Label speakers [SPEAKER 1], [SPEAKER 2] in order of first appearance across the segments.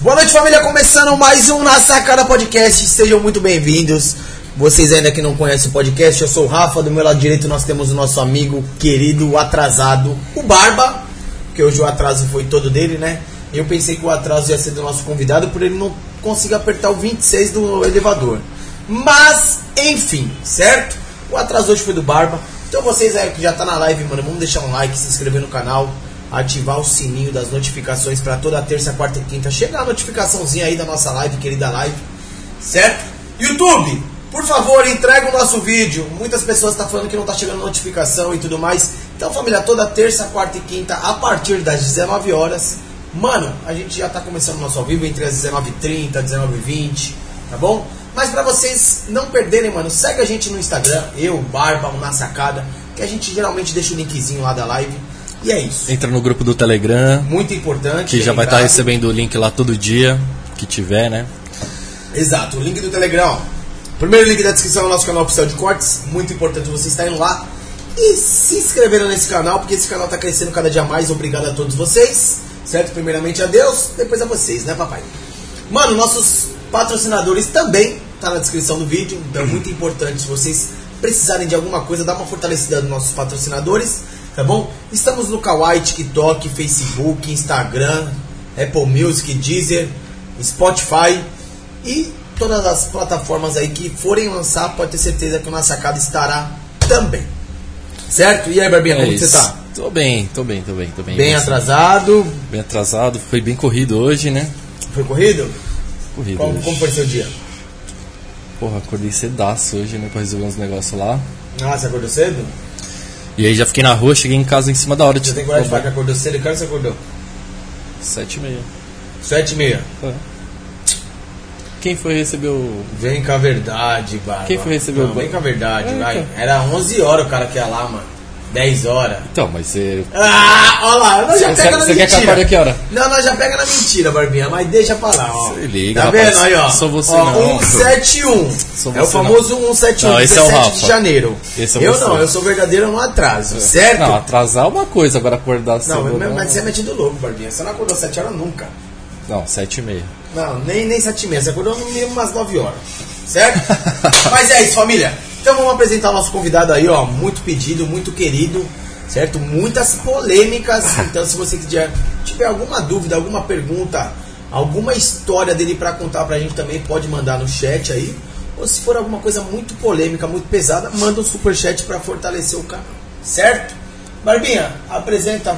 [SPEAKER 1] Boa noite, família. Começando mais um Na Sacada Podcast. Sejam muito bem-vindos. Vocês ainda que não conhecem o podcast, eu sou o Rafa. Do meu lado direito nós temos o nosso amigo querido atrasado, o Barba. Que hoje o atraso foi todo dele, né? Eu pensei que o atraso ia ser do nosso convidado por ele não conseguir apertar o 26 do elevador. Mas, enfim, certo? O atraso hoje foi do Barba. Então vocês aí que já tá na live, mano, vamos deixar um like, se inscrever no canal, ativar o sininho das notificações para toda terça, quarta e quinta chegar a notificaçãozinha aí da nossa live, querida live, certo? YouTube, por favor, entrega o nosso vídeo. Muitas pessoas estão falando que não tá chegando notificação e tudo mais. Então, família, toda terça, quarta e quinta, a partir das 19 horas, mano, a gente já tá começando o nosso ao vivo entre as 19h30, 19h20, tá bom? Mas para vocês não perderem, mano, segue a gente no Instagram, eu, Barba, o Na Sacada, que a gente geralmente deixa o linkzinho lá da live. E é isso.
[SPEAKER 2] Entra no grupo do Telegram,
[SPEAKER 1] Muito importante.
[SPEAKER 2] que já vai tá estar
[SPEAKER 1] lembrar.
[SPEAKER 2] recebendo o link lá todo dia, que tiver, né?
[SPEAKER 1] Exato, o link do Telegram. ó. Primeiro link da descrição do nosso canal oficial de cortes. Muito importante vocês estarem lá e se inscreveram nesse canal, porque esse canal tá crescendo cada dia mais. Obrigado a todos vocês, certo? Primeiramente a Deus, depois a vocês, né, papai? Mano, nossos patrocinadores também tá na descrição do vídeo, então é muito importante se vocês precisarem de alguma coisa, dá uma fortalecida nos nossos patrocinadores, tá bom? Estamos no Kawaii, TikTok, Facebook, Instagram, Apple Music, Deezer, Spotify. E todas as plataformas aí que forem lançar, pode ter certeza que o Na Sacada estará também. Certo? E aí, Barbinha,
[SPEAKER 2] É
[SPEAKER 1] como que
[SPEAKER 2] isso.
[SPEAKER 1] você tá?
[SPEAKER 2] Tô bem, tô bem, tô bem, tô bem.
[SPEAKER 1] Bem
[SPEAKER 2] Mas-
[SPEAKER 1] atrasado?
[SPEAKER 2] Bem atrasado, foi bem corrido hoje, né?
[SPEAKER 1] Foi corrido?
[SPEAKER 2] Corrido
[SPEAKER 1] Como,
[SPEAKER 2] hoje.
[SPEAKER 1] como foi seu dia?
[SPEAKER 2] Porra, acordei cedaço hoje, né, pra resolver uns negócios lá.
[SPEAKER 1] Ah, você acordou cedo?
[SPEAKER 2] E aí já fiquei na rua, cheguei em casa em cima da hora.
[SPEAKER 1] Você tem coragem de falar que acordou cedo? Cara, você acordou?
[SPEAKER 2] Sete e meia.
[SPEAKER 1] Sete e meia.
[SPEAKER 2] É. Quem foi receber o...
[SPEAKER 1] Vem com a verdade, Barba.
[SPEAKER 2] Quem foi receber o
[SPEAKER 1] Não,
[SPEAKER 2] ban-
[SPEAKER 1] Vem com a verdade,
[SPEAKER 2] É,
[SPEAKER 1] vai.
[SPEAKER 2] então.
[SPEAKER 1] Era 11 horas o cara que ia lá, mano. 10 horas.
[SPEAKER 2] Então, mas você...
[SPEAKER 1] Ah, olha lá, nós já
[SPEAKER 2] Você-
[SPEAKER 1] pega na
[SPEAKER 2] você
[SPEAKER 1] mentira.
[SPEAKER 2] quer que eu pare que hora?
[SPEAKER 1] Não, nós já pega na mentira, Barbinha, mas deixa pra lá, ó.
[SPEAKER 2] Se liga,
[SPEAKER 1] tá
[SPEAKER 2] rapaz,
[SPEAKER 1] vendo aí, ó?
[SPEAKER 2] sou você
[SPEAKER 1] ó,
[SPEAKER 2] não.
[SPEAKER 1] 171.
[SPEAKER 2] Sou
[SPEAKER 1] é o
[SPEAKER 2] você
[SPEAKER 1] famoso 171,
[SPEAKER 2] Não, esse é o
[SPEAKER 1] 17 de
[SPEAKER 2] Rafa.
[SPEAKER 1] janeiro.
[SPEAKER 2] Esse é
[SPEAKER 1] eu
[SPEAKER 2] você. É.
[SPEAKER 1] não, eu sou verdadeiro no atraso, certo?
[SPEAKER 2] Não,
[SPEAKER 1] Não,
[SPEAKER 2] atrasar é uma coisa, agora acordar cedo...
[SPEAKER 1] mas, mas você é metido louco, Barbinha. Você não acordou 7 horas nunca.
[SPEAKER 2] Não, sete e meia.
[SPEAKER 1] Não, nem, nem 7 meses. Você acordou no mínimo umas 9 horas. Certo? Mas é isso, família. Então vamos apresentar o nosso convidado aí, ó. Muito pedido, muito querido. Certo? Muitas polêmicas. Então, se você quiser, tiver alguma dúvida, alguma pergunta, alguma história dele pra contar pra gente também, pode mandar no chat aí. Ou se for alguma coisa muito polêmica, muito pesada, manda um superchat pra fortalecer o canal. Certo? Barbinha, apresenta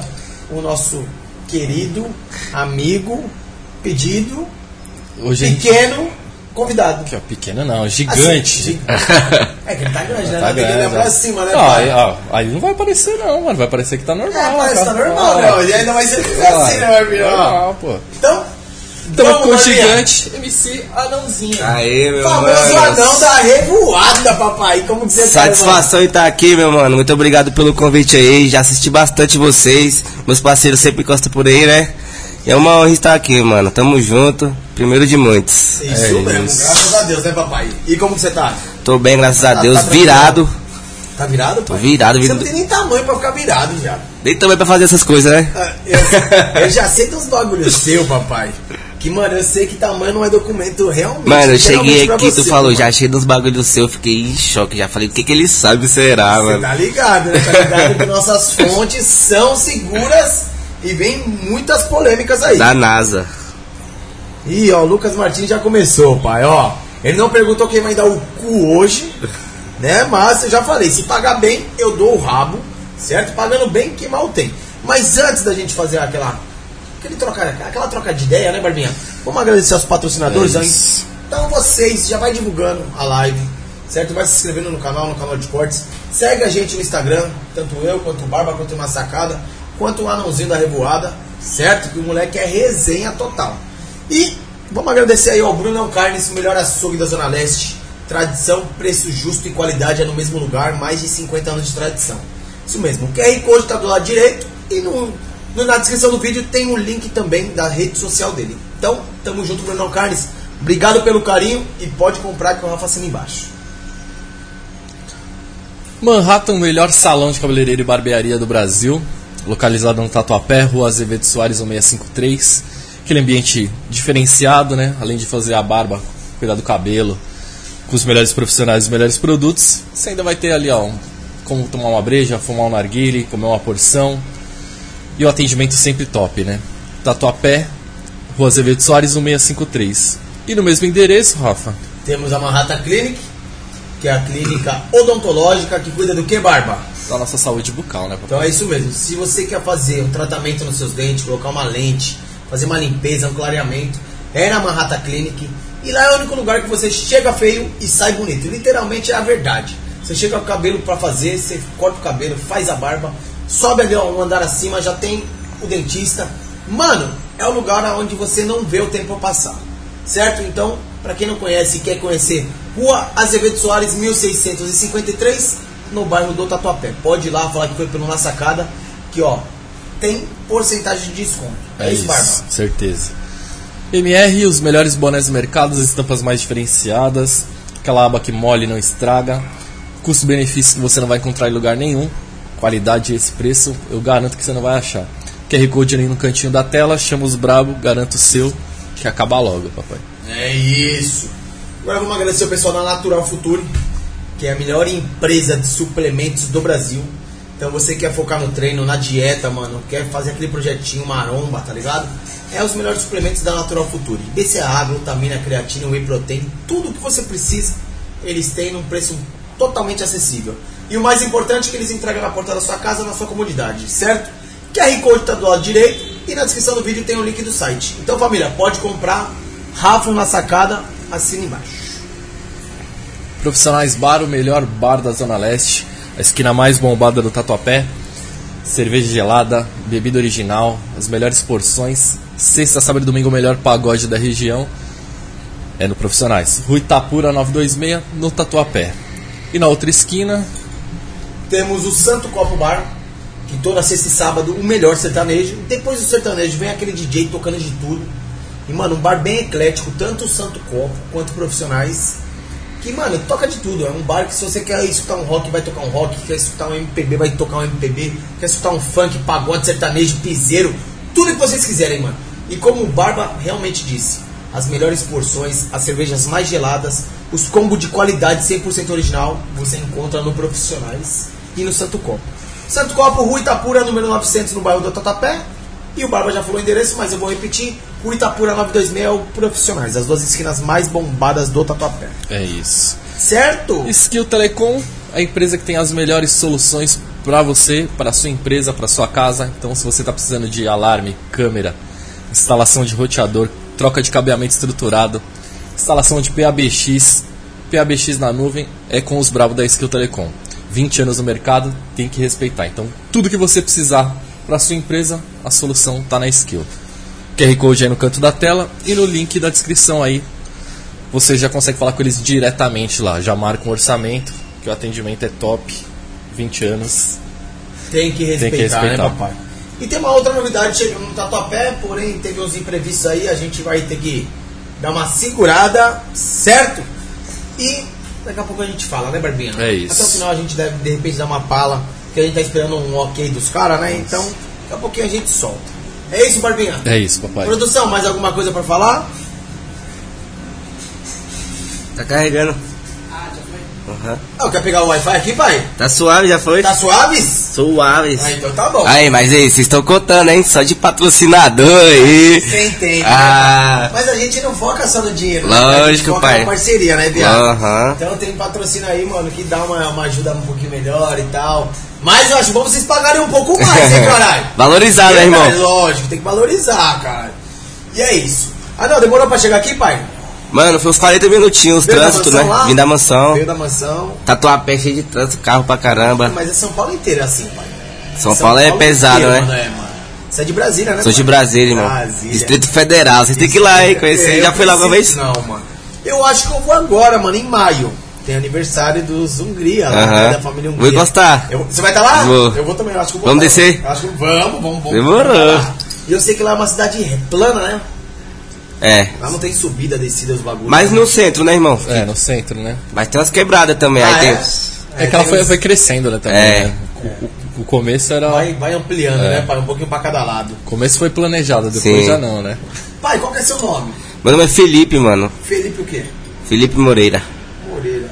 [SPEAKER 1] o nosso querido amigo pedido
[SPEAKER 2] Hoje... a gente-
[SPEAKER 1] pequeno convidado.
[SPEAKER 2] Aqui, ó, pequeno não,
[SPEAKER 1] Assim,
[SPEAKER 2] gigante.
[SPEAKER 1] gi- é que ele tá grande, né?
[SPEAKER 2] Tá
[SPEAKER 1] Não tem que
[SPEAKER 2] grande,
[SPEAKER 1] lembrar
[SPEAKER 2] ó.
[SPEAKER 1] acima, né?
[SPEAKER 2] Não,
[SPEAKER 1] pai?
[SPEAKER 2] aí, ó, aí não vai aparecer não, mano. Vai parecer que tá normal.
[SPEAKER 1] É, parece que tá normal,
[SPEAKER 2] Ah,
[SPEAKER 1] não. E ainda mais se ele fizer
[SPEAKER 2] ah,
[SPEAKER 1] assim, né, Barbinha? Ó.
[SPEAKER 2] Normal, pô.
[SPEAKER 1] Então,
[SPEAKER 2] Tamo com o
[SPEAKER 1] Barbinha.
[SPEAKER 2] gigante MC Anãozinho.
[SPEAKER 3] Aê, meu
[SPEAKER 1] Famoso
[SPEAKER 3] mano.
[SPEAKER 1] anão da revoada, papai. Como que você tá,
[SPEAKER 3] Satisfação em estar aqui, meu mano. Muito obrigado pelo convite aí. Já assisti bastante vocês. Meus parceiros sempre encostam por aí, né? E é uma honra estar aqui, mano. Tamo junto. Primeiro de muitos. É.
[SPEAKER 1] irmão? Isso
[SPEAKER 2] É
[SPEAKER 1] mesmo, graças a Deus, né, papai? E como que você tá?
[SPEAKER 3] Tô bem, graças a
[SPEAKER 1] Tá-
[SPEAKER 3] Deus.
[SPEAKER 1] tá tranquilo.
[SPEAKER 3] Virado.
[SPEAKER 1] Tá virado, pai?
[SPEAKER 3] virado,
[SPEAKER 1] Você
[SPEAKER 3] virado.
[SPEAKER 1] não tem nem tamanho pra ficar virado já.
[SPEAKER 3] Nem também pra fazer essas coisas, né?
[SPEAKER 1] Ah, Eu, eu já sei dos bagulhos seu, papai. Que, mano, eu sei que tamanho não é documento realmente.
[SPEAKER 3] Mano, eu
[SPEAKER 1] literalmente,
[SPEAKER 3] cheguei
[SPEAKER 1] pra
[SPEAKER 3] aqui, tu
[SPEAKER 1] você,
[SPEAKER 3] falou,
[SPEAKER 1] mano.
[SPEAKER 3] já achei nos bagulhos seu, fiquei em choque, já falei, o que que ele sabe será,
[SPEAKER 1] Você
[SPEAKER 3] mano?
[SPEAKER 1] tá ligado, né? Tá ligado que nossas fontes são seguras e vem muitas polêmicas aí.
[SPEAKER 3] Da NASA.
[SPEAKER 1] Ih, ó, o Lucas Martins já começou, pai, ó. Ele não perguntou quem vai dar o cu hoje, né? Mas eu já falei, se pagar bem, eu dou o rabo, certo? Pagando bem, que mal tem. Mas antes da gente fazer aquela. Aquele troca, aquela troca de ideia, né, Barbinha? Vamos agradecer aos patrocinadores
[SPEAKER 2] É
[SPEAKER 1] antes. Então vocês já vai divulgando a live, certo? Vai se inscrevendo no canal, no canal de cortes. Segue a gente no Instagram, tanto eu, quanto o Barba, quanto o Massacada, quanto o Anãozinho da Revoada, certo? Que o moleque é resenha total. E vamos agradecer aí ao é Brunão Carnes, o melhor açougue da Zona Leste. Tradição, preço justo e qualidade é no mesmo lugar, mais de 50 anos de tradição. Isso mesmo. O QR Code está do lado direito e no, no- na descrição do vídeo tem o link também da rede social dele. Então, tamo junto, Bruno Carnes. Obrigado pelo carinho e pode comprar que o Rafa assina embaixo.
[SPEAKER 2] Manhattan, o melhor salão de cabeleireiro e um barbearia do Brasil. Localizado no Tatuapé, Rua Azevedo Soares 1653. aquele ambiente diferenciado, né? Além de fazer a barba, cuidar do cabelo, com os melhores profissionais, os melhores produtos, você ainda vai ter ali, ó, um- como tomar uma breja, fumar um narguile, comer uma porção. E o atendimento sempre top, né? Tatuapé, Rua Azevedo Soares, 1653. E no mesmo endereço, Rafa,
[SPEAKER 1] Temos a Manhattan Clinic, que é a clínica odontológica que cuida do que, Barba?
[SPEAKER 2] da nossa saúde bucal, né? papai?
[SPEAKER 1] Então é isso mesmo. Se você quer fazer um tratamento nos seus dentes, colocar uma lente, fazer uma limpeza, um clareamento, é na Manhattan Clinic. E lá é o único lugar que você chega feio e sai bonito. Literalmente é a verdade. Você chega com o cabelo pra fazer, você corta o cabelo, faz a barba, sobe ali ó, um andar acima, já tem o dentista. Mano, é o lugar onde você não vê o tempo passar. Certo? Então, para quem não conhece e quer conhecer, Rua Azevedo Soares, 1653, no bairro do Tatuapé. Pode ir lá falar que foi pelo Na Sacada, que ó, tem porcentagem de desconto. É, isso, Barba.
[SPEAKER 2] certeza. MR, os melhores bonés do mercado, as estampas mais diferenciadas, aquela aba que mole e não estraga, custo-benefício que você não vai encontrar em lugar nenhum, qualidade e esse preço, eu garanto que você não vai achar. QR Code ali no cantinho da tela, chama os brabo, garanto o seu, que acaba logo, papai.
[SPEAKER 1] É isso. Agora vamos agradecer o pessoal da Natural Future, que é a melhor empresa de suplementos do Brasil. Então você quer focar no treino, na dieta, mano, quer fazer aquele projetinho maromba, tá ligado? É os melhores suplementos da Natural Future. BCA, glutamina, creatina, whey protein, tudo que você precisa, eles têm num preço totalmente acessível. E o mais importante é que eles entregam na porta da sua casa, na sua comodidade, certo? QR Code tá do lado direito e na descrição do vídeo tem o link do site. Então família, pode comprar Rafa na sacada, assina embaixo.
[SPEAKER 2] Profissionais Bar, o melhor bar da Zona Leste, a esquina mais bombada do Tatuapé. Cerveja gelada, bebida original, as melhores porções. Sexta, sábado e domingo, o melhor pagode da região. É no Profissionais. Rui Tapura 926, no Tatuapé. E na outra esquina,
[SPEAKER 1] Temos o Santo Copo Bar, que toda sexta e sábado o melhor sertanejo. Depois do sertanejo vem aquele DJ tocando de tudo. E, mano, um bar bem eclético, tanto o Santo Copo quanto profissionais. Que, mano, toca de tudo. É um bar que se você quer escutar um rock, vai tocar um rock. Quer escutar um MPB, vai tocar um MPB. Quer escutar um funk, pagode, sertanejo, piseiro. Tudo que vocês quiserem, mano. E como o Barba realmente disse, as melhores porções, as cervejas mais geladas, os combos de qualidade 100% original, você encontra no Profissionais e no Santo Copo. Santo Copo, Rua Itapura, número 900, no bairro do Totapé. E o Barba já falou o endereço, mas eu vou repetir. Rua Itapura 926 é o Profissionais, as duas esquinas mais bombadas do Tatuapé.
[SPEAKER 2] é isso.
[SPEAKER 1] Certo?
[SPEAKER 2] Skill Telecom, a empresa que tem as melhores soluções para você, para sua empresa, para sua casa. Então, se você está precisando de alarme, câmera, instalação de roteador, troca de cabeamento estruturado, instalação de PABX, PABX na nuvem, é com os bravos da Skill Telecom. 20 anos no mercado, tem que respeitar. Então, tudo que você precisar para sua empresa, a solução está na Skill. QR Code aí no canto da tela e no link da descrição aí você já consegue falar com eles diretamente lá. Já marca um orçamento, que o atendimento é top. 20 anos.
[SPEAKER 1] Tem que respeitar,
[SPEAKER 2] Tem que
[SPEAKER 1] né,
[SPEAKER 2] respeitar.
[SPEAKER 1] papai? E tem uma outra novidade chegando no Tatuapé, porém teve uns imprevistos aí, a gente vai ter que dar uma segurada, certo? E daqui a pouco a gente fala, né, Barbinha?
[SPEAKER 2] É isso.
[SPEAKER 1] Até o final a gente deve, de repente, dar uma pala, porque a gente tá esperando um ok dos caras, né? Então, daqui a pouquinho a gente solta. É isso, Barbinha?
[SPEAKER 2] É isso, papai.
[SPEAKER 1] Produção, mais alguma coisa pra falar?
[SPEAKER 3] Tá carregando. Aham.
[SPEAKER 1] Ah, quer pegar o Wi-Fi aqui, pai?
[SPEAKER 3] Tá suave, já foi?
[SPEAKER 1] Tá suaves?
[SPEAKER 3] Suaves.
[SPEAKER 1] Ah, então tá bom.
[SPEAKER 3] Aí, mas aí, vocês estão contando, hein? Só de patrocinador aí.
[SPEAKER 1] Você entende, né?
[SPEAKER 3] Ah.
[SPEAKER 1] Mas a gente não foca só no dinheiro, né? A gente
[SPEAKER 3] Lógico,
[SPEAKER 1] foca
[SPEAKER 3] pai.
[SPEAKER 1] na parceria, né, viado?
[SPEAKER 3] Aham.
[SPEAKER 1] Então tem patrocínio aí, mano, que dá uma, uma ajuda um pouquinho melhor e tal. Mas eu acho bom vocês pagarem um pouco mais, hein, caralho?
[SPEAKER 3] Valorizado, né,
[SPEAKER 1] Verdade,
[SPEAKER 3] irmão?
[SPEAKER 1] Lógico, tem que valorizar, cara. E é isso. Ah, não, demorou pra chegar aqui, pai?
[SPEAKER 3] Mano, foi uns 40 minutinhos,
[SPEAKER 1] Veio da
[SPEAKER 3] trânsito, né?
[SPEAKER 1] mansão lá?
[SPEAKER 3] Vim da mansão.
[SPEAKER 1] Veio da mansão.
[SPEAKER 3] Tatuapé cheio de trânsito, carro pra caramba.
[SPEAKER 1] Mas é São Paulo inteiro assim, pai.
[SPEAKER 3] São Paulo é pesado, né?
[SPEAKER 1] Mano, é, mano. Você é de Brasília, né?
[SPEAKER 3] Sou de
[SPEAKER 1] pai?
[SPEAKER 3] Brasília, irmão.
[SPEAKER 1] Brasília.
[SPEAKER 3] Distrito Federal. Vocês têm que ir lá, hein? Conhecer.
[SPEAKER 1] É,
[SPEAKER 3] Já
[SPEAKER 1] eu
[SPEAKER 3] foi lá uma vez?
[SPEAKER 1] preciso Não, mano. Eu acho que eu vou agora, mano, em maio. Tem aniversário dos Hungria, lá,
[SPEAKER 3] Aham.
[SPEAKER 1] da família Hungria.
[SPEAKER 3] Vou gostar.
[SPEAKER 1] Eu- você vai estar lá?
[SPEAKER 3] Vou.
[SPEAKER 1] Eu vou também, eu acho que eu vou.
[SPEAKER 3] Vamos
[SPEAKER 1] tá.
[SPEAKER 3] descer?
[SPEAKER 1] Eu acho que vamos, vamos, vamos.
[SPEAKER 3] Demorou.
[SPEAKER 1] vamos lá. E eu sei que lá é uma cidade plana, né?
[SPEAKER 3] É.
[SPEAKER 1] Lá não tem subida, descida, os bagulhos.
[SPEAKER 3] Mas no centro, né, irmão?
[SPEAKER 2] É, no centro, né?
[SPEAKER 3] Mas tem umas quebradas também.
[SPEAKER 1] Ah,
[SPEAKER 3] aí
[SPEAKER 1] é?
[SPEAKER 3] tem.
[SPEAKER 2] É que ela foi, foi crescendo, né, também.
[SPEAKER 3] É.
[SPEAKER 2] né? Com- com- O começo era.
[SPEAKER 1] Vai, vai ampliando,
[SPEAKER 2] É.
[SPEAKER 1] né, pai? Um pouquinho pra cada lado.
[SPEAKER 2] O começo foi planejado, depois
[SPEAKER 3] Sim.
[SPEAKER 2] já não, né?
[SPEAKER 1] Pai, qual que é seu nome?
[SPEAKER 3] Meu nome é Felipe, mano.
[SPEAKER 1] Felipe o quê?
[SPEAKER 3] Felipe Moreira.
[SPEAKER 1] Moreira.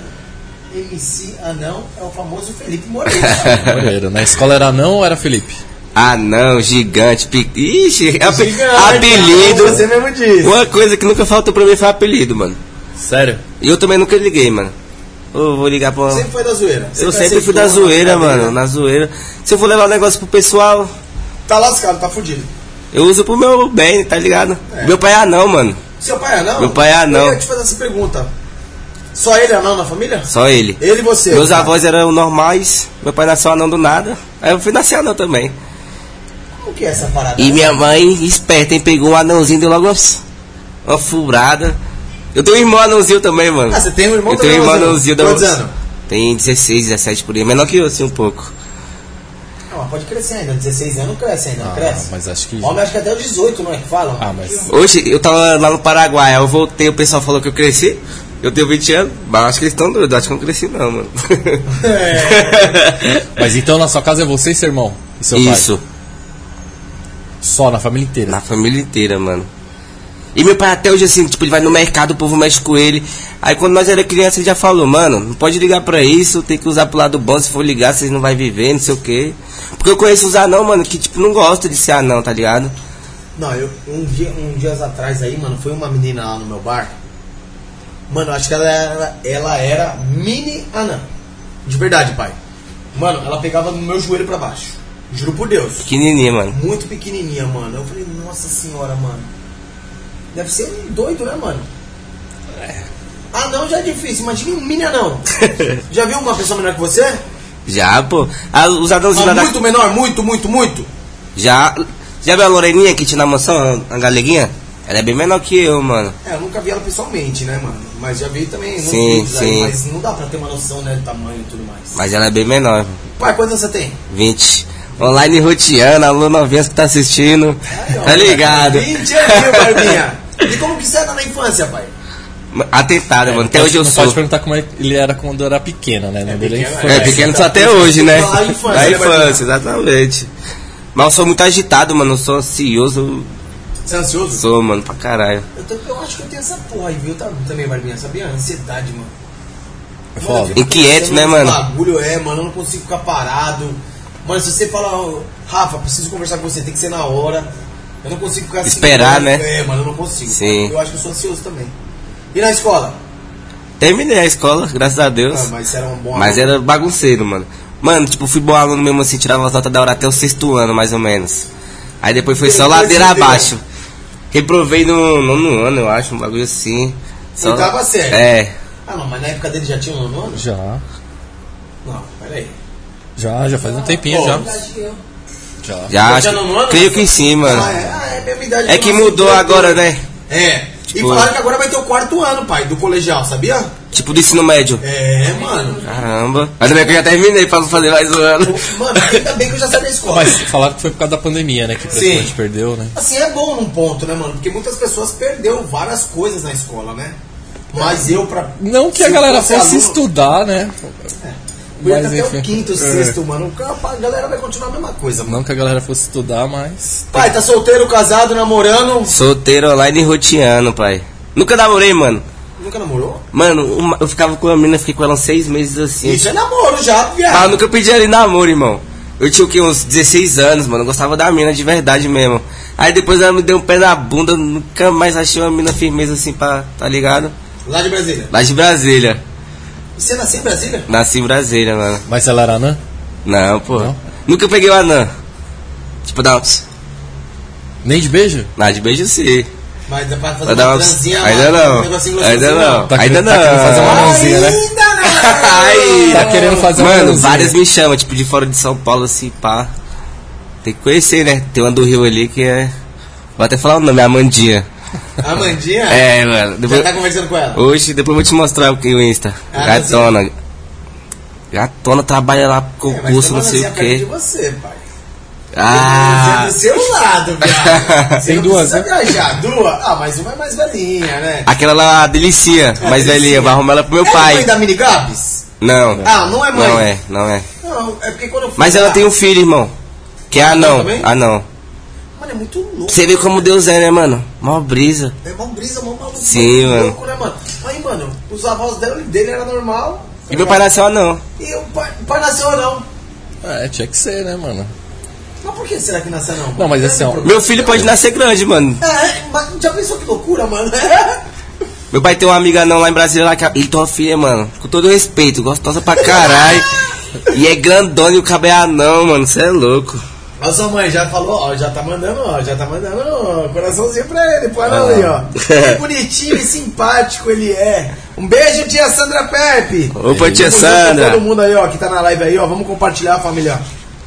[SPEAKER 1] MC Anão é o famoso Felipe Moreira.
[SPEAKER 2] Moreira. Na escola era não ou era Felipe?
[SPEAKER 3] Ah não, gigante. Pe... Ixi, é ape-
[SPEAKER 1] Você
[SPEAKER 3] apelido.
[SPEAKER 1] mesmo disse.
[SPEAKER 3] Uma coisa que nunca faltou pra mim foi apelido, mano.
[SPEAKER 2] Sério?
[SPEAKER 3] E eu também nunca liguei, mano. Eu vou ligar pra.
[SPEAKER 1] Sempre foi da zoeira.
[SPEAKER 3] Eu
[SPEAKER 1] vai
[SPEAKER 3] sempre
[SPEAKER 1] ser
[SPEAKER 3] fui da
[SPEAKER 1] dono
[SPEAKER 3] zoeira,
[SPEAKER 1] brincadeira.
[SPEAKER 3] mano. Na zoeira. Se eu for levar o negócio pro pessoal,
[SPEAKER 1] Tá lascado, tá fudido.
[SPEAKER 3] eu uso pro meu bem, tá ligado? Meu pai é anão, mano.
[SPEAKER 1] Seu pai é anão?
[SPEAKER 3] Meu pai é anão.
[SPEAKER 1] Eu ia te fazer essa pergunta. Só ele é anão na família?
[SPEAKER 3] Só ele.
[SPEAKER 1] Ele é e você.
[SPEAKER 3] Meus avós eram normais, meu pai nasceu anão do nada. Aí eu fui nascer anão também.
[SPEAKER 1] O que é essa parada?
[SPEAKER 3] E minha mãe, esperta, hein, pegou um anãozinho, deu logo uma, uma furada. Eu tenho um irmão anãozinho também, mano.
[SPEAKER 1] Ah, você tem um irmão
[SPEAKER 3] Eu tenho um irmão
[SPEAKER 1] também,
[SPEAKER 3] anãozinho. da-
[SPEAKER 1] Quantos anos?
[SPEAKER 3] Tem 16, 17 por aí. Menor que eu, assim, um pouco.
[SPEAKER 1] Não, mas pode crescer ainda. 16 anos cresce ainda, não cresce.
[SPEAKER 2] Ah, mas acho que-
[SPEAKER 1] Homem acho que até os 18, não é que falam?
[SPEAKER 2] Ah, mas.
[SPEAKER 3] Hoje, eu tava lá no Paraguai, aí eu voltei, o pessoal falou que eu cresci. Eu tenho 20 anos, mas acho que eles estão doidos, acho que eu não cresci não, mano.
[SPEAKER 2] Mas então na sua casa é você e seu irmão? E seu
[SPEAKER 3] Isso,
[SPEAKER 2] pai? Só, na família inteira.
[SPEAKER 3] na família inteira, mano. E meu pai até hoje, assim, tipo, ele vai no mercado, o povo mexe com ele. Aí quando nós era criança, ele já falou, mano, não pode ligar pra isso, tem que usar pro lado bom, se for ligar, vocês não vai viver, não sei o quê. Porque eu conheço os anão, mano, que, tipo, não gosta de ser anão, tá ligado?
[SPEAKER 1] Não, eu um dia, um dias atrás aí, mano, foi uma menina lá no meu bar. Mano, acho que ela era, ela era mini anã. De verdade, pai. Mano, ela pegava no meu joelho pra baixo. Juro por Deus.
[SPEAKER 3] Pequenininho, mano.
[SPEAKER 1] Muito pequenininha, mano. Eu falei, nossa senhora, mano. Deve ser doido, né, mano? Anão já é difícil, imagina um mini anão. já viu uma pessoa menor que você?
[SPEAKER 3] Já, pô. Ah, os
[SPEAKER 1] Mas
[SPEAKER 3] anãozinhos lá da...
[SPEAKER 1] muito menor, muito, muito, muito.
[SPEAKER 3] Já. Já viu a Loreninha que tinha na mansão, a a galeguinha? Ela é bem menor que eu, mano.
[SPEAKER 1] É, eu nunca vi ela pessoalmente, né, mano? Mas já vi também nos
[SPEAKER 3] Sim,
[SPEAKER 1] vídeos aí,
[SPEAKER 3] sim.
[SPEAKER 1] mas não dá pra ter uma noção, né, do tamanho e tudo mais.
[SPEAKER 3] Mas ela é bem menor.
[SPEAKER 1] Pai, quantos você tem?
[SPEAKER 3] 20. Online roteando, alô novinhas que tá assistindo. Tá ligado?
[SPEAKER 1] 20 anos, meu Barbinha. E como que você era na infância, pai?
[SPEAKER 3] Atentado, mano. Até
[SPEAKER 2] Pode-
[SPEAKER 3] hoje eu
[SPEAKER 2] É, não
[SPEAKER 3] sou.
[SPEAKER 2] pode perguntar como é que ele era quando era pequeno, né? É,
[SPEAKER 1] pequeno,
[SPEAKER 3] É, pequeno só até hoje, né?
[SPEAKER 1] Da infância,
[SPEAKER 3] Da
[SPEAKER 1] né,
[SPEAKER 3] infância, exatamente. Mas eu sou muito agitado, mano. Eu sou ansioso.
[SPEAKER 1] Você é ansioso?
[SPEAKER 3] Sou, mano, pra caralho.
[SPEAKER 1] Eu, tam- eu acho que eu tenho essa porra aí, viu? Tá, também, Barbinha, sabia? Ansiedade, mano.
[SPEAKER 2] É foda.
[SPEAKER 1] eu fico
[SPEAKER 3] Inquieto,
[SPEAKER 1] pensando
[SPEAKER 3] né,
[SPEAKER 1] nos
[SPEAKER 3] mano?
[SPEAKER 1] bagulho é, mano. Eu não consigo ficar parado. Mano, se você falar, "Ô, Rafa, preciso conversar com você, tem que ser na hora. Eu não consigo ficar assim,
[SPEAKER 3] Esperar,
[SPEAKER 1] mano.
[SPEAKER 3] né?
[SPEAKER 1] É, mano, eu não consigo.
[SPEAKER 3] Sim.
[SPEAKER 1] Eu acho que eu sou ansioso também. E na escola?
[SPEAKER 3] Terminei a escola, graças a Deus.
[SPEAKER 1] Ah, mas você era um bom
[SPEAKER 3] Mas
[SPEAKER 1] aluno.
[SPEAKER 3] era bagunceiro, mano. Mano, tipo, fui bom aluno mesmo assim, tirava as notas da hora até o sexto ano, mais ou menos. Aí depois foi só
[SPEAKER 1] Depois
[SPEAKER 3] ladeira
[SPEAKER 1] você deu.
[SPEAKER 3] abaixo. Reprovei no nono ano, eu acho, um bagulho assim. Só...
[SPEAKER 1] Oitava série.
[SPEAKER 3] É.
[SPEAKER 1] Ah, não, mas na época dele já tinha um nono? ano?
[SPEAKER 2] Já.
[SPEAKER 1] Não, peraí.
[SPEAKER 2] Já, já faz um tempinho
[SPEAKER 1] Pô,
[SPEAKER 2] já. Já.
[SPEAKER 3] Já
[SPEAKER 1] Já
[SPEAKER 3] acho.
[SPEAKER 1] tinha nono ano?
[SPEAKER 3] Creio que sim, mano.
[SPEAKER 1] Ah, é, ah, é a mesma idade
[SPEAKER 3] É que
[SPEAKER 1] nós,
[SPEAKER 3] mudou
[SPEAKER 1] então,
[SPEAKER 3] agora,
[SPEAKER 1] então.
[SPEAKER 3] né?
[SPEAKER 1] É.
[SPEAKER 3] Tipo-
[SPEAKER 1] E falaram que agora vai ter o quarto ano, pai, do colegial, sabia?
[SPEAKER 3] Tipo do ensino médio.
[SPEAKER 1] É, mano.
[SPEAKER 3] Caramba. Ainda bem que eu já terminei pra não fazer mais um ano.
[SPEAKER 1] Mano, ainda bem que eu já saí da escola.
[SPEAKER 2] Mas falaram que foi por causa da pandemia, né? Que praticamente
[SPEAKER 1] Sim.
[SPEAKER 2] perdeu, né?
[SPEAKER 1] Assim, é bom num ponto, né, mano? Porque muitas pessoas perderam várias coisas na escola, né? Mas eu, pra.
[SPEAKER 2] Não que
[SPEAKER 1] se
[SPEAKER 2] a
[SPEAKER 1] eu
[SPEAKER 2] galera fosse
[SPEAKER 1] aluno,
[SPEAKER 2] estudar, né?
[SPEAKER 1] eu ia
[SPEAKER 2] mas
[SPEAKER 1] até
[SPEAKER 2] enfim.
[SPEAKER 1] o quinto,
[SPEAKER 2] É.
[SPEAKER 1] sexto, mano. A galera vai continuar a mesma coisa, mano.
[SPEAKER 2] Não que a galera fosse estudar, mas.
[SPEAKER 1] Pai, tá solteiro, casado, namorando.
[SPEAKER 3] Solteiro online e roteando, pai. Nunca namorei, mano.
[SPEAKER 1] Nunca namorou?
[SPEAKER 3] Mano, uma- eu ficava com a menina, fiquei com ela uns seis meses assim.
[SPEAKER 1] Isso é namoro já,
[SPEAKER 3] Ah, eu
[SPEAKER 1] viado.
[SPEAKER 3] nunca pedi ela em namoro, irmão. Eu tinha o quê? Uns 16 anos, mano. Eu gostava da mina de verdade mesmo. Aí depois ela me deu um pé na bunda, eu nunca mais achei uma mina firmeza assim pra. tá ligado?
[SPEAKER 1] Lá de Brasília.
[SPEAKER 3] Lá de Brasília.
[SPEAKER 1] Você nasceu em Brasília?
[SPEAKER 3] Nasci em Brasília, mano.
[SPEAKER 2] Mas ela era anã?
[SPEAKER 3] Não, pô.
[SPEAKER 2] Não?
[SPEAKER 3] Nunca peguei o anã. Tipo, dá um.
[SPEAKER 2] Nem de beijo?
[SPEAKER 3] Lá de beijo sim.
[SPEAKER 1] Mas dá pra fazer
[SPEAKER 3] Vai dar
[SPEAKER 1] uma
[SPEAKER 3] uma-
[SPEAKER 1] transinha lá,
[SPEAKER 3] Ainda não.
[SPEAKER 1] um negocinho
[SPEAKER 3] Ainda
[SPEAKER 1] gostosinho,
[SPEAKER 3] não.
[SPEAKER 2] Tá
[SPEAKER 3] Ainda
[SPEAKER 2] querendo- tá querendo
[SPEAKER 3] não.
[SPEAKER 2] fazer uma mãozinha, né?
[SPEAKER 1] Ainda não.
[SPEAKER 2] Tá querendo fazer uma
[SPEAKER 3] Mano,
[SPEAKER 2] mãozinha.
[SPEAKER 3] várias me chamam, tipo, de fora de São Paulo, assim, pá. Tem que conhecer, né? Tem uma do Rio ali que é. Vou até falar o nome, é Amandinha.
[SPEAKER 1] A Mandinha?
[SPEAKER 3] É, mano.
[SPEAKER 1] Já
[SPEAKER 3] Depois...
[SPEAKER 1] tá conversando com ela?
[SPEAKER 3] Hoje, depois eu vou te mostrar o que o Insta.
[SPEAKER 1] Ah,
[SPEAKER 3] Gatona. Gatona trabalha lá pro
[SPEAKER 1] É, mas
[SPEAKER 3] concurso,
[SPEAKER 1] tá
[SPEAKER 3] não sei
[SPEAKER 1] falando
[SPEAKER 3] o
[SPEAKER 1] assim, é perto de
[SPEAKER 3] quê.
[SPEAKER 1] você, pai.
[SPEAKER 3] Ah,
[SPEAKER 1] Você é do seu lado, viado. Você
[SPEAKER 2] Tem
[SPEAKER 1] não
[SPEAKER 2] duas, né?
[SPEAKER 1] precisa viajar. Duas? Ah, mas uma é mais velhinha, né?
[SPEAKER 3] aquela lá, a
[SPEAKER 1] Ah,
[SPEAKER 3] delicia, mais
[SPEAKER 1] Delicinha.
[SPEAKER 3] velhinha, vai arrumar ela pro meu
[SPEAKER 1] É a
[SPEAKER 3] pai.
[SPEAKER 1] mãe da Mini Gabs?
[SPEAKER 3] Não.
[SPEAKER 1] Ah, não é mãe.
[SPEAKER 3] Não é, não é.
[SPEAKER 1] Não, não. É porque quando eu fui
[SPEAKER 3] Mas ela
[SPEAKER 1] lá-
[SPEAKER 3] tem um filho, irmão. Que é anão.
[SPEAKER 1] também?
[SPEAKER 3] Anão. um-
[SPEAKER 1] Mano, é muito louco.
[SPEAKER 3] Você vê como Deus é, né, mano? Mó brisa.
[SPEAKER 1] É mó brisa, mó maluco.
[SPEAKER 3] Sim,
[SPEAKER 1] mó
[SPEAKER 3] mano.
[SPEAKER 1] Louco, né, mano? Aí, mano, os avós dele, dele era normal.
[SPEAKER 3] E meu pai nasceu anão.
[SPEAKER 1] E o pai, o pai nasceu não.
[SPEAKER 2] É, tinha que ser, né, mano?
[SPEAKER 1] Mas por que será que nasceu não?
[SPEAKER 2] Não, mas assim, ó,
[SPEAKER 3] Meu filho pode nascer grande, mano.
[SPEAKER 1] É, mas já pensou que loucura, mano? É.
[SPEAKER 3] Meu pai tem uma amiga anão lá em Brasília, lá que a- ele tem uma filha, mano. Com todo respeito, gostosa pra caralho. e é grandona e o cabelo é anão, mano. Você é louco.
[SPEAKER 1] A sua mãe já falou, ó, já tá mandando, ó, já tá mandando ó, coraçãozinho pra ele, pro
[SPEAKER 2] Ah.
[SPEAKER 1] anão aí, ó. Que bonitinho e simpático ele é. Um beijo, tia Sandra Pepe.
[SPEAKER 3] Opa,
[SPEAKER 1] Tamo junto com Todo
[SPEAKER 3] tia Sandra.
[SPEAKER 1] mundo aí, ó, que tá na live aí, ó, vamos compartilhar, família.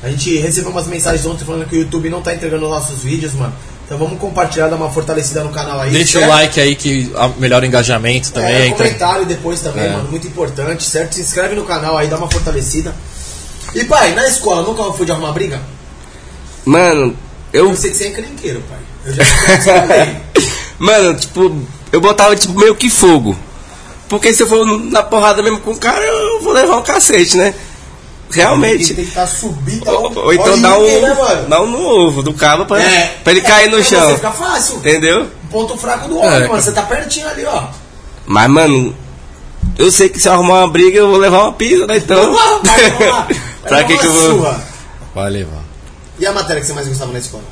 [SPEAKER 1] A gente recebeu umas mensagens ontem falando que o YouTube não tá entregando os nossos vídeos, mano. Então vamos compartilhar, dar uma fortalecida no canal aí.
[SPEAKER 2] deixa o
[SPEAKER 1] certo?
[SPEAKER 2] like aí que a- melhora o engajamento também.
[SPEAKER 1] É,
[SPEAKER 2] entra-
[SPEAKER 1] comentário depois também,
[SPEAKER 2] É.
[SPEAKER 1] mano. Muito importante, certo? Se inscreve no canal aí, dá uma fortalecida. E pai, na escola nunca foi de arrumar briga?
[SPEAKER 3] Mano, eu
[SPEAKER 1] Eu sei que você é encrenqueiro, pai. Eu já sei
[SPEAKER 3] Mano, tipo, eu botava tipo meio que fogo. Porque se eu for na porrada mesmo com o cara, eu vou levar um cacete, né?
[SPEAKER 1] que
[SPEAKER 3] Realmente.
[SPEAKER 1] tentar subir, tá?
[SPEAKER 3] Ou, ou então dá um,
[SPEAKER 1] né,
[SPEAKER 3] dá um no ovo do cabo pra,
[SPEAKER 1] É.
[SPEAKER 3] pra ele cair no chão. É.
[SPEAKER 1] Fica fácil. Um
[SPEAKER 3] Entendeu?
[SPEAKER 1] Ponto fraco do homem,
[SPEAKER 2] É,
[SPEAKER 1] mano. Você tá pertinho ali, ó.
[SPEAKER 3] Mas, mano, eu sei que se eu arrumar uma briga, eu vou levar uma pisa, né? Então.
[SPEAKER 1] Vamos lá, vai, vamos lá.
[SPEAKER 3] pra que que eu vou.
[SPEAKER 1] Sua.
[SPEAKER 2] Vai levar.
[SPEAKER 1] E a matéria que você mais gostava na escola?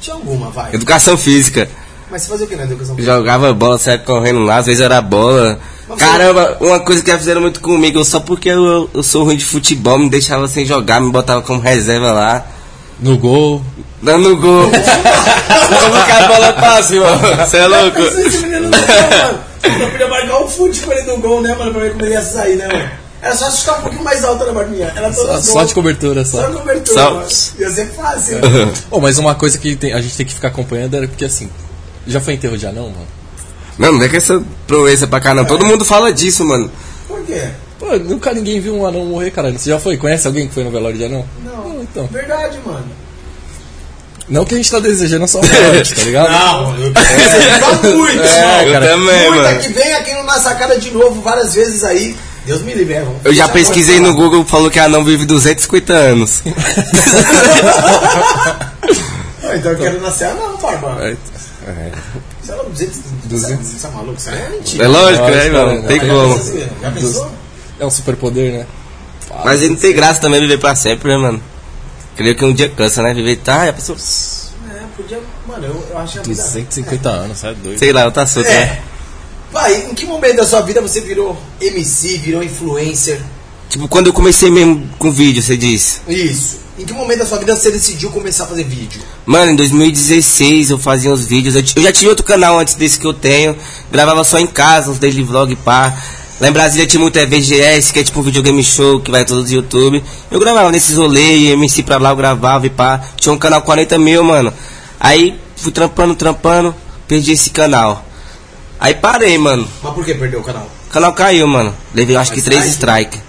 [SPEAKER 1] Tinha alguma, vai.
[SPEAKER 3] Educação física.
[SPEAKER 1] Mas você fazia o que na educação?
[SPEAKER 3] Eu Jogava bola, saia correndo lá, às vezes era bola. Caramba, uma coisa que fizeram muito comigo, eu- só porque eu, eu sou ruim de futebol, me deixava sem jogar, me botava como reserva lá,
[SPEAKER 2] No gol.
[SPEAKER 3] dando gol. Como que a bola passa, irmão? Você é louco?
[SPEAKER 1] Pensa nesse menino no gol, mano. Eu queria marcar um fute com ele no gol, né, mano? Pra ver como ele ia sair, né, mano? Era só chutar um pouquinho mais alto na barminha. Era todo
[SPEAKER 2] Só,
[SPEAKER 1] gol.
[SPEAKER 2] só de cobertura,
[SPEAKER 1] Só
[SPEAKER 2] só.
[SPEAKER 1] de cobertura,
[SPEAKER 3] Só-
[SPEAKER 1] mano. Ia ser fácil.
[SPEAKER 2] Bom, mas uma coisa que tem- a gente tem que ficar acompanhando era porque assim. Já foi enterro de anão, mano?
[SPEAKER 3] Não, não é que essa proeza pra cá, não. Todo mundo fala disso, mano.
[SPEAKER 1] Por quê?
[SPEAKER 2] Pô, nunca ninguém viu um anão morrer, caralho. Você já foi? Conhece alguém que foi no velório de anão?
[SPEAKER 1] Não.
[SPEAKER 2] então.
[SPEAKER 1] Verdade, mano.
[SPEAKER 2] Não que a gente tá desejando só morte, tá ligado?
[SPEAKER 1] eu é. muito.
[SPEAKER 2] É,
[SPEAKER 3] eu
[SPEAKER 2] cara,
[SPEAKER 3] também,
[SPEAKER 1] Muita
[SPEAKER 3] mano.
[SPEAKER 1] que vem aqui no Na Sacada de novo várias vezes aí. Deus me livre, é, vamos
[SPEAKER 3] Eu
[SPEAKER 1] fechar
[SPEAKER 3] já
[SPEAKER 1] a
[SPEAKER 3] pesquisei
[SPEAKER 1] porta,
[SPEAKER 3] no
[SPEAKER 1] mano.
[SPEAKER 3] Google, falou que a não vive 250 anos.
[SPEAKER 1] Ah, Então eu quero nascer anão, barba.
[SPEAKER 3] É,
[SPEAKER 1] Sei lá, 200. 200. Você é maluco? Isso aí é mentira.
[SPEAKER 3] É lógico,
[SPEAKER 2] Lógico,
[SPEAKER 3] né,
[SPEAKER 2] cara,
[SPEAKER 3] irmão?
[SPEAKER 2] né?
[SPEAKER 3] Tem
[SPEAKER 2] É
[SPEAKER 3] como.
[SPEAKER 1] Você- Já pensou?
[SPEAKER 2] É um superpoder, né?
[SPEAKER 3] Mas ele não tem graça também viver pra sempre, né, mano? Creio que um dia cansa, né? Viver, tá, já passou.
[SPEAKER 1] É, podia. Mano, eu, eu acho a vida.
[SPEAKER 2] 250 anos, você é doido.
[SPEAKER 3] Sei lá, eu tá solto, né?
[SPEAKER 1] É. Pai, em que momento da sua vida você virou MC, virou influencer?
[SPEAKER 3] Tipo, quando eu comecei mesmo com vídeo, você disse.
[SPEAKER 1] Isso. Em que momento da sua vida você decidiu começar a fazer vídeo?
[SPEAKER 3] Mano, em 2016 eu fazia uns vídeos. Eu, ti- eu já tinha outro canal antes desse que eu tenho. Gravava só em casa, uns daily vlog, pá. Lá em Brasília tinha muito EVGS, que é tipo um videogame show que vai todos os YouTube. Eu gravava nesses rolês, MC pra lá eu gravava e pá. Tinha um canal 40 mil, mano. Aí fui trampando, trampando, perdi esse canal. Aí parei, mano.
[SPEAKER 1] Mas por que perdeu o canal?
[SPEAKER 3] O canal caiu, mano. Levei eu acho que três strikes.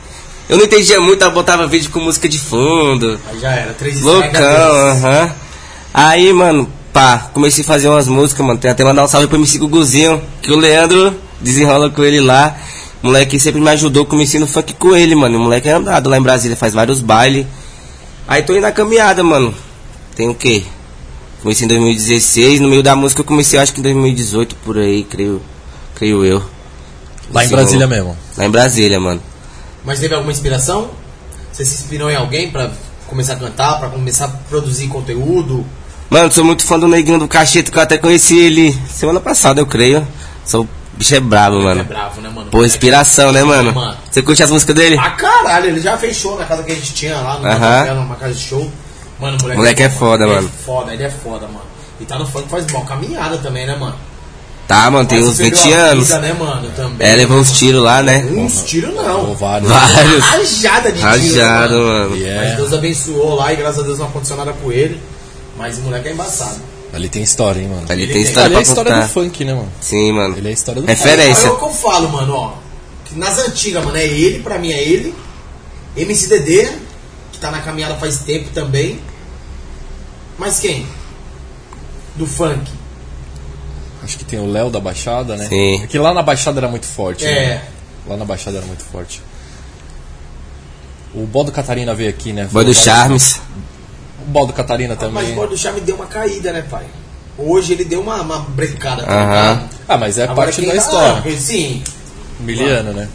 [SPEAKER 3] Eu não entendia muito, eu botava vídeo com música de fundo.
[SPEAKER 1] Aí já era, três
[SPEAKER 3] Loucão,
[SPEAKER 1] estragadores.
[SPEAKER 3] aham. Aí, mano, pá, comecei a fazer umas músicas, mano. Tem até mandar um salve pro MC Guguzinho, que o Leandro desenrola com ele lá. O moleque sempre me ajudou, comecei no funk com ele, mano. O moleque é andado lá em Brasília, faz vários bailes. Aí tô indo na caminhada, mano. Tem o quê? Comecei em 2016, no meio da música eu comecei acho que em 2018, por aí, creio, creio eu.
[SPEAKER 2] Lá em
[SPEAKER 3] Sim,
[SPEAKER 2] Brasília
[SPEAKER 3] ó.
[SPEAKER 2] mesmo.
[SPEAKER 3] Lá em Brasília, mano.
[SPEAKER 1] Mas teve alguma inspiração? Você se inspirou em alguém pra começar a cantar, pra começar a produzir conteúdo?
[SPEAKER 3] Mano, sou muito fã do Neguinho do Cacheta, que eu até conheci ele semana passada, eu creio. Sou, o bicho é brabo,
[SPEAKER 1] É
[SPEAKER 3] mano.
[SPEAKER 1] bravo, né, mano?
[SPEAKER 3] Pô, inspiração, né, mano?
[SPEAKER 1] Mano.
[SPEAKER 3] Você curte as músicas dele?
[SPEAKER 1] Ah, caralho, ele já fez show na casa que a gente tinha lá, numa,
[SPEAKER 3] Aham.
[SPEAKER 1] favela, numa casa de show. Mano, o moleque,
[SPEAKER 3] Moleque é
[SPEAKER 1] bom,
[SPEAKER 3] foda,
[SPEAKER 1] ele
[SPEAKER 3] mano.
[SPEAKER 1] É foda, ele é foda, mano. E tá no funk faz mal caminhada também, né, mano?
[SPEAKER 3] Tá, mano, tem
[SPEAKER 1] Mas
[SPEAKER 3] uns
[SPEAKER 1] perdeu
[SPEAKER 3] 20
[SPEAKER 1] a
[SPEAKER 3] anos.
[SPEAKER 1] Vida, né, mano, também.
[SPEAKER 3] É, levou uns tiros lá, né?
[SPEAKER 1] Uns tiros não.
[SPEAKER 2] Ou vários.
[SPEAKER 3] Vários.
[SPEAKER 1] Rajada de tiros.
[SPEAKER 3] Rajado, mano.
[SPEAKER 2] E
[SPEAKER 1] Mas
[SPEAKER 2] é.
[SPEAKER 1] Deus abençoou lá e graças a Deus não aconteceu nada com ele. Mas o moleque é embaçado.
[SPEAKER 2] Ali tem história, hein, mano.
[SPEAKER 3] Ali
[SPEAKER 1] Ele
[SPEAKER 3] tem
[SPEAKER 1] tem-
[SPEAKER 3] história
[SPEAKER 2] Ali é a
[SPEAKER 3] pra
[SPEAKER 2] história
[SPEAKER 3] contar.
[SPEAKER 2] do funk, né, mano?
[SPEAKER 3] Sim, mano.
[SPEAKER 2] Ele é a história do
[SPEAKER 1] Aí,
[SPEAKER 3] Referência.
[SPEAKER 1] é o que eu falo, mano, ó. Que nas antigas, mano, é ele, pra mim é ele. MCDD, que tá na caminhada faz tempo também. Mas quem? Do funk.
[SPEAKER 2] Acho que tem o Léo da Baixada, né?
[SPEAKER 3] Sim.
[SPEAKER 2] É que né? lá na Baixada era muito forte,
[SPEAKER 1] É.
[SPEAKER 2] né? Lá na Baixada era muito forte. O Bodo Catarina veio aqui, né?
[SPEAKER 3] Boy
[SPEAKER 2] Falou
[SPEAKER 3] do
[SPEAKER 2] várias-
[SPEAKER 3] Charmes.
[SPEAKER 2] O Bodo Catarina
[SPEAKER 1] Ah, Mas
[SPEAKER 2] também.
[SPEAKER 1] o Bordo Charme deu uma caída, né, pai? Hoje ele deu uma, uma brincada. tá
[SPEAKER 3] Aham.
[SPEAKER 2] Ah, mas é parte da
[SPEAKER 1] Ah,
[SPEAKER 2] história.
[SPEAKER 1] ele- sim.
[SPEAKER 2] Miliano, né?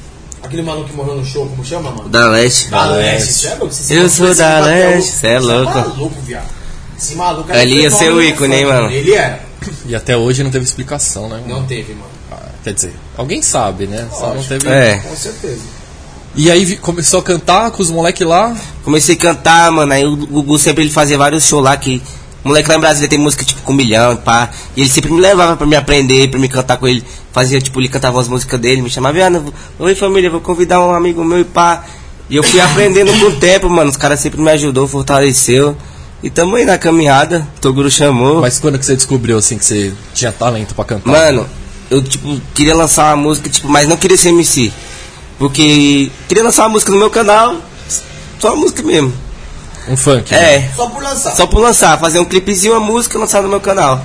[SPEAKER 1] Aquele maluco que morreu no show, como chama, mano?
[SPEAKER 3] Da Leste.
[SPEAKER 2] Da Leste.
[SPEAKER 1] cê é louco, cê
[SPEAKER 3] Eu
[SPEAKER 1] se
[SPEAKER 3] sou
[SPEAKER 1] bateu,
[SPEAKER 3] da
[SPEAKER 1] cê bateu,
[SPEAKER 3] Leste, cê é louco.
[SPEAKER 1] Cê é maluco, viado. Esse maluco é aí
[SPEAKER 3] Ali
[SPEAKER 1] foi
[SPEAKER 3] ia ser o
[SPEAKER 1] nome
[SPEAKER 3] ícone,
[SPEAKER 1] do
[SPEAKER 3] hein,
[SPEAKER 1] funk,
[SPEAKER 3] mano?
[SPEAKER 1] Ele era.
[SPEAKER 2] E até hoje não teve explicação, né?
[SPEAKER 1] Não teve, mano.
[SPEAKER 2] Ah, Quer dizer, alguém sabe, né? Só não
[SPEAKER 1] Lógico.
[SPEAKER 2] teve.
[SPEAKER 3] É.
[SPEAKER 1] Com certeza.
[SPEAKER 2] E aí vi- começou a cantar com os moleques lá.
[SPEAKER 3] Comecei a cantar, mano. Aí o Gugu sempre ele fazia vários shows lá que. Moleque lá em Brasília tem música tipo com um milhão e pá. E ele sempre me levava pra me aprender, pra me cantar com ele. Fazia, tipo, ele cantava as músicas dele, me chamava, Viana, oi família, vou convidar um amigo meu e pá. E eu fui aprendendo com o tempo, mano. Os caras sempre me ajudou, fortaleceu. E tamo aí na caminhada. Toguro chamou.
[SPEAKER 2] Mas quando que você descobriu, assim, que você tinha talento pra cantar?
[SPEAKER 3] Mano, eu tipo queria lançar uma música, tipo, mas não queria ser MC. Porque queria lançar uma música no meu canal, só uma música mesmo.
[SPEAKER 2] Um funk. né?
[SPEAKER 3] É,
[SPEAKER 1] Só por lançar.
[SPEAKER 3] só por lançar, fazer um clipezinho, uma música lançar no meu canal.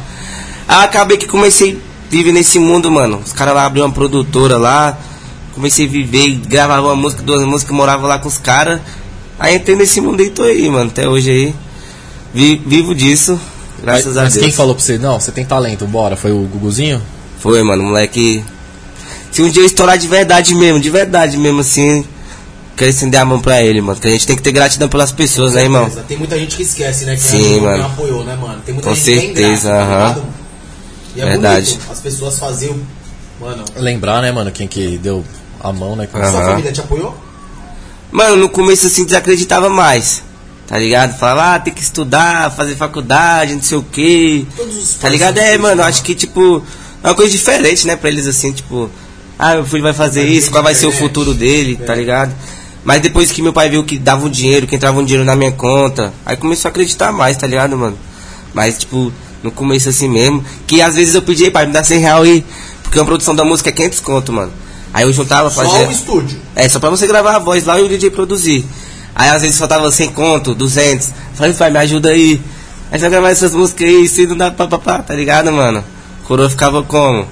[SPEAKER 3] Aí acabei que comecei a viver nesse mundo, mano. Os caras lá abriram uma produtora lá, comecei a viver, gravava uma música, duas músicas, morava lá com os caras. Aí entrei nesse mundo e tô aí, mano, até hoje aí. Vi- vivo disso,
[SPEAKER 2] Mas,
[SPEAKER 3] graças a
[SPEAKER 2] mas
[SPEAKER 3] Deus.
[SPEAKER 2] quem falou pra você, não, você tem talento, bora? Foi o Guguzinho?
[SPEAKER 3] Foi, mano, moleque. Se um dia eu estourar de verdade mesmo, de verdade mesmo, assim, quero estender a mão pra ele, mano. Que a gente tem que ter gratidão pelas pessoas, né, irmão?
[SPEAKER 1] Tem muita gente que esquece, né? Que
[SPEAKER 3] Sim,
[SPEAKER 1] não
[SPEAKER 3] mano.
[SPEAKER 1] apoiou, né, mano? Tem muita
[SPEAKER 3] Com
[SPEAKER 1] gente
[SPEAKER 3] certeza,
[SPEAKER 1] que é ingrata, tá
[SPEAKER 3] aham.
[SPEAKER 1] ligado, mano? E é
[SPEAKER 3] Verdade.
[SPEAKER 1] bonito as pessoas faziam. Mano,
[SPEAKER 2] Lembrar, né, mano, quem que deu a mão, né?
[SPEAKER 3] Ah.
[SPEAKER 1] sua
[SPEAKER 3] Aham.
[SPEAKER 1] família te apoiou?
[SPEAKER 3] Mano, no começo assim desacreditava mais. Tá ligado? Falava, ah, tem que estudar, fazer faculdade, não sei o quê.
[SPEAKER 1] Todos os
[SPEAKER 3] Tá ligado?
[SPEAKER 1] pais
[SPEAKER 3] É,
[SPEAKER 1] são
[SPEAKER 3] mano,
[SPEAKER 1] assim,
[SPEAKER 3] acho que tipo. É uma coisa diferente, né, pra eles assim, tipo, ah, meu filho vai fazer isso, qual vai ser o
[SPEAKER 1] diferente. É.
[SPEAKER 3] futuro dele, tá ligado? Mas depois que meu pai viu que dava um dinheiro, que entrava um dinheiro na minha conta, aí começou a acreditar mais, tá ligado, mano? Mas, tipo, no começo assim mesmo, que às vezes eu pedi, "Ei, pai, me dá 100 real aí, porque uma produção da música é 500 conto, mano. Aí eu juntava,
[SPEAKER 1] Só
[SPEAKER 3] fazia...
[SPEAKER 1] o estúdio.
[SPEAKER 3] É, só pra você gravar a voz lá e o DJ produzir. Aí às vezes faltava 100 conto, 200. Falei, pai, me ajuda aí. Aí vai gravar essas músicas aí, se não dá papapá, tá ligado, mano? Coroa ficava como?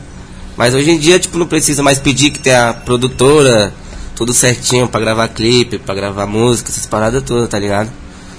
[SPEAKER 3] Mas hoje em dia, tipo, não precisa mais pedir que tenha a produtora, tudo certinho pra gravar clipe, pra gravar música, essas paradas todas, tá ligado?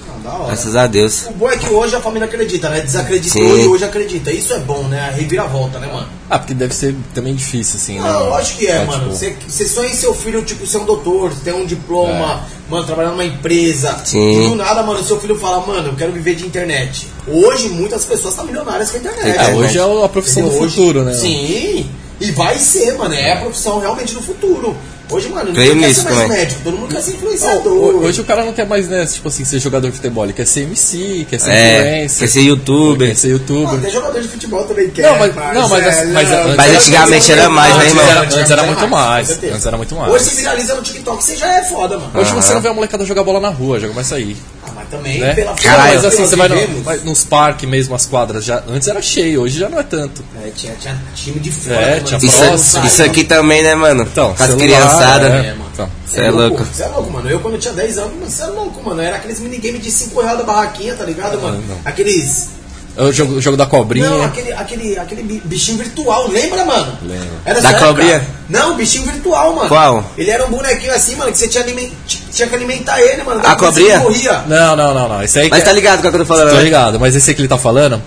[SPEAKER 1] Não, Ah, da hora.
[SPEAKER 3] Graças a Deus.
[SPEAKER 1] O bom é que hoje a família acredita, né? Desacreditou
[SPEAKER 3] Sim.
[SPEAKER 1] e hoje acredita. Isso é bom, né? A reviravolta, né, mano?
[SPEAKER 2] Ah, porque deve ser também difícil, assim, né?
[SPEAKER 1] Não, eu acho que é, mano.
[SPEAKER 2] tipo,
[SPEAKER 1] Você você sonha em seu filho, tipo, ser um doutor, ter um diploma,
[SPEAKER 2] É.
[SPEAKER 1] mano, trabalhar numa empresa.
[SPEAKER 3] Sim.
[SPEAKER 1] E do nada, mano, seu filho fala, mano, eu quero viver de internet. Hoje, muitas pessoas estão milionárias com a internet.
[SPEAKER 2] É,
[SPEAKER 1] né?
[SPEAKER 2] hoje é a profissão
[SPEAKER 1] Entendeu?
[SPEAKER 2] do
[SPEAKER 1] Hoje-
[SPEAKER 2] futuro, né?
[SPEAKER 1] Sim. E vai ser, mano. É a profissão realmente do futuro. Hoje, mano,
[SPEAKER 3] Creio
[SPEAKER 1] ninguém quer
[SPEAKER 3] nisso
[SPEAKER 1] ser mais
[SPEAKER 3] também.
[SPEAKER 1] médico. Todo mundo quer ser
[SPEAKER 2] Não,
[SPEAKER 1] influenciador.
[SPEAKER 2] ho- hoje o cara não quer mais, né, tipo assim, ser jogador de futebol, ele quer ser MC, quer ser
[SPEAKER 3] É,
[SPEAKER 2] influencer,
[SPEAKER 3] quer ser youtuber.
[SPEAKER 2] quer ser
[SPEAKER 1] Mano,
[SPEAKER 2] youtuber.
[SPEAKER 1] até jogador de futebol também quer. É,
[SPEAKER 2] Não, mas- não, mas as- mas a-
[SPEAKER 1] não.
[SPEAKER 2] mas
[SPEAKER 3] antigamente era mais, né, irmão?
[SPEAKER 2] Antes era- antes era muito mais,
[SPEAKER 1] com certeza.
[SPEAKER 2] antes era muito mais.
[SPEAKER 1] Hoje você viraliza no TikTok, você já é foda, mano.
[SPEAKER 2] Hoje você não vê a molecada jogar bola na rua, já começa aí.
[SPEAKER 1] Ah, mas também
[SPEAKER 2] Né?
[SPEAKER 1] pela
[SPEAKER 3] Caralho,
[SPEAKER 2] mas
[SPEAKER 1] pela
[SPEAKER 2] assim, você vai, no-
[SPEAKER 1] vivemos.
[SPEAKER 2] vai nos parques mesmo, as quadras. Já, antes era cheio, hoje já não é tanto.
[SPEAKER 1] É, tinha, tinha time de fora.
[SPEAKER 2] É,
[SPEAKER 1] mano.
[SPEAKER 2] tinha é-
[SPEAKER 1] Você
[SPEAKER 3] Isso,
[SPEAKER 1] não
[SPEAKER 2] Nossa,
[SPEAKER 1] sabe,
[SPEAKER 3] isso
[SPEAKER 1] mano.
[SPEAKER 3] aqui também, né, mano?
[SPEAKER 2] Então,
[SPEAKER 3] Com as
[SPEAKER 2] celular,
[SPEAKER 3] criançadas.
[SPEAKER 2] é,
[SPEAKER 1] né, mano?
[SPEAKER 2] então.
[SPEAKER 3] Cê é louco.
[SPEAKER 1] Você é louco, mano. Eu quando eu tinha 10 anos, mano, você é louco, mano. Era aqueles minigame de 5 reais da barraquinha, tá ligado, mano?
[SPEAKER 2] não.
[SPEAKER 1] Aqueles.
[SPEAKER 2] É O jogo, o jogo da cobrinha.
[SPEAKER 1] Não, aquele, aquele, aquele bi- bichinho virtual, lembra, mano?
[SPEAKER 2] Lembro.
[SPEAKER 1] Era
[SPEAKER 3] Da
[SPEAKER 1] essa época.
[SPEAKER 3] cobrinha?
[SPEAKER 1] Não, bichinho virtual, mano.
[SPEAKER 3] Qual?
[SPEAKER 1] Ele era um bonequinho assim, mano, que você tinha, aliment... tinha que alimentar ele, mano.
[SPEAKER 3] A
[SPEAKER 1] Depois
[SPEAKER 3] cobrinha?
[SPEAKER 1] Ele morria.
[SPEAKER 2] Não, não, não, não. Esse aí
[SPEAKER 3] Mas
[SPEAKER 2] que- é-
[SPEAKER 3] tá ligado com o que eu tô falando,
[SPEAKER 2] Tô
[SPEAKER 3] né?
[SPEAKER 2] ligado, mas esse aí que ele tá falando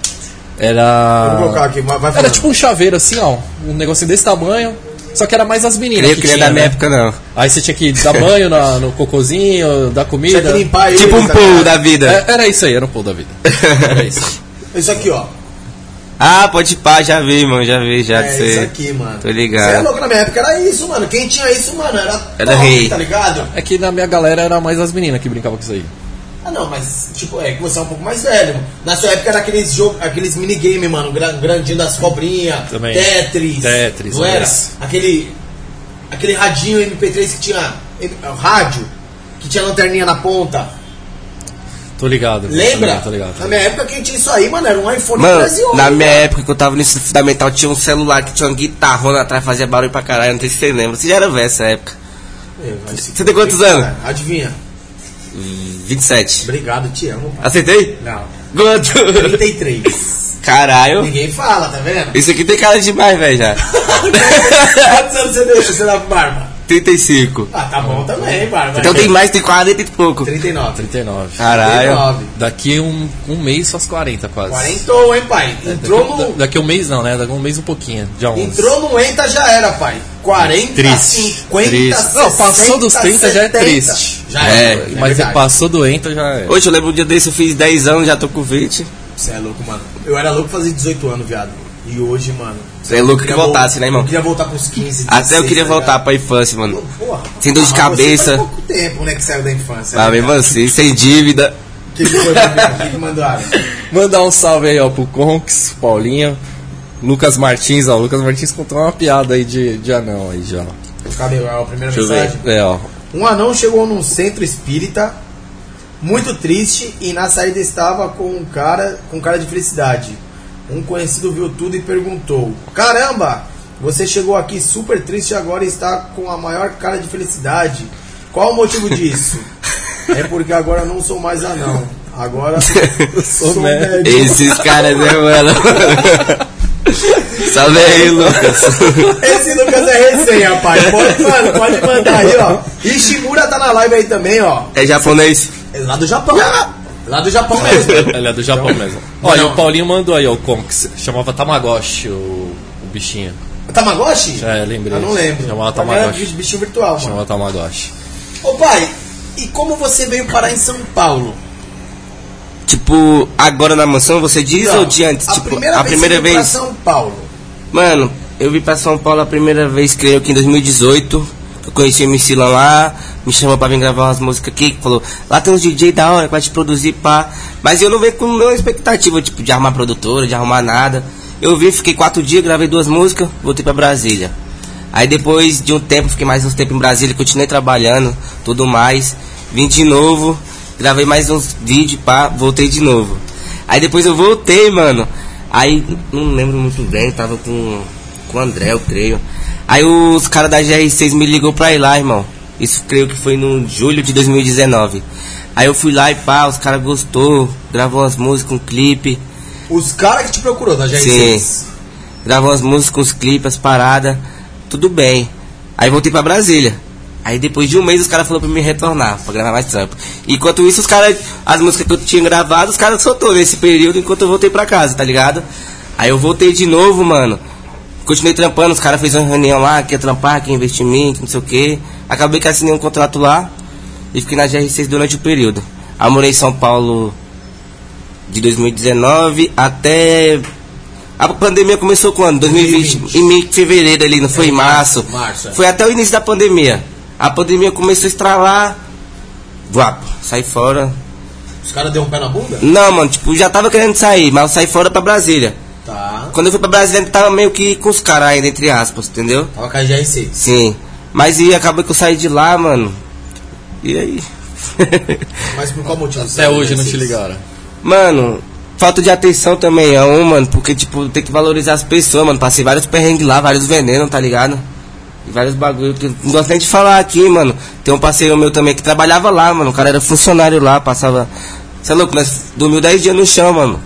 [SPEAKER 2] era.
[SPEAKER 1] aqui, vai vai
[SPEAKER 2] Era
[SPEAKER 1] falando.
[SPEAKER 2] tipo um chaveiro assim, ó. Um negocinho desse tamanho. Só que era mais as meninas.
[SPEAKER 3] Creio
[SPEAKER 2] que
[SPEAKER 3] que não é
[SPEAKER 2] tinha,
[SPEAKER 3] da minha
[SPEAKER 2] né?
[SPEAKER 3] época, não.
[SPEAKER 2] Aí você tinha que dar banho na- no cocôzinho, dar comida.
[SPEAKER 1] Tinha que limpar ele.
[SPEAKER 3] Tipo um
[SPEAKER 1] tá
[SPEAKER 3] pulo
[SPEAKER 1] ligado?
[SPEAKER 3] da vida.
[SPEAKER 2] É, era isso aí, era um pulo da vida. Era É. isso.
[SPEAKER 1] Isso aqui, ó.
[SPEAKER 3] Ah, pode pá, já vi, irmão, já vi, já
[SPEAKER 1] É
[SPEAKER 3] sei.
[SPEAKER 1] isso aqui, mano.
[SPEAKER 3] Tô ligado.
[SPEAKER 1] Você é louco, na minha época era isso, mano. Quem tinha isso, mano, era,
[SPEAKER 3] Era
[SPEAKER 1] top,
[SPEAKER 3] rei.
[SPEAKER 1] tá ligado?
[SPEAKER 2] É que na minha galera era mais as meninas que brincavam com isso aí.
[SPEAKER 1] Ah, não, mas, tipo, é que você é um pouco mais velho. mano. Na sua época era aqueles jogo, aqueles minigame, mano. Gran, grandinho das cobrinhas.
[SPEAKER 2] Também.
[SPEAKER 1] Tetris.
[SPEAKER 2] Tetris,
[SPEAKER 1] Não
[SPEAKER 2] né?
[SPEAKER 1] era? Aquele, aquele radinho MP3 que tinha... M- Rádio. Que tinha lanterninha na ponta.
[SPEAKER 2] Tô ligado.
[SPEAKER 1] Lembra?
[SPEAKER 2] Tô ligado.
[SPEAKER 1] Na minha época, quem tinha isso aí, mano, era um iPhone
[SPEAKER 3] Mano,
[SPEAKER 1] 13
[SPEAKER 3] na minha época que eu tava no ensino fundamental, tinha um celular que tinha uma guitarrona atrás, fazia barulho pra caralho, não sei se você lembra. Você já era velho essa época. Você tem quantos anos?
[SPEAKER 1] Adivinha.
[SPEAKER 3] 27.
[SPEAKER 1] né? Obrigado, te amo. pai.
[SPEAKER 3] Acertei?
[SPEAKER 1] Não.
[SPEAKER 3] Quanto?
[SPEAKER 1] 33.
[SPEAKER 3] Caralho.
[SPEAKER 1] Ninguém fala, tá vendo?
[SPEAKER 3] Isso aqui tem cara demais, velho, já.
[SPEAKER 1] Quantos anos você deu você dá barba?
[SPEAKER 3] 35.
[SPEAKER 1] Ah, tá bom também, Barba.
[SPEAKER 3] Então tem mais, tem 40 e pouco.
[SPEAKER 1] 39.
[SPEAKER 2] 39.
[SPEAKER 3] Caralho.
[SPEAKER 1] 39.
[SPEAKER 2] Daqui um, um mês faz 40 quase.
[SPEAKER 1] 40, hein, pai? Entrou
[SPEAKER 2] Daqui,
[SPEAKER 1] no.
[SPEAKER 2] daqui um mês não, né? Daqui um mês um pouquinho. Dia 11.
[SPEAKER 1] Entrou no Enta, já era, pai. 40,
[SPEAKER 2] Triste,
[SPEAKER 1] 50,
[SPEAKER 2] triste. Não, passou dos 30 já é
[SPEAKER 1] 70.
[SPEAKER 2] triste.
[SPEAKER 1] Já é,
[SPEAKER 3] É,
[SPEAKER 1] é
[SPEAKER 2] Mas
[SPEAKER 1] verdade.
[SPEAKER 2] passou doente, já é.
[SPEAKER 3] Hoje eu lembro um dia desse, eu fiz 10 anos, já tô com 20.
[SPEAKER 1] Você é louco, mano. Eu era louco fazer 18 anos, viado. E hoje, mano.
[SPEAKER 3] Você é louco que
[SPEAKER 1] eu queria
[SPEAKER 3] voltasse,
[SPEAKER 1] vol-
[SPEAKER 3] né, irmão?
[SPEAKER 1] Eu queria voltar pros 15.
[SPEAKER 3] Até eu
[SPEAKER 1] 16,
[SPEAKER 3] queria
[SPEAKER 1] tá
[SPEAKER 3] voltar
[SPEAKER 1] ligado?
[SPEAKER 3] pra infância, mano.
[SPEAKER 1] Porra,
[SPEAKER 3] Sem dor de
[SPEAKER 1] ah, você faz
[SPEAKER 3] cabeça.
[SPEAKER 1] pouco tempo, né, que saiu da infância.
[SPEAKER 3] Tá
[SPEAKER 1] né,
[SPEAKER 3] mesmo assim, sem dívida.
[SPEAKER 1] O que que foi primeiro? O que que mandaram?
[SPEAKER 2] Mandar um salve aí, ó, pro Conks, Paulinho, Lucas Martins, ó. Lucas Martins contou uma piada aí de, de anão aí já.
[SPEAKER 1] Cadê É a primeira
[SPEAKER 3] Deixa eu ver.
[SPEAKER 1] mensagem?
[SPEAKER 2] É, ó.
[SPEAKER 1] Um anão chegou num centro espírita, muito triste, e na saída estava com um cara, com cara de felicidade. Um conhecido viu tudo e perguntou: Caramba, você chegou aqui super triste e agora está com a maior cara de felicidade. Qual o motivo disso? é porque agora eu não sou mais anão. Agora sou,
[SPEAKER 2] Sou médico."
[SPEAKER 1] médico.
[SPEAKER 3] Esses caras, né, mano? Salve aí, Lucas.
[SPEAKER 1] Esse Lucas é resenha, pai. Pode, mano, pode mandar aí, ó. Ishimura tá na live aí também, ó.
[SPEAKER 3] É japonês.
[SPEAKER 1] É lá do Japão. Lá do Japão mesmo. né? Então,
[SPEAKER 2] Ele é do Japão mesmo. Olha, o Paulinho mandou aí, ó, o Conks. Chamava Tamagotchi o, o bichinho.
[SPEAKER 1] É Tamagotchi?
[SPEAKER 2] Já, eu lembrei.
[SPEAKER 1] Eu não lembro. Tá
[SPEAKER 2] Chamava
[SPEAKER 1] Mas era
[SPEAKER 2] É. Tamagotchi.
[SPEAKER 1] bicho- bichinho virtual, mano.
[SPEAKER 2] Chamava Tamagotchi.
[SPEAKER 1] Ô pai, e como você veio parar em São Paulo?
[SPEAKER 3] Tipo, agora na mansão, você diz ou de antes?
[SPEAKER 1] a
[SPEAKER 3] tipo,
[SPEAKER 1] primeira
[SPEAKER 3] a
[SPEAKER 1] vez
[SPEAKER 3] primeira
[SPEAKER 1] que veio
[SPEAKER 3] vez.
[SPEAKER 1] pra São Paulo.
[SPEAKER 3] Mano, eu vim pra São Paulo a primeira vez, creio que em 2018. Eu conheci o MC Lan lá, me chamou pra vir gravar umas músicas aqui, que falou, lá tem uns DJ da hora pra te produzir, pá. Mas eu não veio com nenhuma expectativa, tipo, de arrumar produtora, de arrumar nada. Eu vim, fiquei quatro dias, gravei duas músicas, voltei pra Brasília. Aí depois de um tempo, fiquei mais uns tempos em Brasília, continuei trabalhando, tudo mais. Vim de novo, gravei mais uns vídeos, pá, voltei de novo. Aí depois eu voltei, mano. Aí, não lembro muito bem, tava com, com o André, eu creio. Aí os caras da GR6 me ligou pra ir lá, irmão. Isso creio que foi no julho de 2019. Aí eu fui lá e pá, os caras gostou, gravou umas músicas, um clipe.
[SPEAKER 1] Os caras que te procurou tá, da GR6.
[SPEAKER 3] Sim. Gravou as músicas, os clipes, as paradas. Tudo bem. Aí voltei pra Brasília. Aí depois de um mês os caras falaram pra me retornar, pra gravar mais trampo. Enquanto isso, os caras. As músicas que eu tinha gravado, os caras soltou nesse período enquanto eu voltei pra casa, tá ligado? Aí eu voltei de novo, mano. Continuei trampando, os caras fez uma reunião lá, que ia trampar, que ia investir em mim, que não sei o que. Acabei que assinei um contrato lá e fiquei na GR6 durante o período. Aí eu morei em São Paulo de 2019 até. A pandemia começou quando? 2020.
[SPEAKER 1] 2020.
[SPEAKER 3] Em meio de fevereiro ali, não foi? Em março.
[SPEAKER 1] Março, é.
[SPEAKER 3] Foi até o início da pandemia. A pandemia começou a estralar. Guapo, sai fora.
[SPEAKER 1] Os caras deu um pé na bunda?
[SPEAKER 3] Não, mano, tipo, já tava querendo sair, mas eu saí fora pra Brasília.
[SPEAKER 1] Tá.
[SPEAKER 3] Quando eu fui pra Brasília, ainda tava meio que com os caras ainda, entre aspas, entendeu?
[SPEAKER 1] Tava com a GR6.
[SPEAKER 3] Sim. Mas e acabou que eu saí de lá, mano. E aí?
[SPEAKER 1] Mas por qual motivo? você
[SPEAKER 2] Até
[SPEAKER 1] saiu da
[SPEAKER 2] hoje não
[SPEAKER 1] GR6?
[SPEAKER 2] te ligaram.
[SPEAKER 3] Mano, falta de atenção também é um, mano, porque, tipo, tem que valorizar as pessoas, mano. Passei vários perrengues lá, vários venenos, tá ligado? E vários bagulho que eu não gosto nem de falar aqui, mano. Tem um parceiro meu também que trabalhava lá, mano. O cara era funcionário lá, passava. Você é louco, nós dormiu 10 dias no chão, mano.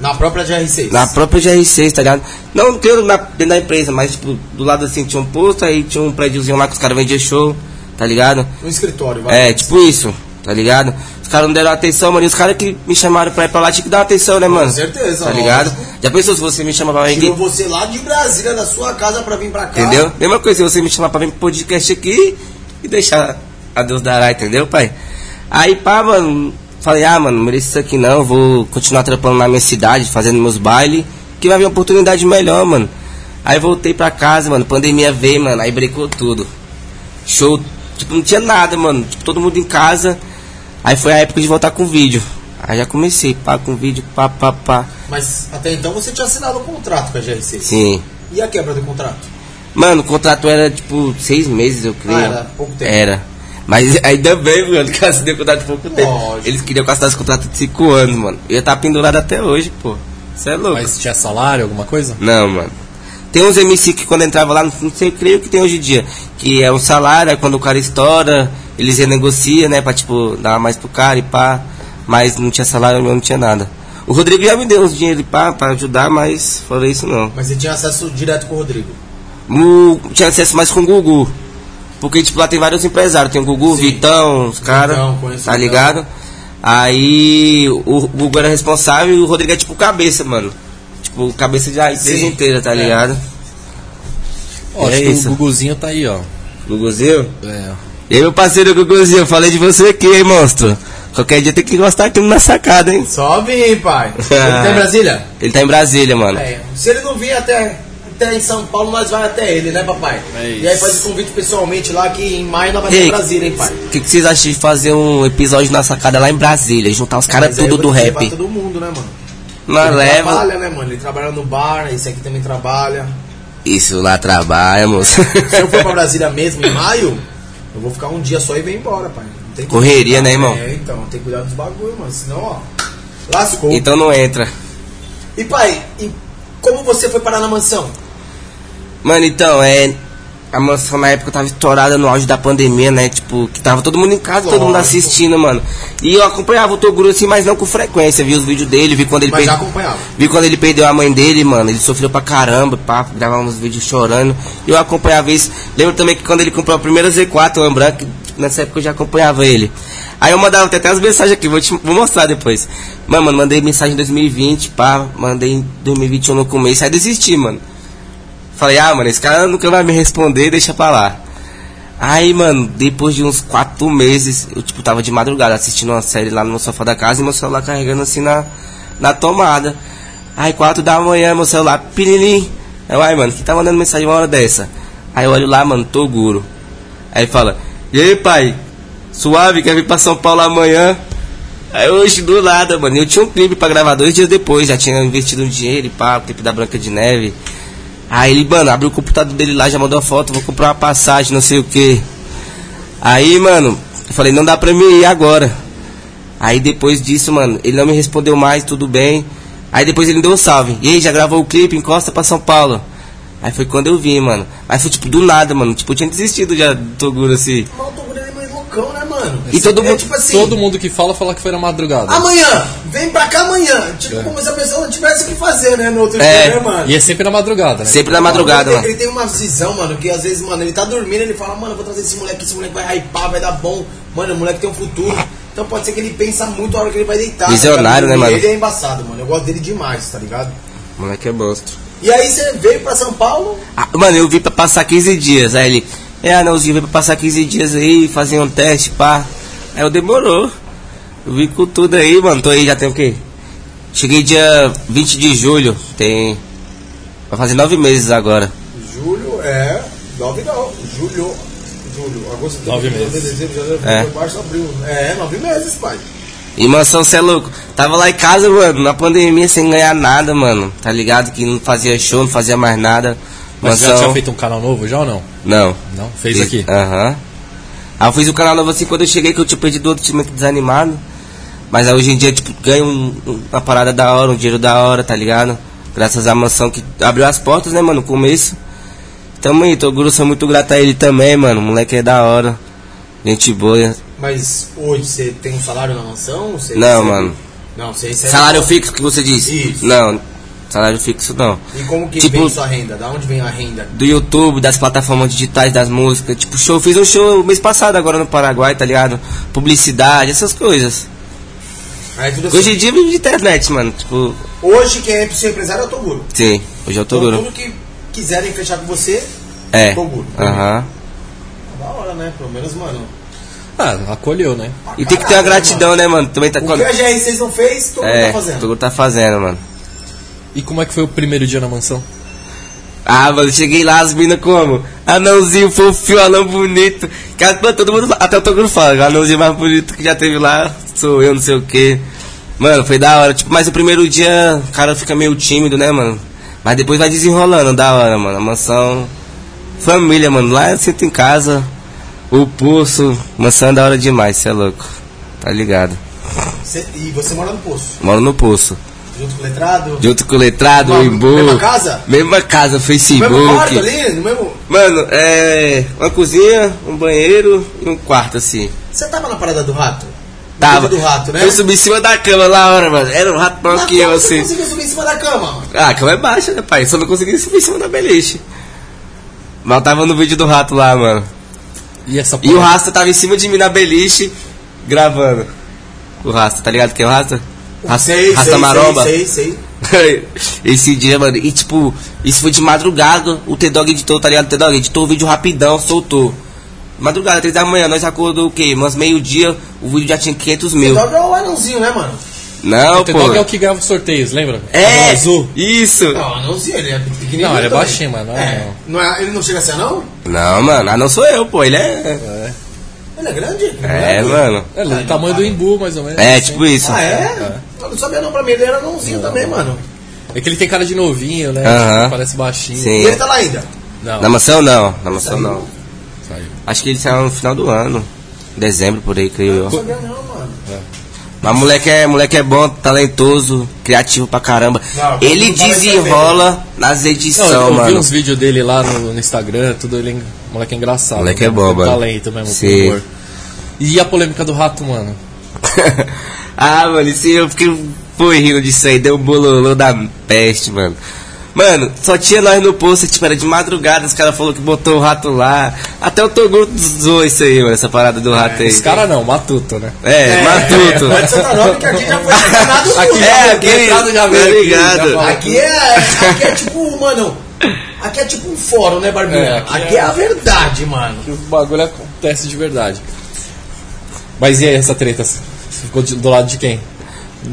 [SPEAKER 1] Na própria GR6.
[SPEAKER 3] Na própria GR6, tá ligado? Não dentro da, dentro da empresa, mas, tipo, do lado assim tinha um posto, aí tinha um prédiozinho lá que os caras vendiam show, tá ligado?
[SPEAKER 1] No escritório, vai.
[SPEAKER 3] É, tipo isso, tá ligado? Os caras não deram atenção, mano. E os caras que me chamaram pra ir pra lá tinha que dar uma atenção, né, mano?
[SPEAKER 1] certeza,
[SPEAKER 3] Tá
[SPEAKER 1] lógico.
[SPEAKER 3] ligado? Já pensou se você me chama pra vir
[SPEAKER 1] Tirou
[SPEAKER 3] aqui?
[SPEAKER 1] você lá de Brasília, da sua casa, pra vir pra cá.
[SPEAKER 3] Entendeu? Mesma coisa, se você me chamar pra vir pro podcast aqui e deixar a Deus dará, entendeu, pai? Aí, pá, mano, falei, ah, mano, não mereço isso aqui não. Vou continuar trampando na minha cidade, fazendo meus bailes, que vai vir uma oportunidade melhor, mano. Aí voltei pra casa, mano, pandemia veio, mano, aí brecou tudo. Show, tipo, não tinha nada, mano. Tipo, todo mundo em casa. Aí foi a época de voltar com vídeo. Aí já comecei, pá, com vídeo, pá, pá, pá.
[SPEAKER 1] Mas até então você tinha assinado um contrato com a GR6.
[SPEAKER 3] Sim.
[SPEAKER 1] E a quebra do contrato?
[SPEAKER 3] Mano, o contrato era tipo seis meses, eu creio.
[SPEAKER 1] Ah, era pouco tempo.
[SPEAKER 3] Era. Mas ainda bem, mano, que eu assinei o contrato de pouco tempo.
[SPEAKER 1] Lógico.
[SPEAKER 3] Eles queriam que eu assinasse o contrato de cinco anos, mano. Eu ia estar pendurado até hoje, pô. Você é louco.
[SPEAKER 2] Mas tinha salário, alguma coisa?
[SPEAKER 3] Não, mano. Tem uns MC que quando entrava lá, não sei, creio que tem hoje em dia. Que é um salário, aí quando o cara estoura, eles renegociam, né? Pra tipo, dar mais pro cara e pá. Mas não tinha salário meu, não tinha nada. O Rodrigo já me deu uns dinheiro e pá, pra ajudar, mas fora isso não.
[SPEAKER 1] Mas você tinha acesso direto com o Rodrigo.
[SPEAKER 3] O, tinha acesso mais com o Gugu. Porque, tipo, lá tem vários empresários. Tem o Gugu,
[SPEAKER 1] Sim.
[SPEAKER 3] Vitão, os caras.
[SPEAKER 1] Vitão, conheço o
[SPEAKER 3] Tá
[SPEAKER 1] Vitão.
[SPEAKER 3] ligado? Aí o Gugu era responsável e o Rodrigo é tipo cabeça, mano. Tipo, cabeça de a empresa
[SPEAKER 1] Sim.
[SPEAKER 3] inteira, tá
[SPEAKER 1] É.
[SPEAKER 3] ligado?
[SPEAKER 2] Ó,
[SPEAKER 3] É
[SPEAKER 2] acho que
[SPEAKER 3] isso.
[SPEAKER 2] o Guguzinho tá aí, ó.
[SPEAKER 3] Guguzinho?
[SPEAKER 2] É.
[SPEAKER 3] E aí, meu parceiro Guguzinho, eu falei de você aqui, hein, monstro? Qualquer dia tem que gostar aqui na sacada, hein?
[SPEAKER 1] Sobe, pai. Ele tá em Brasília?
[SPEAKER 3] Ele tá em Brasília, mano.
[SPEAKER 1] É, se ele não vir até, até em São Paulo, nós vai até ele, né, papai?
[SPEAKER 2] É isso.
[SPEAKER 1] E aí faz o convite pessoalmente lá que em maio nós vai
[SPEAKER 3] E
[SPEAKER 1] ter
[SPEAKER 3] aí,
[SPEAKER 1] é Brasília, hein, pai?
[SPEAKER 3] O que, que vocês acham de fazer um episódio na sacada lá em Brasília? Juntar os caras
[SPEAKER 1] Mas é, aí eu
[SPEAKER 3] é tudo
[SPEAKER 1] vou
[SPEAKER 3] do
[SPEAKER 1] levar
[SPEAKER 3] rap.
[SPEAKER 1] todo mundo, né, mano?
[SPEAKER 3] Na
[SPEAKER 1] ele
[SPEAKER 3] leva.
[SPEAKER 1] trabalha, né, mano? Ele trabalha no bar, esse aqui também trabalha.
[SPEAKER 3] Isso lá trabalha, moço.
[SPEAKER 1] Se eu for pra Brasília mesmo em maio, eu vou ficar um dia só e vem embora, pai. Não tem que-
[SPEAKER 3] Correria, né, irmão?
[SPEAKER 1] É, então, tem que cuidar dos bagulho, mano. Senão, ó, lascou.
[SPEAKER 3] então não entra.
[SPEAKER 1] E, pai, e como você foi parar na mansão?
[SPEAKER 3] Mano, então, é. A mansão na época tava estourada no auge da pandemia, né? Tipo, que tava todo mundo em casa, todo mundo
[SPEAKER 1] Lógico.
[SPEAKER 3] assistindo, mano. E eu acompanhava o Toguro assim, mas não com frequência. Vi os vídeos dele, vi quando ele
[SPEAKER 1] Mas já
[SPEAKER 3] perdeu.
[SPEAKER 1] acompanhava.
[SPEAKER 3] Vi quando ele perdeu a mãe dele, mano. Ele sofreu pra caramba, pá, gravava uns vídeos chorando. E eu acompanhava isso. Lembro também que quando ele comprou a primeira Z4, o Branco, nessa época eu já acompanhava ele. Aí eu mandava até, até as mensagens aqui, vou, te, vou mostrar depois. Mas, mano, mandei mensagem em 2020, pá, mandei em 2021 no começo, aí desisti, mano. Falei, ah, mano, esse cara nunca vai me responder, deixa pra lá. Aí, mano, depois de uns quatro meses, eu, tipo, tava de madrugada assistindo uma série lá no sofá da casa e meu celular carregando assim na, na tomada. Aí, quatro da manhã, meu celular, pirilim. Aí, eu, ai, mano, quem tá mandando mensagem uma hora dessa? Aí eu olho lá, mano, Toguro. Aí fala, e aí, pai, suave, quer vir pra São Paulo amanhã? Aí hoje, do nada, mano, eu tinha um clipe pra gravar dois dias depois, já tinha investido um dinheiro e pá, o clipe da Branca de Neve. Aí ele, mano, abriu o computador dele lá, já mandou a foto, vou comprar uma passagem, não sei o que. Aí, mano, eu falei, não dá pra mim ir agora. Aí depois disso, mano, ele não me respondeu mais, tudo bem. Aí depois ele me deu um salve. E aí, já gravou o clipe, encosta pra São Paulo. Aí foi quando eu vim, mano. Mas foi tipo do nada, mano. Tipo, eu tinha desistido já do Toguro assim.
[SPEAKER 1] Mas o Toguro ele é meio loucão, né, mano?
[SPEAKER 3] E todo
[SPEAKER 1] É
[SPEAKER 3] mundo-
[SPEAKER 1] tipo assim,
[SPEAKER 2] Todo mundo que fala, fala que foi na madrugada.
[SPEAKER 1] Amanhã, vem pra cá amanhã. Tipo, como se a pessoa não tivesse o que fazer, né? No outro
[SPEAKER 3] É,
[SPEAKER 1] dia, né, mano?
[SPEAKER 2] E é sempre na madrugada, né?
[SPEAKER 3] Sempre na madrugada,
[SPEAKER 1] ele, tem-
[SPEAKER 3] mano.
[SPEAKER 1] ele tem uma visão, mano, que às vezes, mano, ele tá dormindo, ele fala, mano, eu vou trazer esse moleque, esse moleque vai hypar, vai dar bom. Mano, o moleque tem um futuro. Então pode ser que ele pensa muito a hora que ele vai deitar. tá
[SPEAKER 3] Visionário,
[SPEAKER 1] ligado?
[SPEAKER 3] né, mano?
[SPEAKER 1] Ele é embaçado, mano. Eu gosto dele demais, tá ligado?
[SPEAKER 3] Moleque é monstro.
[SPEAKER 1] E aí você veio pra São Paulo,
[SPEAKER 3] Ah, mano, eu vim pra passar 15 dias. Aí ele, é, anãozinho, veio pra passar 15 dias aí, fazer um teste, pá. Aí eu demorou. Eu vim com tudo aí, mano. Tô aí já tem o quê? Cheguei dia 20 de julho. Tem. Vai fazer nove meses agora.
[SPEAKER 1] julho, é. Nove não, julho. Julho, agosto,
[SPEAKER 2] Nove
[SPEAKER 1] setembro,
[SPEAKER 2] meses.
[SPEAKER 1] dezembro, janeiro,
[SPEAKER 3] É.
[SPEAKER 1] fevereiro, março, abril. É, nove meses, pai.
[SPEAKER 3] E mansão, cê é louco. Tava lá em casa, mano, na pandemia, sem ganhar nada, mano. Tá ligado? Que não fazia show, não fazia mais nada.
[SPEAKER 2] Mas já
[SPEAKER 3] Mansão-
[SPEAKER 2] tinha feito um canal novo já ou não?
[SPEAKER 3] Não.
[SPEAKER 2] Não? Fez aqui.
[SPEAKER 3] Aham. Aí eu fiz o canal novo assim quando eu cheguei que eu tinha perdido outro time aqui desanimado. Mas aí hoje em dia, tipo, ganho um- um- uma parada da hora, um dinheiro da hora, tá ligado? Graças à mansão que abriu as portas, né, mano, no começo. Tamo aí, Toguro, sou muito grato a ele também, mano. O moleque é da hora. Gente boa.
[SPEAKER 1] Mas hoje você tem um salário na mansão? Você
[SPEAKER 3] Não, mano.
[SPEAKER 1] Não, você recebe.
[SPEAKER 3] Salário fixo que você disse?
[SPEAKER 1] Isso.
[SPEAKER 3] Não, salário fixo não.
[SPEAKER 1] E como que
[SPEAKER 3] Tipo-
[SPEAKER 1] vem sua renda? Da onde vem a renda?
[SPEAKER 3] do YouTube, das plataformas digitais, das músicas. Tipo, show, fiz um show mês passado agora no Paraguai, tá ligado? Publicidade, essas coisas.
[SPEAKER 1] Aí tudo assim.
[SPEAKER 3] Hoje em dia eu vivo de internet, mano. Tipo,
[SPEAKER 1] Hoje quem é pro seu empresário é o Toguro.
[SPEAKER 3] sim, hoje eu tô
[SPEAKER 1] Então,
[SPEAKER 3] duro.
[SPEAKER 1] tudo que quiserem fechar com você,
[SPEAKER 3] É.
[SPEAKER 1] Toguro.
[SPEAKER 3] Aham.
[SPEAKER 1] da hora, né? Pelo menos, mano.
[SPEAKER 2] Ah, acolheu, né?
[SPEAKER 3] E tem que ter uma gratidão, né, mano? Também tá
[SPEAKER 1] O que
[SPEAKER 3] quando.
[SPEAKER 1] a GR6 não fez, Toguro
[SPEAKER 3] É,
[SPEAKER 1] tá fazendo.
[SPEAKER 3] tudo tá fazendo, mano.
[SPEAKER 2] E como é que foi o primeiro dia na mansão?
[SPEAKER 3] Ah, mano, cheguei lá, as minas como? Anãozinho fofinho, anão bonito. Que, as- mano, todo mundo, fala- até o Toguro fala, o anãozinho mais bonito que já teve lá sou eu, não sei o que. Mano, foi da hora. Tipo, mas o primeiro dia o cara fica meio tímido, né, mano? Mas depois vai desenrolando, da hora, mano. A mansão. Família, mano. Lá eu sinto em casa. O pulso. Mansão é da hora demais, cê é louco. Tá ligado?
[SPEAKER 1] Cê- e você mora no poço,
[SPEAKER 3] Moro no pulso.
[SPEAKER 1] junto com o letrado.
[SPEAKER 3] Junto com o letrado, o
[SPEAKER 1] Mano,
[SPEAKER 3] Imbu.
[SPEAKER 1] mesma casa?
[SPEAKER 3] Mesma casa,
[SPEAKER 1] No
[SPEAKER 3] Facebook.
[SPEAKER 1] mesmo quarto ali, no mesmo.
[SPEAKER 3] Mano, é. Uma cozinha, um banheiro e um quarto, assim.
[SPEAKER 1] Você tava na parada do rato? No
[SPEAKER 3] Tava.
[SPEAKER 1] clube do rato, né?
[SPEAKER 3] Eu subi em cima da cama lá, hora, mano. Era um rato maior
[SPEAKER 1] Mas
[SPEAKER 3] que eu,
[SPEAKER 1] como Você
[SPEAKER 3] assim.
[SPEAKER 1] conseguiu subir em cima da cama, mano.
[SPEAKER 3] Ah, a cama é baixa, né, pai? Só não consegui subir em cima da beliche. Mas eu tava no vídeo do rato lá, mano.
[SPEAKER 2] E essa
[SPEAKER 3] E
[SPEAKER 2] porra-
[SPEAKER 3] o Rasta tava em cima de mim na beliche, gravando. O Rasta, tá ligado quem é o Rasta? Rasta,
[SPEAKER 1] Sei,
[SPEAKER 3] Rasta
[SPEAKER 1] sei,
[SPEAKER 3] Maromba?
[SPEAKER 1] Sei, sei, sei.
[SPEAKER 3] Esse dia, mano, e tipo, isso foi de madrugada, o T-Dog editou, tá ligado? O T-Dog editou o vídeo rapidão, soltou. Madrugada, 3 da manhã, nós acordou o quê? Umas meio-dia, o vídeo já tinha 500 mil.
[SPEAKER 1] Dobra é o anãozinho, né, mano?
[SPEAKER 3] Não,
[SPEAKER 2] O T-Dog é o
[SPEAKER 3] pô.
[SPEAKER 2] que grava os sorteios, lembra?
[SPEAKER 3] É,
[SPEAKER 2] Cabelo azul.
[SPEAKER 3] isso.
[SPEAKER 1] Não, o anãozinho, ele é pequenininho.
[SPEAKER 2] Não, ele
[SPEAKER 1] também.
[SPEAKER 2] é baixinho, mano, não é
[SPEAKER 1] É.
[SPEAKER 2] não.
[SPEAKER 1] Não é- ele não chega a ser anão?
[SPEAKER 3] Não, mano, ah, não sou eu, pô, ele é...
[SPEAKER 1] Ele é grande?
[SPEAKER 3] É, mano.
[SPEAKER 2] É, ele é do tamanho do Imbu, mais ou menos.
[SPEAKER 3] É,
[SPEAKER 2] assim.
[SPEAKER 3] tipo isso.
[SPEAKER 1] Ah, é? Eu não sabia não, pra mim ele era anãozinho também, mano.
[SPEAKER 2] É que ele tem cara de novinho, né?
[SPEAKER 3] Aham.
[SPEAKER 2] Tipo, parece baixinho.
[SPEAKER 3] Sim.
[SPEAKER 1] E ele tá lá ainda.
[SPEAKER 2] Não,
[SPEAKER 3] Na mansão não, na mansão não.
[SPEAKER 2] saiu.
[SPEAKER 3] Acho que ele saiu no final do ano. Dezembro, por aí, creio
[SPEAKER 1] Não
[SPEAKER 3] eu.
[SPEAKER 1] sabia não, mano.
[SPEAKER 3] Mas moleque é, moleque é bom, talentoso, criativo pra caramba.
[SPEAKER 1] Não,
[SPEAKER 3] ele
[SPEAKER 1] não parece
[SPEAKER 3] desenrola nas edições,
[SPEAKER 2] Não, eu vi
[SPEAKER 3] mano.
[SPEAKER 2] uns vídeos dele lá no, no Instagram, tudo ele. é- Moleque é engraçado.
[SPEAKER 3] Moleque é
[SPEAKER 2] né?
[SPEAKER 3] bom,
[SPEAKER 2] Tem
[SPEAKER 3] mano.
[SPEAKER 2] Talento mesmo,
[SPEAKER 3] Sim.
[SPEAKER 2] Sim. humor. E a polêmica do rato, mano?
[SPEAKER 3] ah, mano, isso eu fiquei foi rindo disso aí, deu um bololô da peste, mano. Mano, só tinha nós no posto, tipo, era de madrugada, os caras falaram que botou o rato lá. Até o Toguro zoou isso aí, mano, essa parada do rato aí.
[SPEAKER 2] É, Os caras não, matuto, né?
[SPEAKER 3] É, matuto.
[SPEAKER 1] Pode ser tá não, que aqui já foi enganado tudo.
[SPEAKER 3] é,
[SPEAKER 2] já-
[SPEAKER 3] aqui,
[SPEAKER 2] entrado já veio
[SPEAKER 3] tá
[SPEAKER 2] aqui,
[SPEAKER 3] ligado.
[SPEAKER 2] já falou.
[SPEAKER 1] Aqui é, aqui é tipo, mano... Aqui é tipo um fórum, né, Barbinha?
[SPEAKER 2] É,
[SPEAKER 1] aqui
[SPEAKER 2] aqui
[SPEAKER 1] é...
[SPEAKER 2] é-
[SPEAKER 1] a verdade, mano.
[SPEAKER 2] que o bagulho acontece de verdade. Mas e aí essa treta? Você Ficou de- do lado de quem?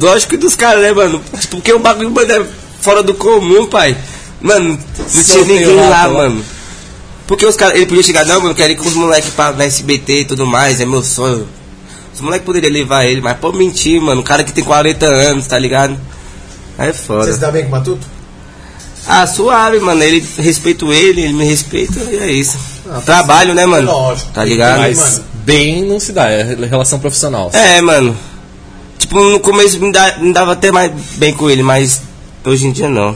[SPEAKER 3] Lógico que dos caras, né, mano? Tipo, porque o bagulho, mano, é fora do comum, pai. Mano, não tinha
[SPEAKER 2] Soltei
[SPEAKER 3] ninguém
[SPEAKER 2] o
[SPEAKER 3] lá,
[SPEAKER 2] rato lá.
[SPEAKER 3] mano. Porque os caras, ele podia chegar, não, mano, eu quero ir com os moleques pra na SBT e tudo mais, é meu sonho. Os moleques poderiam levar ele, mas pô, mentir, mano. O cara que tem 40 anos, tá ligado? Aí é
[SPEAKER 1] Você se
[SPEAKER 3] foda.
[SPEAKER 1] dá bem com o Matuto?
[SPEAKER 3] Ah, suave, mano. Ele respeito ele, ele me respeita e é isso. Trabalho, né, mano?
[SPEAKER 1] Ah, tá lógico.
[SPEAKER 3] Tá ligado?
[SPEAKER 1] Mas-
[SPEAKER 2] Mas bem não se dá, é relação profissional.
[SPEAKER 3] É, mano. Tipo, no começo me, dá- me dava até mais bem com ele, mas hoje em dia não.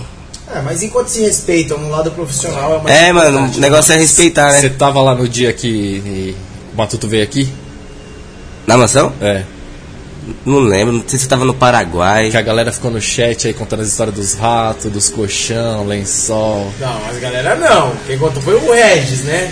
[SPEAKER 1] É, mas enquanto se respeitam no lado profissional é uma
[SPEAKER 3] É, mano,
[SPEAKER 1] dificuldade.
[SPEAKER 3] o negócio é respeitar, né?
[SPEAKER 2] Você tava lá no dia que o Matuto veio aqui?
[SPEAKER 3] Na mansão?
[SPEAKER 2] É.
[SPEAKER 3] Não lembro, não sei se tava no Paraguai.
[SPEAKER 2] Que a galera ficou no chat aí contando as histórias dos ratos, dos colchão, lençol.
[SPEAKER 1] Não, mas galera não. Quem contou foi o Regis, né?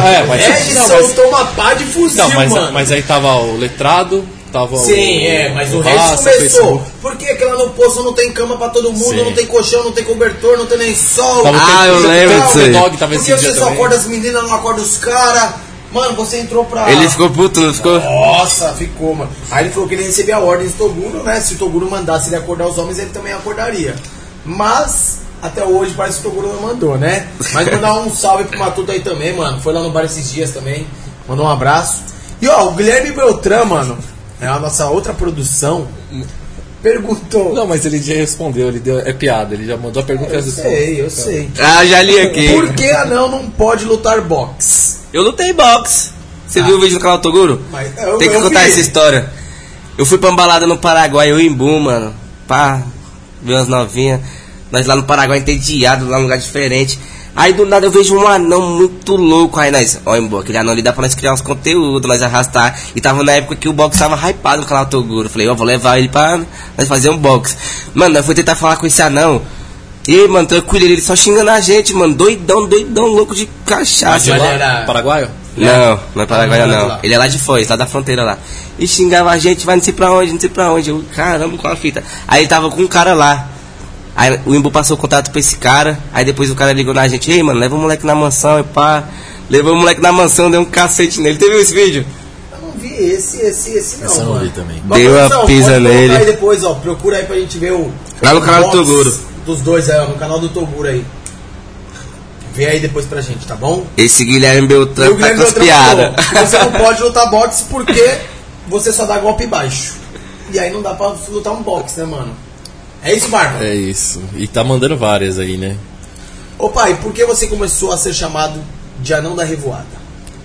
[SPEAKER 2] Ah, é,
[SPEAKER 1] O Regis
[SPEAKER 2] não, mas,
[SPEAKER 3] assim,
[SPEAKER 1] soltou uma pá de fuzil,
[SPEAKER 2] não, mas-
[SPEAKER 1] mano.
[SPEAKER 2] mas aí tava o letrado, tava o.
[SPEAKER 1] Sim, é, mas o Regis
[SPEAKER 2] Raça,
[SPEAKER 1] começou.
[SPEAKER 2] Facebook.
[SPEAKER 1] Por que que lá no poço não tem cama pra todo mundo,
[SPEAKER 2] Sim.
[SPEAKER 1] não tem colchão, não tem cobertor, não tem nem sol?
[SPEAKER 2] Tava o
[SPEAKER 3] Ah,
[SPEAKER 2] Ted-
[SPEAKER 3] eu lembro
[SPEAKER 2] tava o
[SPEAKER 3] disso aí.
[SPEAKER 2] Ted Dog, tava
[SPEAKER 1] Por
[SPEAKER 2] esse
[SPEAKER 1] que
[SPEAKER 2] dia
[SPEAKER 1] você só
[SPEAKER 2] também.
[SPEAKER 1] acorda as meninas, não acorda os caras? Mano, você entrou pra...
[SPEAKER 3] Ele ficou puto, não
[SPEAKER 2] É,
[SPEAKER 3] ficou?
[SPEAKER 1] Nossa, ficou, mano. Aí ele falou que ele recebia a ordem do Toguro, né? Se o Toguro mandasse ele acordar os homens, ele também acordaria. Mas, até hoje, parece que o Toguro não mandou, né? Mas mandar um salve pro Matuto aí também, mano. Foi lá no bar esses dias também. Mandou um abraço. E ó, o Guilherme Beltrán, mano, é a nossa outra produção, perguntou.
[SPEAKER 2] Não, mas ele já respondeu, ele deu. É piada, ele já mandou a pergunta e
[SPEAKER 1] eu
[SPEAKER 2] as respostas.
[SPEAKER 1] sei, eu sei.
[SPEAKER 3] Ah, já li aqui.
[SPEAKER 1] Por que anão não pode lutar boxe?
[SPEAKER 3] Eu lutei boxe. Você viu o vídeo do canal Toguro?
[SPEAKER 1] Ah. Mas eu-
[SPEAKER 3] Tem que
[SPEAKER 1] eu
[SPEAKER 3] contar
[SPEAKER 1] vi.
[SPEAKER 3] essa história. Eu fui pra uma balada no Paraguai, eu em Imbu, mano. Pá, vi umas novinhas. Nós lá no Paraguai, entediado, lá num lugar diferente. Aí do nada eu vejo um anão muito louco. Aí nós, ó, Imbu, aquele anão ali dá pra nós criar uns conteúdos, nós arrastar. E tava na época que o box tava hypado no canal Toguro. Eu Falei, ó, vou levar ele pra nós fazer um box. Mano, nós foi tentar falar com esse anão. E, mano, tranquilo, ele só xingando a gente, mano. Doidão, doidão, louco de cachaça.
[SPEAKER 1] Mas
[SPEAKER 3] mano.
[SPEAKER 1] ele era-
[SPEAKER 2] Paraguaio?
[SPEAKER 3] Não, não é Paraguai
[SPEAKER 1] Não, não é
[SPEAKER 3] não.
[SPEAKER 1] lá.
[SPEAKER 3] Ele é lá de Foz, lá da fronteira lá. E xingava a gente, vai não sei pra onde, não sei pra onde. Eu, caramba, qual a fita? Aí ele tava com um cara lá. Aí o Imbu passou o contato pra esse cara. Aí depois o cara ligou na gente, ei, mano, leva o moleque na mansão e pá. Levou o moleque na mansão, deu um cacete nele. Teve esse vídeo?
[SPEAKER 1] Eu não vi esse, esse, esse não.
[SPEAKER 2] Esse eu não
[SPEAKER 1] mano.
[SPEAKER 2] vi também.
[SPEAKER 1] Mas,
[SPEAKER 3] Deu uma
[SPEAKER 1] produção,
[SPEAKER 3] pisa
[SPEAKER 1] pode colocar
[SPEAKER 3] nele.
[SPEAKER 1] Aí depois, ó, procura aí pra gente ver o.
[SPEAKER 3] Lá no
[SPEAKER 1] o
[SPEAKER 3] canal do
[SPEAKER 1] box
[SPEAKER 3] Toguro.
[SPEAKER 1] Dos dois, é, no canal do Toguro aí. Vê aí depois pra gente, tá bom?
[SPEAKER 3] Esse Guilherme Beltrão tá com as
[SPEAKER 1] Beltrão
[SPEAKER 3] piadas.
[SPEAKER 1] falou, Você não pode lutar boxe porque você só dá golpe baixo. E aí não dá pra lutar um boxe, né, mano? É isso, Barba?
[SPEAKER 2] É isso. E tá mandando várias aí, né?
[SPEAKER 1] Ô pai, por que você começou a ser chamado de anão da revoada?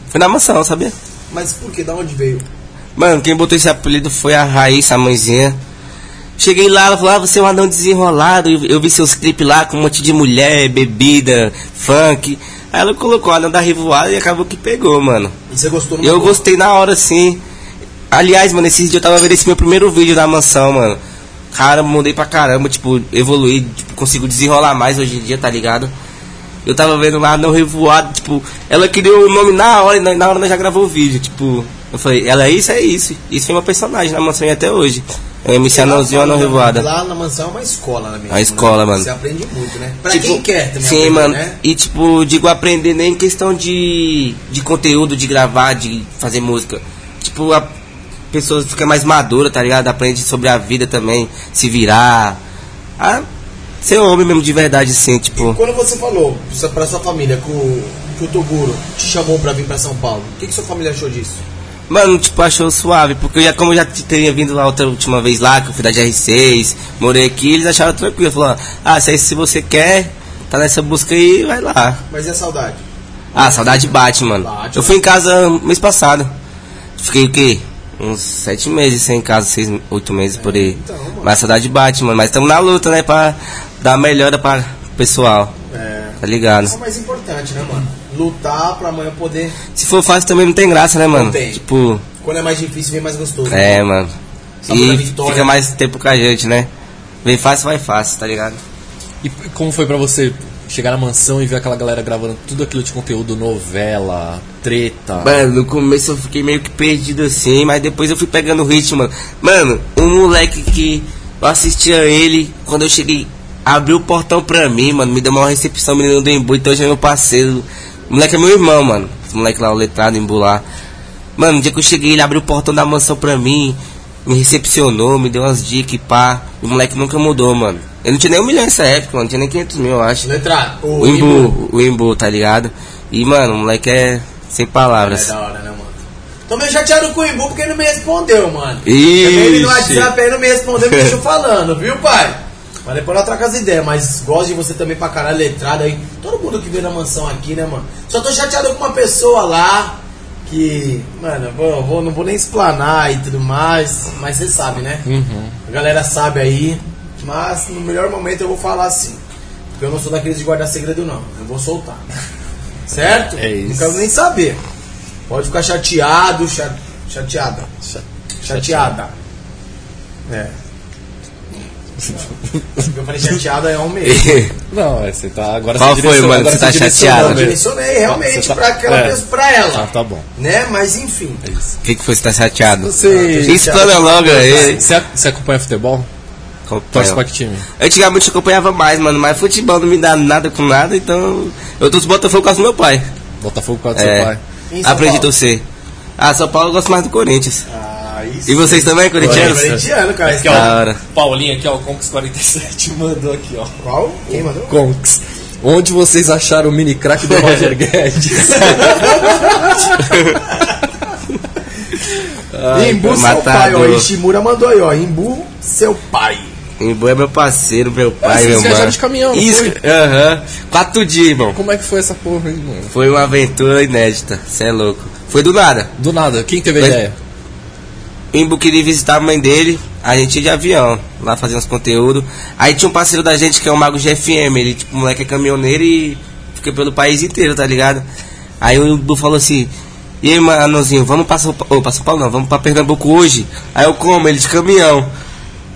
[SPEAKER 3] Foi na mansão, sabia?
[SPEAKER 1] Mas por que? Da onde veio?
[SPEAKER 3] Mano, quem botou esse apelido foi a Raíssa, a mãezinha. Cheguei lá, ela falou, ah, você é um anão desenrolado. Eu, eu vi seus clipes lá com um monte de mulher, bebida, funk. Aí ela colocou anão da revoada e acabou que pegou, mano.
[SPEAKER 1] E você gostou
[SPEAKER 3] Eu
[SPEAKER 1] mandou?
[SPEAKER 3] gostei na hora, sim. Aliás, mano, esses dias eu tava vendo esse meu primeiro vídeo da mansão, mano. Cara, mudei pra caramba, tipo, evoluí, tipo, consigo desenrolar mais hoje em dia, tá ligado? Eu tava vendo lá no Rio Voado, tipo, ela criou o nome na hora e na na hora nós já gravou o vídeo, tipo. Eu falei, ela é isso, é isso. Isso é uma personagem na mansão e até hoje. É um MC anãozinho no Rio Voado.
[SPEAKER 1] Lá na mansão é uma escola, né, mesmo,
[SPEAKER 3] É uma escola,
[SPEAKER 1] né?
[SPEAKER 3] mano.
[SPEAKER 1] Você aprende muito, né? Pra
[SPEAKER 3] Tipo,
[SPEAKER 1] quem quer também.
[SPEAKER 3] Sim,
[SPEAKER 1] aprender,
[SPEAKER 3] mano.
[SPEAKER 1] Né?
[SPEAKER 3] E tipo, digo aprender nem em questão de, de conteúdo, de gravar, de fazer música. Tipo, a pessoa fica mais madura, tá ligado? Aprende sobre a vida também, se virar. A ser homem mesmo de verdade, sim, tipo.
[SPEAKER 1] Quando você falou pra- pra sua família que o, que o Toguro te chamou pra vir pra São Paulo, o que, que sua família achou disso?
[SPEAKER 3] Mano, tipo, achou suave, porque eu já, como eu já te- teria vindo lá outra última vez lá, que eu fui da GR6, morei aqui, eles acharam tranquilo, falaram, ah, se, é isso que você quer, tá nessa busca aí, vai lá.
[SPEAKER 1] Mas e a saudade?
[SPEAKER 3] Ah, saudade bate, mano.
[SPEAKER 1] Bate.
[SPEAKER 3] Eu fui em casa mês passado. Fiquei o quê? Uns sete meses sem em casa, seis, oito meses por aí.
[SPEAKER 1] então, mano.
[SPEAKER 3] Mas saudade bate, mano. Mas estamos na luta, né? Pra dar melhora pra pessoal.
[SPEAKER 1] É.
[SPEAKER 3] Tá ligado?
[SPEAKER 1] Isso é o mais importante, né, mano? Lutar pra amanhã poder.
[SPEAKER 3] Se for fácil também não tem graça, né, mano?
[SPEAKER 1] tem.
[SPEAKER 3] Tipo,
[SPEAKER 1] Quando é mais difícil, vem mais gostoso.
[SPEAKER 3] é, mano.
[SPEAKER 1] Sabor da
[SPEAKER 3] E
[SPEAKER 1] vitória.
[SPEAKER 3] fica mais tempo com a gente, né? Vem fácil, vai fácil, tá ligado?
[SPEAKER 2] E p- como foi pra você chegar na mansão e ver aquela galera gravando tudo aquilo de conteúdo, novela, treta?
[SPEAKER 3] Mano, no começo eu fiquei meio que perdido assim, mas depois eu fui pegando o ritmo, mano. Mano, um moleque que eu assistia ele, quando eu cheguei, abriu o portão pra mim, mano, me deu uma recepção, menino do Embu, então hoje é meu parceiro. O moleque é meu irmão, mano. Esse moleque lá, o letrado, Embu lá. Mano, no dia que eu cheguei, ele abriu o portão da mansão pra mim, me recepcionou, me deu umas dicas e pá. O moleque nunca mudou, mano. Eu não tinha nem um milhão nessa época, mano, não tinha nem 500 mil, eu acho.
[SPEAKER 1] Letrado.
[SPEAKER 3] O Embu, o Embu, tá ligado? E, mano, o moleque é sem
[SPEAKER 1] É
[SPEAKER 3] palavras.
[SPEAKER 1] da hora, né, mano? Tô meio chateado com o Imbu porque ele não me respondeu, mano.
[SPEAKER 3] Ixi.
[SPEAKER 1] Chamei É Ele no WhatsApp, ele não me respondeu, me deixou falando, viu, pai? Mas depois ela troca as ideias, mas gosto de você também pra caralho, letrado aí. Todo mundo que veio na mansão aqui, né, mano? Só tô chateado com uma pessoa lá que, mano, eu vou, eu vou- não vou nem explanar e tudo mais, mas você sabe, né?
[SPEAKER 2] Uhum.
[SPEAKER 1] A galera sabe aí, mas no melhor momento eu vou falar assim. Porque eu não sou daqueles de guardar segredo, não. Eu vou soltar. Certo?
[SPEAKER 2] É isso.
[SPEAKER 1] Não quero nem saber. Pode ficar chateado, cha- chateada. Chateada. É. Eu falei chateada é um mês.
[SPEAKER 2] Não, é, você tá agora
[SPEAKER 3] Qual
[SPEAKER 2] você
[SPEAKER 3] foi,
[SPEAKER 2] direciona-
[SPEAKER 3] mano, que
[SPEAKER 2] agora
[SPEAKER 3] você tá
[SPEAKER 2] direciona
[SPEAKER 3] chateado?
[SPEAKER 1] Eu
[SPEAKER 2] mesmo.
[SPEAKER 1] direcionei realmente
[SPEAKER 2] Você tá-
[SPEAKER 1] pra aquela
[SPEAKER 2] é.
[SPEAKER 1] pessoa, pra ela.
[SPEAKER 2] Ah, tá bom.
[SPEAKER 1] Né? Mas enfim.
[SPEAKER 2] É isso.
[SPEAKER 3] O que, que foi que tá chateado?
[SPEAKER 2] Você,
[SPEAKER 3] Explana logo aí.
[SPEAKER 2] você, você acompanha futebol? Torce pra que time?
[SPEAKER 3] Antigamente eu acompanhava mais, mano, mas futebol não me dá nada com nada, então. Eu torço Botafogo por causa do meu pai.
[SPEAKER 2] Botafogo por causa do
[SPEAKER 3] É.
[SPEAKER 2] seu pai.
[SPEAKER 1] Em São
[SPEAKER 3] Aprendi
[SPEAKER 1] Paulo?
[SPEAKER 3] a torcer. Ah, São Paulo eu gosto mais do Corinthians.
[SPEAKER 1] Ah, isso.
[SPEAKER 3] E vocês também,
[SPEAKER 1] Corintiano,
[SPEAKER 3] corintianos?
[SPEAKER 1] corintiano, cara.
[SPEAKER 2] Aqui, ó.
[SPEAKER 3] Da hora.
[SPEAKER 2] Paulinho aqui, ó, o Conks47 mandou aqui, ó.
[SPEAKER 1] Qual? Quem mandou?
[SPEAKER 2] Conks. Onde vocês acharam o mini crack do Roger Guedes?
[SPEAKER 1] Imbu, seu
[SPEAKER 3] matador.
[SPEAKER 1] pai, ó. Ishimura mandou aí, ó. Imbu, seu pai.
[SPEAKER 3] Embu é meu parceiro,
[SPEAKER 1] Ah,
[SPEAKER 3] meu pai,
[SPEAKER 2] vocês
[SPEAKER 3] meu
[SPEAKER 1] é
[SPEAKER 2] viajaram
[SPEAKER 3] mano.
[SPEAKER 2] de caminhão, não
[SPEAKER 3] Isso, aham. Quatro dias, irmão.
[SPEAKER 2] Como é que foi essa porra aí, mano?
[SPEAKER 3] Foi uma aventura inédita, cê é louco. Foi do nada.
[SPEAKER 2] Do nada, quem teve a
[SPEAKER 3] Mas-
[SPEAKER 2] ideia?
[SPEAKER 3] O Imbu queria visitar a mãe dele, a gente ia de avião, lá fazer uns conteúdos. Aí tinha um parceiro da gente que é o Mago GFM, ele, tipo, moleque é caminhoneiro e fica pelo país inteiro, tá ligado? Aí o Imbu falou assim, e aí, manozinho, vamos pra São Paulo, pra São Paulo não, vamos pra Pernambuco hoje? Aí eu como, ele de caminhão.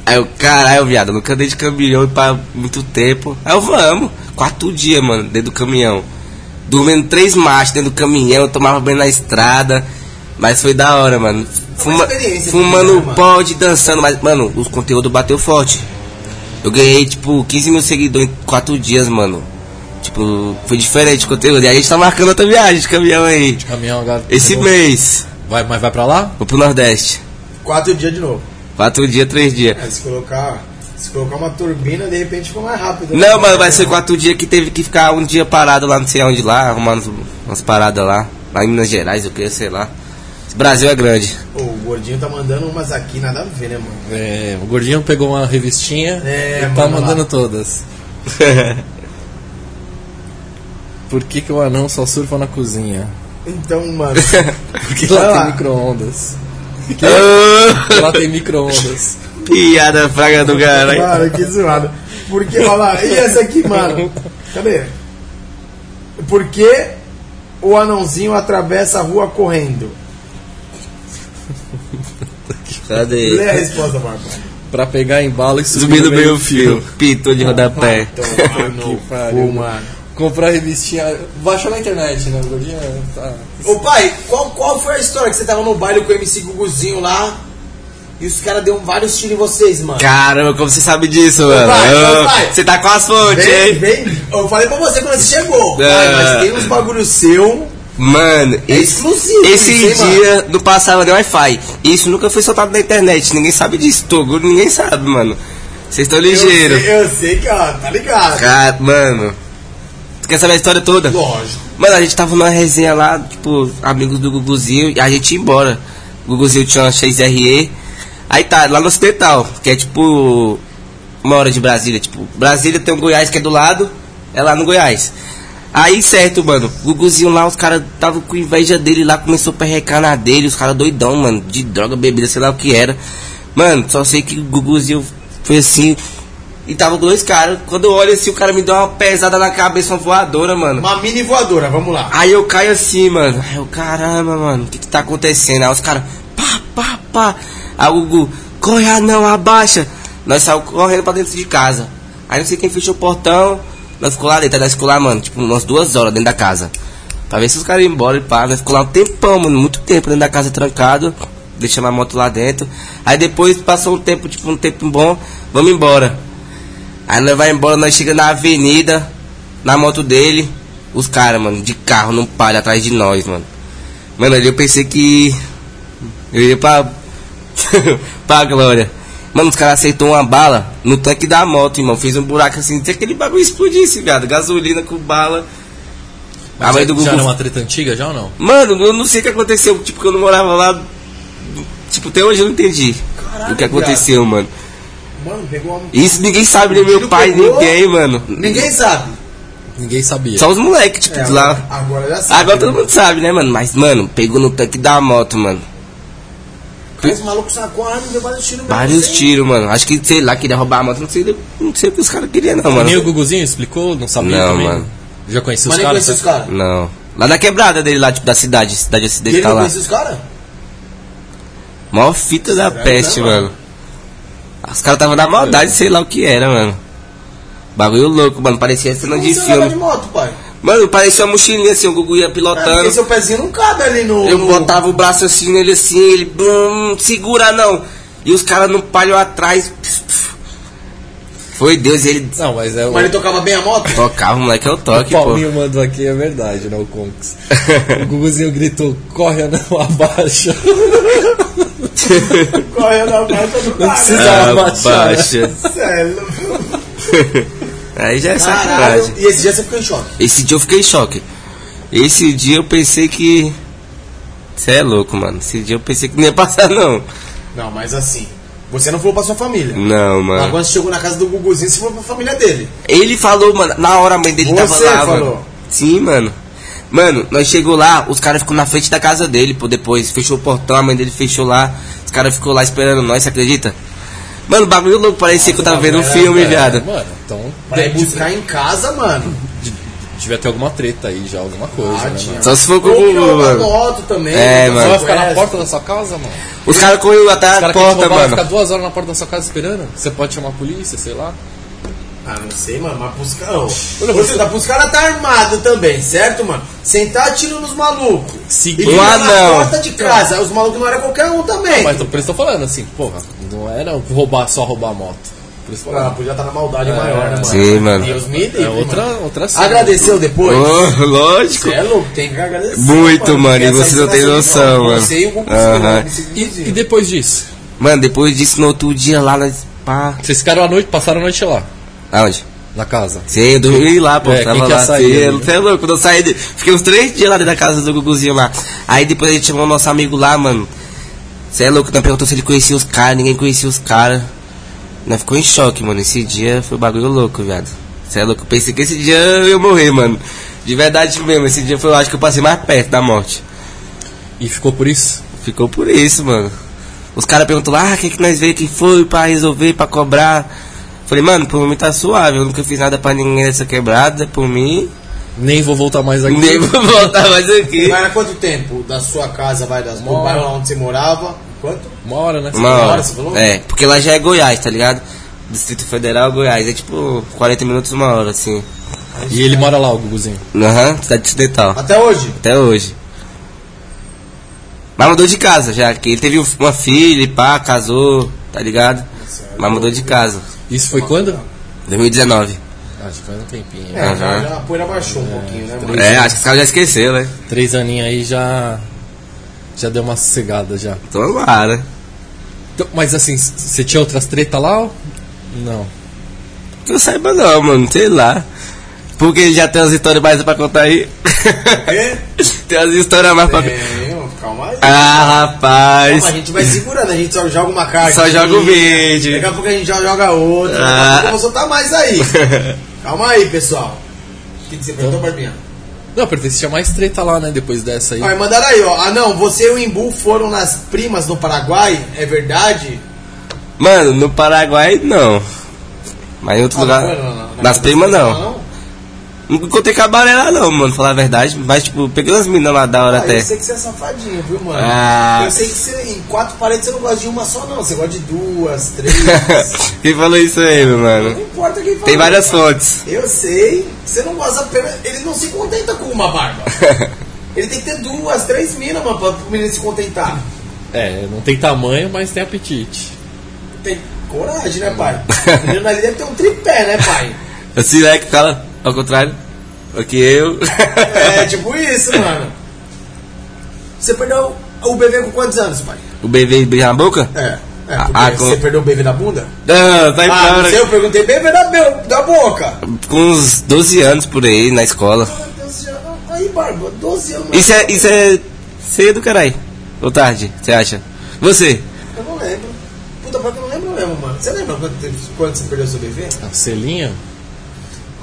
[SPEAKER 3] Aí eu, caralho, viado, eu nunca andei de caminhão pra muito tempo. Aí eu, vamos, quatro dias, mano, dentro do caminhão. Dormindo três machos dentro do caminhão, eu tomava banho na estrada. Mas foi da hora, mano. Fuma-
[SPEAKER 1] experiência, né,
[SPEAKER 3] fumando
[SPEAKER 1] mano?
[SPEAKER 3] pod, dançando, mas, mano, o conteúdo bateu forte. Eu ganhei, tipo, 15 mil seguidores em quatro dias, mano. Tipo, foi diferente o conteúdo. E a gente tá marcando outra viagem de caminhão aí.
[SPEAKER 2] Caminhão agora.
[SPEAKER 1] Tá
[SPEAKER 3] Esse mês.
[SPEAKER 2] Vai, mas vai pra lá?
[SPEAKER 3] Vou pro Nordeste.
[SPEAKER 1] Quatro dias de novo.
[SPEAKER 3] Quatro dias, três dias.
[SPEAKER 1] É, se colocar, se colocar uma turbina, de repente fica mais rápido. né?
[SPEAKER 3] Não, mano, vai ser quatro dias que teve que ficar um dia parado lá, não sei onde lá, arrumando umas- umas paradas lá. Lá em Minas Gerais, eu queria, sei lá. Esse Brasil é grande.
[SPEAKER 1] Pô, o gordinho tá mandando umas aqui, nada a ver, né, mano?
[SPEAKER 2] É, o gordinho pegou uma revistinha
[SPEAKER 1] É,
[SPEAKER 2] e
[SPEAKER 1] manda
[SPEAKER 2] tá
[SPEAKER 1] lá.
[SPEAKER 2] mandando todas. Por que, que o anão só surfa na cozinha?
[SPEAKER 1] Então, mano.
[SPEAKER 2] Porque
[SPEAKER 1] Vai
[SPEAKER 2] lá
[SPEAKER 1] lá.
[SPEAKER 2] tem micro-ondas.
[SPEAKER 3] Ô,
[SPEAKER 2] Porque Lá tem micro-ondas.
[SPEAKER 3] Piada fraga do caralho.
[SPEAKER 1] mano, que zoado. Porque, olha lá, e essa aqui, mano? Cadê? Por que o anãozinho atravessa a rua correndo? Lê a
[SPEAKER 3] Cadê?
[SPEAKER 1] resposta, Marco.
[SPEAKER 2] pra pegar embalo e subir
[SPEAKER 3] Subindo
[SPEAKER 2] no meio
[SPEAKER 3] meio fio. Pitou de rodapé.
[SPEAKER 1] Tomar
[SPEAKER 2] Que
[SPEAKER 1] no cu,
[SPEAKER 2] então, pariu.
[SPEAKER 1] Ah, mano.
[SPEAKER 2] Comprar revistinha. Baixa na internet, né? Gordinho tá.
[SPEAKER 1] Ô pai, qual, qual foi a história que você tava no baile com o MC Guguzinho lá e os caras deu um vários tiros em vocês, mano?
[SPEAKER 3] Caramba, como você sabe disso, mano?
[SPEAKER 1] vai, ô,
[SPEAKER 3] Ô,
[SPEAKER 1] vai.
[SPEAKER 3] Você tá com as fontes,
[SPEAKER 1] Vem,
[SPEAKER 3] hein?
[SPEAKER 1] vem. Eu falei pra você quando você chegou.
[SPEAKER 3] É.
[SPEAKER 1] Pai, mas tem uns bagulho seu.
[SPEAKER 3] Mano,
[SPEAKER 1] É
[SPEAKER 3] esse,
[SPEAKER 1] exclusivo
[SPEAKER 3] esse
[SPEAKER 1] isso, hein,
[SPEAKER 3] dia é não passava nem Wi-Fi. Isso nunca foi soltado na internet. Ninguém sabe disso, Togo. Ninguém sabe, mano. Vocês estão
[SPEAKER 1] Eu
[SPEAKER 3] ligeiros.
[SPEAKER 1] sei, eu sei que, ó, tá ligado.
[SPEAKER 3] Cara, mano. Tu quer saber a história toda?
[SPEAKER 1] Lógico.
[SPEAKER 3] Mano, a gente tava numa resenha lá, tipo, amigos do Guguzinho, e a gente ia embora. O Guguzinho tinha uma XRE. Aí tá, lá no Ocidental, que é tipo uma hora de Brasília, tipo, Brasília tem um Goiás que é do lado, é lá no Goiás. Aí certo, mano, o Guguzinho lá, os caras tava com inveja dele lá, começou a perrecar na dele, os caras doidão, mano, de droga, bebida, sei lá o que era. Mano, só sei que o Guguzinho foi assim. E tava com dois caras. Quando eu olho assim, o cara me deu uma pesada na cabeça, uma voadora, mano.
[SPEAKER 1] Uma mini voadora, vamos lá.
[SPEAKER 3] Aí eu caio assim, mano. Aí eu, caramba, mano, o que que tá acontecendo? Aí os caras, pá, pá, pá. Aí o Gugu, corre, ah, não, abaixa. Nós saímos correndo pra dentro de casa. Aí não sei quem fechou o portão. Nós ficou lá dentro, aí nós ficou lá, mano, tipo, umas duas horas dentro da casa. Pra ver se os caras iam embora e pá. Nós ficou lá um tempão, mano, muito tempo dentro da casa trancado. Deixamos a moto lá dentro. Aí depois passou um tempo, tipo, um tempo bom. Vamos embora. Aí nós vai embora, nós chega na avenida, na moto dele, os caras, mano, de carro não para atrás de nós, mano. Mano, ali eu pensei que eu ia pra pra glória. Mano, os caras aceitou uma bala no tanque da moto, irmão. Fez um buraco assim, se aquele bagulho explodisse, viado. Gasolina com bala. A mãe Ah, do
[SPEAKER 2] já era
[SPEAKER 3] Gugu
[SPEAKER 2] uma treta antiga, já ou não?
[SPEAKER 3] Mano, eu não sei o que aconteceu. Tipo, que eu não morava lá. Tipo, até hoje eu não entendi
[SPEAKER 1] Caralho,
[SPEAKER 3] o que aconteceu, mano.
[SPEAKER 1] Mano, pegou uma...
[SPEAKER 3] Isso ninguém sabe, nem
[SPEAKER 1] Tiro
[SPEAKER 3] meu pai,
[SPEAKER 1] pegou?
[SPEAKER 3] ninguém, mano.
[SPEAKER 1] Ninguém sabe.
[SPEAKER 2] Ninguém sabia.
[SPEAKER 3] Só os moleques, tipo,
[SPEAKER 1] É,
[SPEAKER 3] lá. Ah,
[SPEAKER 1] Agora já sabe.
[SPEAKER 3] Agora todo mundo sabe, né, mano? Mas, mano, pegou no tanque da moto, mano.
[SPEAKER 1] Esse um maluco sacou a arma e deu vários tiros. mesmo,
[SPEAKER 3] Vários
[SPEAKER 1] sem-
[SPEAKER 3] tiros, mano. Acho que, sei lá, queria roubar a moto. Não sei, não sei o que os caras queriam, não,
[SPEAKER 2] Nem o
[SPEAKER 3] mano.
[SPEAKER 2] Guguzinho explicou, não sabia
[SPEAKER 3] Não,
[SPEAKER 2] também.
[SPEAKER 3] mano.
[SPEAKER 2] Já conhecia
[SPEAKER 1] Mas
[SPEAKER 2] os
[SPEAKER 1] nem
[SPEAKER 2] caras.
[SPEAKER 3] tá
[SPEAKER 1] conhecia os caras.
[SPEAKER 3] Não. Lá na quebrada dele, lá, tipo, da cidade,
[SPEAKER 1] E
[SPEAKER 3] cidade
[SPEAKER 1] ele não
[SPEAKER 3] ocidental tá lá.
[SPEAKER 1] conhecia os caras?
[SPEAKER 3] Mó fita da
[SPEAKER 1] Será que
[SPEAKER 3] peste,
[SPEAKER 1] não,
[SPEAKER 3] mano. Os caras tava na maldade, sei lá o que era, mano. Bagulho louco, mano. Parecia cena
[SPEAKER 1] Como
[SPEAKER 3] de
[SPEAKER 1] você andava de
[SPEAKER 3] filme.
[SPEAKER 1] moto, pai?
[SPEAKER 3] Mano, parecia uma mochilinha assim, o Gugu
[SPEAKER 1] né?
[SPEAKER 3] ia
[SPEAKER 1] É, porque
[SPEAKER 3] pilotando.
[SPEAKER 1] seu pezinho não cabe ali no...
[SPEAKER 3] Eu
[SPEAKER 1] no-
[SPEAKER 3] botava o braço assim nele assim, ele. Bum, segura não! E os caras não palham atrás. Pss, pss. Foi Deus, ele
[SPEAKER 2] Não, mas é o.
[SPEAKER 1] Mas ele tocava bem a moto?
[SPEAKER 3] tocava, moleque, é o
[SPEAKER 2] O
[SPEAKER 3] toque, pô.
[SPEAKER 2] Paulinho mandou aqui, é verdade, né? O Conks. o Guguzinho gritou: corre ou não abaixa.
[SPEAKER 1] Correndo na moto do
[SPEAKER 2] Não
[SPEAKER 1] cara.
[SPEAKER 3] Ah,
[SPEAKER 2] precisa abaixar. né?
[SPEAKER 3] Abaixa.
[SPEAKER 1] Sério.
[SPEAKER 3] Aí já é sacanagem.
[SPEAKER 1] Caralho. E esse dia você ficou em choque.
[SPEAKER 3] Esse dia eu fiquei em choque. Esse dia eu pensei que. Você é louco, mano. Esse dia eu pensei que não ia passar, não.
[SPEAKER 1] Não, mas assim... Você não falou pra sua família.
[SPEAKER 3] Não,
[SPEAKER 1] Mas
[SPEAKER 3] mano.
[SPEAKER 1] quando você chegou na casa do Guguzinho, você falou pra família dele.
[SPEAKER 3] Ele falou, mano, na hora a mãe dele tava
[SPEAKER 1] Você
[SPEAKER 3] lá,
[SPEAKER 1] falou.
[SPEAKER 3] mano. Sim, mano. Mano, nós chegou lá, os caras ficou na frente da casa dele, pô, depois. Fechou o portão, a mãe dele fechou lá. Os caras ficou lá esperando nós, você acredita? Mano, bagulho louco, parecia que eu tava vendo um
[SPEAKER 2] Era,
[SPEAKER 3] filme,
[SPEAKER 2] era,
[SPEAKER 3] viado.
[SPEAKER 2] É, Mano, então.
[SPEAKER 1] Pra ir
[SPEAKER 2] deve-
[SPEAKER 1] buscar em casa, mano.
[SPEAKER 2] Devia ter alguma treta aí já, alguma coisa,
[SPEAKER 1] Ah,
[SPEAKER 2] né,
[SPEAKER 1] tinha.
[SPEAKER 2] mano?
[SPEAKER 3] Só se for com o
[SPEAKER 1] Ou que
[SPEAKER 3] Gugu,
[SPEAKER 1] roubar
[SPEAKER 3] mano.
[SPEAKER 1] moto também.
[SPEAKER 3] É,
[SPEAKER 1] Você
[SPEAKER 2] Você
[SPEAKER 3] mano.
[SPEAKER 2] vai
[SPEAKER 1] vai
[SPEAKER 2] ficar na
[SPEAKER 1] conhece.
[SPEAKER 2] porta da sua casa, mano? Os
[SPEAKER 3] Os caras correu até a
[SPEAKER 2] caras querem te
[SPEAKER 3] porta,
[SPEAKER 2] roubar, vai
[SPEAKER 3] mano.
[SPEAKER 2] ficar duas horas na porta da sua casa esperando? Você pode chamar a polícia, sei lá.
[SPEAKER 1] Ah, não sei, mano, mas pros caras. Você tá pros caras tá armado também, certo, mano? Sentar tiro nos malucos.
[SPEAKER 2] Sim.
[SPEAKER 1] E ficar
[SPEAKER 3] Ah,
[SPEAKER 1] na
[SPEAKER 3] não.
[SPEAKER 1] porta de casa. Os malucos não eram qualquer um também.
[SPEAKER 2] Mas então, por isso eu tô falando assim, porra, não era roubar, só roubar a moto. Por isso eu tô
[SPEAKER 1] Ah,
[SPEAKER 2] falando.
[SPEAKER 1] podia estar na maldade
[SPEAKER 2] É,
[SPEAKER 1] maior, né, mano?
[SPEAKER 3] Sim, mano.
[SPEAKER 1] Deus me livre.
[SPEAKER 2] É outra,
[SPEAKER 1] mano.
[SPEAKER 2] outra cena.
[SPEAKER 1] Agradeceu depois?
[SPEAKER 3] Ô, lógico.
[SPEAKER 1] Você é louco, tem que agradecer.
[SPEAKER 3] Muito, mano, e
[SPEAKER 1] porque
[SPEAKER 3] você
[SPEAKER 1] essa
[SPEAKER 3] não tem
[SPEAKER 1] informação
[SPEAKER 3] noção,
[SPEAKER 1] de-
[SPEAKER 3] mano.
[SPEAKER 1] Você e o Gugu
[SPEAKER 3] Aham.
[SPEAKER 1] Silva, né, esse
[SPEAKER 2] E,
[SPEAKER 1] dia.
[SPEAKER 2] e depois disso?
[SPEAKER 3] Mano, depois disso, no outro dia lá, nós. Pá.
[SPEAKER 2] Vocês ficaram a noite, passaram a noite lá,
[SPEAKER 3] Aonde?
[SPEAKER 2] na casa.
[SPEAKER 3] Sim, eu dormi lá, pô.
[SPEAKER 2] É,
[SPEAKER 3] tava
[SPEAKER 2] quem que
[SPEAKER 3] lá,
[SPEAKER 2] ia sair,
[SPEAKER 3] assim,
[SPEAKER 2] né?
[SPEAKER 3] eu- Você é louco, quando eu saí. de- Fiquei uns três dias lá dentro da casa do Guguzinho lá. Aí depois a gente chamou o nosso amigo lá, mano. Você é louco, não perguntou se ele conhecia os caras, ninguém conhecia os caras. Nós ficou em choque, mano. Esse dia foi um bagulho louco, viado. Você é louco, eu pensei que esse dia eu ia morrer, mano. De verdade mesmo, esse dia foi, eu acho que eu passei mais perto da morte.
[SPEAKER 2] E ficou por isso?
[SPEAKER 3] Ficou por isso, mano. Os caras perguntam lá, ah, o que, que nós veio, quem foi pra resolver, pra cobrar. Falei, mano, por mim tá suave, eu nunca fiz nada pra ninguém nessa quebrada, por mim.
[SPEAKER 2] Nem vou voltar mais aqui.
[SPEAKER 3] Nem vou voltar mais
[SPEAKER 1] E
[SPEAKER 3] aqui.
[SPEAKER 1] vai há quanto tempo da sua casa, vai das do
[SPEAKER 2] Uma
[SPEAKER 1] bairro
[SPEAKER 2] hora.
[SPEAKER 1] lá onde você morava? Quanto?
[SPEAKER 2] Uma hora, né?
[SPEAKER 3] Uma
[SPEAKER 1] hora,
[SPEAKER 3] hora.
[SPEAKER 1] você falou?
[SPEAKER 3] É, porque lá já é Goiás, tá ligado? Distrito Federal, Goiás. É tipo 40 minutos, uma hora, assim.
[SPEAKER 2] E ele mora lá, o Guguzinho.
[SPEAKER 3] Aham, cidade ocidental.
[SPEAKER 1] Até hoje.
[SPEAKER 3] Até hoje. Mas mudou de casa já, que ele teve um, uma filha, e pá, casou, tá ligado? Mas mudou de casa.
[SPEAKER 2] Isso foi quando?
[SPEAKER 3] 2019.
[SPEAKER 2] Acho que faz um tempinho.
[SPEAKER 1] É,
[SPEAKER 3] Aham.
[SPEAKER 1] já, já a poeira baixou um pouquinho, né, mano?
[SPEAKER 3] É, acho que os caras já esqueceu, né?
[SPEAKER 2] Três aninhos aí já. Já deu uma sossegada já.
[SPEAKER 3] Tomara.
[SPEAKER 2] Então, mas assim, c- você tinha outras treta lá? ou- Não.
[SPEAKER 3] Que eu saiba não, mano, sei lá. Porque já tem umas histórias mais pra contar aí. tem umas histórias mais pra contar.
[SPEAKER 1] É, mano, calma aí.
[SPEAKER 3] Ah, rapaz.
[SPEAKER 1] Calma, a gente vai segurando, a gente só joga uma carta.
[SPEAKER 3] Só
[SPEAKER 1] aqui,
[SPEAKER 3] joga o vídeo.
[SPEAKER 1] Daqui a pouco a gente já joga outra.
[SPEAKER 3] Ah.
[SPEAKER 1] Daqui a pouco eu vou soltar mais aí. calma aí, pessoal. O que, que você perguntou, Barbinha?
[SPEAKER 2] Não, porque você tinha mais treta lá, né? Depois dessa aí.
[SPEAKER 1] Aí mandaram aí, ó. Ah, não, você e o Imbu foram nas primas no Paraguai, é verdade?
[SPEAKER 3] Mano, no Paraguai não. Mas em outro
[SPEAKER 1] Ah, não
[SPEAKER 3] lugar.
[SPEAKER 1] foi, não, não, não.
[SPEAKER 3] nas primas não.
[SPEAKER 1] não.
[SPEAKER 3] Não encontrei cabaré lá não, mano, falar a verdade. Mas tipo, peguei umas meninas lá da hora
[SPEAKER 1] Ah,
[SPEAKER 3] até.
[SPEAKER 1] eu sei que você é safadinho, viu, mano?
[SPEAKER 3] Ah.
[SPEAKER 1] Eu sei que você, em quatro paredes você não gosta de uma só, não. Você gosta de duas, três.
[SPEAKER 3] quem falou isso aí, meu
[SPEAKER 1] não
[SPEAKER 3] mano?
[SPEAKER 1] importa quem fala.
[SPEAKER 3] Tem várias fontes.
[SPEAKER 1] Eu sei. Você não gosta apenas. Ele não se contenta com uma barba. Ele tem que ter duas, três minas, mano, pra o menino se contentar.
[SPEAKER 2] É, não tem tamanho, mas tem apetite.
[SPEAKER 1] Tem coragem, né, pai? O menino ali deve ter um tripé, né, pai?
[SPEAKER 3] Assim, né, que fala ao contrário. O que eu.
[SPEAKER 1] É tipo isso, mano. Você perdeu o bebê com quantos anos, pai?
[SPEAKER 3] o bebê beija na boca?
[SPEAKER 1] É. É,
[SPEAKER 3] Ah,
[SPEAKER 1] porque
[SPEAKER 3] ah,
[SPEAKER 1] você
[SPEAKER 3] com-
[SPEAKER 1] perdeu o bebê na bunda?
[SPEAKER 3] Não, sai
[SPEAKER 1] Ah, não
[SPEAKER 3] fora.
[SPEAKER 1] sei, eu perguntei bebê da, be- da boca.
[SPEAKER 3] Com uns 12 anos por aí, na escola.
[SPEAKER 1] Meu Deus, já- Aí, Barba, 12 anos.
[SPEAKER 3] Isso é, isso é cedo, caralho. Ou tarde, você acha? Você?
[SPEAKER 1] Eu não lembro. Puta, pior que eu não lembro mesmo, mano. Você lembra quando, teve- quando você perdeu seu bebê?
[SPEAKER 2] Ah, Selinho?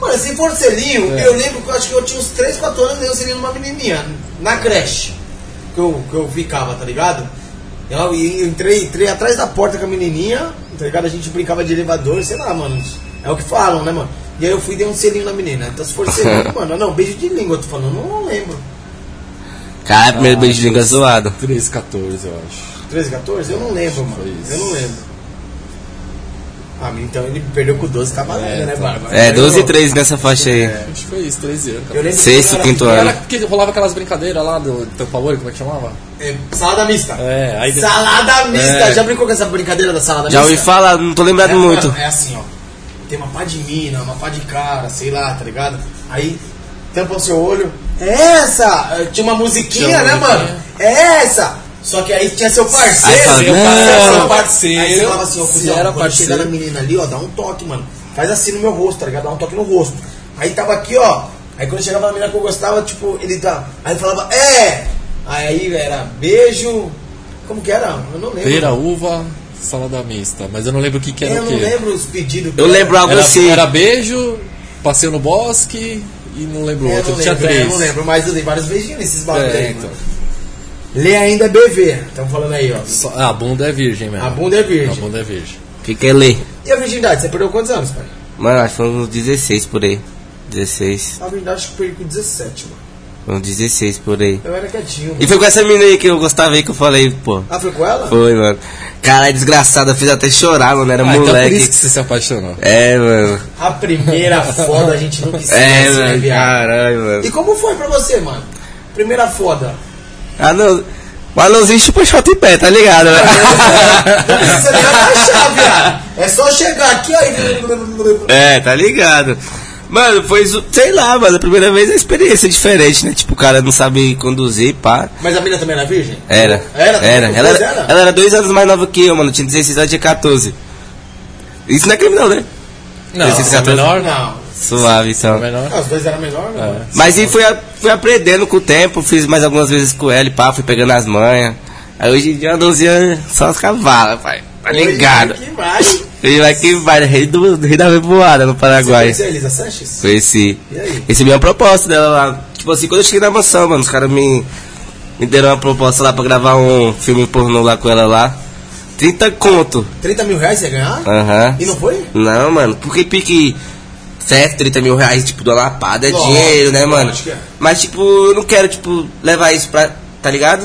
[SPEAKER 1] Mano, se for selinho,
[SPEAKER 2] É.
[SPEAKER 1] eu lembro que eu acho que eu tinha uns 3, 4 anos e eu selinho numa menininha, na creche, que eu, que eu ficava, tá ligado? Eu, eu entrei, entrei atrás da porta com a menininha, tá ligado? A gente brincava de elevador, sei lá, mano. É o que falam, né, mano? E aí eu fui e dei um selinho na menina. Então se for selinho, mano, não, beijo de língua, eu tô falando, eu não lembro.
[SPEAKER 3] Cara, primeiro beijo de língua zoado.
[SPEAKER 2] 13, 14, eu acho.
[SPEAKER 1] 13, 14? Eu não lembro, mano.
[SPEAKER 2] Foi isso.
[SPEAKER 1] Eu não lembro. Ah, então ele perdeu com 12, tá valendo,
[SPEAKER 2] É,
[SPEAKER 1] né,
[SPEAKER 2] tá.
[SPEAKER 1] Bárbara?
[SPEAKER 3] É, 12 e 13 nessa faixa aí.
[SPEAKER 2] Acho que foi isso, 13 anos.
[SPEAKER 1] Eu lembro
[SPEAKER 3] Sexto,
[SPEAKER 1] que eu era-
[SPEAKER 3] quinto ano.
[SPEAKER 2] Era que rolava aquelas brincadeiras lá do Tampa Olho, como é que chamava?
[SPEAKER 1] É, salada mista.
[SPEAKER 2] É, aí depois-
[SPEAKER 1] Salada mista!
[SPEAKER 2] É.
[SPEAKER 1] Já brincou com essa brincadeira da salada
[SPEAKER 3] Já ouvi
[SPEAKER 1] mista?
[SPEAKER 3] falar, não tô lembrado
[SPEAKER 1] é,
[SPEAKER 3] muito.
[SPEAKER 1] É, é assim, ó. Tem uma pá de mina, uma pá de cara, sei lá, tá ligado? Aí tampa o seu olho. É essa! Eh, Tinha uma musiquinha,
[SPEAKER 2] Tinha uma
[SPEAKER 1] né,
[SPEAKER 2] musiquinha.
[SPEAKER 1] mano? É essa! Só que aí tinha seu parceiro.
[SPEAKER 3] Aí fala,
[SPEAKER 1] seu
[SPEAKER 3] não,
[SPEAKER 1] parceiro,
[SPEAKER 2] não,
[SPEAKER 1] seu parceiro. Aí você falava assim, ó,
[SPEAKER 2] se
[SPEAKER 1] cuzão,
[SPEAKER 2] era
[SPEAKER 1] quando chegar na
[SPEAKER 2] parceiro.
[SPEAKER 1] menina ali, ó, dá um toque, mano. Faz assim no meu rosto, tá ligado? Dá um toque no rosto. Aí tava aqui, ó. Aí quando chegava na menina que eu gostava, tipo, ele tá. Aí falava, é! Aí era beijo. Como que era? Eu não lembro.
[SPEAKER 2] Pera, uva, salada mista. Mas eu não lembro o que, que era
[SPEAKER 1] Eu
[SPEAKER 2] o
[SPEAKER 1] não
[SPEAKER 2] quê.
[SPEAKER 1] lembro os pedidos.
[SPEAKER 3] Eu lembro algo assim.
[SPEAKER 2] Era, era beijo, passeio no bosque e não lembro
[SPEAKER 1] É, eu
[SPEAKER 2] outro.
[SPEAKER 1] não
[SPEAKER 2] Tinha
[SPEAKER 1] lembro, é, eu não
[SPEAKER 2] três.
[SPEAKER 1] lembro, mas eu dei vários beijinhos nesses bagulho
[SPEAKER 2] É,
[SPEAKER 1] aí,
[SPEAKER 2] então.
[SPEAKER 1] mano. Lê ainda é BV, estamos falando aí, ó.
[SPEAKER 2] Só- ah, a bunda é virgem mesmo.
[SPEAKER 1] A bunda é
[SPEAKER 2] A
[SPEAKER 1] virgem.
[SPEAKER 2] bunda é virgem.
[SPEAKER 3] Que que é ler?
[SPEAKER 1] E a virgindade, você perdeu quantos anos, pai?
[SPEAKER 3] Mano, acho que foi uns 16 por aí. 16.
[SPEAKER 1] A virgindade acho que eu perdi com 17, mano.
[SPEAKER 3] Foi uns 16 por aí.
[SPEAKER 1] Eu era quietinho.
[SPEAKER 3] E
[SPEAKER 1] Mano.
[SPEAKER 3] foi com essa menina aí que eu gostava aí que eu falei, pô.
[SPEAKER 1] Ah, foi com ela?
[SPEAKER 3] Foi, mano. é Caralho, desgraçada, fez até chorar, mano. Era
[SPEAKER 2] Ah, então por isso
[SPEAKER 3] moleque.
[SPEAKER 2] que você se apaixonou.
[SPEAKER 3] É, mano.
[SPEAKER 1] A primeira foda a gente nunca
[SPEAKER 3] É,
[SPEAKER 1] esquece, né,
[SPEAKER 3] mano.
[SPEAKER 1] viado?
[SPEAKER 3] Caralho, mano.
[SPEAKER 1] E como foi pra você, mano? Primeira foda.
[SPEAKER 3] Ah, não. O anãozinho chupa shot em pé, tá ligado? né?
[SPEAKER 1] Não precisa nem abaixar, viado. É só chegar aqui, ó. e-
[SPEAKER 3] é, tá ligado. Mano, foi, zo- sei lá, mano, a primeira vez a experiência é diferente, né? Tipo, o cara não sabe conduzir, pá.
[SPEAKER 1] Mas a menina também era virgem?
[SPEAKER 3] Era.
[SPEAKER 1] Era?
[SPEAKER 3] Era.
[SPEAKER 1] Depois
[SPEAKER 3] Ela, era.
[SPEAKER 1] era?
[SPEAKER 3] ela era dois anos mais nova que eu, mano. Tinha 16 anos, tinha 14. Isso não é crime, não, né?
[SPEAKER 2] Não,
[SPEAKER 1] é
[SPEAKER 3] Esse
[SPEAKER 2] a menor não.
[SPEAKER 1] Não.
[SPEAKER 3] Suave,
[SPEAKER 2] A
[SPEAKER 3] então.
[SPEAKER 2] menor.
[SPEAKER 1] Ah, os dois eram menor, né? mano?
[SPEAKER 3] Mas e fui, a- fui aprendendo com o tempo, fiz mais algumas vezes com ela e pá, fui pegando as manhas. Aí hoje em dia, 12 anos, só as cavalas, pai. Tá ligado?
[SPEAKER 1] Que mais?
[SPEAKER 3] Ele vai que vai, rei, do, rei da revoada no Paraguai.
[SPEAKER 1] Você é Elisa Sanches?
[SPEAKER 3] Conheci.
[SPEAKER 1] E aí?
[SPEAKER 3] Recebi uma é proposta dela lá. Tipo assim, quando eu cheguei na mansão, mano, os caras me, me deram uma proposta lá pra gravar um filme pornô lá com ela lá. 30 conto.
[SPEAKER 1] 30 mil reais você ia ganhar?
[SPEAKER 3] Aham.
[SPEAKER 1] E não foi?
[SPEAKER 3] Não, mano, porque pique. Certo, 30 mil reais, tipo, de uma lapada é
[SPEAKER 1] Lógico,
[SPEAKER 3] dinheiro, né, mano?
[SPEAKER 1] lógico que é.
[SPEAKER 3] Mas, tipo, eu não quero, tipo, levar isso pra. Tá ligado?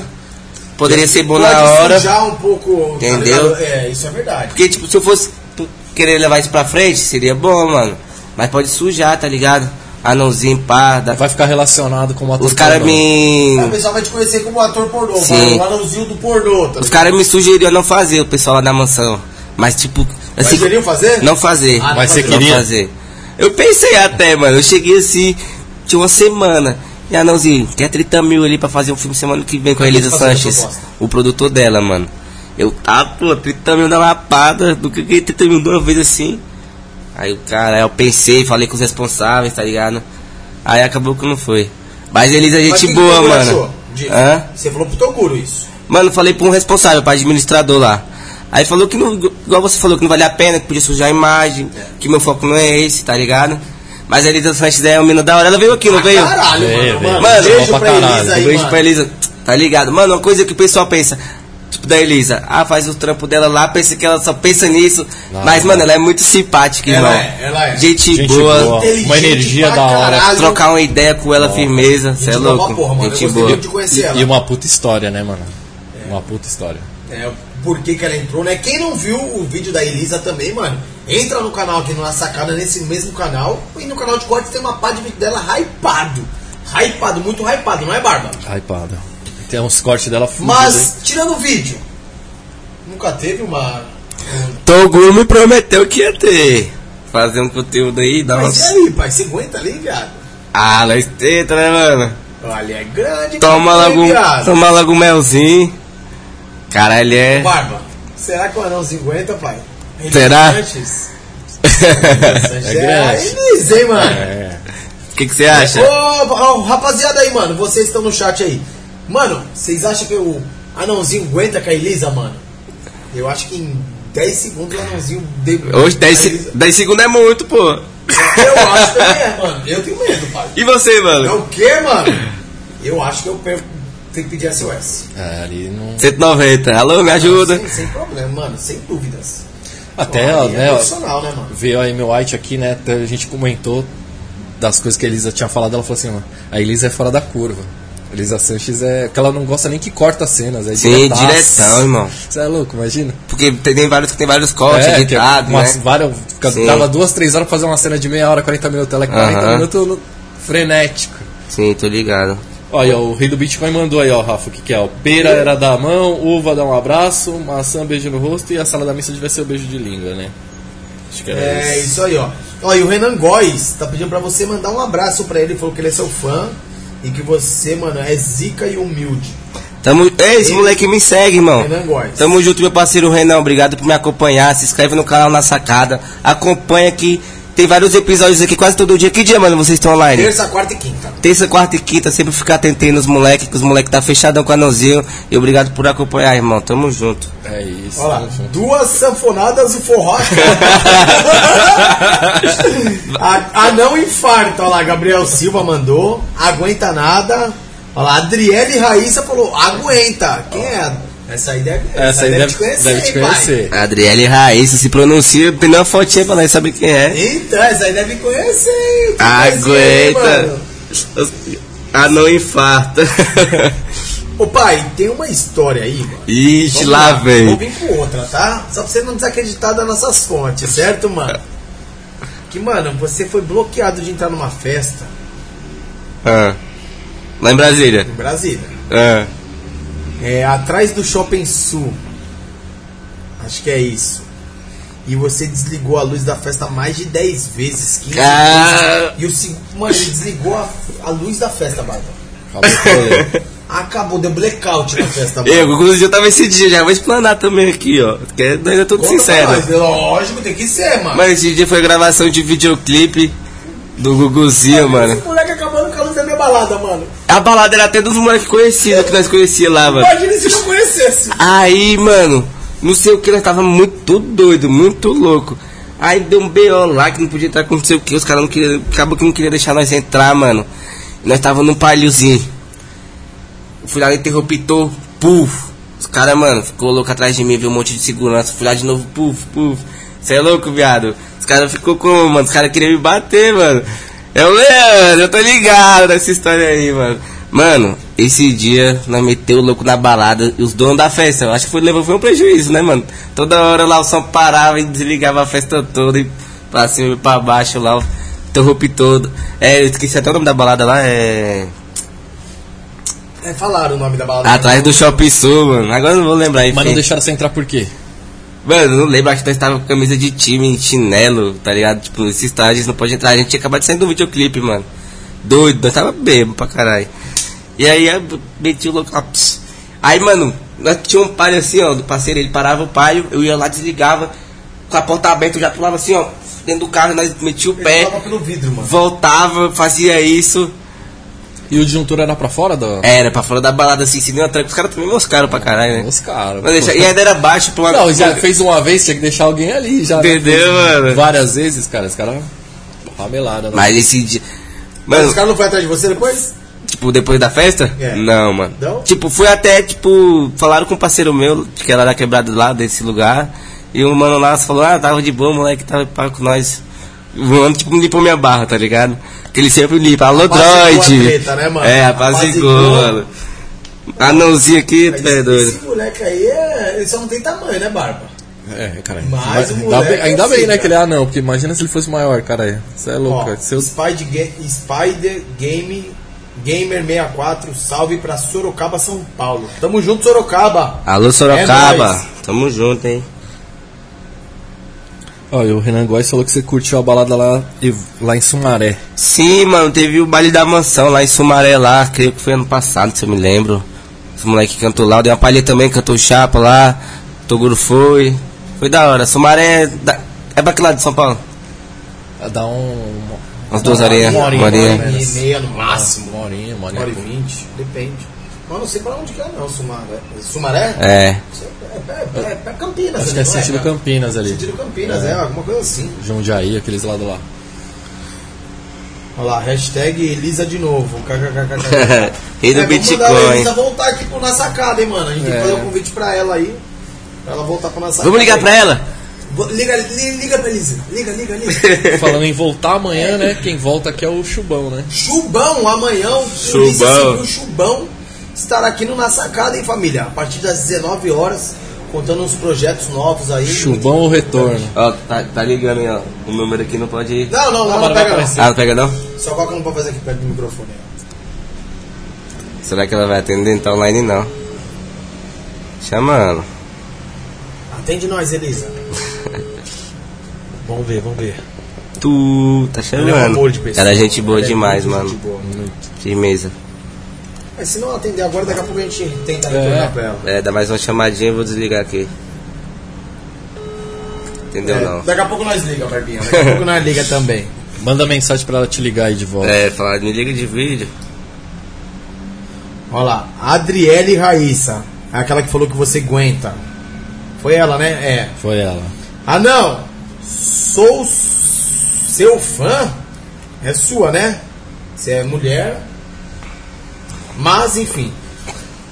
[SPEAKER 3] Poderia ser bom na
[SPEAKER 1] Pode
[SPEAKER 3] hora.
[SPEAKER 1] sujar um pouco. tá
[SPEAKER 3] Entendeu?
[SPEAKER 1] ligado? é, isso é verdade.
[SPEAKER 3] Porque, tipo, se eu fosse p- querer levar isso pra frente, seria bom, mano. Mas pode sujar, tá ligado? anãozinho, parda.
[SPEAKER 2] Vai ficar relacionado com o ator
[SPEAKER 3] Os
[SPEAKER 1] é
[SPEAKER 3] caras
[SPEAKER 2] pornô.
[SPEAKER 3] me.
[SPEAKER 1] O pessoal vai te conhecer como ator pornô, mano,
[SPEAKER 3] Sim.
[SPEAKER 1] o anãozinho do pornô. Tá
[SPEAKER 3] Os
[SPEAKER 1] ligado?
[SPEAKER 3] caras me sugeriram não fazer, o pessoal lá da mansão. Mas tipo.
[SPEAKER 1] Mas um
[SPEAKER 3] Assim,
[SPEAKER 1] queriam fazer?
[SPEAKER 3] Não fazer.
[SPEAKER 1] Ah, não
[SPEAKER 2] Mas você
[SPEAKER 1] fazer.
[SPEAKER 3] não
[SPEAKER 2] queria?
[SPEAKER 3] fazer. Eu pensei até, mano. Eu cheguei assim, tinha uma semana. E a Anãozinho, quer 30 mil ali pra fazer um filme semana que vem com a
[SPEAKER 1] Quem
[SPEAKER 3] Elisa
[SPEAKER 1] tá fazendo a
[SPEAKER 3] Sanches,
[SPEAKER 1] proposta?
[SPEAKER 3] o produtor dela, mano. Eu, tá, pô, 30 mil na lapada, do que que 30 mil de uma vez assim? Aí o cara, eu pensei, falei com os responsáveis, tá ligado? Aí acabou que não foi. Mas Elisa é
[SPEAKER 1] Mas
[SPEAKER 3] gente
[SPEAKER 1] quem que
[SPEAKER 3] boa,
[SPEAKER 1] Toguro
[SPEAKER 3] mano.
[SPEAKER 1] achou disso?
[SPEAKER 3] Hã?
[SPEAKER 1] Você falou pro Toguro isso.
[SPEAKER 3] Mano, eu falei pra um responsável, pra administrador lá. Aí falou que não. Igual você falou, que não vale a pena, que podia sujar a imagem, que meu foco não é esse, tá ligado? Mas a Elisa Sanches é uma mina da hora, ela veio aqui, não veio?
[SPEAKER 1] Ah, Caralho,
[SPEAKER 2] Veio,
[SPEAKER 1] mano.
[SPEAKER 2] veio.
[SPEAKER 1] mano.
[SPEAKER 3] Mano,
[SPEAKER 1] beijo
[SPEAKER 2] bom pra
[SPEAKER 1] pra Elisa
[SPEAKER 2] caralho.
[SPEAKER 1] aí,
[SPEAKER 3] Um beijo
[SPEAKER 1] mano.
[SPEAKER 3] pra Elisa. Tá ligado? Mano, uma coisa que o pessoal pensa. Tipo da Elisa. Ah, faz o trampo dela lá, pensa que ela só pensa nisso. mas, mano, ela é muito simpática,
[SPEAKER 1] Ela
[SPEAKER 3] irmão.
[SPEAKER 1] é, ela é.
[SPEAKER 3] Gente,
[SPEAKER 2] Gente
[SPEAKER 3] boa.
[SPEAKER 2] boa. Uma energia da hora.
[SPEAKER 3] Trocar uma ideia com ela, firmeza. Você é
[SPEAKER 1] boa pra
[SPEAKER 3] louco.
[SPEAKER 1] porra, mano. Eu
[SPEAKER 3] gente
[SPEAKER 1] gostei
[SPEAKER 3] boa.
[SPEAKER 1] muito de conhecer
[SPEAKER 2] E-
[SPEAKER 1] ela.
[SPEAKER 2] E uma puta história, né, mano? Uma puta história.
[SPEAKER 1] É, por que que ela entrou, né? Quem não viu o vídeo da Elisa também, mano, entra no canal aqui na sacada, nesse mesmo canal, e no canal de cortes tem uma pá de vídeo dela hypado. Hypado, muito hypado, não é, Barba?
[SPEAKER 2] Hypada. Tem uns cortes dela fudido, hein?
[SPEAKER 1] Mas, tirando o vídeo, nunca teve uma.
[SPEAKER 3] Toguro me prometeu que ia ter. Fazer um conteúdo aí, dar
[SPEAKER 1] Mas e
[SPEAKER 3] uns.
[SPEAKER 1] aí, pai? Você aguenta ali, viado?
[SPEAKER 3] Ah, nós tenta, né, mano?
[SPEAKER 1] Olha, é grande.
[SPEAKER 3] Toma
[SPEAKER 1] cara, hein,
[SPEAKER 3] logo, um-
[SPEAKER 1] viado?
[SPEAKER 3] toma logo um melzinho. Caralho, é.
[SPEAKER 1] Barba, será que o anãozinho aguenta, pai? Ele
[SPEAKER 3] Será?
[SPEAKER 1] Sanches. Sanches é, é a
[SPEAKER 2] grande.
[SPEAKER 1] Elisa, hein, mano?
[SPEAKER 2] É.
[SPEAKER 3] O que que você acha?
[SPEAKER 1] Ô, ô, rapaziada aí, mano, vocês estão no chat aí. Mano, vocês acham que o anãozinho aguenta com a Elisa, mano? Eu acho que em 10 segundos o anãozinho. De...
[SPEAKER 3] Hoje 10,
[SPEAKER 1] a
[SPEAKER 3] se-
[SPEAKER 1] Elisa-
[SPEAKER 3] 10 segundos é muito, pô.
[SPEAKER 1] Eu acho que é, mano. Eu tenho medo, pai.
[SPEAKER 3] E você,
[SPEAKER 1] É
[SPEAKER 3] mano?
[SPEAKER 1] o quê, mano? Eu acho que eu perco. Tem que pedir SOS.
[SPEAKER 2] É, ali não.
[SPEAKER 3] 190. Alô, me ajuda.
[SPEAKER 1] Sem, sem problema, mano, sem dúvidas.
[SPEAKER 2] Até,
[SPEAKER 1] Ó,
[SPEAKER 2] ó,
[SPEAKER 1] aí é
[SPEAKER 2] né? ó,
[SPEAKER 1] profissional, né, mano?
[SPEAKER 2] Veio a Amy White aqui, né? até A gente comentou das coisas que a Elisa tinha falado. Ela falou assim, mano, a Elisa é fora da curva. A Elisa Sanches é. que ela não gosta nem que corta as cenas. É
[SPEAKER 3] Sim,
[SPEAKER 2] diretaço.
[SPEAKER 3] diretão, irmão.
[SPEAKER 2] Você é louco, imagina?
[SPEAKER 3] Porque tem, tem vários que tem vários cortes,
[SPEAKER 2] é, que é
[SPEAKER 3] editado,
[SPEAKER 2] umas
[SPEAKER 3] né?
[SPEAKER 2] várias. fica-
[SPEAKER 3] Sim.
[SPEAKER 2] Dava duas, três horas pra fazer uma cena de meia hora, 40 minutos. Ela é 40
[SPEAKER 3] Aham.
[SPEAKER 2] minutos no- frenético.
[SPEAKER 3] Sim, tô ligado.
[SPEAKER 2] Olha, o rei do Bitcoin mandou aí, ó, Rafa, o que, que é? O pera era dar a mão, uva dá um abraço, maçã beijo no rosto e a sala da missa devia ser o beijo de língua, né? Acho que era
[SPEAKER 1] É
[SPEAKER 2] isso.
[SPEAKER 1] isso aí, ó. Ó, e o Renan Góes tá pedindo pra você mandar um abraço pra ele, falou que ele é seu fã e que você, mano, é zica e humilde.
[SPEAKER 3] Tamo... Ei, esse moleque me segue, irmão.
[SPEAKER 1] Renan Góes.
[SPEAKER 3] Tamo junto, meu parceiro Renan. Obrigado por me acompanhar. Se inscreve no canal Na Sacada. Acompanha aqui. Tem vários episódios aqui quase todo dia. Que dia, mano, vocês estão online?
[SPEAKER 1] Terça, quarta e quinta.
[SPEAKER 3] Terça, quarta e quinta, sempre ficar atentei nos moleques, que os moleques tá fechadão com a anãozinho. E obrigado por acompanhar, irmão. Tamo junto.
[SPEAKER 2] É isso.
[SPEAKER 1] Olha lá,
[SPEAKER 2] tamo junto.
[SPEAKER 1] duas sanfonadas o forró. a, a não infarta, olha lá, Gabriel Silva mandou, aguenta nada. Olha lá, Adriele Raíssa falou, aguenta. Quem é? Essa aí deve,
[SPEAKER 2] Essa aí deve, deve te
[SPEAKER 1] hein, pai?
[SPEAKER 2] conhecer.
[SPEAKER 3] Adriele Raíssa se pronuncia, tem uma fotinha pra nós saber quem é.
[SPEAKER 1] Então, essa aí deve conhecer. hein? Que coisinha, hein,
[SPEAKER 3] Aguenta.
[SPEAKER 1] mano?
[SPEAKER 3] Ah, não infarta.
[SPEAKER 1] Ô pai, tem uma história aí, mano.
[SPEAKER 3] Ixi,
[SPEAKER 1] Vamos
[SPEAKER 3] lá
[SPEAKER 1] Vou
[SPEAKER 3] vem.
[SPEAKER 1] vir com outra, tá? Só pra você não desacreditar das nossas fontes, certo, mano? Que, mano, você foi bloqueado de entrar numa festa
[SPEAKER 3] Ah. Lá em Brasília.
[SPEAKER 1] em Brasília.
[SPEAKER 3] Ah.
[SPEAKER 1] É, atrás do Shopping Sul. Acho que é isso. E você desligou a luz da festa mais de 10 vezes, 15
[SPEAKER 3] Ah.
[SPEAKER 1] vezes. E o segundo. Mano, ele desligou a, a luz da festa, Barba.
[SPEAKER 2] Acabou o rolê.
[SPEAKER 1] Acabou, deu blackout na festa, Barba.
[SPEAKER 3] Eu, inclusive, eu tava esse dia, já vou explanar também aqui, ó. Porque nós é tudo
[SPEAKER 1] Conta né? pra
[SPEAKER 3] sincero.
[SPEAKER 1] nós, Lógico, tem que ser, mano.
[SPEAKER 3] Mas esse dia foi gravação de videoclipe do Guguzinho, mano.
[SPEAKER 1] Esse moleque acabando com a luz da minha balada, mano.
[SPEAKER 3] A balada era até dos moleques conhecidos que nós conhecia lá, mano.
[SPEAKER 1] Imagina se não conhecesse.
[SPEAKER 3] Aí, mano, não sei o que, nós tava muito doido, muito louco. Aí deu um B.O. lá que não podia entrar com não sei o que, os caras não queriam, acabou que não queria deixar nós entrar, mano. Nós tava num palhozinho. Eu Fui lá no interruptor, puf. Os caras, mano, ficou louco atrás de mim, viu um monte de segurança. Fui lá de novo, puf, puf. Você é louco, viado? Os caras ficou como, mano? Os caras queriam me bater, mano. Eu, mano, eu tô ligado nessa história aí, mano. Mano, esse dia nós meteu o louco na balada e os donos da festa, eu acho que foi, levou, foi um prejuízo, né, mano? Toda hora lá o som parava e desligava a festa toda e pra cima e pra baixo lá. o- Interruptor. É, eu esqueci até o nome da balada lá, é.
[SPEAKER 1] É, falaram o nome da balada.
[SPEAKER 3] Atrás do Shopping Sul, mano. Agora eu não vou lembrar, enfim.
[SPEAKER 2] Mas não deixaram você entrar por quê?
[SPEAKER 3] Mano, eu não lembro, acho que nós tava com camisa de time, chinelo, tá ligado? Tipo, esses trajes não pode entrar. A gente tinha acabado de sair do videoclipe, mano. Doido, nós tava bebo pra caralho. E aí eu meti o louco. lá, ps. Aí, mano, nós tinha um palho assim, ó, do parceiro, ele parava o palho, eu ia lá, desligava, com a porta aberta, eu já pulava assim, ó, dentro do carro, nós metia o
[SPEAKER 1] Ele
[SPEAKER 3] pé,
[SPEAKER 1] falava pelo vidro, mano.
[SPEAKER 3] voltava, fazia isso.
[SPEAKER 2] E o disjuntor era pra fora da.
[SPEAKER 3] Era, pra fora da balada assim, se deu uma tranca. Os caras também moscaram pra caralho, né?
[SPEAKER 2] Os caras.
[SPEAKER 3] Mas deixa- e ainda era baixo pra uma.
[SPEAKER 2] Não, já fez uma vez, tinha que deixar alguém ali já. né?
[SPEAKER 3] Entendeu, mano?
[SPEAKER 2] Várias vezes, cara. Os caras. Ramelada, né?
[SPEAKER 3] Mas esse dia.
[SPEAKER 1] Mas os
[SPEAKER 3] Mano,
[SPEAKER 1] caras não foram atrás de você depois?
[SPEAKER 3] tipo, depois da festa?
[SPEAKER 1] É.
[SPEAKER 3] Não, mano.
[SPEAKER 1] Não?
[SPEAKER 3] Tipo, fui até, tipo, falaram com um parceiro meu, que era da quebrada lá desse lugar. E o mano lá falou, ah, tava de boa, moleque, tava pá com nós. O mano, tipo, limpou minha barra, tá ligado? Que ele sempre limpa. Alô,
[SPEAKER 1] Apazigou a
[SPEAKER 3] droid!
[SPEAKER 1] treta, né, mano?
[SPEAKER 3] É, apazigou,
[SPEAKER 1] Apazigou.
[SPEAKER 3] mano. Anãozinho aqui, tu é
[SPEAKER 1] Esse,
[SPEAKER 3] doido.
[SPEAKER 1] esse moleque aí, é- ele só não tem tamanho, né, Barba?
[SPEAKER 2] É, cara.
[SPEAKER 1] Mas o
[SPEAKER 2] ainda
[SPEAKER 1] moleque
[SPEAKER 2] bem, ainda
[SPEAKER 1] é
[SPEAKER 2] bem,
[SPEAKER 1] assim,
[SPEAKER 2] né,
[SPEAKER 1] cara.
[SPEAKER 2] que ele é anão, porque imagina se ele fosse maior, cara. Você é louco,
[SPEAKER 1] Ó,
[SPEAKER 2] cara. Seus...
[SPEAKER 1] Spider, Ga- Spider Game Gamer 64, salve pra Sorocaba, São Paulo. Tamo junto, Sorocaba.
[SPEAKER 3] Alô, Sorocaba.
[SPEAKER 1] É nóis.
[SPEAKER 3] Tamo junto, hein?
[SPEAKER 2] Ó, e o Renan Góes falou que você curtiu a balada lá, e- lá em Sumaré.
[SPEAKER 3] Sim, mano, teve o baile da mansão lá em Sumaré lá, creio que foi ano passado, se eu me lembro. Os moleque cantou lá, deu uma palha também, cantou chapa lá, Toguro foi. Foi da hora. Sumaré é da... é pra que lado de São Paulo?
[SPEAKER 2] Dá um.
[SPEAKER 3] Umas duas horinhas.
[SPEAKER 1] Uma horinha,
[SPEAKER 3] uma horinha.
[SPEAKER 1] uma horinha e meia no máximo.
[SPEAKER 2] Uma horinha, uma
[SPEAKER 1] Uma hora e
[SPEAKER 2] horinha.
[SPEAKER 1] vinte, depende. Mas não sei pra onde que é, não, Sumaré. Sumaré?
[SPEAKER 3] É.
[SPEAKER 1] É, é, é, pra Campinas,
[SPEAKER 2] Acho
[SPEAKER 1] ali,
[SPEAKER 2] que é
[SPEAKER 1] não
[SPEAKER 2] sentido
[SPEAKER 1] cara?
[SPEAKER 2] Campinas ali.
[SPEAKER 1] né? Sentido Campinas, é. alguma coisa assim.
[SPEAKER 2] Jundiaí, aqueles lados lá.
[SPEAKER 1] Olha lá, hashtag Elisa de novo. KKKKK.
[SPEAKER 3] Rei do
[SPEAKER 1] É, vamos mandar a
[SPEAKER 3] Bitcoin. É.
[SPEAKER 1] Elisa voltar aqui pro Na Sacada, hein, mano. A gente tem que fazer um convite pra ela aí. Pra ela voltar pro Na Sacada.
[SPEAKER 3] Vamos ligar
[SPEAKER 1] aí.
[SPEAKER 3] pra ela?
[SPEAKER 1] Bo- Liga, li- liga pra Elisa. Liga, liga, liga.
[SPEAKER 2] Falando em voltar amanhã, né? Quem volta aqui é o Chubão, né?
[SPEAKER 1] Chubão, amanhã. o Polícia
[SPEAKER 3] Chubão.
[SPEAKER 1] Civil Chubão estará aqui no Na Sacada, hein, família? A partir das 19 horas, contando uns projetos novos aí.
[SPEAKER 2] Chubão ou retorno?
[SPEAKER 3] Ó, tá, tá ligando aí, ó. O número aqui não pode ir.
[SPEAKER 1] Não, não, não, não
[SPEAKER 2] Agora vai
[SPEAKER 1] pega não.
[SPEAKER 2] aparecer.
[SPEAKER 3] Ah, não pega não?
[SPEAKER 1] Só coloca não pode fazer aqui perto do microfone. ó.
[SPEAKER 3] Será que ela vai atender? Não tá online não. Chama ela.
[SPEAKER 1] Atende nós, Elisa. vamos ver, vamos ver.
[SPEAKER 3] Tu tá chamando.
[SPEAKER 1] Ela é um amor de pessoa.
[SPEAKER 3] Ela é gente boa
[SPEAKER 1] Ela é
[SPEAKER 3] demais,
[SPEAKER 1] muito
[SPEAKER 3] mano.
[SPEAKER 1] gente boa.
[SPEAKER 3] Firmeza.
[SPEAKER 1] Mas se não atender agora, daqui a pouco a gente tenta
[SPEAKER 2] É.
[SPEAKER 1] retornar pra ela.
[SPEAKER 3] É, dá mais uma chamadinha e vou desligar aqui. Entendeu
[SPEAKER 1] É,
[SPEAKER 3] não?
[SPEAKER 1] Daqui a pouco nós liga, Barbinha. Daqui a pouco nós liga também.
[SPEAKER 2] Manda mensagem pra ela te ligar aí de volta.
[SPEAKER 3] É, falar, me liga de vídeo.
[SPEAKER 1] Olha lá, Adriele Raíssa. É Aquela que falou que você aguenta. Foi ela, né? É.
[SPEAKER 2] Foi ela.
[SPEAKER 1] Ah, não! Sou s- seu fã? É sua, né? Você é mulher. Mas, enfim.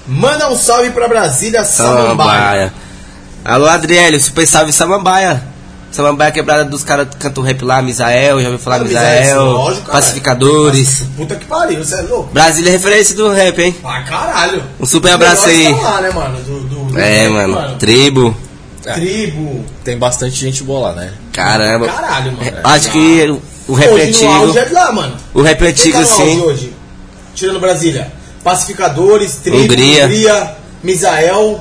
[SPEAKER 1] Manda um salve pra Brasília, Samambaia.
[SPEAKER 3] Samambaia. Alô, Adriele, super salve Samambaia. Samambaia quebrada dos caras que cantam rap lá, Misael, já ouviu falar
[SPEAKER 1] Ah,
[SPEAKER 3] Misael,
[SPEAKER 1] lógico, caralho.
[SPEAKER 3] Pacificadores.
[SPEAKER 1] Puta que pariu, você é louco.
[SPEAKER 3] Brasília é referência do rap, hein?
[SPEAKER 1] Ah, caralho.
[SPEAKER 3] Um super abraço aí.
[SPEAKER 1] Melhores tão lá, né, mano? Do- do- do-
[SPEAKER 3] É, mano, tribo.
[SPEAKER 1] Tribo.
[SPEAKER 2] Tem bastante gente boa lá, né?
[SPEAKER 3] Caramba.
[SPEAKER 1] Caralho, mano.
[SPEAKER 3] É, Acho que o rap
[SPEAKER 1] Hoje no auge
[SPEAKER 3] antigo,
[SPEAKER 1] é lá, mano.
[SPEAKER 3] o rap
[SPEAKER 1] Quem tá
[SPEAKER 3] antigo
[SPEAKER 1] no auge
[SPEAKER 3] sim.
[SPEAKER 1] hoje? Tirando Brasília. Pacificadores, Tribo,
[SPEAKER 3] Hungria. Ah.
[SPEAKER 1] Misael,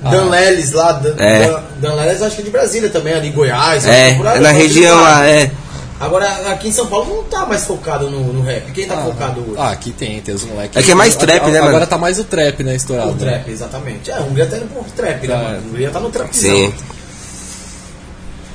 [SPEAKER 1] Dan Lelis lá. Dan,
[SPEAKER 3] É.
[SPEAKER 1] Dan- Dan Lelis acho que é de Brasília também, ali Goiás.
[SPEAKER 3] É,
[SPEAKER 1] acho que por
[SPEAKER 3] é
[SPEAKER 1] ali,
[SPEAKER 3] na
[SPEAKER 1] tá
[SPEAKER 3] região
[SPEAKER 1] utilizado.
[SPEAKER 3] lá, é.
[SPEAKER 1] Agora, aqui em São Paulo não tá mais focado no, no rap. Quem tá focado hoje?
[SPEAKER 2] Ah, aqui tem, tem os moleques.
[SPEAKER 3] É que é mais
[SPEAKER 2] A-
[SPEAKER 3] trap,
[SPEAKER 2] a-
[SPEAKER 3] né,
[SPEAKER 2] Agora
[SPEAKER 3] mano?
[SPEAKER 2] tá mais o trap, né, estourado.
[SPEAKER 1] O trap, exatamente. É, a Hungria tá indo pro trap, né,
[SPEAKER 2] Tá,
[SPEAKER 1] mano?
[SPEAKER 2] é.
[SPEAKER 1] A Hungria tá no trapzão.
[SPEAKER 3] Sim.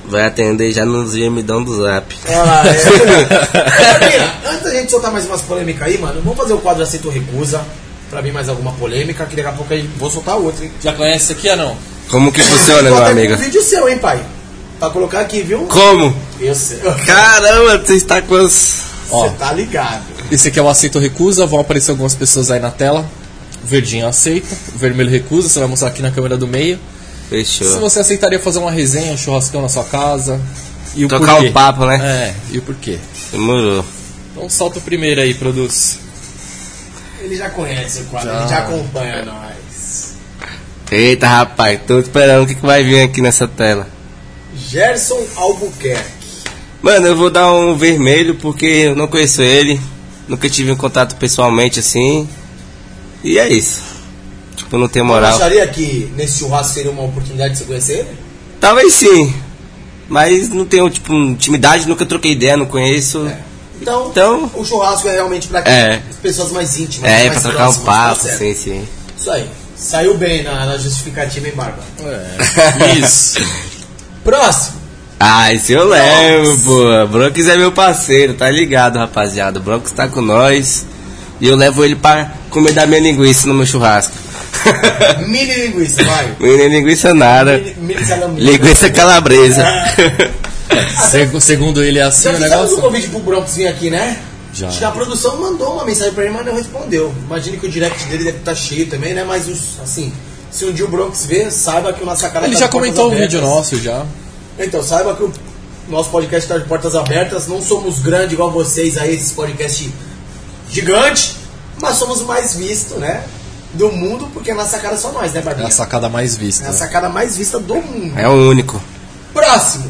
[SPEAKER 3] Vai atender já nos gemidão do zap.
[SPEAKER 1] Ela é. Sabina, antes da gente soltar mais umas polêmicas aí, mano, vamos fazer o quadro Aceito Recusa. Pra mim, mais alguma polêmica, que daqui a pouco aí vou soltar outra, hein?
[SPEAKER 2] Já conhece esse aqui ou não?
[SPEAKER 3] Como que
[SPEAKER 1] Tô
[SPEAKER 3] funciona, né, meu
[SPEAKER 1] até com
[SPEAKER 3] amigo?
[SPEAKER 1] Um vídeo seu, hein, pai? Pra colocar aqui, viu?
[SPEAKER 3] Como?
[SPEAKER 1] Eu sei.
[SPEAKER 3] Caramba, você está com as.
[SPEAKER 1] Você tá ligado.
[SPEAKER 2] Esse aqui é o aceito ou recusa, vão aparecer algumas pessoas aí na tela. O Verdinho aceita, o vermelho recusa, você vai mostrar aqui na câmera do meio. Se
[SPEAKER 3] Fechou.
[SPEAKER 2] você aceitaria fazer uma resenha, um churrascão na sua casa. E o
[SPEAKER 3] Trocar
[SPEAKER 2] porquê.
[SPEAKER 3] um papo, né?
[SPEAKER 2] É, e o porquê.
[SPEAKER 3] Demorou.
[SPEAKER 2] Então solta o primeiro aí, produz.
[SPEAKER 1] Ele já conhece o quadro, ele já acompanha nós.
[SPEAKER 3] Eita, rapaz, tô esperando o que, que vai vir aqui nessa tela.
[SPEAKER 1] Gerson Albuquerque.
[SPEAKER 3] Mano, eu vou dar um vermelho porque eu não conheço ele. Nunca tive um contato pessoalmente assim. E é isso. Tipo, não tem
[SPEAKER 1] Você
[SPEAKER 3] moral.
[SPEAKER 1] acharia que nesse churrasco seria uma oportunidade de você conhecer ele?
[SPEAKER 3] Talvez sim. Mas não tenho, tipo, intimidade, nunca troquei ideia, não conheço.
[SPEAKER 1] Então,
[SPEAKER 3] Então-
[SPEAKER 1] o churrasco é realmente pra
[SPEAKER 3] É.
[SPEAKER 1] as pessoas mais íntimas.
[SPEAKER 3] É,
[SPEAKER 1] mais
[SPEAKER 3] pra trocar um
[SPEAKER 1] próximas, tá
[SPEAKER 3] papo,
[SPEAKER 1] certo.
[SPEAKER 3] sim, sim.
[SPEAKER 1] Isso aí. Saiu bem na, na justificativa, hein, Barba?
[SPEAKER 2] É. Isso.
[SPEAKER 1] Próximo.
[SPEAKER 3] Ah, esse eu levo, pô. Broncos é meu parceiro, tá ligado, rapaziada. O Broncos tá com nós. E eu levo ele pra comer da minha linguiça no meu churrasco.
[SPEAKER 1] Mini linguiça, vai.
[SPEAKER 3] Minha linguiça é
[SPEAKER 2] É.
[SPEAKER 3] nada.
[SPEAKER 1] Mini, mini salame.
[SPEAKER 3] Linguiça calabresa.
[SPEAKER 2] Segu- segundo ele é assim
[SPEAKER 1] Já
[SPEAKER 2] o
[SPEAKER 1] fizemos um
[SPEAKER 2] negócio.
[SPEAKER 1] convite pro Broncos vir aqui, né?
[SPEAKER 2] Já.
[SPEAKER 1] Acho que a produção mandou uma mensagem pra ele, mas não respondeu. Imagino que o direct dele deve estar cheio também, né? Mas, os- assim, se um dia o Broncos ver, saiba que o Nossa Cara
[SPEAKER 2] Ele
[SPEAKER 1] tá
[SPEAKER 2] já
[SPEAKER 1] de portas
[SPEAKER 2] comentou um
[SPEAKER 1] abertas.
[SPEAKER 2] vídeo nosso já.
[SPEAKER 1] Então, saiba que o nosso podcast está de portas abertas. Não somos grande igual vocês aí, esse podcast gigante, mas somos o mais visto, né? Do mundo, porque é na sacada só nós, né,
[SPEAKER 2] É
[SPEAKER 1] Barbinha?
[SPEAKER 2] a sacada mais
[SPEAKER 1] É
[SPEAKER 2] vista.
[SPEAKER 1] a sacada mais vista do mundo.
[SPEAKER 3] É o único.
[SPEAKER 1] Próximo!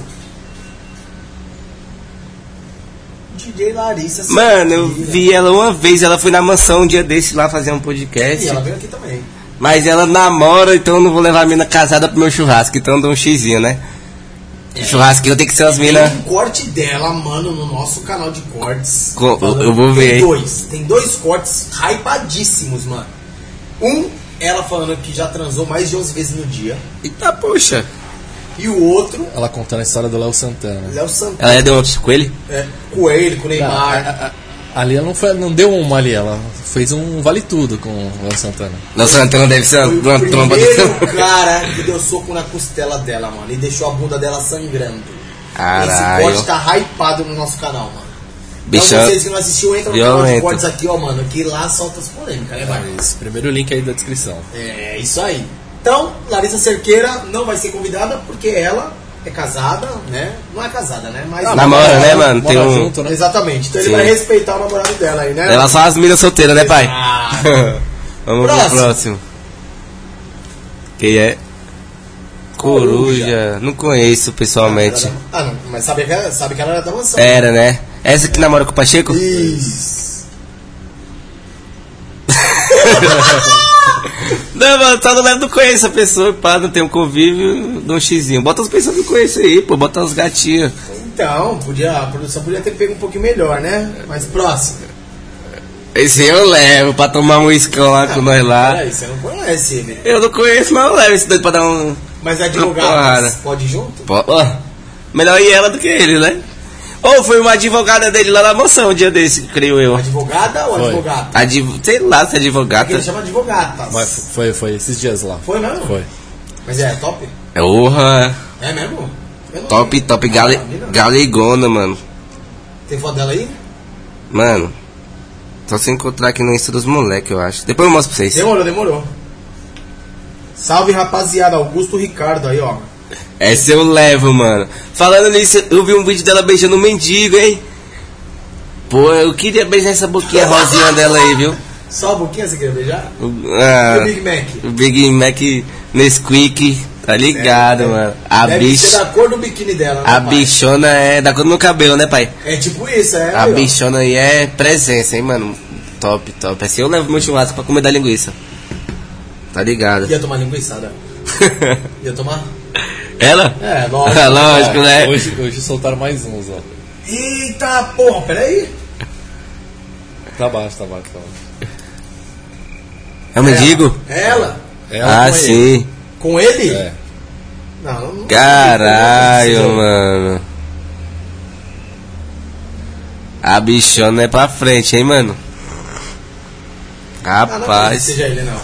[SPEAKER 1] DJ Larissa.
[SPEAKER 3] Mano, eu
[SPEAKER 1] Silveira.
[SPEAKER 3] vi ela uma vez, ela foi na mansão um dia desse lá fazer um podcast.
[SPEAKER 1] E ela veio aqui também.
[SPEAKER 3] Mas ela namora, então eu não vou levar a mina casada pro meu churrasco, então eu dou um xizinho, né?
[SPEAKER 1] É.
[SPEAKER 3] Churrasquinho tem que ser as minas.
[SPEAKER 1] Tem um corte dela, mano, no nosso canal de cortes.
[SPEAKER 3] Co- eu-
[SPEAKER 1] Falando-
[SPEAKER 3] eu vou ver,
[SPEAKER 1] Tem
[SPEAKER 3] hein?
[SPEAKER 1] dois. Tem dois cortes hypadíssimos, mano. Um, ela falando que já transou mais de 11 vezes no dia.
[SPEAKER 3] Eita, poxa.
[SPEAKER 1] E o outro,
[SPEAKER 2] Ela contando a história do Léo Santana.
[SPEAKER 1] Léo Santana.
[SPEAKER 3] Ela é de onde? Coelho?
[SPEAKER 1] É, Coelho, com o Neymar.
[SPEAKER 3] é,
[SPEAKER 2] A- a- a- Ali ela não, foi, não deu uma ali, ela fez um vale tudo com o Léo Santana.
[SPEAKER 3] Nossa, Santana deve ser
[SPEAKER 1] Foi
[SPEAKER 3] uma,
[SPEAKER 1] o
[SPEAKER 3] uma tromba do
[SPEAKER 1] primeiro cara que deu soco na costela dela, mano. E deixou a bunda dela sangrando.
[SPEAKER 3] Caralho.
[SPEAKER 1] Esse corte tá hypado no nosso canal, mano. Então
[SPEAKER 3] Bichão.
[SPEAKER 1] vocês que não assistiu, entra no canal de
[SPEAKER 3] violento.
[SPEAKER 1] cortes aqui, ó, mano. Que lá solta as polêmicas, né, Barney?
[SPEAKER 2] Esse primeiro link aí da descrição.
[SPEAKER 1] É isso aí. Então, Larissa Cerqueira não vai ser convidada porque ela é casada, né? Não é casada, né? Mas
[SPEAKER 3] Namora, né, mano?
[SPEAKER 2] Mora
[SPEAKER 3] Tem um-
[SPEAKER 2] junto, né?
[SPEAKER 1] Exatamente. Então
[SPEAKER 3] Sim.
[SPEAKER 1] ele vai respeitar o namorado dela aí, né?
[SPEAKER 3] Ela só as minas solteiras, né, pai?
[SPEAKER 1] Ah.
[SPEAKER 3] Vamos pro
[SPEAKER 1] Próximo.
[SPEAKER 3] próximo. Quem é? Coruja. Não conheço pessoalmente.
[SPEAKER 1] Ela era da- Ah, não, mas sabe que, ela- sabe que ela era da mansão.
[SPEAKER 3] Era, né? Essa que namora com o Pacheco?
[SPEAKER 1] Isso.
[SPEAKER 3] Não, mano, só não lembro, não conheço a pessoa, pá, não tem um convívio, dou um xizinho. Bota as pessoas que eu conheço aí, pô, bota os gatinhos.
[SPEAKER 1] Então, podia, a produção podia ter pego um pouquinho melhor, né? Mas próximo.
[SPEAKER 3] Esse eu levo pra tomar um uiscão lá com nós lá.
[SPEAKER 1] Peraí, você não conhece né? ele.
[SPEAKER 3] Eu não conheço, mas eu levo esse doido pra dar um.
[SPEAKER 1] Mas
[SPEAKER 3] Cara.
[SPEAKER 1] advogados, pode ir junto?
[SPEAKER 3] Pô, ó, melhor ir ela do que ele, né? Ou foi uma advogada dele lá na mansão um dia desse, creio eu.
[SPEAKER 1] Advogada ou
[SPEAKER 2] Foi.
[SPEAKER 1] advogado?
[SPEAKER 3] Adv... Sei lá se é
[SPEAKER 1] Porque ele
[SPEAKER 3] advogada.
[SPEAKER 1] chama advogatas.
[SPEAKER 2] Mas foi, foi esses dias lá.
[SPEAKER 1] Foi mesmo?
[SPEAKER 2] Foi.
[SPEAKER 1] Mas é top?
[SPEAKER 3] É urra.
[SPEAKER 1] É mesmo? Eu não
[SPEAKER 3] Top,
[SPEAKER 1] sei.
[SPEAKER 3] top, gale... galegona, mano.
[SPEAKER 1] Tem foto dela aí?
[SPEAKER 3] Mano, só se encontrar aqui no Insta dos moleques, eu acho. Depois eu mostro pra vocês.
[SPEAKER 1] Demorou, demorou. Salve rapaziada, Augusto Ricardo aí, ó.
[SPEAKER 3] Essa eu levo, É mano. Falando nisso, eu vi um vídeo dela beijando um mendigo, hein? Pô, eu queria beijar essa boquinha rosinha dela aí, viu?
[SPEAKER 1] Só a boquinha você quer beijar?
[SPEAKER 3] O-
[SPEAKER 1] E
[SPEAKER 3] Ah,
[SPEAKER 1] o Big Mac?
[SPEAKER 3] o Big Mac Nesquik, tá ligado, mano? A,
[SPEAKER 1] É, Deve
[SPEAKER 3] bicho,
[SPEAKER 1] ser da cor do biquíni dela, né,
[SPEAKER 3] a
[SPEAKER 1] pai?
[SPEAKER 3] bichona é da cor do meu cabelo, né, pai?
[SPEAKER 1] É tipo isso, é.
[SPEAKER 3] A
[SPEAKER 1] aí, ó.
[SPEAKER 3] bichona aí é presença, hein, mano? Top, top. Assim eu levo meu churrasco pra comer da linguiça. Tá ligado?
[SPEAKER 1] Ia tomar linguiçada. Ia tomar?
[SPEAKER 3] Ela?
[SPEAKER 1] É, lógico.
[SPEAKER 3] Lógico, né?
[SPEAKER 2] Hoje, hoje soltaram mais uns, ó.
[SPEAKER 1] Eita porra, peraí.
[SPEAKER 2] Tá baixo, tá baixo, tá baixo.
[SPEAKER 3] É um mendigo?
[SPEAKER 1] Ela?
[SPEAKER 2] É, Ela
[SPEAKER 3] ah,
[SPEAKER 2] com ele.
[SPEAKER 3] sim.
[SPEAKER 1] Com ele?
[SPEAKER 2] É.
[SPEAKER 1] Não, não.
[SPEAKER 3] Caralho, mano. A bichona é pra frente, hein, mano?
[SPEAKER 1] Ah, não acredito que
[SPEAKER 3] Rapaz.
[SPEAKER 1] seja ele, não.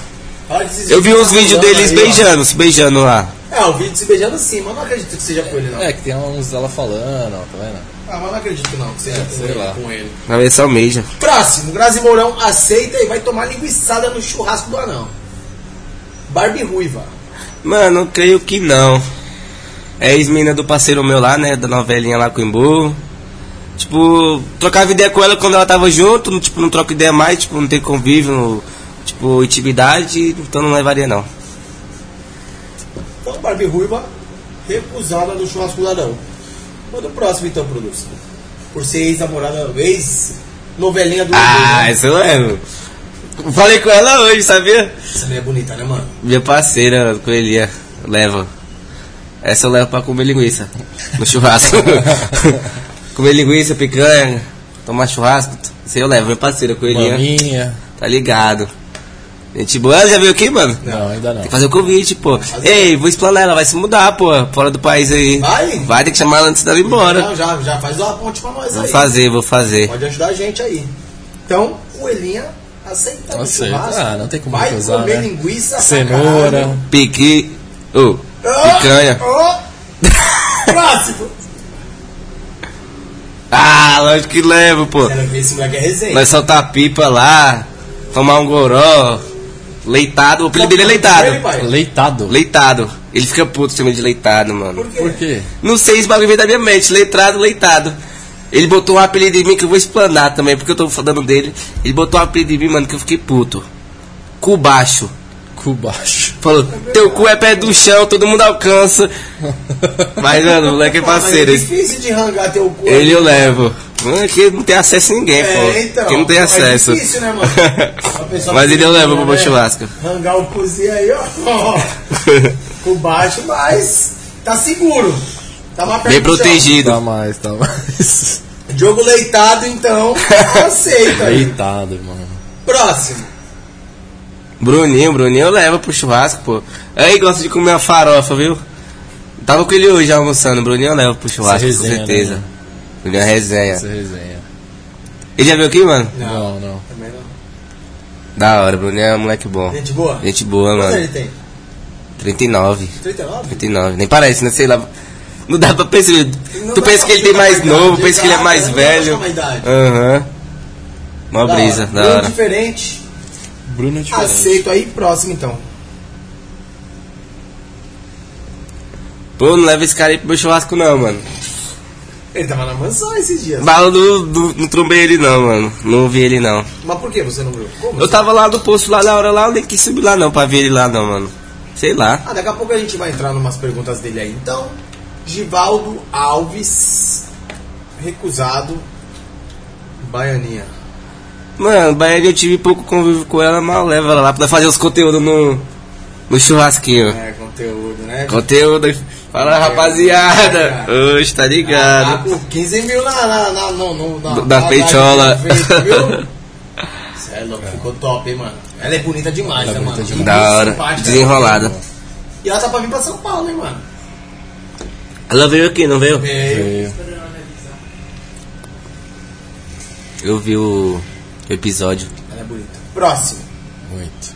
[SPEAKER 1] Olha esses
[SPEAKER 3] Eu vi uns
[SPEAKER 1] que tá
[SPEAKER 3] vídeos
[SPEAKER 1] rolando
[SPEAKER 3] deles
[SPEAKER 1] aí, ó.
[SPEAKER 3] beijando, se beijando lá.
[SPEAKER 1] É, o vídeo se beijando sim, mas não acredito que seja com ele, não.
[SPEAKER 2] É, que tem uns dela falando, ó, tá vendo?
[SPEAKER 1] Ah, mas não acredito não que seja
[SPEAKER 2] É,
[SPEAKER 1] com,
[SPEAKER 2] sei
[SPEAKER 1] ele,
[SPEAKER 2] lá.
[SPEAKER 1] com ele.
[SPEAKER 3] Na versão mídia.
[SPEAKER 1] Próximo, Grazi Mourão aceita e vai tomar linguiçada no churrasco do anão. Barbie Ruiva.
[SPEAKER 3] Mano, eu creio que não. É ex-mina do parceiro meu lá, né? Da novelinha lá com o Imbu. Tipo, trocava ideia com ela quando ela tava junto, não, tipo, não troco ideia mais, tipo, não tem convívio, não- tipo, intimidade, então não levaria não.
[SPEAKER 1] Então, Barbie Ruiva recusada no churrasco do anão. Manda o próximo então, produção. Por ser ex-namorada, ex-novelinha do. né?
[SPEAKER 3] Ah,
[SPEAKER 1] Rodrigo,
[SPEAKER 3] isso mesmo. Falei com ela hoje, sabia?
[SPEAKER 1] né? Essa mulher é bonita, né, mano?
[SPEAKER 3] Minha parceira, coelhinha, leva. Essa eu levo pra comer linguiça. No churrasco. comer linguiça, picanha, tomar churrasco. Isso aí eu levo, minha parceira, coelhinha.
[SPEAKER 2] Maminha.
[SPEAKER 3] Tá ligado. Gente boa, ela já veio aqui, mano?
[SPEAKER 2] Não, ainda não.
[SPEAKER 3] Tem que fazer o convite, pô. Ei, vou explanar, ela vai se mudar, pô. Fora do país aí.
[SPEAKER 1] Vai?
[SPEAKER 3] Vai ter que chamar ela antes dela ir embora.
[SPEAKER 1] Não, Então, já, já faz uma ponte pra nós
[SPEAKER 3] Vou
[SPEAKER 1] aí.
[SPEAKER 3] fazer, vou fazer.
[SPEAKER 1] Pode ajudar a gente aí. Então, coelhinha aceita o
[SPEAKER 2] Aceita.
[SPEAKER 1] churrasco.
[SPEAKER 2] Ah, não tem como
[SPEAKER 1] Vai
[SPEAKER 2] recusar,
[SPEAKER 1] comer
[SPEAKER 2] né?
[SPEAKER 1] linguiça pra
[SPEAKER 2] Cenoura.
[SPEAKER 1] caralho.
[SPEAKER 3] Piqui. Ô,
[SPEAKER 1] Ah,
[SPEAKER 3] picanha.
[SPEAKER 1] ah. Próximo.
[SPEAKER 3] Ah, lógico que levo, pô.
[SPEAKER 1] Quero ver esse moleque é resenha.
[SPEAKER 3] Vai soltar pipa lá, tomar um goró. Leitado, o apelido dele é
[SPEAKER 1] Ele,
[SPEAKER 3] leitado.
[SPEAKER 1] pai.
[SPEAKER 2] Leitado.
[SPEAKER 3] Leitado. Ele fica puto chamando de leitado,
[SPEAKER 1] Por
[SPEAKER 3] mano.
[SPEAKER 1] quê?
[SPEAKER 2] Por quê?
[SPEAKER 3] Não sei, esse bagulho veio da minha mente. Letrado, leitado. Ele botou um apelido em mim que eu vou explanar também, porque eu tô falando dele. Ele botou um apelido em mim, mano, que eu fiquei puto. Cu baixo.
[SPEAKER 2] Cu baixo.
[SPEAKER 3] Falou, teu cu é pé do chão, todo mundo alcança. Mas, mano, o moleque é
[SPEAKER 1] Pô, mas
[SPEAKER 3] parceiro.
[SPEAKER 1] É
[SPEAKER 3] Ele,
[SPEAKER 1] difícil de rangar teu cu.
[SPEAKER 3] ele eu levo. Mano, Aqui não tem acesso a ninguém, pô.
[SPEAKER 1] É, então.
[SPEAKER 3] Aqui não tem
[SPEAKER 1] É
[SPEAKER 3] acesso.
[SPEAKER 1] difícil, né, mano? Uma pessoa
[SPEAKER 3] Mas ele eu
[SPEAKER 1] pequena,
[SPEAKER 3] levo pro meu
[SPEAKER 1] né?
[SPEAKER 3] churrasco.
[SPEAKER 1] Rangar o cozinho aí, ó. ó. Por baixo, mas tá seguro. Tá mais perto
[SPEAKER 3] Bem
[SPEAKER 1] do chão.
[SPEAKER 3] protegido.
[SPEAKER 2] Tá mais, tá mais.
[SPEAKER 1] Diogo Leitado, então, aceita. aí.
[SPEAKER 2] Leitado, mano.
[SPEAKER 1] Próximo.
[SPEAKER 3] Bruninho, Bruninho eu levo pro churrasco, pô. Aí gosta de comer uma farofa, viu? Tava com ele hoje almoçando, Bruninho eu levo pro churrasco,
[SPEAKER 2] resenha,
[SPEAKER 3] com
[SPEAKER 2] né,
[SPEAKER 3] certeza.
[SPEAKER 2] mano?
[SPEAKER 3] Bruninho é resenha.
[SPEAKER 2] Essa resenha.
[SPEAKER 3] Ele já veio aqui, mano?
[SPEAKER 2] Não, não.
[SPEAKER 1] Também não.
[SPEAKER 3] Da hora, Bruninho é um moleque bom.
[SPEAKER 1] Gente boa?
[SPEAKER 3] Gente boa,
[SPEAKER 1] Quanto
[SPEAKER 3] mano.
[SPEAKER 1] ele tem?
[SPEAKER 3] 39.
[SPEAKER 1] 39?
[SPEAKER 3] 39. Nem parece, né? Sei lá. Não dá pra perceber.
[SPEAKER 1] Não
[SPEAKER 3] tu
[SPEAKER 1] dá
[SPEAKER 3] pensa
[SPEAKER 1] pra
[SPEAKER 3] que ele tem
[SPEAKER 1] achar
[SPEAKER 3] mais
[SPEAKER 1] uma
[SPEAKER 3] novo,
[SPEAKER 1] idade,
[SPEAKER 3] pensa que ele é mais
[SPEAKER 1] exato, não dá pra
[SPEAKER 3] velho.
[SPEAKER 1] achar uma idade.
[SPEAKER 3] Aham. Uma brisa, da
[SPEAKER 1] Muito
[SPEAKER 3] hora.
[SPEAKER 1] diferente. Ah,
[SPEAKER 2] Bruno é diferente.
[SPEAKER 1] Aceito aí, próximo então.
[SPEAKER 3] Pô, não leva esse cara aí pro meu churrasco não, mano.
[SPEAKER 1] Ele tava na mansão esses dias.
[SPEAKER 3] Bala não, não, não trombei ele não, mano. Não vi ele não.
[SPEAKER 1] Mas por que você não viu? Como assim?
[SPEAKER 3] Eu
[SPEAKER 1] você-
[SPEAKER 3] tava lá no posto lá na hora lá, eu nem quis subir lá não pra ver ele lá não, mano. Sei lá.
[SPEAKER 1] Ah, daqui a pouco a gente vai entrar em umas perguntas dele aí. Então, Givaldo Alves, recusado, Baianinha.
[SPEAKER 3] Mano, Baiana eu tive pouco convívio com ela, mas eu levo ela lá pra fazer os conteúdos no. no churrasquinho.
[SPEAKER 1] É, conteúdo, né?
[SPEAKER 3] Conteúdo. Fala rapaziada! Hoje tá
[SPEAKER 1] Ah,
[SPEAKER 3] ligado.
[SPEAKER 1] com 15 mil na, na, na, no- no- na,
[SPEAKER 3] Da peitola.
[SPEAKER 1] perfeita, viu? Cê é louco, ficou top, hein, mano. Ela é bonita demais, né, mano? E
[SPEAKER 3] Da
[SPEAKER 1] muito
[SPEAKER 3] hora.
[SPEAKER 1] simpática.
[SPEAKER 3] Desenrolada.
[SPEAKER 1] E ela tá pra vir pra São Paulo, hein, mano?
[SPEAKER 3] Ela veio aqui, não veio?
[SPEAKER 1] Veio.
[SPEAKER 2] Veio.
[SPEAKER 3] Eu vi o episódio.
[SPEAKER 1] Ela é bonita. Próximo.
[SPEAKER 2] Muito.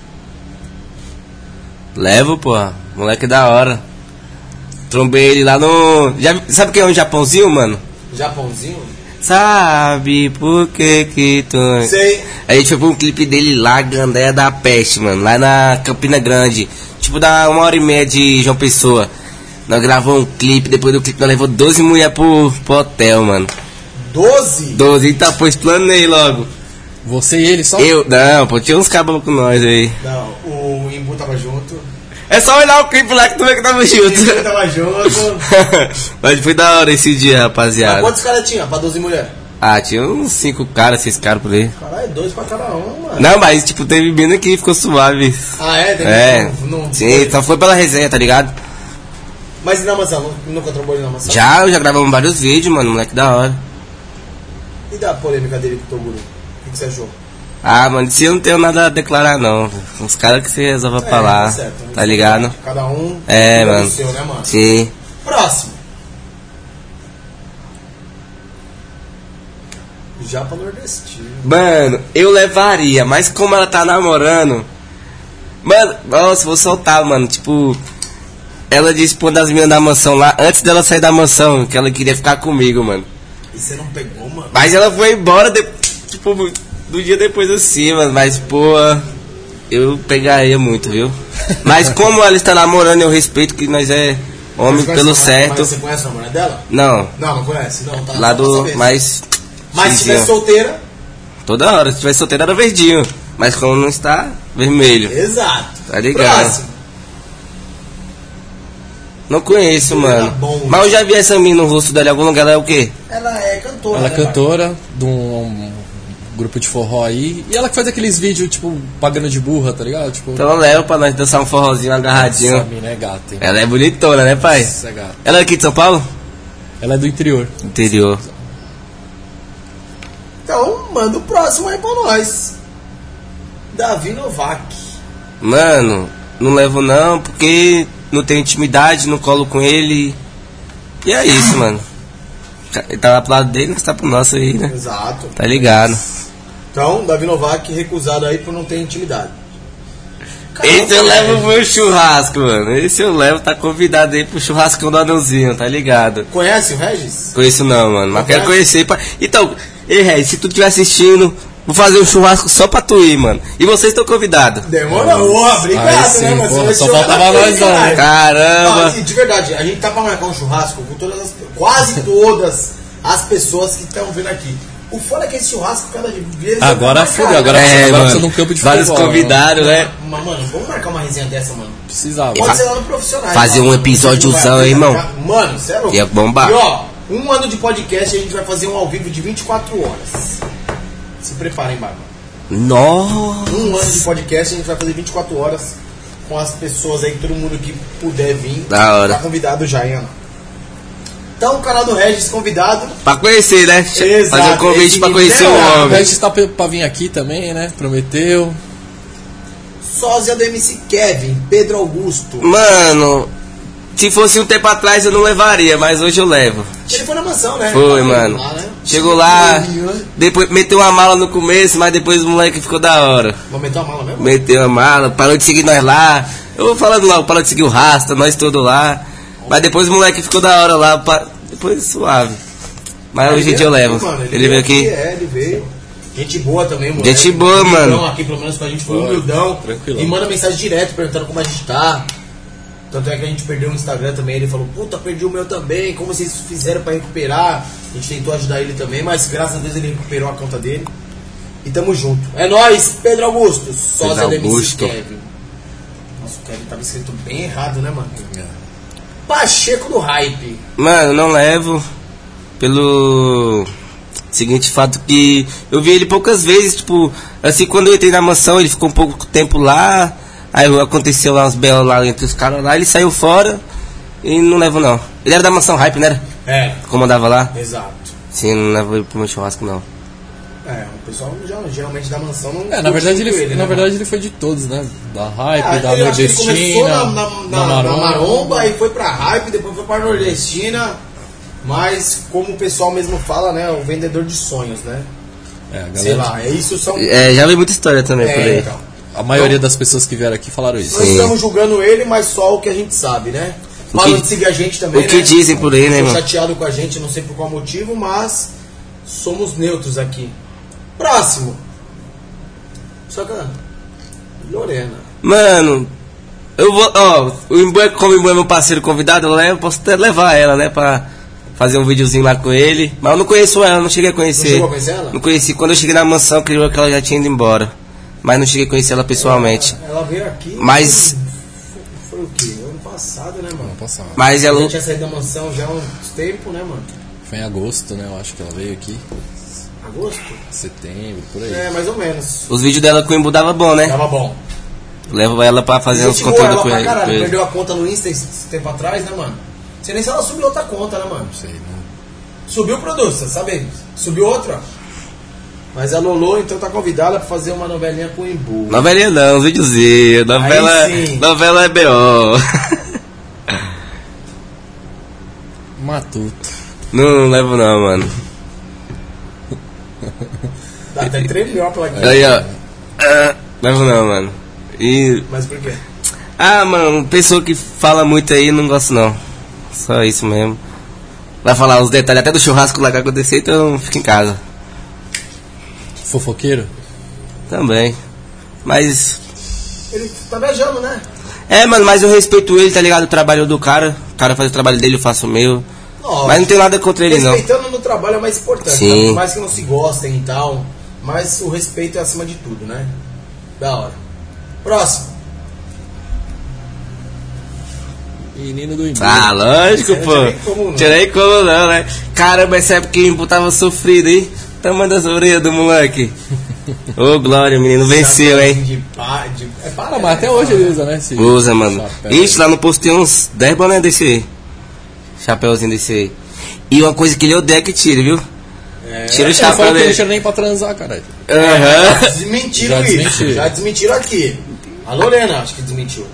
[SPEAKER 3] Levo, porra. Moleque da hora. Trombei ele lá no. Já... Sabe quem é um Japãozinho, mano?
[SPEAKER 1] Japãozinho?
[SPEAKER 3] Sabe por que que tu. é
[SPEAKER 1] Sei.
[SPEAKER 3] A gente foi pra um clipe dele lá, Gandéia da Peste, mano. Lá na Campina Grande. Tipo, dá uma hora e meia de João Pessoa. Nós gravamos um clipe, depois do clipe nós levou 12 mulheres pro, pro hotel, mano.
[SPEAKER 1] 12?
[SPEAKER 3] 12, então, pô, explanei logo.
[SPEAKER 2] Você e ele só?
[SPEAKER 3] Eu, não, pô, tinha uns cabos com nós aí.
[SPEAKER 1] Não, o Imbu tava junto.
[SPEAKER 3] É só olhar o clipe lá que tu vê que tava
[SPEAKER 1] O Imbu
[SPEAKER 3] junto.
[SPEAKER 1] tava junto.
[SPEAKER 3] Mas foi da hora esse dia,
[SPEAKER 1] Mas
[SPEAKER 3] rapaziada.
[SPEAKER 1] quantos caras tinha pra 12 mulheres?
[SPEAKER 3] Ah, tinha uns 5 caras, 6 caras por aí.
[SPEAKER 1] Caralho, dois pra cada um, mano.
[SPEAKER 3] Não, mas tipo, teve mina que ficou suave.
[SPEAKER 1] Ah, é? Tem
[SPEAKER 3] É,
[SPEAKER 1] Não, não-
[SPEAKER 3] sim, só foi pela resenha, tá ligado?
[SPEAKER 1] Mas e na mansão? Não- Nunca trombou ele na mansão?
[SPEAKER 3] Já, eu já gravamos vários vídeos, mano, moleque da hora.
[SPEAKER 1] E da polêmica dele com o Toguro? O que, que você achou?
[SPEAKER 3] Ah, mano, se eu não tenho nada a declarar, não. Uns caras que você resolva
[SPEAKER 1] É,
[SPEAKER 3] falar,
[SPEAKER 1] tá certo.
[SPEAKER 3] tá ligado?
[SPEAKER 1] Cada um
[SPEAKER 3] É,
[SPEAKER 1] cuida do
[SPEAKER 3] mano.
[SPEAKER 1] seu, né, mano?
[SPEAKER 3] Sim.
[SPEAKER 1] Próximo. Japa nordestino.
[SPEAKER 3] Mano, eu levaria, mas como ela tá namorando. Mano, nossa, vou soltar, mano. Tipo, ela disse pra uma das meninas da mansão lá, antes dela sair da mansão, que ela queria ficar comigo, mano.
[SPEAKER 1] E você não pegou, mano?
[SPEAKER 3] Mas ela foi embora, de- tipo, do dia depois assim, mano. Mas, pô, eu pegaria muito, viu? Mas como ela está namorando, eu respeito que nós é homem
[SPEAKER 1] Você conhece
[SPEAKER 3] pelo
[SPEAKER 1] a namorada-
[SPEAKER 3] certo.
[SPEAKER 1] mas Você conhece a namorada dela?
[SPEAKER 3] Não,
[SPEAKER 1] Não, não conhece. Não, tá
[SPEAKER 3] lá
[SPEAKER 1] só pra
[SPEAKER 3] do.
[SPEAKER 1] saber.
[SPEAKER 3] Mas.
[SPEAKER 1] Mas se tiver
[SPEAKER 3] vizinho.
[SPEAKER 1] solteira,
[SPEAKER 3] Toda hora, se tiver solteiro era verdinho. Mas como não
[SPEAKER 2] Tá
[SPEAKER 3] está, vermelho.
[SPEAKER 1] exato.
[SPEAKER 3] Tá ligado.
[SPEAKER 1] Próximo.
[SPEAKER 3] Não conheço, mano.
[SPEAKER 1] tá bom.
[SPEAKER 3] Mas eu já vi essa mina no rosto dela em algum lugar. Ela é o quê?
[SPEAKER 1] Ela é cantora.
[SPEAKER 2] Ela é
[SPEAKER 1] né,
[SPEAKER 2] cantora de um, um grupo de forró aí. E ela que faz aqueles vídeos, tipo, pagando de burra, tá ligado? Tipo,
[SPEAKER 3] Então ela leva pra nós dançar um forrozinho
[SPEAKER 2] essa
[SPEAKER 3] agarradinho.
[SPEAKER 2] mina é gata, hein?
[SPEAKER 3] Ela é bonitona, né, pai?
[SPEAKER 2] Essa é gata.
[SPEAKER 3] Ela é aqui de São Paulo?
[SPEAKER 2] Ela é do interior.
[SPEAKER 3] Interior.
[SPEAKER 1] Então, manda o próximo aí pra nós. Davi Novak.
[SPEAKER 3] Mano, não levo não, porque não tenho intimidade, não colo com ele. E é isso, mano. Ele tá lá pro lado dele, mas tá pro nosso aí, né?
[SPEAKER 1] Exato.
[SPEAKER 3] Tá ligado.
[SPEAKER 1] Então, Davi Novak recusado aí por não ter intimidade.
[SPEAKER 3] Esse eu
[SPEAKER 1] Caramba,
[SPEAKER 3] levo
[SPEAKER 1] velho.
[SPEAKER 3] pro churrasco, mano. Esse eu levo, tá convidado aí pro churrascão do anãozinho, tá ligado?
[SPEAKER 1] Conhece o Regis?
[SPEAKER 3] Conheço não, mano, mas é? quero conhecer. Pra... Então, ei, Ré, se tu estiver assistindo, vou fazer um churrasco só pra tu ir, mano. E vocês estão convidados.
[SPEAKER 1] Demorou,
[SPEAKER 2] Aí
[SPEAKER 1] obrigado,
[SPEAKER 2] sim,
[SPEAKER 1] né, mano? Você
[SPEAKER 2] porra,
[SPEAKER 1] vai
[SPEAKER 2] só
[SPEAKER 1] chorar
[SPEAKER 2] faltava
[SPEAKER 1] bem,
[SPEAKER 2] nós né?
[SPEAKER 1] caralho.
[SPEAKER 2] lá,
[SPEAKER 3] Caramba!
[SPEAKER 1] Não, e de verdade, a gente tá pra marcar um churrasco com todas as, quase todas as pessoas que estão vindo aqui. O foda é que esse churrasco cada vez.
[SPEAKER 2] Agora fudeu,
[SPEAKER 1] fudeu,
[SPEAKER 2] agora-
[SPEAKER 3] É,
[SPEAKER 2] agora
[SPEAKER 3] mano,
[SPEAKER 2] precisa de um campo de
[SPEAKER 3] vários
[SPEAKER 2] futebol,
[SPEAKER 3] convidados, né?
[SPEAKER 1] Mas, mano, vamos marcar uma resenha dessa, mano.
[SPEAKER 2] Precisava.
[SPEAKER 1] Pode ser lá no profissional.
[SPEAKER 3] Fazer um episódiozão, hein, irmão?
[SPEAKER 1] Mano, sério?
[SPEAKER 3] Ia bombar.
[SPEAKER 1] E ó, um ano de podcast a gente vai fazer um ao vivo de 24 horas. Se preparem, Barba.
[SPEAKER 3] Nossa!
[SPEAKER 1] Um ano de podcast a gente vai fazer 24 horas com as pessoas aí, todo mundo que puder vir.
[SPEAKER 3] Da hora.
[SPEAKER 1] Tá convidado já, hein, Ana? Então, o canal do Regis convidado.
[SPEAKER 3] Pra conhecer, né?
[SPEAKER 1] Exato,
[SPEAKER 3] Fazer um convite
[SPEAKER 1] esse
[SPEAKER 3] pra conhecer
[SPEAKER 1] menino é
[SPEAKER 3] o
[SPEAKER 1] brabo,
[SPEAKER 2] A
[SPEAKER 3] homem.
[SPEAKER 2] gente tá pra vir aqui também, né? Prometeu.
[SPEAKER 1] Sósia do MC Kevin, Pedro Augusto.
[SPEAKER 3] Mano, se fosse um tempo atrás eu não levaria, mas hoje eu levo.
[SPEAKER 1] Ele foi na mansão, né?
[SPEAKER 3] Foi,
[SPEAKER 1] Tá
[SPEAKER 3] mano.
[SPEAKER 1] lá, né?
[SPEAKER 3] Chegou lá,
[SPEAKER 1] Ih,
[SPEAKER 3] depois meteu uma mala no começo, mas depois o moleque ficou da hora.
[SPEAKER 1] Aumentou a mala mesmo?
[SPEAKER 3] Meteu a mala, parou de seguir nós lá. Eu vou falando logo, parou de seguir o Rasta, nós todos lá. Mas depois o moleque ficou da hora lá, pa- depois suave. Mas Ah, hoje em dia eu levo.
[SPEAKER 1] Mano,
[SPEAKER 3] Ele veio aqui.
[SPEAKER 1] É, ele veio. Gente boa também, mano.
[SPEAKER 3] Gente boa, mano.
[SPEAKER 1] aqui pelo menos com a gente foi humildão.
[SPEAKER 2] tranquilão.
[SPEAKER 1] E manda mensagem direto perguntando como a gente tá. Tanto é que a gente perdeu o Instagram também. Ele falou, puta, perdi o meu também. Como vocês fizeram pra recuperar? A gente tentou ajudar ele também, mas graças a Deus ele recuperou a conta dele. E tamo junto. É nóis, Pedro Augusto. Sósia do MC
[SPEAKER 3] Augusto.
[SPEAKER 1] Kevin. Nossa, o Kevin tava escrito bem errado, né, mano?
[SPEAKER 3] É.
[SPEAKER 1] Pacheco do Hype.
[SPEAKER 3] Mano, não levo pelo seguinte fato que eu vi ele poucas vezes, tipo, assim, quando eu entrei na mansão, ele ficou um pouco tempo lá, aí aconteceu lá uns belos lá entre os caras lá, ele saiu fora e não levo não. Ele era da mansão hype, né? era?
[SPEAKER 1] É,
[SPEAKER 3] Comandava lá?
[SPEAKER 1] exato.
[SPEAKER 3] Sim, não levo ele pro meu churrasco não.
[SPEAKER 1] É, o pessoal já- geralmente da mansão não.
[SPEAKER 2] É, na verdade ele,
[SPEAKER 1] curte
[SPEAKER 2] na
[SPEAKER 1] né,
[SPEAKER 2] verdade ele foi de todos, né? Da hype,
[SPEAKER 1] mano?
[SPEAKER 2] da
[SPEAKER 1] Ah, eu acho que ele começou
[SPEAKER 2] nordestina,
[SPEAKER 1] na, na, na- na maromba. e foi pra hype, depois foi pra nordestina. Mas, como o pessoal mesmo fala, né? O vendedor de sonhos, né?
[SPEAKER 2] É, a galera-
[SPEAKER 1] Sei lá, é isso são.
[SPEAKER 3] É, já vi muita história também por
[SPEAKER 1] É,
[SPEAKER 3] aí.
[SPEAKER 1] então.
[SPEAKER 2] A maioria das pessoas que vieram aqui falaram isso.
[SPEAKER 1] Nós estamos julgando ele, mas só o que a gente sabe, né?
[SPEAKER 3] O
[SPEAKER 1] Falando
[SPEAKER 3] que-
[SPEAKER 1] de seguir a gente também.
[SPEAKER 3] O que
[SPEAKER 1] né?
[SPEAKER 3] dizem por aí, né,
[SPEAKER 1] Ficou
[SPEAKER 3] mano?
[SPEAKER 1] chateado com a gente, não sei por qual motivo, mas somos neutros aqui. Próximo. Só que. ah, Lorena.
[SPEAKER 3] Mano, eu vou, ó, o Imbu, como o Imbu é meu parceiro convidado, eu levo, posso até levar ela, né, pra fazer um videozinho lá com ele. Mas eu não conheço ela, não cheguei a conhecer.
[SPEAKER 1] Não chegou a conhecer ela?
[SPEAKER 3] Não conheci. Quando eu cheguei na mansão, criou que ela já tinha ido embora. Mas não cheguei a conhecer ela pessoalmente.
[SPEAKER 1] Ela veio aqui.
[SPEAKER 3] Mas-
[SPEAKER 1] Foi, foi o quê? Ano passado, né, mano?
[SPEAKER 2] Nossa, mano.
[SPEAKER 3] Mas ela.
[SPEAKER 1] Ela tinha saído da mansão já há uns tempo, né, mano?
[SPEAKER 2] Foi em agosto, né? Eu acho que ela veio aqui.
[SPEAKER 1] Agosto?
[SPEAKER 2] Setembro, por aí.
[SPEAKER 1] É, mais ou menos.
[SPEAKER 3] Os vídeos dela com o Imbu dava bom, né?
[SPEAKER 1] Tava bom.
[SPEAKER 3] Levo ela pra fazer uns
[SPEAKER 1] Gente boa
[SPEAKER 3] conteúdos
[SPEAKER 1] ela
[SPEAKER 3] com
[SPEAKER 1] pra
[SPEAKER 3] ele.
[SPEAKER 1] caralho.
[SPEAKER 3] com ele.
[SPEAKER 1] Perdeu a conta no Insta esse tempo atrás, né, mano? Não sei nem se ela subiu outra conta, né, mano?
[SPEAKER 2] Não sei, não.
[SPEAKER 1] Subiu produção, sabemos. Subiu outra. Mas a Lolo, então, tá convidada pra fazer uma novelinha com o Imbu.
[SPEAKER 3] Novelinha não, um videozinho. Novela,
[SPEAKER 1] sim.
[SPEAKER 3] novela é B.O.
[SPEAKER 2] Matuto.
[SPEAKER 3] não, não levo não, mano.
[SPEAKER 1] Dá até tremeu a plaquinha.
[SPEAKER 3] Aí, ó. Ah, levo não, mano. E
[SPEAKER 1] Mas por quê?
[SPEAKER 3] Ah, mano, pessoa que fala muito aí, não gosto não. Só isso mesmo. Vai falar os detalhes até do churrasco lá que aconteceu, então fica em casa.
[SPEAKER 2] Fofoqueiro?
[SPEAKER 3] Também. Mas.
[SPEAKER 1] Ele tá viajando, né?
[SPEAKER 3] É, mano, mas eu respeito ele, tá ligado? O trabalho do cara. O cara faz o trabalho dele, eu faço o meu.
[SPEAKER 1] Lógico.
[SPEAKER 3] Mas não tem nada contra ele, não.
[SPEAKER 1] Respeitando no trabalho é o mais importante,
[SPEAKER 3] Sim.
[SPEAKER 1] tá? por mais que não se gostem e tal, mas o respeito é acima de tudo, né? Da hora. Próximo.
[SPEAKER 2] Menino do Imbu.
[SPEAKER 3] Ah, lógico, pô.
[SPEAKER 1] tirei como não.
[SPEAKER 3] Tirei como não, né? Caramba, essa época que o Imbu tava sofrido, hein? Tamanho das orelhas do moleque. Ô, Glória, menino, venceu, hein?
[SPEAKER 1] De pá, de... É para,
[SPEAKER 2] Cara, mas até hoje ele usa, né? esse-
[SPEAKER 3] Usa, mano.
[SPEAKER 2] Chapéu.
[SPEAKER 3] Ixi, lá no posto tem uns 10 boné desse aí. Chapéuzinho desse aí. E uma coisa que ele odeia é que tire, viu? Tira
[SPEAKER 1] É.
[SPEAKER 2] Ele
[SPEAKER 3] o
[SPEAKER 2] É, falou
[SPEAKER 3] chapéu
[SPEAKER 2] que não
[SPEAKER 3] dele.
[SPEAKER 2] tira nem pra transar, tá caralho.
[SPEAKER 3] Aham.
[SPEAKER 1] Desmentiram
[SPEAKER 2] Já
[SPEAKER 1] isso.
[SPEAKER 2] desmentiram.
[SPEAKER 1] Já desmentiram aqui. A Lorena, acho que desmentiu.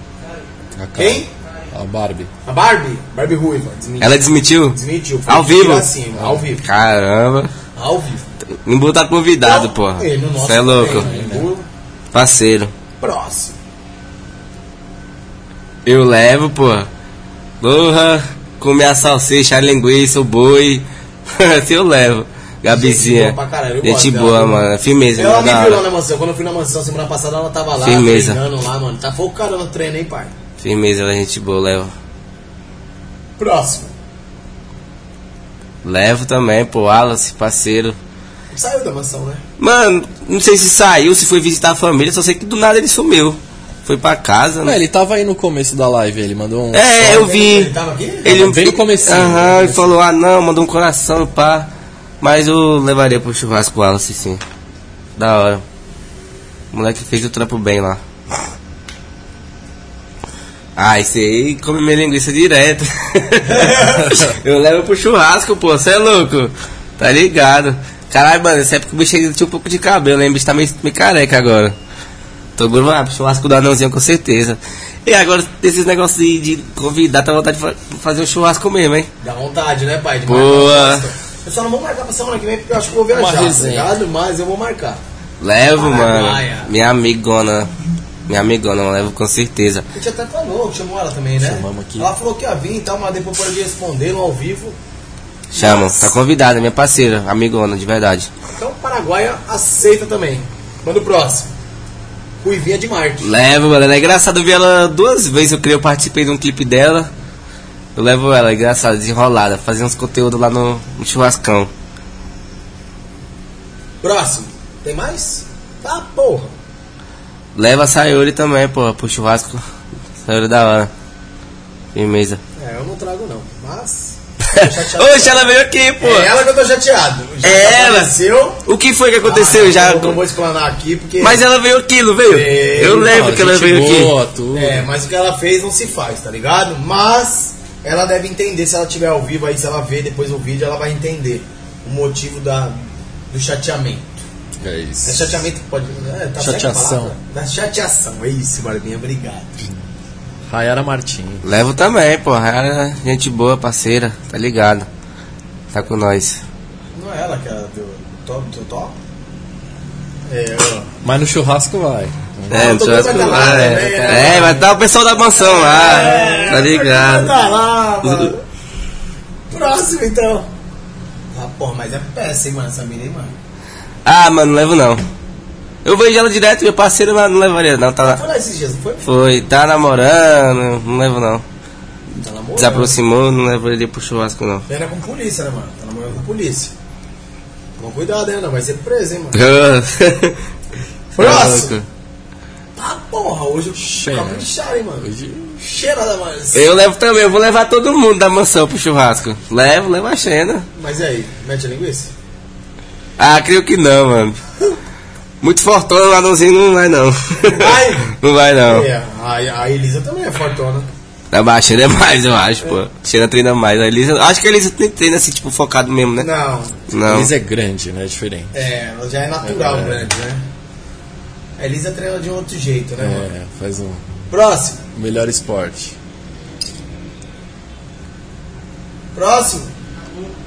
[SPEAKER 2] A cara.
[SPEAKER 1] Quem?
[SPEAKER 2] A Barbie.
[SPEAKER 1] A Barbie? Barbie Ruiva. Desmentiu.
[SPEAKER 3] Ela desmentiu?
[SPEAKER 1] Desmentiu.
[SPEAKER 3] É. Ao vivo?
[SPEAKER 1] Assim, ao vivo.
[SPEAKER 3] Caramba.
[SPEAKER 1] Ao vivo.
[SPEAKER 3] Imbu tá convidado,
[SPEAKER 1] Não,
[SPEAKER 3] porra.
[SPEAKER 1] ele no nosso
[SPEAKER 3] Cê é louco.
[SPEAKER 1] também, né? O
[SPEAKER 3] Parceiro.
[SPEAKER 1] Próximo.
[SPEAKER 3] Eu levo, porra. Porra. Comer a salsicha, a linguiça, o boi. Se eu levo. Gabizinha.
[SPEAKER 1] Gente boa pra caralho, eu
[SPEAKER 3] Gente
[SPEAKER 1] gosto dela,
[SPEAKER 3] boa,
[SPEAKER 1] viu?
[SPEAKER 3] mano. Firmeza,
[SPEAKER 1] Ela me
[SPEAKER 3] né, da
[SPEAKER 1] viu
[SPEAKER 3] hora.
[SPEAKER 1] lá na mansão. Quando eu fui na mansão semana passada, ela tava lá
[SPEAKER 3] Firmeza.
[SPEAKER 1] treinando lá, mano. Tá focada no treino, hein, pai?
[SPEAKER 3] Firmeza, ela é gente boa, levo.
[SPEAKER 1] Próximo.
[SPEAKER 3] Levo também, pô, Wallace, parceiro.
[SPEAKER 1] Saiu da mansão, né?
[SPEAKER 3] Mano, não sei se saiu, se foi visitar a família, só sei que do nada ele sumiu. Foi pra casa,
[SPEAKER 2] Não,
[SPEAKER 3] né?
[SPEAKER 2] ele tava aí no começo da live, ele mandou um.
[SPEAKER 3] É, eu
[SPEAKER 1] Ele
[SPEAKER 3] vi.
[SPEAKER 1] tava aqui?
[SPEAKER 3] Ele
[SPEAKER 2] Bem no comecinho, no
[SPEAKER 3] Aham, ele
[SPEAKER 2] comecinho.
[SPEAKER 3] falou, ah não, mandou um coração, pá. Mas eu levaria pro churrasco o Wallace, sim. Da hora. O moleque fez o trampo bem lá. Ah, esse aí come minha linguiça direto. eu levo pro churrasco, pô, você é louco. Tá ligado? Caralho, mano, essa época o bicho ainda tinha um pouco de cabelo, hein? O bicho tá meio, meio careca agora. Tô gruvado, pro churrasco do anãozinho com certeza. E agora, esses negócios de, de convidar, tá vontade de fa- fazer um churrasco mesmo, hein?
[SPEAKER 1] Dá vontade, né, pai? De
[SPEAKER 3] Boa.
[SPEAKER 1] marcar a festa. Eu só não vou marcar pra semana que vem porque eu acho que eu vou viajar,
[SPEAKER 2] Uma
[SPEAKER 1] tá
[SPEAKER 2] resenha.
[SPEAKER 1] ligado? Mas eu vou marcar.
[SPEAKER 3] Levo, mano.
[SPEAKER 1] Maia.
[SPEAKER 3] Minha amigona. Minha amigona, eu levo com certeza.
[SPEAKER 1] A gente até falou, chamou ela também, né?
[SPEAKER 2] Chamamos aqui.
[SPEAKER 1] Ela falou que ia vir e tal, mas depois pode responder no ao vivo.
[SPEAKER 3] Chama, tá convidada, minha parceira, amigona, de verdade.
[SPEAKER 1] Então o Paraguaia aceita também. Manda o próximo. Ruivinha de Marte.
[SPEAKER 3] Levo, mano. É engraçado, eu vi ela duas vezes, eu creio, eu participei de um clipe dela. Eu levo ela, é engraçado, desenrolada, fazer uns conteúdos lá no, no churrascão.
[SPEAKER 1] Próximo. Tem mais? Tá, porra.
[SPEAKER 3] Leva a Sayori também, pô, pro churrasco. Sayori é da hora. Firmeza.
[SPEAKER 1] É, eu não trago não, mas.
[SPEAKER 3] Oxe, ela veio aqui, pô. É
[SPEAKER 1] É ela que eu tô chateado. Já
[SPEAKER 3] Ela?
[SPEAKER 1] Aconteceu.
[SPEAKER 3] O que foi que aconteceu
[SPEAKER 1] Ah,
[SPEAKER 3] já?
[SPEAKER 1] Eu não vou explanar aqui porque.
[SPEAKER 3] Mas ela veio aqui, não veio?
[SPEAKER 1] Veio.
[SPEAKER 3] Eu lembro
[SPEAKER 2] Não,
[SPEAKER 3] que ela
[SPEAKER 2] gente
[SPEAKER 3] veio aqui.
[SPEAKER 2] boa, tudo.
[SPEAKER 1] É, mas o que ela fez não se faz, tá ligado? Mas ela deve entender, se ela tiver ao vivo aí, se ela ver depois o vídeo, ela vai entender o motivo da, do chateamento.
[SPEAKER 2] É
[SPEAKER 1] É
[SPEAKER 2] isso.
[SPEAKER 1] chateamento que pode. É, tá certa a
[SPEAKER 2] Chateação.
[SPEAKER 1] palavra? Da chateação, é isso, Barbinha, obrigado.
[SPEAKER 2] Rayara Martins.
[SPEAKER 3] Levo também, pô. Ela é gente boa, parceira, tá ligado? Tá com nós.
[SPEAKER 1] Não é ela que ela deu top, teu top? É, ó.
[SPEAKER 2] Mas no churrasco vai.
[SPEAKER 3] É,
[SPEAKER 1] eu tô
[SPEAKER 3] churrasco
[SPEAKER 1] com essa
[SPEAKER 3] lá,
[SPEAKER 1] galera,
[SPEAKER 3] é.
[SPEAKER 1] né?
[SPEAKER 3] É, vai tá o pessoal da mansão lá, tá
[SPEAKER 1] Tá
[SPEAKER 3] ligado?
[SPEAKER 1] lá, mano. Próximo então. Ah, porra, mas é péssimo, hein, mano, essa mina, hein, mano.
[SPEAKER 3] Ah, mano, não levo não. Eu vejo ela direto, meu parceiro, mas não levaria não, tá lá.
[SPEAKER 1] Foi lá esses dias, não foi?
[SPEAKER 3] Foi, tá namorando, não levo não.
[SPEAKER 1] Tá namorando.
[SPEAKER 3] Desaproximou, não levaria pro churrasco não.
[SPEAKER 1] Pena com polícia, né, mano? Tá namorando com polícia. Toma cuidado, hein, não vai ser preso, hein, mano. Próximo. Tá porra, hoje eu
[SPEAKER 2] Cheira.
[SPEAKER 1] acabo de cheirar, hein, mano.
[SPEAKER 2] Hoje. É.
[SPEAKER 1] Cheira da mano.
[SPEAKER 3] Eu levo também, eu vou levar todo mundo da mansão pro churrasco. Levo, levo a Xena.
[SPEAKER 1] Mas e aí, mete a linguiça?
[SPEAKER 3] Ah, creio que não, mano. Muito fortão, o anãozinho não vai não.
[SPEAKER 1] Vai?
[SPEAKER 3] não vai
[SPEAKER 2] Ah.
[SPEAKER 3] não.
[SPEAKER 1] É, a, a Elisa também é fortona.
[SPEAKER 3] A Baixeira é mais, eu acho, pô. Xena treina mais. A Elisa, acho que a Elisa tem- treina assim, tipo, focado mesmo, né?
[SPEAKER 1] Não,
[SPEAKER 3] Não.
[SPEAKER 2] Eles é grande, né? É diferente.
[SPEAKER 1] é, ela já é natural
[SPEAKER 2] É.
[SPEAKER 1] grande, né? A Elisa treina de um outro jeito, né, mano?
[SPEAKER 2] É, faz um
[SPEAKER 1] Próximo,
[SPEAKER 2] melhor esporte.
[SPEAKER 1] próximo.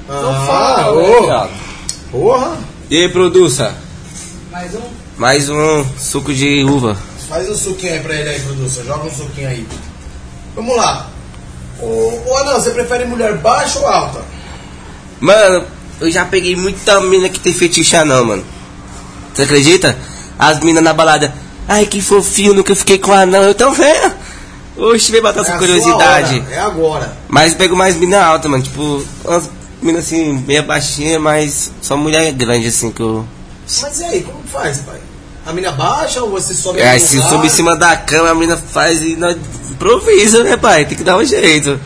[SPEAKER 1] Ah,
[SPEAKER 3] Ô.
[SPEAKER 1] ô, porra.
[SPEAKER 3] E aí, produça?
[SPEAKER 1] Mais um.
[SPEAKER 3] Mais um suco de uva.
[SPEAKER 1] Faz um suquinho aí pra ele aí, produção. Joga um suquinho aí. Vamos lá. Ô, ô Anão, você prefere mulher baixa ou alta?
[SPEAKER 3] Mano, eu já peguei muita mina que tem fetiche anão, mano. Você acredita? As minas na balada. Ai, que fofinho, nunca fiquei com anão. Eu tão vendo. Oxe, vem matar
[SPEAKER 1] É
[SPEAKER 3] essa
[SPEAKER 1] a
[SPEAKER 3] curiosidade.
[SPEAKER 1] sua hora, É agora.
[SPEAKER 3] Mas pego mais mina alta, mano. Tipo, umas minas assim, meia baixinha, mas só mulher grande, assim, que eu...
[SPEAKER 1] Mas e aí, como que faz, pai? A mina baixa ou você sobe
[SPEAKER 3] Aí
[SPEAKER 1] em algum
[SPEAKER 3] É, se
[SPEAKER 1] lugar?
[SPEAKER 3] sobe em cima da cama, a menina faz e nós improvisa, né, pai? Tem que dar um jeito.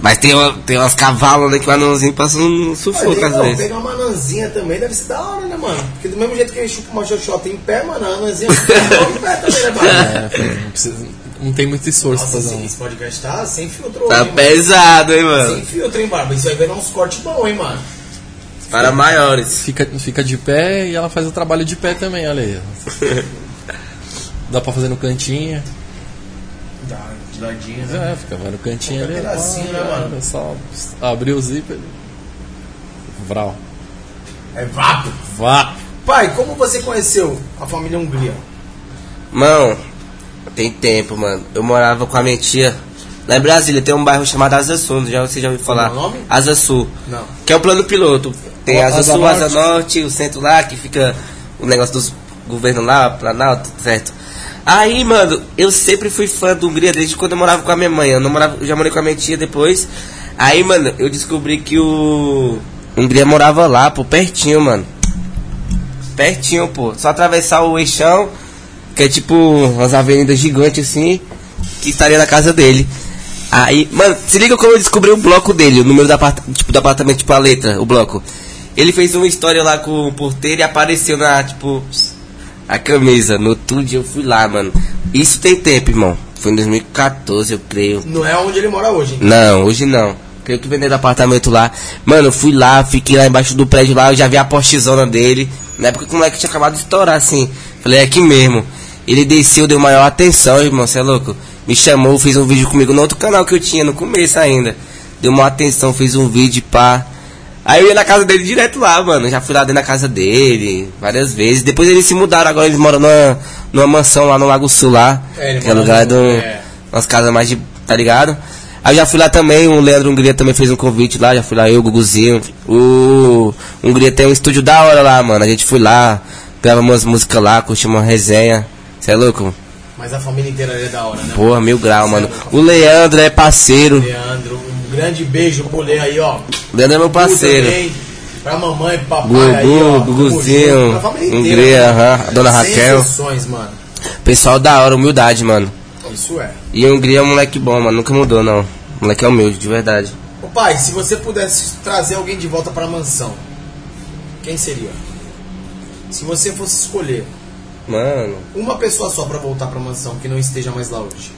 [SPEAKER 3] Mas tem, uma- tem umas cavalos ali que o anãozinho passa um
[SPEAKER 1] Olha,
[SPEAKER 3] sufoco às
[SPEAKER 1] legal,
[SPEAKER 3] vezes.
[SPEAKER 1] então, pegar uma nanzinha também deve ser da hora, né, mano? Porque do mesmo jeito que ele chupa uma xoxota em pé, mano, a nanzinha chupa em pé também, né, mano?
[SPEAKER 2] É, não, precisa- não tem muito esforço
[SPEAKER 1] Nossa,
[SPEAKER 2] pra
[SPEAKER 1] esse,
[SPEAKER 2] fazer um.
[SPEAKER 1] esse podcast tá sem filtro
[SPEAKER 3] Tá
[SPEAKER 1] hoje, hein,
[SPEAKER 3] pesado, hein,
[SPEAKER 1] mano?
[SPEAKER 3] mano?
[SPEAKER 1] Sem filtro, hein, Barba? Isso aí vai dar uns cortes bons, hein, mano?
[SPEAKER 3] Para maiores.
[SPEAKER 2] Fica, fica de pé e ela faz o trabalho de pé também, olha aí. Dá pra fazer no cantinho.
[SPEAKER 1] Dá, de ladinho, né?
[SPEAKER 2] É, fica vai no cantinho ali.
[SPEAKER 1] Qualquer pedacinho, né, mano?
[SPEAKER 2] É só abrir o zíper. Vral.
[SPEAKER 1] É vapo.
[SPEAKER 2] Vá!
[SPEAKER 1] Pai, como você conheceu a família Hungria?
[SPEAKER 3] Mão, tem tempo, mano. Eu morava com a minha tia. Lá em Brasília tem um bairro chamado Asa Sul, já, você já ouviu falar?
[SPEAKER 1] Como é o nome?
[SPEAKER 3] Asa Sul.
[SPEAKER 1] Não.
[SPEAKER 3] Que é o plano piloto. Tem
[SPEAKER 2] O-
[SPEAKER 3] Asa,
[SPEAKER 2] Asa
[SPEAKER 3] Sul,
[SPEAKER 2] Norte.
[SPEAKER 3] Asa Norte, o centro lá, que fica o negócio dos governos lá, Planalto, certo? Aí, mano, eu sempre fui fã do Hungria desde quando eu morava com a minha mãe. Eu não morava, eu já morei com a minha tia depois. Aí, mano, eu descobri que o Hungria morava lá, pô, pertinho, mano. Pertinho, pô. Só atravessar o eixão, que é tipo umas avenidas gigantes assim, que estaria na casa dele. Aí, mano, se liga como eu descobri o bloco dele, o número do, aparta tipo, do apartamento, tipo a letra, o bloco. Ele fez uma história lá com o porteiro e apareceu na, tipo, a camisa. No outro dia eu fui lá, mano. Isso tem tempo, irmão. Foi em 2014, eu creio.
[SPEAKER 1] Não é onde ele mora hoje, hein?
[SPEAKER 3] Não, hoje não. Creio que venderam apartamento lá. Mano, eu fui lá, fiquei lá embaixo do prédio lá, eu já vi a postezona dele. Na época que o moleque tinha acabado de estourar, assim. Falei, é aqui mesmo. Ele desceu, deu maior atenção, irmão, você é louco? Me chamou, fez um vídeo comigo no outro canal que eu tinha, no começo ainda. Deu maior atenção, fez um vídeo, pá. Aí eu ia na casa dele direto lá, mano. Já fui lá dentro da casa dele, várias vezes. Depois eles se mudaram, agora eles moram numa, numa mansão lá no Lago Sul lá.
[SPEAKER 1] É, ele
[SPEAKER 3] que é
[SPEAKER 1] mora
[SPEAKER 3] lugar
[SPEAKER 1] no-
[SPEAKER 3] do.
[SPEAKER 1] é.
[SPEAKER 3] Umas casas mais de. tá ligado? Aí eu já fui lá também, o Leandro Hungria também fez um convite lá, já fui lá eu, o Guguzinho. O Hungria tem um estúdio da hora lá, mano. A gente foi lá, grava umas músicas lá, curtiu uma resenha. Cê é louco?
[SPEAKER 1] Mas a família inteira é da hora, né?
[SPEAKER 3] Porra, mil grau, mano. O Leandro é parceiro.
[SPEAKER 1] Leandro, um grande beijo pro Lê aí, ó.
[SPEAKER 3] O Leandro é meu parceiro.
[SPEAKER 1] Também, Pra mamãe, pro papai aí, ó. Tamo
[SPEAKER 3] Gugu,
[SPEAKER 1] junto,
[SPEAKER 3] Guguzinho,
[SPEAKER 1] pra família inteira,
[SPEAKER 3] Hungria,
[SPEAKER 1] né?
[SPEAKER 3] aham, a dona
[SPEAKER 1] Sem
[SPEAKER 3] Raquel.
[SPEAKER 1] exceções, mano.
[SPEAKER 3] Pessoal da hora, humildade, mano.
[SPEAKER 1] Isso é.
[SPEAKER 3] E o Hungria é um moleque bom, mano. Nunca mudou, não. O moleque é humilde, de verdade.
[SPEAKER 1] Ô pai, se você pudesse trazer alguém de volta pra mansão, quem seria? Se você fosse escolher
[SPEAKER 3] Mano.
[SPEAKER 1] uma pessoa só pra voltar pra mansão que não esteja mais lá hoje.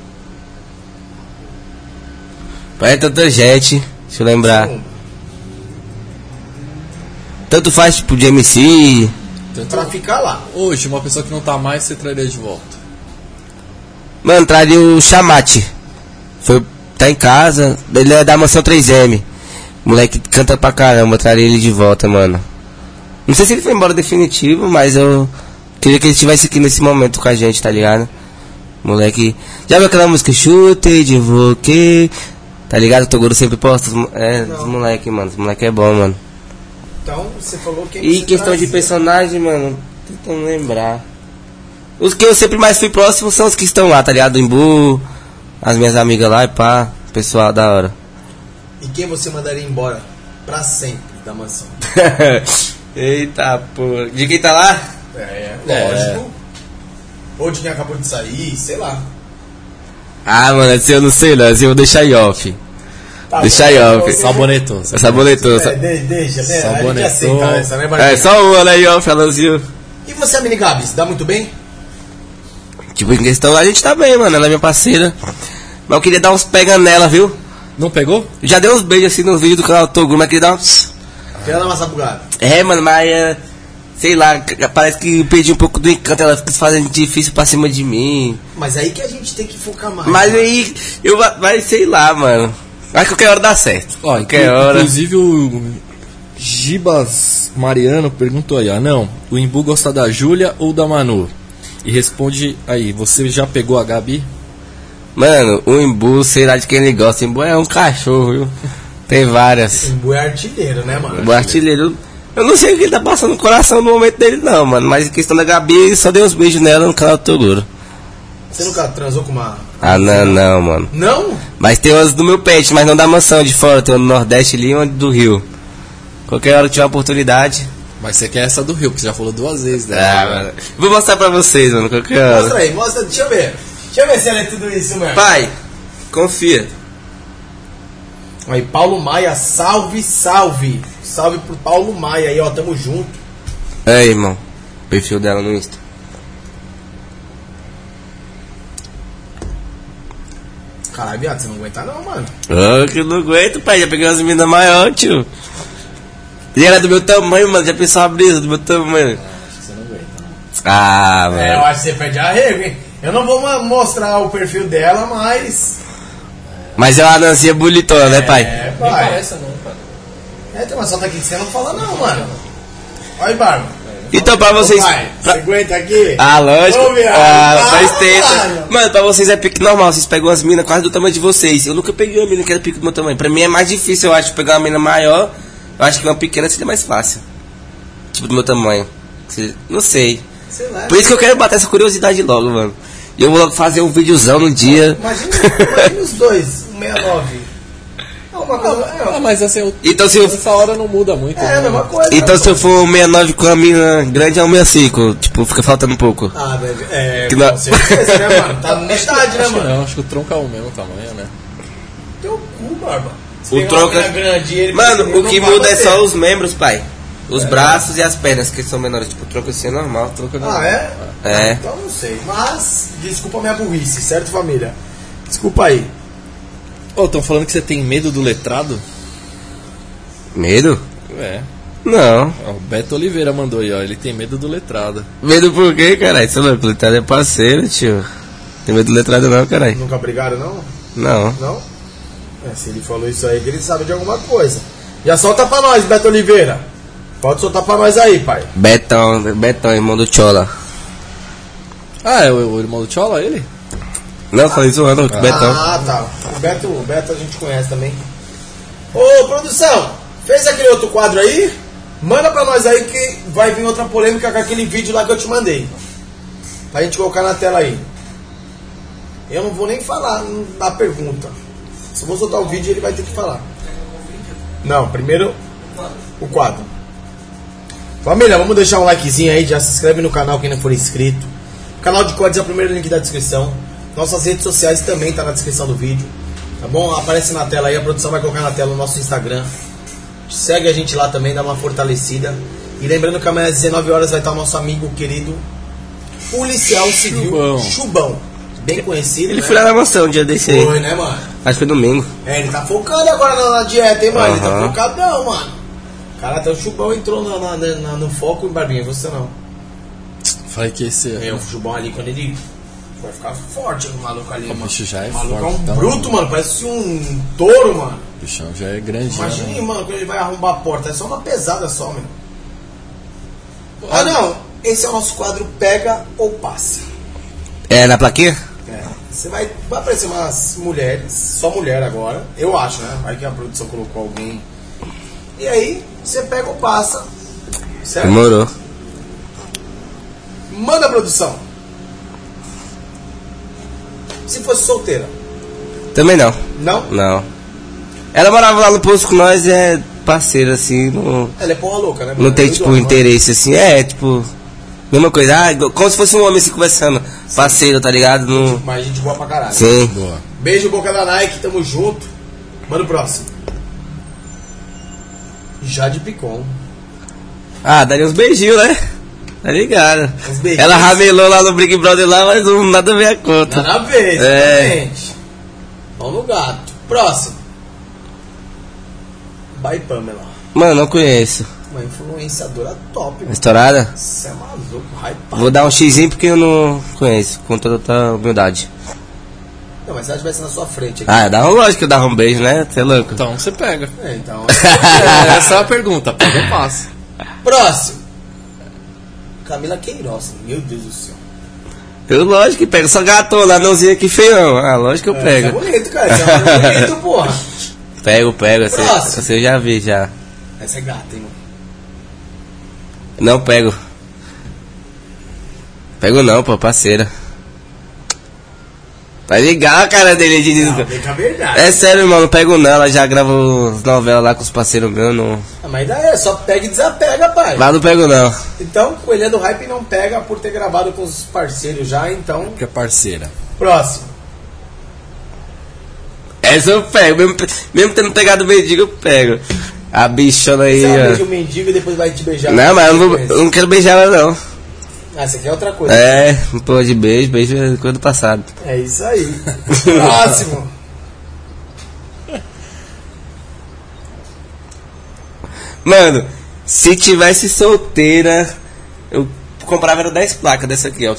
[SPEAKER 3] Pai, é tanta gente. Deixa eu lembrar.
[SPEAKER 1] Um,
[SPEAKER 3] Tanto faz, tipo, de MC.
[SPEAKER 2] Tanto-
[SPEAKER 1] pra ficar lá.
[SPEAKER 2] Hoje, uma pessoa que não tá mais, você traria de volta.
[SPEAKER 3] Mano, traria o um Chamate. Foi, tá em casa. Ele é da mansão 3M. Moleque canta pra caramba, eu traria ele de volta, mano. Não sei se ele foi embora definitivo, mas eu queria que ele estivesse aqui nesse momento com a gente, tá ligado? Moleque. Já viu aquela música Chute de Voque? Tá ligado? O Toguro sempre posta. os mo- É, os moleque, mano. Os moleque é bom, mano.
[SPEAKER 1] Então, você falou quem
[SPEAKER 3] E
[SPEAKER 1] você
[SPEAKER 3] questão de
[SPEAKER 1] trazia.
[SPEAKER 3] personagem, mano, tentando lembrar. Os que eu sempre mais fui próximo são os que estão lá, tá ligado? Do Imbu, as minhas amigas lá e pá, pessoal da hora.
[SPEAKER 1] E quem você mandaria embora pra sempre da mansão?
[SPEAKER 3] Eita porra. De quem tá lá?
[SPEAKER 1] É,
[SPEAKER 2] É.
[SPEAKER 1] lógico.
[SPEAKER 3] É.
[SPEAKER 1] Ou de quem acabou de sair, sei lá.
[SPEAKER 3] Ah, mano, esse eu não sei não, esse eu vou deixar em off.
[SPEAKER 1] Tá
[SPEAKER 3] Deixa Ah, aí, ó, pessoal.
[SPEAKER 2] Sabonetou.
[SPEAKER 3] Essa boletou.
[SPEAKER 1] É, de- deixa, né? A gente
[SPEAKER 2] Sabonetou.
[SPEAKER 1] aceita essa, né,
[SPEAKER 3] É,
[SPEAKER 1] Barbinha?
[SPEAKER 3] só uma né, em off, Alanzinho.
[SPEAKER 1] E você, Mini Gabs, dá muito bem?
[SPEAKER 3] Tipo, em questão lá a gente tá bem, mano, ela é minha parceira. Mas eu queria dar uns pega nela, viu?
[SPEAKER 2] Não pegou?
[SPEAKER 3] Já dei uns beijos assim no vídeo do canal Toguro, mas queria dar uns...
[SPEAKER 1] Quer dar uma sabugada?
[SPEAKER 3] É, mano, mas eh, sei lá, c- parece que perdi um pouco do encanto, ela fica se fazendo difícil pra cima de mim.
[SPEAKER 1] Mas aí que a gente tem que focar mais.
[SPEAKER 3] Mas
[SPEAKER 1] mano.
[SPEAKER 3] aí, eu va- vai, sei lá, mano. Mas qualquer hora dá certo.
[SPEAKER 2] Ó,
[SPEAKER 3] qualquer
[SPEAKER 2] inclu-
[SPEAKER 3] hora.
[SPEAKER 2] Inclusive o Gibas Mariano perguntou aí, ah não, o Imbu gosta da Júlia ou da Manu? E responde aí, você já pegou a Gabi?
[SPEAKER 3] Mano, o Imbu, sei lá de quem ele gosta. Imbu é um cachorro, viu? Tem várias.
[SPEAKER 1] Timbu é artilheiro, né, mano?
[SPEAKER 3] O artilheiro. Eu não sei o que ele tá passando no coração no momento dele, não, mano. Mas em questão da Gabi, só dei uns beijos nela no canal do Toguro.
[SPEAKER 1] Você nunca transou com uma.
[SPEAKER 3] Ah, não, não, mano.
[SPEAKER 1] Não?
[SPEAKER 3] Mas tem umas do meu pet, mas não da mansão de fora, tem uma do Nordeste ali e uma do Rio. Qualquer hora que tiver uma oportunidade.
[SPEAKER 2] Mas você quer essa do Rio, que você já falou duas vezes, né?
[SPEAKER 3] Ah, mano. Vou mostrar pra vocês, mano, qualquer
[SPEAKER 1] Mostra
[SPEAKER 3] hora.
[SPEAKER 1] aí, mostra, deixa eu ver. Deixa eu ver se ela é tudo isso mesmo.
[SPEAKER 3] Pai, confia.
[SPEAKER 1] Aí, Paulo Maia, salve, salve. Salve pro Paulo Maia aí, ó, tamo junto.
[SPEAKER 3] É, irmão. Perfil dela no Insta.
[SPEAKER 1] Caralho, viado, você não aguenta não, mano.
[SPEAKER 3] Ah, que eu não aguento, pai. Já peguei umas meninas maior, tio. E era do meu tamanho, mano. Já pensou a brisa do meu
[SPEAKER 1] Acho
[SPEAKER 3] tamanho.
[SPEAKER 1] que você não aguenta.
[SPEAKER 3] Ah,
[SPEAKER 1] É, eu
[SPEAKER 3] mano.
[SPEAKER 1] acho que você perde arrego, hein? Eu não vou ma- mostrar o perfil dela, mas.
[SPEAKER 3] Mas ela nascia bonitona, né, pai?
[SPEAKER 1] É,
[SPEAKER 2] Nem
[SPEAKER 1] pai.
[SPEAKER 2] parece, não, cara.
[SPEAKER 1] É, tem uma solta aqui que você não fala não, mano. Olha aí, Barba.
[SPEAKER 3] Então, pra
[SPEAKER 1] Ô,
[SPEAKER 3] vocês.
[SPEAKER 1] pai, você
[SPEAKER 3] pra-
[SPEAKER 1] aguenta aqui?
[SPEAKER 3] Ah, lógico.
[SPEAKER 1] Ô, viado,
[SPEAKER 3] Ah, faz
[SPEAKER 1] ah,
[SPEAKER 3] tempo.
[SPEAKER 1] mano.
[SPEAKER 3] Mano, pra vocês é pique normal. Vocês pegam as minas quase do tamanho de vocês. Eu nunca peguei uma mina que era pique do meu tamanho. Pra mim é mais difícil, eu acho, pegar uma mina maior. Eu acho que uma pequena seria mais fácil. Tipo, do meu tamanho. Se- Não sei.
[SPEAKER 1] Sei lá.
[SPEAKER 3] Por isso que eu quero bater essa curiosidade logo, mano. E eu vou logo fazer um videozão no dia.
[SPEAKER 1] Imagina, imagina os dois, um 69. É uma coisa. é
[SPEAKER 2] Ah,
[SPEAKER 1] uma-
[SPEAKER 2] mas assim, o-
[SPEAKER 3] Então se eu,
[SPEAKER 2] essa hora não muda muito.
[SPEAKER 1] É, a
[SPEAKER 2] né?
[SPEAKER 1] mesma coisa.
[SPEAKER 3] então, se eu for um 69 com a mina grande, é um 65. Tipo, fica faltando um pouco.
[SPEAKER 1] Ah, velho. É,
[SPEAKER 3] Que
[SPEAKER 1] que
[SPEAKER 3] dá-
[SPEAKER 1] com certeza, né, mano? Tá na metade, né,
[SPEAKER 2] Acho que
[SPEAKER 1] mano?
[SPEAKER 2] não, acho que o tronco é o mesmo tamanho, né?
[SPEAKER 1] Teu cu, barba. Você
[SPEAKER 3] O
[SPEAKER 1] pega
[SPEAKER 3] tronco
[SPEAKER 1] uma
[SPEAKER 3] é-
[SPEAKER 1] mina grande, ele
[SPEAKER 3] Mano, o
[SPEAKER 1] não
[SPEAKER 3] que
[SPEAKER 1] vai
[SPEAKER 3] muda é
[SPEAKER 1] bater.
[SPEAKER 3] só os membros, pai. Os braços e as pernas, que são menores. Tipo, o tronco assim é normal.
[SPEAKER 2] Tronco é
[SPEAKER 1] Ah, é?
[SPEAKER 3] É.
[SPEAKER 1] Então não sei. Mas, desculpa a minha burrice, certo, família? Desculpa aí.
[SPEAKER 2] Ô, estão falando que você tem medo do letrado?
[SPEAKER 3] Medo?
[SPEAKER 2] É.
[SPEAKER 3] Não.
[SPEAKER 2] Ó, O Beto Oliveira mandou aí, ó. Ele tem medo do letrado.
[SPEAKER 3] Medo por quê, caralho? Você não é letrado, é parceiro, tio. Tem medo de letrado não, caralho.
[SPEAKER 1] Nunca brigaram, não?
[SPEAKER 3] Não.
[SPEAKER 1] Não? É, se ele falou isso aí, que ele sabe de alguma coisa. Já solta pra nós, Beto Oliveira. Pode soltar pra nós aí, pai.
[SPEAKER 3] Betão, Betão, irmão do Chola.
[SPEAKER 2] Ah, é o, o irmão do Chola, ele?
[SPEAKER 3] Não, falei zoando, Betão.
[SPEAKER 1] Ah, tá. O Beto, o Beto a gente conhece também. Ô, produção, fez aquele outro quadro aí? Manda pra nós aí que vai vir outra polêmica com aquele vídeo lá que eu te mandei. Pra gente colocar na tela aí. Eu não vou nem falar da pergunta. Se eu vou soltar o vídeo, ele vai ter que falar. Não, primeiro o quadro. Família, vamos deixar um likezinho aí, já se inscreve no canal quem não for inscrito. Canal de cortes é o primeiro link da descrição. Nossas redes sociais também tá na descrição do vídeo. Tá bom? Aparece na tela aí, a produção vai colocar na tela o nosso Instagram. Segue a gente lá também, dá uma fortalecida. E lembrando que amanhã às 19 horas vai estar o nosso amigo querido policial civil
[SPEAKER 2] Chubão.
[SPEAKER 1] Chubão. Bem conhecido.
[SPEAKER 3] Ele
[SPEAKER 1] né?
[SPEAKER 3] foi lá na mansão um dia desse aí.
[SPEAKER 1] Foi, né, mano?
[SPEAKER 3] Acho que foi domingo.
[SPEAKER 1] É, ele tá focando agora na, na dieta, hein, mano? Ele tá
[SPEAKER 3] Aham.
[SPEAKER 1] focadão, mano. Cara, até o Chubão entrou na, na- na- na- no foco, Barbinha, você não.
[SPEAKER 2] Falei que esse.
[SPEAKER 1] É, o Chubão ali, quando ele vai ficar forte, o maluco ali, mano.
[SPEAKER 2] bicho já é
[SPEAKER 1] o maluco é um
[SPEAKER 2] forte, tá,
[SPEAKER 1] bruto,
[SPEAKER 2] mano.
[SPEAKER 1] mano, parece um touro, mano.
[SPEAKER 2] O bichão já é grande,
[SPEAKER 1] Imagina,
[SPEAKER 2] né?
[SPEAKER 1] aí, mano, quando ele vai arrombar a porta, é só uma pesada só, meu. Ah, não, esse é o nosso quadro Pega ou Passa.
[SPEAKER 3] É, na plaquinha?
[SPEAKER 1] É, Você vai, vai aparecer umas mulheres, só mulher agora, eu acho, né? Vai que a produção colocou alguém. E aí, você pega ou passa. Certo?
[SPEAKER 3] Demorou.
[SPEAKER 1] Manda produção. Se fosse solteira,
[SPEAKER 3] Também não.
[SPEAKER 1] não?
[SPEAKER 3] Não. Ela morava lá no posto com nós e é parceira, assim, não,
[SPEAKER 1] Ela é porra louca, né?
[SPEAKER 3] não
[SPEAKER 1] mano?
[SPEAKER 3] tem,
[SPEAKER 1] Eu
[SPEAKER 3] tipo,
[SPEAKER 1] dou,
[SPEAKER 3] interesse, assim, é, tipo, mesma coisa, ah, igual- como se fosse um homem, assim, conversando, parceiro, tá ligado?
[SPEAKER 1] mano.
[SPEAKER 3] Não,
[SPEAKER 1] Mas gente boa pra caralho.
[SPEAKER 3] sim,
[SPEAKER 2] Boa.
[SPEAKER 1] Beijo, boca da Nike, tamo junto. Manda o próximo. Jade Picon.
[SPEAKER 3] ah, daria uns beijinhos, né? Tá ligado?
[SPEAKER 1] Uns beijinhos.
[SPEAKER 3] Ela ramelou lá no Big Brother lá, mas não, nada veio a
[SPEAKER 1] Tá
[SPEAKER 3] conta.
[SPEAKER 1] na vez,
[SPEAKER 3] É.
[SPEAKER 1] exatamente. Pau no gato. Próximo. Bye Pamela.
[SPEAKER 3] Mano, não conheço.
[SPEAKER 1] Uma influenciadora top, mano.
[SPEAKER 3] Estourada?
[SPEAKER 1] Você é maluco, hypado.
[SPEAKER 3] Vou dar um xizinho porque eu não conheço, com toda a humildade.
[SPEAKER 1] Não, mas se ela estivesse na sua frente aqui.
[SPEAKER 3] Ah, dá um lógico que eu dava um beijo, né? Você é louco.
[SPEAKER 2] Então você pega.
[SPEAKER 3] Ah.
[SPEAKER 1] É, então.
[SPEAKER 2] É, essa é a pergunta. Pega ou passa?
[SPEAKER 1] Próximo. Camila Queiroz. Meu Deus do céu.
[SPEAKER 3] Eu lógico que pego, só gatona, anãozinho aqui feião. Ah, lógico que eu
[SPEAKER 1] É
[SPEAKER 3] pego.
[SPEAKER 1] bonito, cara. Você é um homem bonito, porra.
[SPEAKER 3] Pego, pego, essa,
[SPEAKER 1] Próximo.
[SPEAKER 3] essa eu já vi já.
[SPEAKER 1] Essa é gata, hein, mano.
[SPEAKER 3] Não pego. Pego não, pô, parceira. Tá legal a cara dele de
[SPEAKER 1] Não, vem com a verdade.
[SPEAKER 3] É sério, irmão, não pego não. Ela já grava as novelas lá com os parceiros meus, não.
[SPEAKER 1] Ah, Mas daí é, só pega e desapega, pai.
[SPEAKER 3] Mas não pego não.
[SPEAKER 1] Então, Coelhinha do Hype não pega por ter gravado com os parceiros já, então.
[SPEAKER 2] Que é parceira.
[SPEAKER 1] Próximo.
[SPEAKER 3] Essa eu pego. Mesmo, mesmo tendo pegado o mendigo, eu pego. A bichona aí,
[SPEAKER 1] Você beija
[SPEAKER 3] ó.
[SPEAKER 1] o mendigo e depois vai te beijar.
[SPEAKER 3] é. Não, mas eu não, vou-
[SPEAKER 1] Conhece.
[SPEAKER 3] eu não quero beijar ela não.
[SPEAKER 1] Ah, isso aqui é outra coisa.
[SPEAKER 3] É, não pô de beijo, beijo é coisa do passado.
[SPEAKER 1] É isso aí. Próximo.
[SPEAKER 3] Mano, se tivesse solteira, eu comprava era 10 placas dessa aqui, ó.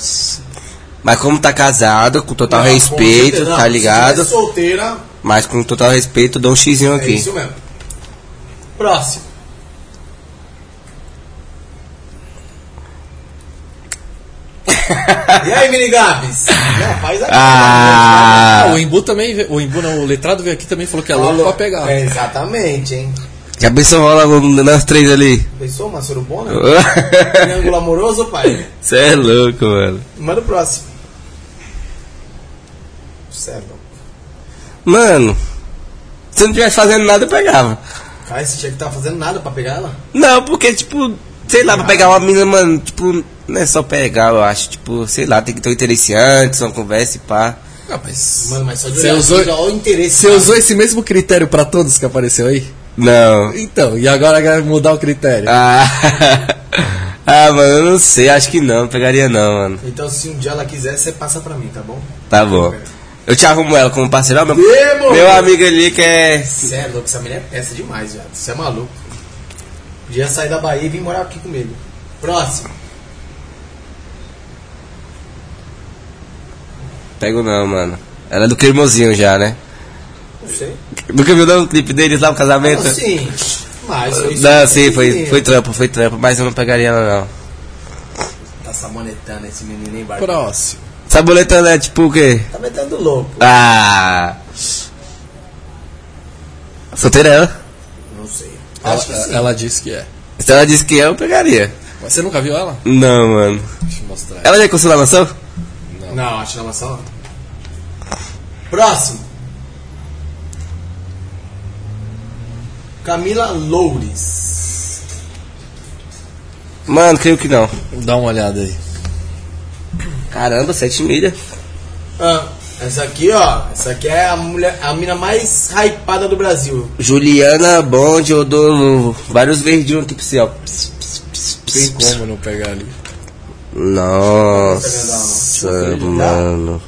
[SPEAKER 3] Mas como tá casado, com total
[SPEAKER 1] Não, Ah, com
[SPEAKER 3] respeito,
[SPEAKER 1] certeza.
[SPEAKER 3] tá
[SPEAKER 1] Não,
[SPEAKER 3] ligado?
[SPEAKER 1] Se tiver solteira,
[SPEAKER 3] Mas com total respeito, eu dou um xizinho
[SPEAKER 1] é
[SPEAKER 3] aqui.
[SPEAKER 1] isso mesmo. Próximo. e aí, mini Gabs? Não, faz aqui.
[SPEAKER 2] Ah,
[SPEAKER 3] ah,
[SPEAKER 2] o Imbu também, veio- o Imbu não, o letrado veio aqui também e falou que é louco
[SPEAKER 1] Alô.
[SPEAKER 2] pra pegar.
[SPEAKER 1] É, exatamente, hein?
[SPEAKER 3] que a pessoa rola no- nós três ali.
[SPEAKER 1] Pensou uma surubona? Triângulo amoroso, pai?
[SPEAKER 3] Você é louco, mano.
[SPEAKER 1] Manda o próximo. Sério.
[SPEAKER 3] Mano, se eu não tivesse fazendo nada, eu pegava.
[SPEAKER 1] Cara, esse tinha que tá fazendo nada pra pegar ela?
[SPEAKER 3] Não, porque, tipo, sei lá, pra pegar uma mina, mano, tipo, não é só pegar, eu acho. Tipo, sei lá, tem que ter um interesse antes, uma conversa e pá.
[SPEAKER 2] Não, mas
[SPEAKER 1] Mano, mas só de
[SPEAKER 2] Você
[SPEAKER 1] olhar
[SPEAKER 2] usou-
[SPEAKER 1] aqui já olha o interesse.
[SPEAKER 2] você usou esse mesmo critério pra todos que apareceu aí?
[SPEAKER 3] Não.
[SPEAKER 2] Então, e agora vai mudar o critério?
[SPEAKER 3] Ah, ah, mano, eu não sei, acho que não, pegaria não, mano.
[SPEAKER 1] Então se um dia ela quiser, você passa pra mim, tá bom?
[SPEAKER 3] Tá bom. Eu te arrumo ela como parceiro, ó, meu,
[SPEAKER 1] Demo!
[SPEAKER 3] meu amigo ali que é.
[SPEAKER 1] Você é louco, essa menina é peça demais, viado. Você é maluco. Podia sair da Bahia e vir morar aqui comigo. Próximo.
[SPEAKER 3] Pego não, mano. Ela é do cremosinho já, né?
[SPEAKER 1] Não sei.
[SPEAKER 3] Nunca viu não, o clipe deles lá, o casamento?
[SPEAKER 1] Não, Ah, sim. Mas eu
[SPEAKER 3] Não, sim, foi, foi trampo, foi trampo, mas eu não pegaria ela não.
[SPEAKER 1] Tá samonetando esse menino em barco.
[SPEAKER 2] Próximo.
[SPEAKER 3] Saboleta né, tipo o quê?
[SPEAKER 1] Tá metendo louco.
[SPEAKER 3] Ah! Solteira ela?
[SPEAKER 1] Não sei.
[SPEAKER 2] Ela,
[SPEAKER 1] Acho que sim.
[SPEAKER 2] ela disse que é.
[SPEAKER 3] Se ela disse que é, eu pegaria.
[SPEAKER 2] Mas você nunca viu ela?
[SPEAKER 3] Não, mano.
[SPEAKER 2] Deixa eu mostrar.
[SPEAKER 3] Ela já é conseguiu a maçã?
[SPEAKER 1] Não, acho que não é uma só. Próximo. Camila Loures.
[SPEAKER 3] Mano, creio que não.
[SPEAKER 2] Dá uma olhada aí.
[SPEAKER 3] Caramba, 7 milha.
[SPEAKER 1] Ah, essa aqui, ó. Essa aqui é a mulher, a mina mais hypada do Brasil.
[SPEAKER 3] Juliana Bond, eu dou vários verdinhos aqui pra você, ó. Pss, pss, pss,
[SPEAKER 2] Tem
[SPEAKER 3] pss, pss.
[SPEAKER 2] como não pegar ali.
[SPEAKER 3] Nossa,
[SPEAKER 1] Não.
[SPEAKER 3] mano.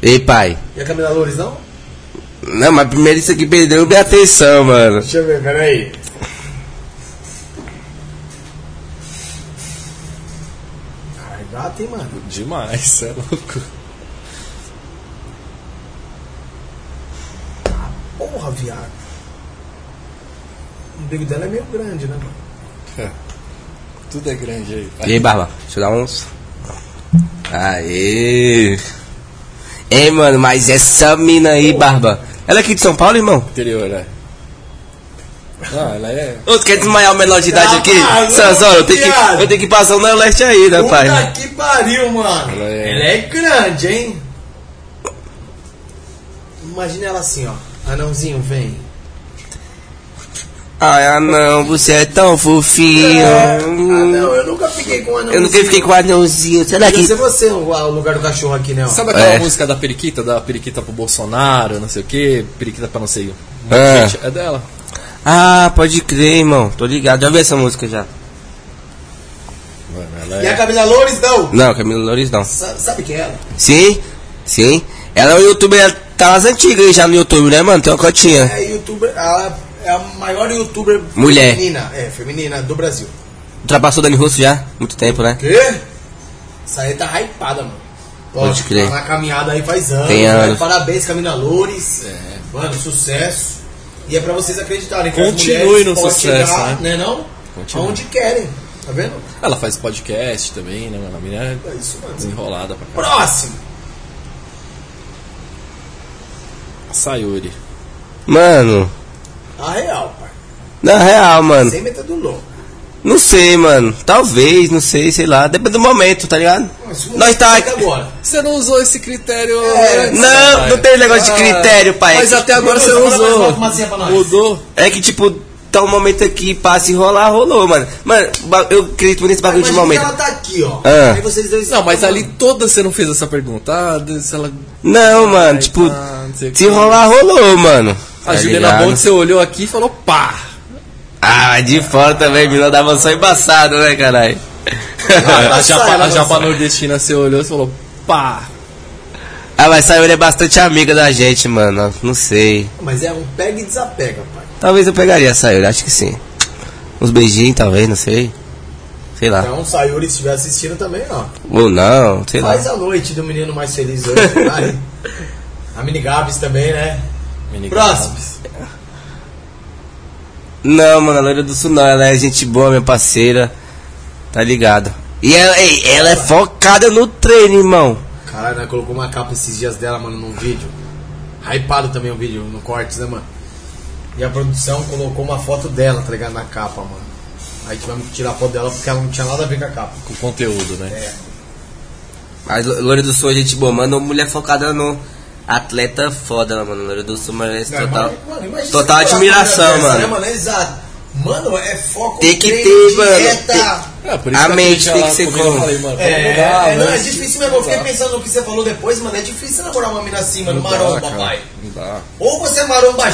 [SPEAKER 3] Ei, pai.
[SPEAKER 1] E a Camila Loures não?
[SPEAKER 3] Não, mas primeiro isso aqui perdeu minha atenção, mano.
[SPEAKER 1] Deixa eu ver, peraí. Ai, gata, hein, mano?
[SPEAKER 2] Demais, você é louco.
[SPEAKER 1] Porra, viado. O umbigo dela é meio grande, né, mano?
[SPEAKER 2] É. Tudo é grande aí. pai.
[SPEAKER 3] E aí, Barba? Deixa eu dar uns. Aê. Ei, mano, mas essa mina aí, Barba. Ela é aqui de São Paulo, irmão?
[SPEAKER 2] Interior, né? Não, ela é.
[SPEAKER 3] Ô, tu quer desmaiar o menor de idade aqui?
[SPEAKER 1] Rapaz,
[SPEAKER 3] Sazora, eu tenho
[SPEAKER 1] viado.
[SPEAKER 3] que, eu tenho que passar o Neo Leste aí, né, pai?
[SPEAKER 1] Puta que pariu, mano.
[SPEAKER 2] Ela
[SPEAKER 1] Ela
[SPEAKER 2] é-
[SPEAKER 1] é... grande, hein? Imagina ela assim, ó. Anãozinho, vem.
[SPEAKER 3] Ai, ah não, você é tão fofinho.
[SPEAKER 1] É. Ah, Anão, eu nunca fiquei com um anãozinho.
[SPEAKER 3] Hum. eu nunca fiquei com o anãozinho. Será que.
[SPEAKER 1] Podia ser você o, o lugar do cachorro aqui, né? ó.
[SPEAKER 2] Sabe aquela
[SPEAKER 3] É.
[SPEAKER 2] música da Periquita? Da Periquita pro Bolsonaro, não sei o que, Periquita pra não sei o
[SPEAKER 3] É.
[SPEAKER 2] Gente, É dela.
[SPEAKER 3] Ah, pode crer, irmão. Tô ligado. Já ouvi essa música já.
[SPEAKER 2] Mano, ela
[SPEAKER 1] E a
[SPEAKER 2] é.
[SPEAKER 1] Camila Loures, não.
[SPEAKER 3] Não, Camila Louris não.
[SPEAKER 1] Sa- Sabe quem é ela?
[SPEAKER 3] Sim, sim. Ela é um youtuber, ela tá nas antigas aí já no YouTube, né, mano? Tem uma cotinha.
[SPEAKER 1] É youtuber, ela é a maior youtuber
[SPEAKER 3] Mulher.
[SPEAKER 1] feminina, é, feminina do Brasil.
[SPEAKER 3] Ultrapassou o Dani Russo já, muito tempo, né?
[SPEAKER 1] Quê? Essa aí tá hypada, mano. Lógico,
[SPEAKER 3] crer.
[SPEAKER 1] Tá na caminhada aí faz anos.
[SPEAKER 3] Tem
[SPEAKER 1] né?
[SPEAKER 3] anos.
[SPEAKER 1] Parabéns, Camila Loures. É. Mano, sucesso. E é pra vocês acreditarem que
[SPEAKER 2] Continue
[SPEAKER 1] as mulheres
[SPEAKER 2] no
[SPEAKER 1] podem
[SPEAKER 2] sucesso,
[SPEAKER 1] chegar, né? não?
[SPEAKER 2] Continue.
[SPEAKER 1] Onde querem, tá vendo?
[SPEAKER 2] Ela faz podcast também, né, mano? A menina é
[SPEAKER 1] É isso, mano.
[SPEAKER 2] desenrolada pra caralho.
[SPEAKER 1] Próximo.
[SPEAKER 2] Sayuri.
[SPEAKER 3] Mano,
[SPEAKER 1] A real, pai.
[SPEAKER 3] na real, mano.
[SPEAKER 1] Sem meta do louco.
[SPEAKER 3] Não sei, mano. Talvez, não sei, sei lá. Depende do momento, tá ligado?
[SPEAKER 1] Mas isso
[SPEAKER 3] Nós tá
[SPEAKER 1] fica agora.
[SPEAKER 2] Você não usou esse critério.
[SPEAKER 1] É,
[SPEAKER 2] antes,
[SPEAKER 3] não,
[SPEAKER 2] pai. Ah,
[SPEAKER 3] não tem negócio de critério, pai.
[SPEAKER 2] Mas até agora
[SPEAKER 1] Bruno,
[SPEAKER 2] você
[SPEAKER 1] fala
[SPEAKER 2] não
[SPEAKER 1] mais uma
[SPEAKER 2] usou.
[SPEAKER 1] fumacinha pra nós.
[SPEAKER 2] Mudou.
[SPEAKER 3] É que, tipo, tal momento aqui, passa e rolar, rolou, mano. Mano, ba- eu acredito nesse bagulho de
[SPEAKER 1] Imagina que
[SPEAKER 3] momento.
[SPEAKER 1] ela tá aqui, ó.
[SPEAKER 3] Ah.
[SPEAKER 1] Aí vocês dois
[SPEAKER 2] Não, mas ali toda você não fez essa pergunta. Ah, Deus, se ela.
[SPEAKER 3] Não, mano,
[SPEAKER 2] Ai,
[SPEAKER 3] tipo,
[SPEAKER 2] tá, não sei o
[SPEAKER 3] se
[SPEAKER 2] quê.
[SPEAKER 3] rolar, rolou, mano.
[SPEAKER 2] A
[SPEAKER 3] Tá
[SPEAKER 2] Juliana
[SPEAKER 3] ligado?
[SPEAKER 2] Bond, você olhou aqui e falou pá!
[SPEAKER 3] Ah, mas de fora também, Milão dava só embaçado, né, caralho?
[SPEAKER 1] Ela
[SPEAKER 3] Tá,
[SPEAKER 2] a
[SPEAKER 1] sai,
[SPEAKER 2] japa,
[SPEAKER 1] ela
[SPEAKER 2] a japa
[SPEAKER 1] sai.
[SPEAKER 2] nordestina, você olhou e falou pá!
[SPEAKER 3] ah, mas Sayuri é bastante amiga da gente, mano. Não sei.
[SPEAKER 1] Mas é um pega e desapega, pai.
[SPEAKER 3] Talvez eu pegaria a Sayuri, acho que sim. Uns beijinhos, talvez, não sei. Sei lá.
[SPEAKER 1] Então, Sayuri, se estiver assistindo também, ó.
[SPEAKER 3] Ou não, sei lá.
[SPEAKER 1] Faz a noite do menino mais feliz hoje, vai. A Mini Gabs também, né?
[SPEAKER 2] Mini
[SPEAKER 1] Próximo.
[SPEAKER 3] Não, mano, a loira do sul não. Ela é gente boa, minha parceira. Tá ligado? E ela, ei, ela é focada no treino, irmão.
[SPEAKER 1] Caralho, ela colocou uma capa esses dias dela, mano, num vídeo. Hypado também o vídeo, no cortes, né, mano? E a produção colocou uma foto dela, tá ligado? Na capa, mano. Aí tivemos que tirar a foto dela porque ela não tinha nada a ver com a capa.
[SPEAKER 2] Com conteúdo, né?
[SPEAKER 3] Mas Lo- Loira do Sul é gente boa, mano. Mulher focada no atleta foda, mano. Loira do Sul merece total,
[SPEAKER 1] Mano, imagina você
[SPEAKER 3] total
[SPEAKER 1] morar numa
[SPEAKER 3] admiração,
[SPEAKER 1] dessa, né,
[SPEAKER 3] mano.
[SPEAKER 1] mano? Exato. Mano, é foco
[SPEAKER 3] Tem que
[SPEAKER 1] treino,
[SPEAKER 3] ter, mano.
[SPEAKER 1] dieta.
[SPEAKER 2] É, por
[SPEAKER 3] A
[SPEAKER 2] eu
[SPEAKER 3] mente
[SPEAKER 2] deixei
[SPEAKER 3] tem
[SPEAKER 2] ela
[SPEAKER 3] que ser
[SPEAKER 2] comigo, eu
[SPEAKER 3] como?
[SPEAKER 2] falei, mano, né?"
[SPEAKER 1] É,
[SPEAKER 2] vamos mudar,
[SPEAKER 1] é, não, é
[SPEAKER 2] lanche,
[SPEAKER 1] difícil mesmo. Eu fiquei
[SPEAKER 2] mudar.
[SPEAKER 1] pensando no que você falou depois, mano. É difícil namorar uma mina assim, mano.
[SPEAKER 2] Não dá,
[SPEAKER 1] Maromba,
[SPEAKER 2] cara,
[SPEAKER 1] pai.
[SPEAKER 2] Não dá.
[SPEAKER 1] Ou você é maromba
[SPEAKER 2] É,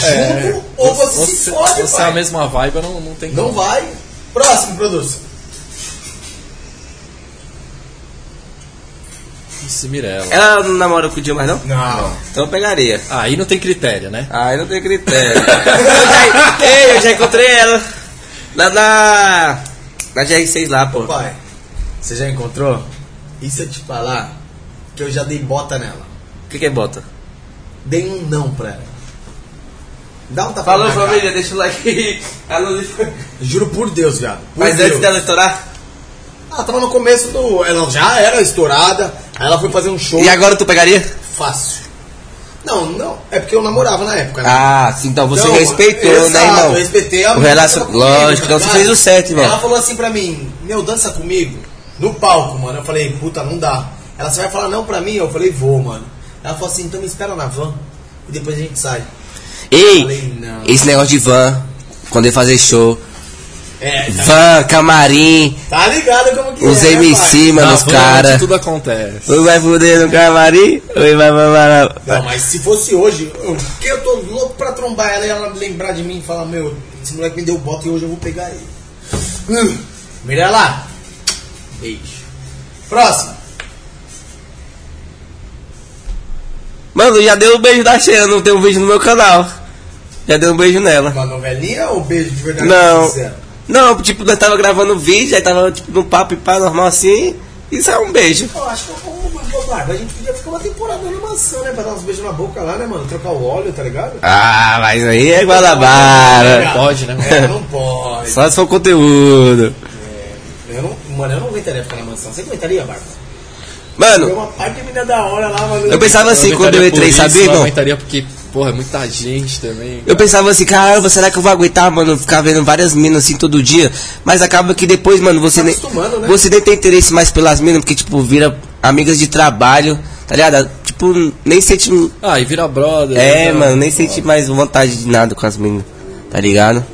[SPEAKER 1] junto, ou você, se fode,
[SPEAKER 2] você é
[SPEAKER 1] pai.
[SPEAKER 2] a mesma vibe, não, não tem
[SPEAKER 1] Não
[SPEAKER 2] como.
[SPEAKER 1] vai. Próximo, produção.
[SPEAKER 2] Esse Mirella.
[SPEAKER 3] Ela não namora com o Dio mais não?
[SPEAKER 1] Não.
[SPEAKER 3] Então eu pegaria.
[SPEAKER 2] Aí não tem critério, né?
[SPEAKER 3] Ai, não tem critério. eu, já, ei, eu já encontrei ela. Lá na. Na GR6 lá, pô.
[SPEAKER 1] Pai, você já encontrou? E se eu te falar que eu já dei bota nela?
[SPEAKER 3] O que, que é bota?
[SPEAKER 1] Dei um não pra ela. Dá um tapa
[SPEAKER 3] Falou,
[SPEAKER 1] na cara.
[SPEAKER 3] família, deixa o like. Ela não-
[SPEAKER 1] Juro por Deus, viado. Por
[SPEAKER 3] Mas
[SPEAKER 1] Deus.
[SPEAKER 3] antes dela estourar.
[SPEAKER 1] Ah, tava no começo do. Ela já era estourada. Aí ela foi fazer um show.
[SPEAKER 3] E agora tu pegaria?
[SPEAKER 1] Fácil. Não, não. É porque eu namorava na época, né?
[SPEAKER 3] Ah, sim, então você
[SPEAKER 1] Então,
[SPEAKER 3] respeitou,
[SPEAKER 1] exato,
[SPEAKER 3] né, irmão?
[SPEAKER 1] Eu respeitei a
[SPEAKER 3] o
[SPEAKER 1] menina
[SPEAKER 3] relacion...
[SPEAKER 1] que tava comigo,
[SPEAKER 3] Lógico, então você
[SPEAKER 1] tá
[SPEAKER 3] fez o
[SPEAKER 1] ligado?
[SPEAKER 3] certo, irmão.
[SPEAKER 1] Ela falou assim pra mim, meu, dança comigo no palco, mano. Eu falei, puta, não dá. Ela, você vai falar não pra mim? Eu falei, vou, mano. Ela falou assim, então me espera na van e depois a gente sai.
[SPEAKER 3] Ei,
[SPEAKER 1] Falei, não.
[SPEAKER 3] esse negócio de van, quando ele fazer show,
[SPEAKER 1] É, tá,
[SPEAKER 3] van, camarim,
[SPEAKER 1] tá ligado como que
[SPEAKER 3] os
[SPEAKER 1] é, né,
[SPEAKER 3] MC, mano,
[SPEAKER 2] Na
[SPEAKER 3] os
[SPEAKER 2] Havana,
[SPEAKER 3] caras.
[SPEAKER 2] Tudo acontece.
[SPEAKER 3] Ou vai fuder no camarim, ou vai
[SPEAKER 1] pai? Não, mas se fosse hoje, eu, que eu tô louco pra trombar ela e ela lembrar de mim e falar, meu, esse moleque me deu bota e hoje eu vou pegar ele. Hum. Mirella, beijo. Próximo.
[SPEAKER 3] Mano, já deu um beijo da Xena, não tem um vídeo no meu canal. Já deu um beijo nela.
[SPEAKER 1] Uma novelinha ou um beijo de verdade? é.
[SPEAKER 3] Não.
[SPEAKER 1] sincero?
[SPEAKER 3] Não, tipo, nós tava gravando um vídeo, aí tava tipo num papo e pá normal assim, e saiu um beijo.
[SPEAKER 1] Eu acho que eu Barba, a gente podia ficar uma temporada na maçã, né? Pra dar uns beijos na boca lá, né, mano? Trocar o óleo, tá ligado?
[SPEAKER 3] Ah, mas aí é
[SPEAKER 1] Não
[SPEAKER 3] Guadabara.
[SPEAKER 2] pode, né, mano?
[SPEAKER 1] É, não pode.
[SPEAKER 3] Só se for conteúdo.
[SPEAKER 1] Eu não, mano, eu não aguentaria ficar na mansão. Você aguentaria, Barba? Foi
[SPEAKER 3] Mano,
[SPEAKER 1] uma parte de menina da hora lá, mano.
[SPEAKER 3] eu pensava assim quando eu
[SPEAKER 2] aguentaria por
[SPEAKER 3] entrei,
[SPEAKER 2] isso,
[SPEAKER 3] sabia,
[SPEAKER 2] Eu
[SPEAKER 3] irmão?
[SPEAKER 2] aumentaria porque, porra, é muita gente também.
[SPEAKER 3] Eu pensava assim, caramba, será que eu vou aguentar, mano, ficar vendo várias minas assim todo dia? Mas acaba que depois, mano, você
[SPEAKER 1] Tá
[SPEAKER 3] nem,
[SPEAKER 1] acostumando, né?
[SPEAKER 3] você nem tem interesse mais pelas minas, porque, tipo, vira amigas de trabalho, tá ligado? Tipo, nem sente.
[SPEAKER 2] Ah, e vira brother.
[SPEAKER 3] É,
[SPEAKER 2] então,
[SPEAKER 3] mano, nem sente mais vontade de nada com as minas, tá ligado?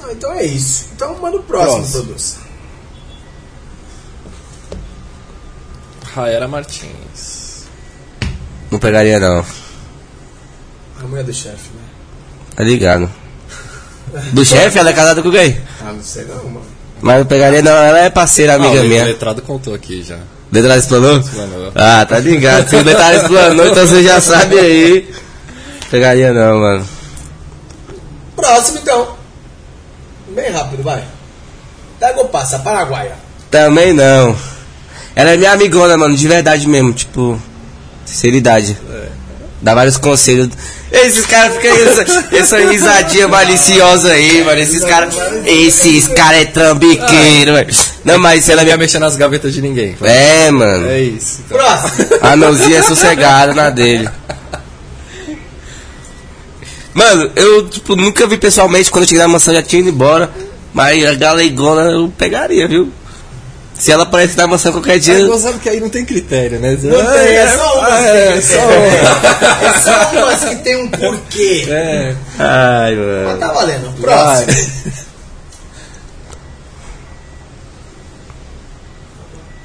[SPEAKER 1] Não, então é isso. Então manda o próximo,
[SPEAKER 2] Próximo.
[SPEAKER 1] produção.
[SPEAKER 2] Raera Martins.
[SPEAKER 3] Não pegaria, não,
[SPEAKER 1] A mulher do chefe, né?
[SPEAKER 3] tá ligado? Do chefe, ela é casada com quem?
[SPEAKER 1] Ah, não sei não, mano.
[SPEAKER 3] Mas não pegaria, não, ela é parceira, amiga
[SPEAKER 2] ah, o
[SPEAKER 3] minha.
[SPEAKER 2] letrado contou aqui já.
[SPEAKER 3] Detalhe explanou?
[SPEAKER 2] Explanou.
[SPEAKER 3] Ah, tá ligado. Se o detalhe explanou, então você já sabe aí. Pegaria, não, mano.
[SPEAKER 1] Próximo, então. Bem rápido, vai. Tago passa, Paraguaia.
[SPEAKER 3] Também não. Ela é minha amigona, mano, de verdade mesmo, tipo. Sinceridade. Dá vários conselhos. Ei, Esses caras ficam aí, essa, essa risadinha maliciosa aí, mano. Esses caras. Esses caras é trambiqueiro, velho. Não, mas ela é
[SPEAKER 2] Não quer
[SPEAKER 3] minha.
[SPEAKER 2] mexer nas gavetas de ninguém.
[SPEAKER 3] É, mano.
[SPEAKER 2] É isso. então.
[SPEAKER 1] Próximo.
[SPEAKER 3] A mãozinha é sossegada na dele. Mano, eu, tipo, nunca vi pessoalmente. Quando eu cheguei na mansão já tinha ido embora. Mas a galegona eu pegaria, viu? Se ela aparece na mansão qualquer dia.
[SPEAKER 2] Aí, sabe que aí não tem critério, né?
[SPEAKER 1] Não tem, é
[SPEAKER 3] um.
[SPEAKER 1] só umas que
[SPEAKER 2] é,
[SPEAKER 1] tem
[SPEAKER 2] só
[SPEAKER 1] critério. É só umas que tem um porquê.
[SPEAKER 2] É.
[SPEAKER 3] Ai,
[SPEAKER 1] Mas
[SPEAKER 3] mano.
[SPEAKER 1] tá
[SPEAKER 3] É.
[SPEAKER 1] valendo. Próximo.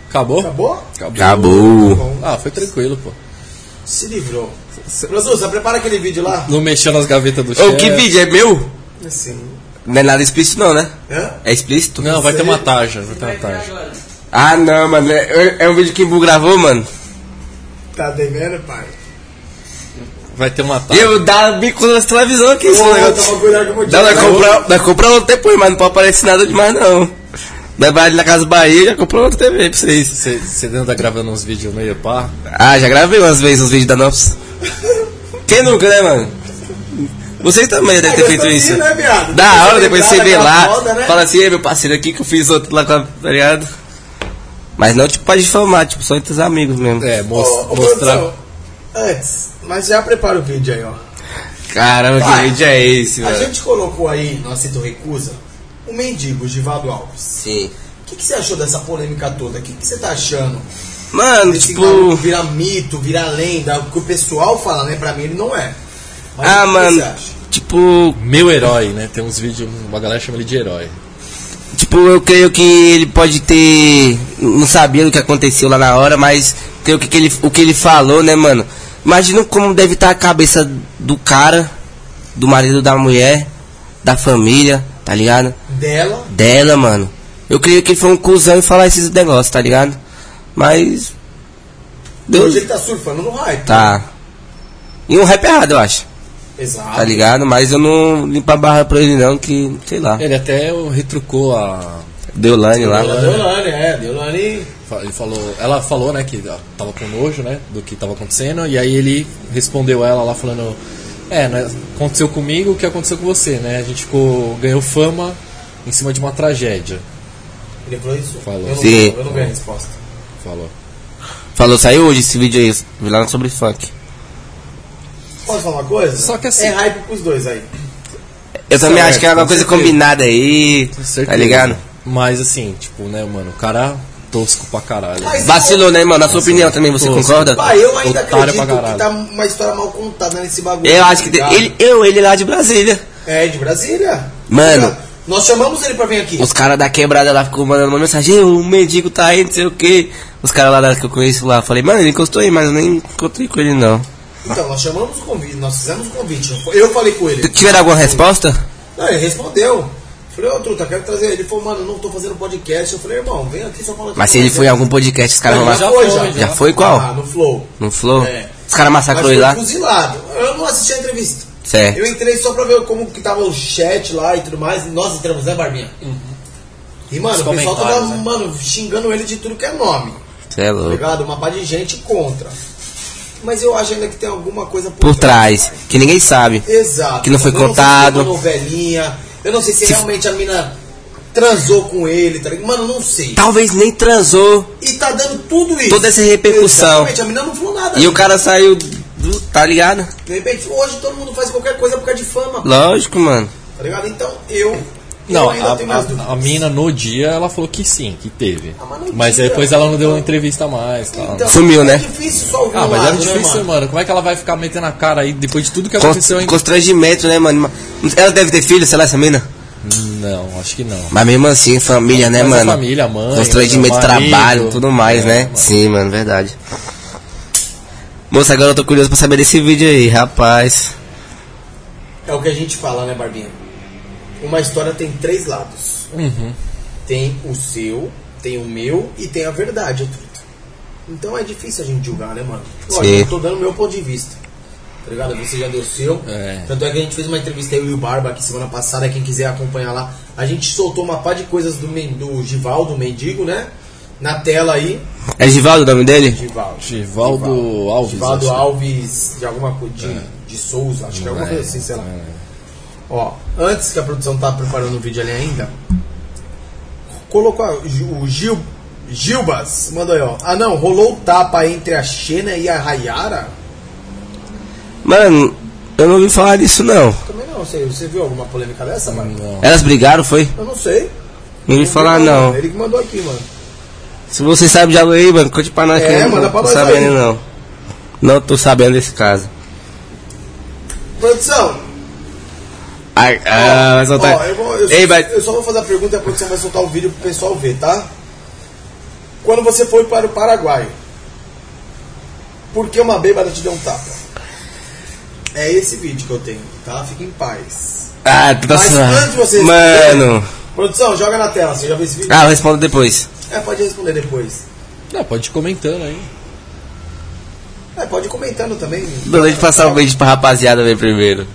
[SPEAKER 2] Acabou?
[SPEAKER 1] Acabou?
[SPEAKER 3] Acabou.
[SPEAKER 1] Bom,
[SPEAKER 2] Ah, foi tranquilo, pô.
[SPEAKER 1] se livrou. Prosusa, prepara aquele vídeo lá.
[SPEAKER 2] Não mexeu nas gavetas do
[SPEAKER 3] Ô,
[SPEAKER 2] chefe.
[SPEAKER 3] que vídeo? É meu?
[SPEAKER 1] Assim.
[SPEAKER 3] Não é nada explícito, não, né?
[SPEAKER 1] Hã?
[SPEAKER 3] É explícito?
[SPEAKER 2] Não, vai ter uma tarja, vai ter uma tarja.
[SPEAKER 3] Ah, não, mano. É, é um vídeo que o Bull gravou, mano.
[SPEAKER 1] Tá devendo, pai?
[SPEAKER 2] Vai ter uma tarja.
[SPEAKER 3] Eu dá bico na televisão aqui, esse
[SPEAKER 1] Pô, eu
[SPEAKER 3] negócio.
[SPEAKER 1] tava com olhar como eu
[SPEAKER 3] Não,
[SPEAKER 1] tinha.
[SPEAKER 3] nós compramos nós compramos outra depois, mas não pode aparecer nada demais, não. Nós vai ali na Casa Bahia já comprou outra TV pra vocês.
[SPEAKER 2] Você você anda gravando uns vídeos meio pá.
[SPEAKER 3] Ah, já gravei umas vezes os vídeos da Nops. Quem nunca, né, mano? Vocês também devem ter feito isso.
[SPEAKER 1] Né, viado?
[SPEAKER 3] Da hora,
[SPEAKER 1] Você
[SPEAKER 3] depois você
[SPEAKER 1] lembrar
[SPEAKER 3] vê
[SPEAKER 1] daquela
[SPEAKER 3] lá,
[SPEAKER 1] moda, né?
[SPEAKER 3] fala assim, "Ei, meu parceiro aqui que eu fiz outro lá com a. tá ligado? Mas não, tipo, pra difamar, tipo, só entre os amigos mesmo.
[SPEAKER 2] É,
[SPEAKER 1] Ô,
[SPEAKER 2] mos-
[SPEAKER 1] ô,
[SPEAKER 2] mostrar.
[SPEAKER 1] produção, Antes, mas já prepara o vídeo aí, ó.
[SPEAKER 3] Caramba, que
[SPEAKER 1] Vai.
[SPEAKER 3] vídeo é esse,
[SPEAKER 1] A
[SPEAKER 3] velho?
[SPEAKER 1] gente colocou aí, no Aceito Recusa, o mendigo Givaldo Alves.
[SPEAKER 3] Sim.
[SPEAKER 1] O que, que você achou dessa polêmica toda? O que, que você tá achando?
[SPEAKER 3] Mano,
[SPEAKER 1] Esse
[SPEAKER 3] tipo.
[SPEAKER 1] maluco vira mito, vira lenda, o que o pessoal fala, né? Pra mim ele não é. Mas
[SPEAKER 3] Ah,
[SPEAKER 1] o que
[SPEAKER 3] mano.
[SPEAKER 1] Você acha?
[SPEAKER 3] Tipo,
[SPEAKER 2] Meu herói, né? Tem uns vídeos, uma galera chama ele de herói.
[SPEAKER 3] Tipo, eu creio que ele pode ter. Não sabia do que aconteceu lá na hora, mas creio que, que ele, o que ele falou, né, mano? Imagina como deve estar a cabeça do cara, do marido da mulher, da família, tá ligado?
[SPEAKER 1] Dela,
[SPEAKER 3] Dela, mano. Eu creio que ele foi um cuzão em falar esses negócios, tá ligado? Mas.
[SPEAKER 1] hoje
[SPEAKER 3] Deus. é
[SPEAKER 1] ele tá surfando no hype.
[SPEAKER 3] Tá. E um rap errado, eu acho,
[SPEAKER 1] Exato.
[SPEAKER 3] tá ligado? Mas eu não limpo a barra pra ele, não, que. Sei lá.
[SPEAKER 2] Ele até o- retrucou a.
[SPEAKER 3] Deu lane lá.
[SPEAKER 1] Ela deu Lani, é, deu Lani.
[SPEAKER 2] fa- Ele falou, ela falou, né, que ó, tava com nojo, né, do que tava acontecendo, e aí ele respondeu ela lá falando, é, né, aconteceu comigo o que aconteceu com você, né? A gente ficou, ganhou fama em cima de uma tragédia,
[SPEAKER 1] Ele falou isso?
[SPEAKER 2] Falou.
[SPEAKER 1] Eu não,
[SPEAKER 3] Sim.
[SPEAKER 1] eu não ganhei a resposta.
[SPEAKER 2] falou.
[SPEAKER 3] Falou, saiu hoje esse vídeo aí, vi lá sobre funk.
[SPEAKER 1] Posso falar uma coisa?
[SPEAKER 2] Só que assim-
[SPEAKER 1] É hype pros dois aí.
[SPEAKER 3] Eu também
[SPEAKER 2] Certo,
[SPEAKER 3] acho que é uma
[SPEAKER 2] com
[SPEAKER 3] coisa
[SPEAKER 2] certeza.
[SPEAKER 3] combinada aí,
[SPEAKER 2] Com certeza.
[SPEAKER 3] tá ligado?
[SPEAKER 2] Mas assim, tipo, né, mano, o cara é tosco pra caralho.
[SPEAKER 1] Mas-
[SPEAKER 3] Vacilou, né, mano? Na sua opinião também, você
[SPEAKER 2] Nossa.
[SPEAKER 3] concorda?
[SPEAKER 1] Pai, Ah, eu ainda
[SPEAKER 2] Otário
[SPEAKER 1] acredito
[SPEAKER 2] pra caralho.
[SPEAKER 1] que tá uma história mal contada nesse bagulho.
[SPEAKER 3] Eu acho que...
[SPEAKER 1] tá ligado?
[SPEAKER 3] Ele, eu, ele lá de Brasília.
[SPEAKER 1] É, de Brasília.
[SPEAKER 3] Mano.
[SPEAKER 1] Nós chamamos ele pra vir aqui.
[SPEAKER 3] Os caras da quebrada lá ficou mandando uma mensagem, "Ei, o mendigo tá aí, não sei o que. Os caras lá da- que eu conheço lá, falei, mano, ele encostou aí, mas eu nem encontrei com ele não.
[SPEAKER 1] Então, nós chamamos o convite, nós fizemos o convite. Eu falei com ele.
[SPEAKER 3] Tiveram alguma resposta?
[SPEAKER 1] Não, ele respondeu. Falei, ô Truta, quero trazer. Ele falou, mano, eu não tô fazendo podcast. Eu falei, irmão, vem aqui só falar.
[SPEAKER 3] Mas se ele foi em algum podcast, os caras vão
[SPEAKER 1] Mas
[SPEAKER 3] lá.
[SPEAKER 1] já foi,
[SPEAKER 2] já.
[SPEAKER 1] já.
[SPEAKER 3] Já foi qual? Tá
[SPEAKER 1] Ah, no Flow.
[SPEAKER 3] No Flow?
[SPEAKER 1] É.
[SPEAKER 3] Os caras
[SPEAKER 1] Mas
[SPEAKER 3] massacrou
[SPEAKER 1] foi
[SPEAKER 3] ele lá. é,
[SPEAKER 1] fuzilado. Eu não assisti a entrevista.
[SPEAKER 3] Certo.
[SPEAKER 1] Eu entrei só pra ver como que tava o chat lá e tudo mais. Nós entramos, né, Barbinha? E, mano,
[SPEAKER 2] Uhum. Os
[SPEAKER 1] o pessoal tava,
[SPEAKER 2] comentários, né?
[SPEAKER 1] mano, xingando ele de tudo que é nome.
[SPEAKER 3] Cê é
[SPEAKER 1] Tá
[SPEAKER 3] louco.
[SPEAKER 1] ligado? Uma pá de gente contra. Mas eu acho ainda que tem alguma coisa
[SPEAKER 3] Por trás, que ninguém sabe.
[SPEAKER 1] Exato.
[SPEAKER 3] Que não foi
[SPEAKER 1] Eu sei se
[SPEAKER 3] contado.
[SPEAKER 1] é uma novelinha. Eu não sei se, realmente a mina transou com ele, tá ligado? Mano, não sei.
[SPEAKER 3] Talvez nem transou.
[SPEAKER 1] E tá dando tudo isso.
[SPEAKER 3] Toda essa repercussão.
[SPEAKER 1] Exatamente, a mina não falou nada.
[SPEAKER 3] E o cara saiu do. Tá ligado?
[SPEAKER 1] De repente, hoje todo mundo faz qualquer coisa por causa de fama,
[SPEAKER 3] Lógico, mano.
[SPEAKER 1] tá ligado? Então, eu...
[SPEAKER 2] Não,
[SPEAKER 1] eu
[SPEAKER 2] a,
[SPEAKER 1] ainda tenho minhas dúvidas.
[SPEAKER 2] a, a mina no dia ela falou que sim, que teve.
[SPEAKER 1] Ah, mas não
[SPEAKER 2] Mas
[SPEAKER 1] tinha.
[SPEAKER 2] depois ela não deu uma entrevista mais, tal.
[SPEAKER 1] Então,
[SPEAKER 3] Sumiu, né?
[SPEAKER 1] É difícil só ouvir
[SPEAKER 2] Ah,
[SPEAKER 1] um
[SPEAKER 2] mas
[SPEAKER 1] lado,
[SPEAKER 2] é difícil,
[SPEAKER 1] né,
[SPEAKER 2] mano? Como é que ela vai ficar metendo a cara aí depois de tudo que
[SPEAKER 3] Con-
[SPEAKER 2] aconteceu ainda?
[SPEAKER 3] Constrangimento, né, mano? Ela deve ter filho, sei lá, essa mina.
[SPEAKER 2] Não, acho que não.
[SPEAKER 3] Mas mesmo assim, família, né,
[SPEAKER 2] Mas a
[SPEAKER 3] mano?
[SPEAKER 2] família, a mãe,
[SPEAKER 3] Constrangimento,
[SPEAKER 2] o marido.
[SPEAKER 3] trabalho, tudo mais,
[SPEAKER 2] É,
[SPEAKER 3] né?
[SPEAKER 2] mano.
[SPEAKER 3] Sim, mano, verdade. Moça, agora eu tô curioso pra saber desse vídeo aí, rapaz.
[SPEAKER 1] É o que a gente fala, né, Barbinha? Uma história tem três lados.
[SPEAKER 2] Uhum.
[SPEAKER 1] Tem o seu, tem o meu e tem a verdade. Truta. Então é difícil a gente julgar, né, mano? Lógico,
[SPEAKER 3] Sim.
[SPEAKER 1] eu tô dando o meu ponto de vista. Tá ligado? Você já deu o seu.
[SPEAKER 2] É.
[SPEAKER 1] Tanto é que a gente fez uma entrevista aí, eu e o Barba, aqui semana passada, quem quiser acompanhar lá. A gente soltou uma pá de coisas do, men- do Givaldo, o mendigo, né? Na tela aí.
[SPEAKER 3] É Givaldo o nome dele?
[SPEAKER 1] Givaldo.
[SPEAKER 2] Givaldo Alves,
[SPEAKER 1] Givaldo
[SPEAKER 2] acho. é.
[SPEAKER 1] Alves de alguma coisa. De, de Souza, acho que é alguma coisa assim, sei lá. Ó, antes que a produção tá preparando o vídeo ali ainda, colocou a- o Gil. Gilbas mandou aí, ó. Ah não, rolou o tapa entre a Xena e a Rayara?
[SPEAKER 3] Mano, eu não ouvi falar disso, não.
[SPEAKER 1] Também não sei. Você viu alguma polêmica dessa, mano?
[SPEAKER 2] Não.
[SPEAKER 3] Elas brigaram, foi?
[SPEAKER 1] Eu não sei.
[SPEAKER 3] Não ouvi falar,
[SPEAKER 1] Ele que mandou,
[SPEAKER 3] não.
[SPEAKER 1] Ele que mandou aqui, mano.
[SPEAKER 3] Se você sabe de algo aí, mano, conte pra nós.
[SPEAKER 1] É,
[SPEAKER 3] que eu
[SPEAKER 1] manda
[SPEAKER 3] não
[SPEAKER 1] pra
[SPEAKER 3] tô
[SPEAKER 1] nós
[SPEAKER 3] sabendo,
[SPEAKER 1] aí.
[SPEAKER 3] não. Não tô sabendo desse caso.
[SPEAKER 1] Produção.
[SPEAKER 3] Ai, ah, vai soltar.
[SPEAKER 1] Ó, eu, vou- eu só-
[SPEAKER 3] Ei, vai.
[SPEAKER 1] eu só vou fazer a pergunta e a produção vai soltar o vídeo pro pessoal ver, tá? Quando você foi para o Paraguai, por que uma bêbada te deu um tapa? É esse vídeo que eu tenho, tá? Fique em paz.
[SPEAKER 3] Ah, tá
[SPEAKER 1] Mas
[SPEAKER 3] suave.
[SPEAKER 1] antes de vocês-
[SPEAKER 3] Mano.
[SPEAKER 1] Produção, joga na tela, você já viu esse vídeo?
[SPEAKER 3] Ah, eu respondo depois.
[SPEAKER 1] É, pode responder depois.
[SPEAKER 2] É. Não, pode ir comentando aí.
[SPEAKER 1] É, pode ir comentando também.
[SPEAKER 3] Não deixa eu passar o vídeo pra rapaziada ver primeiro.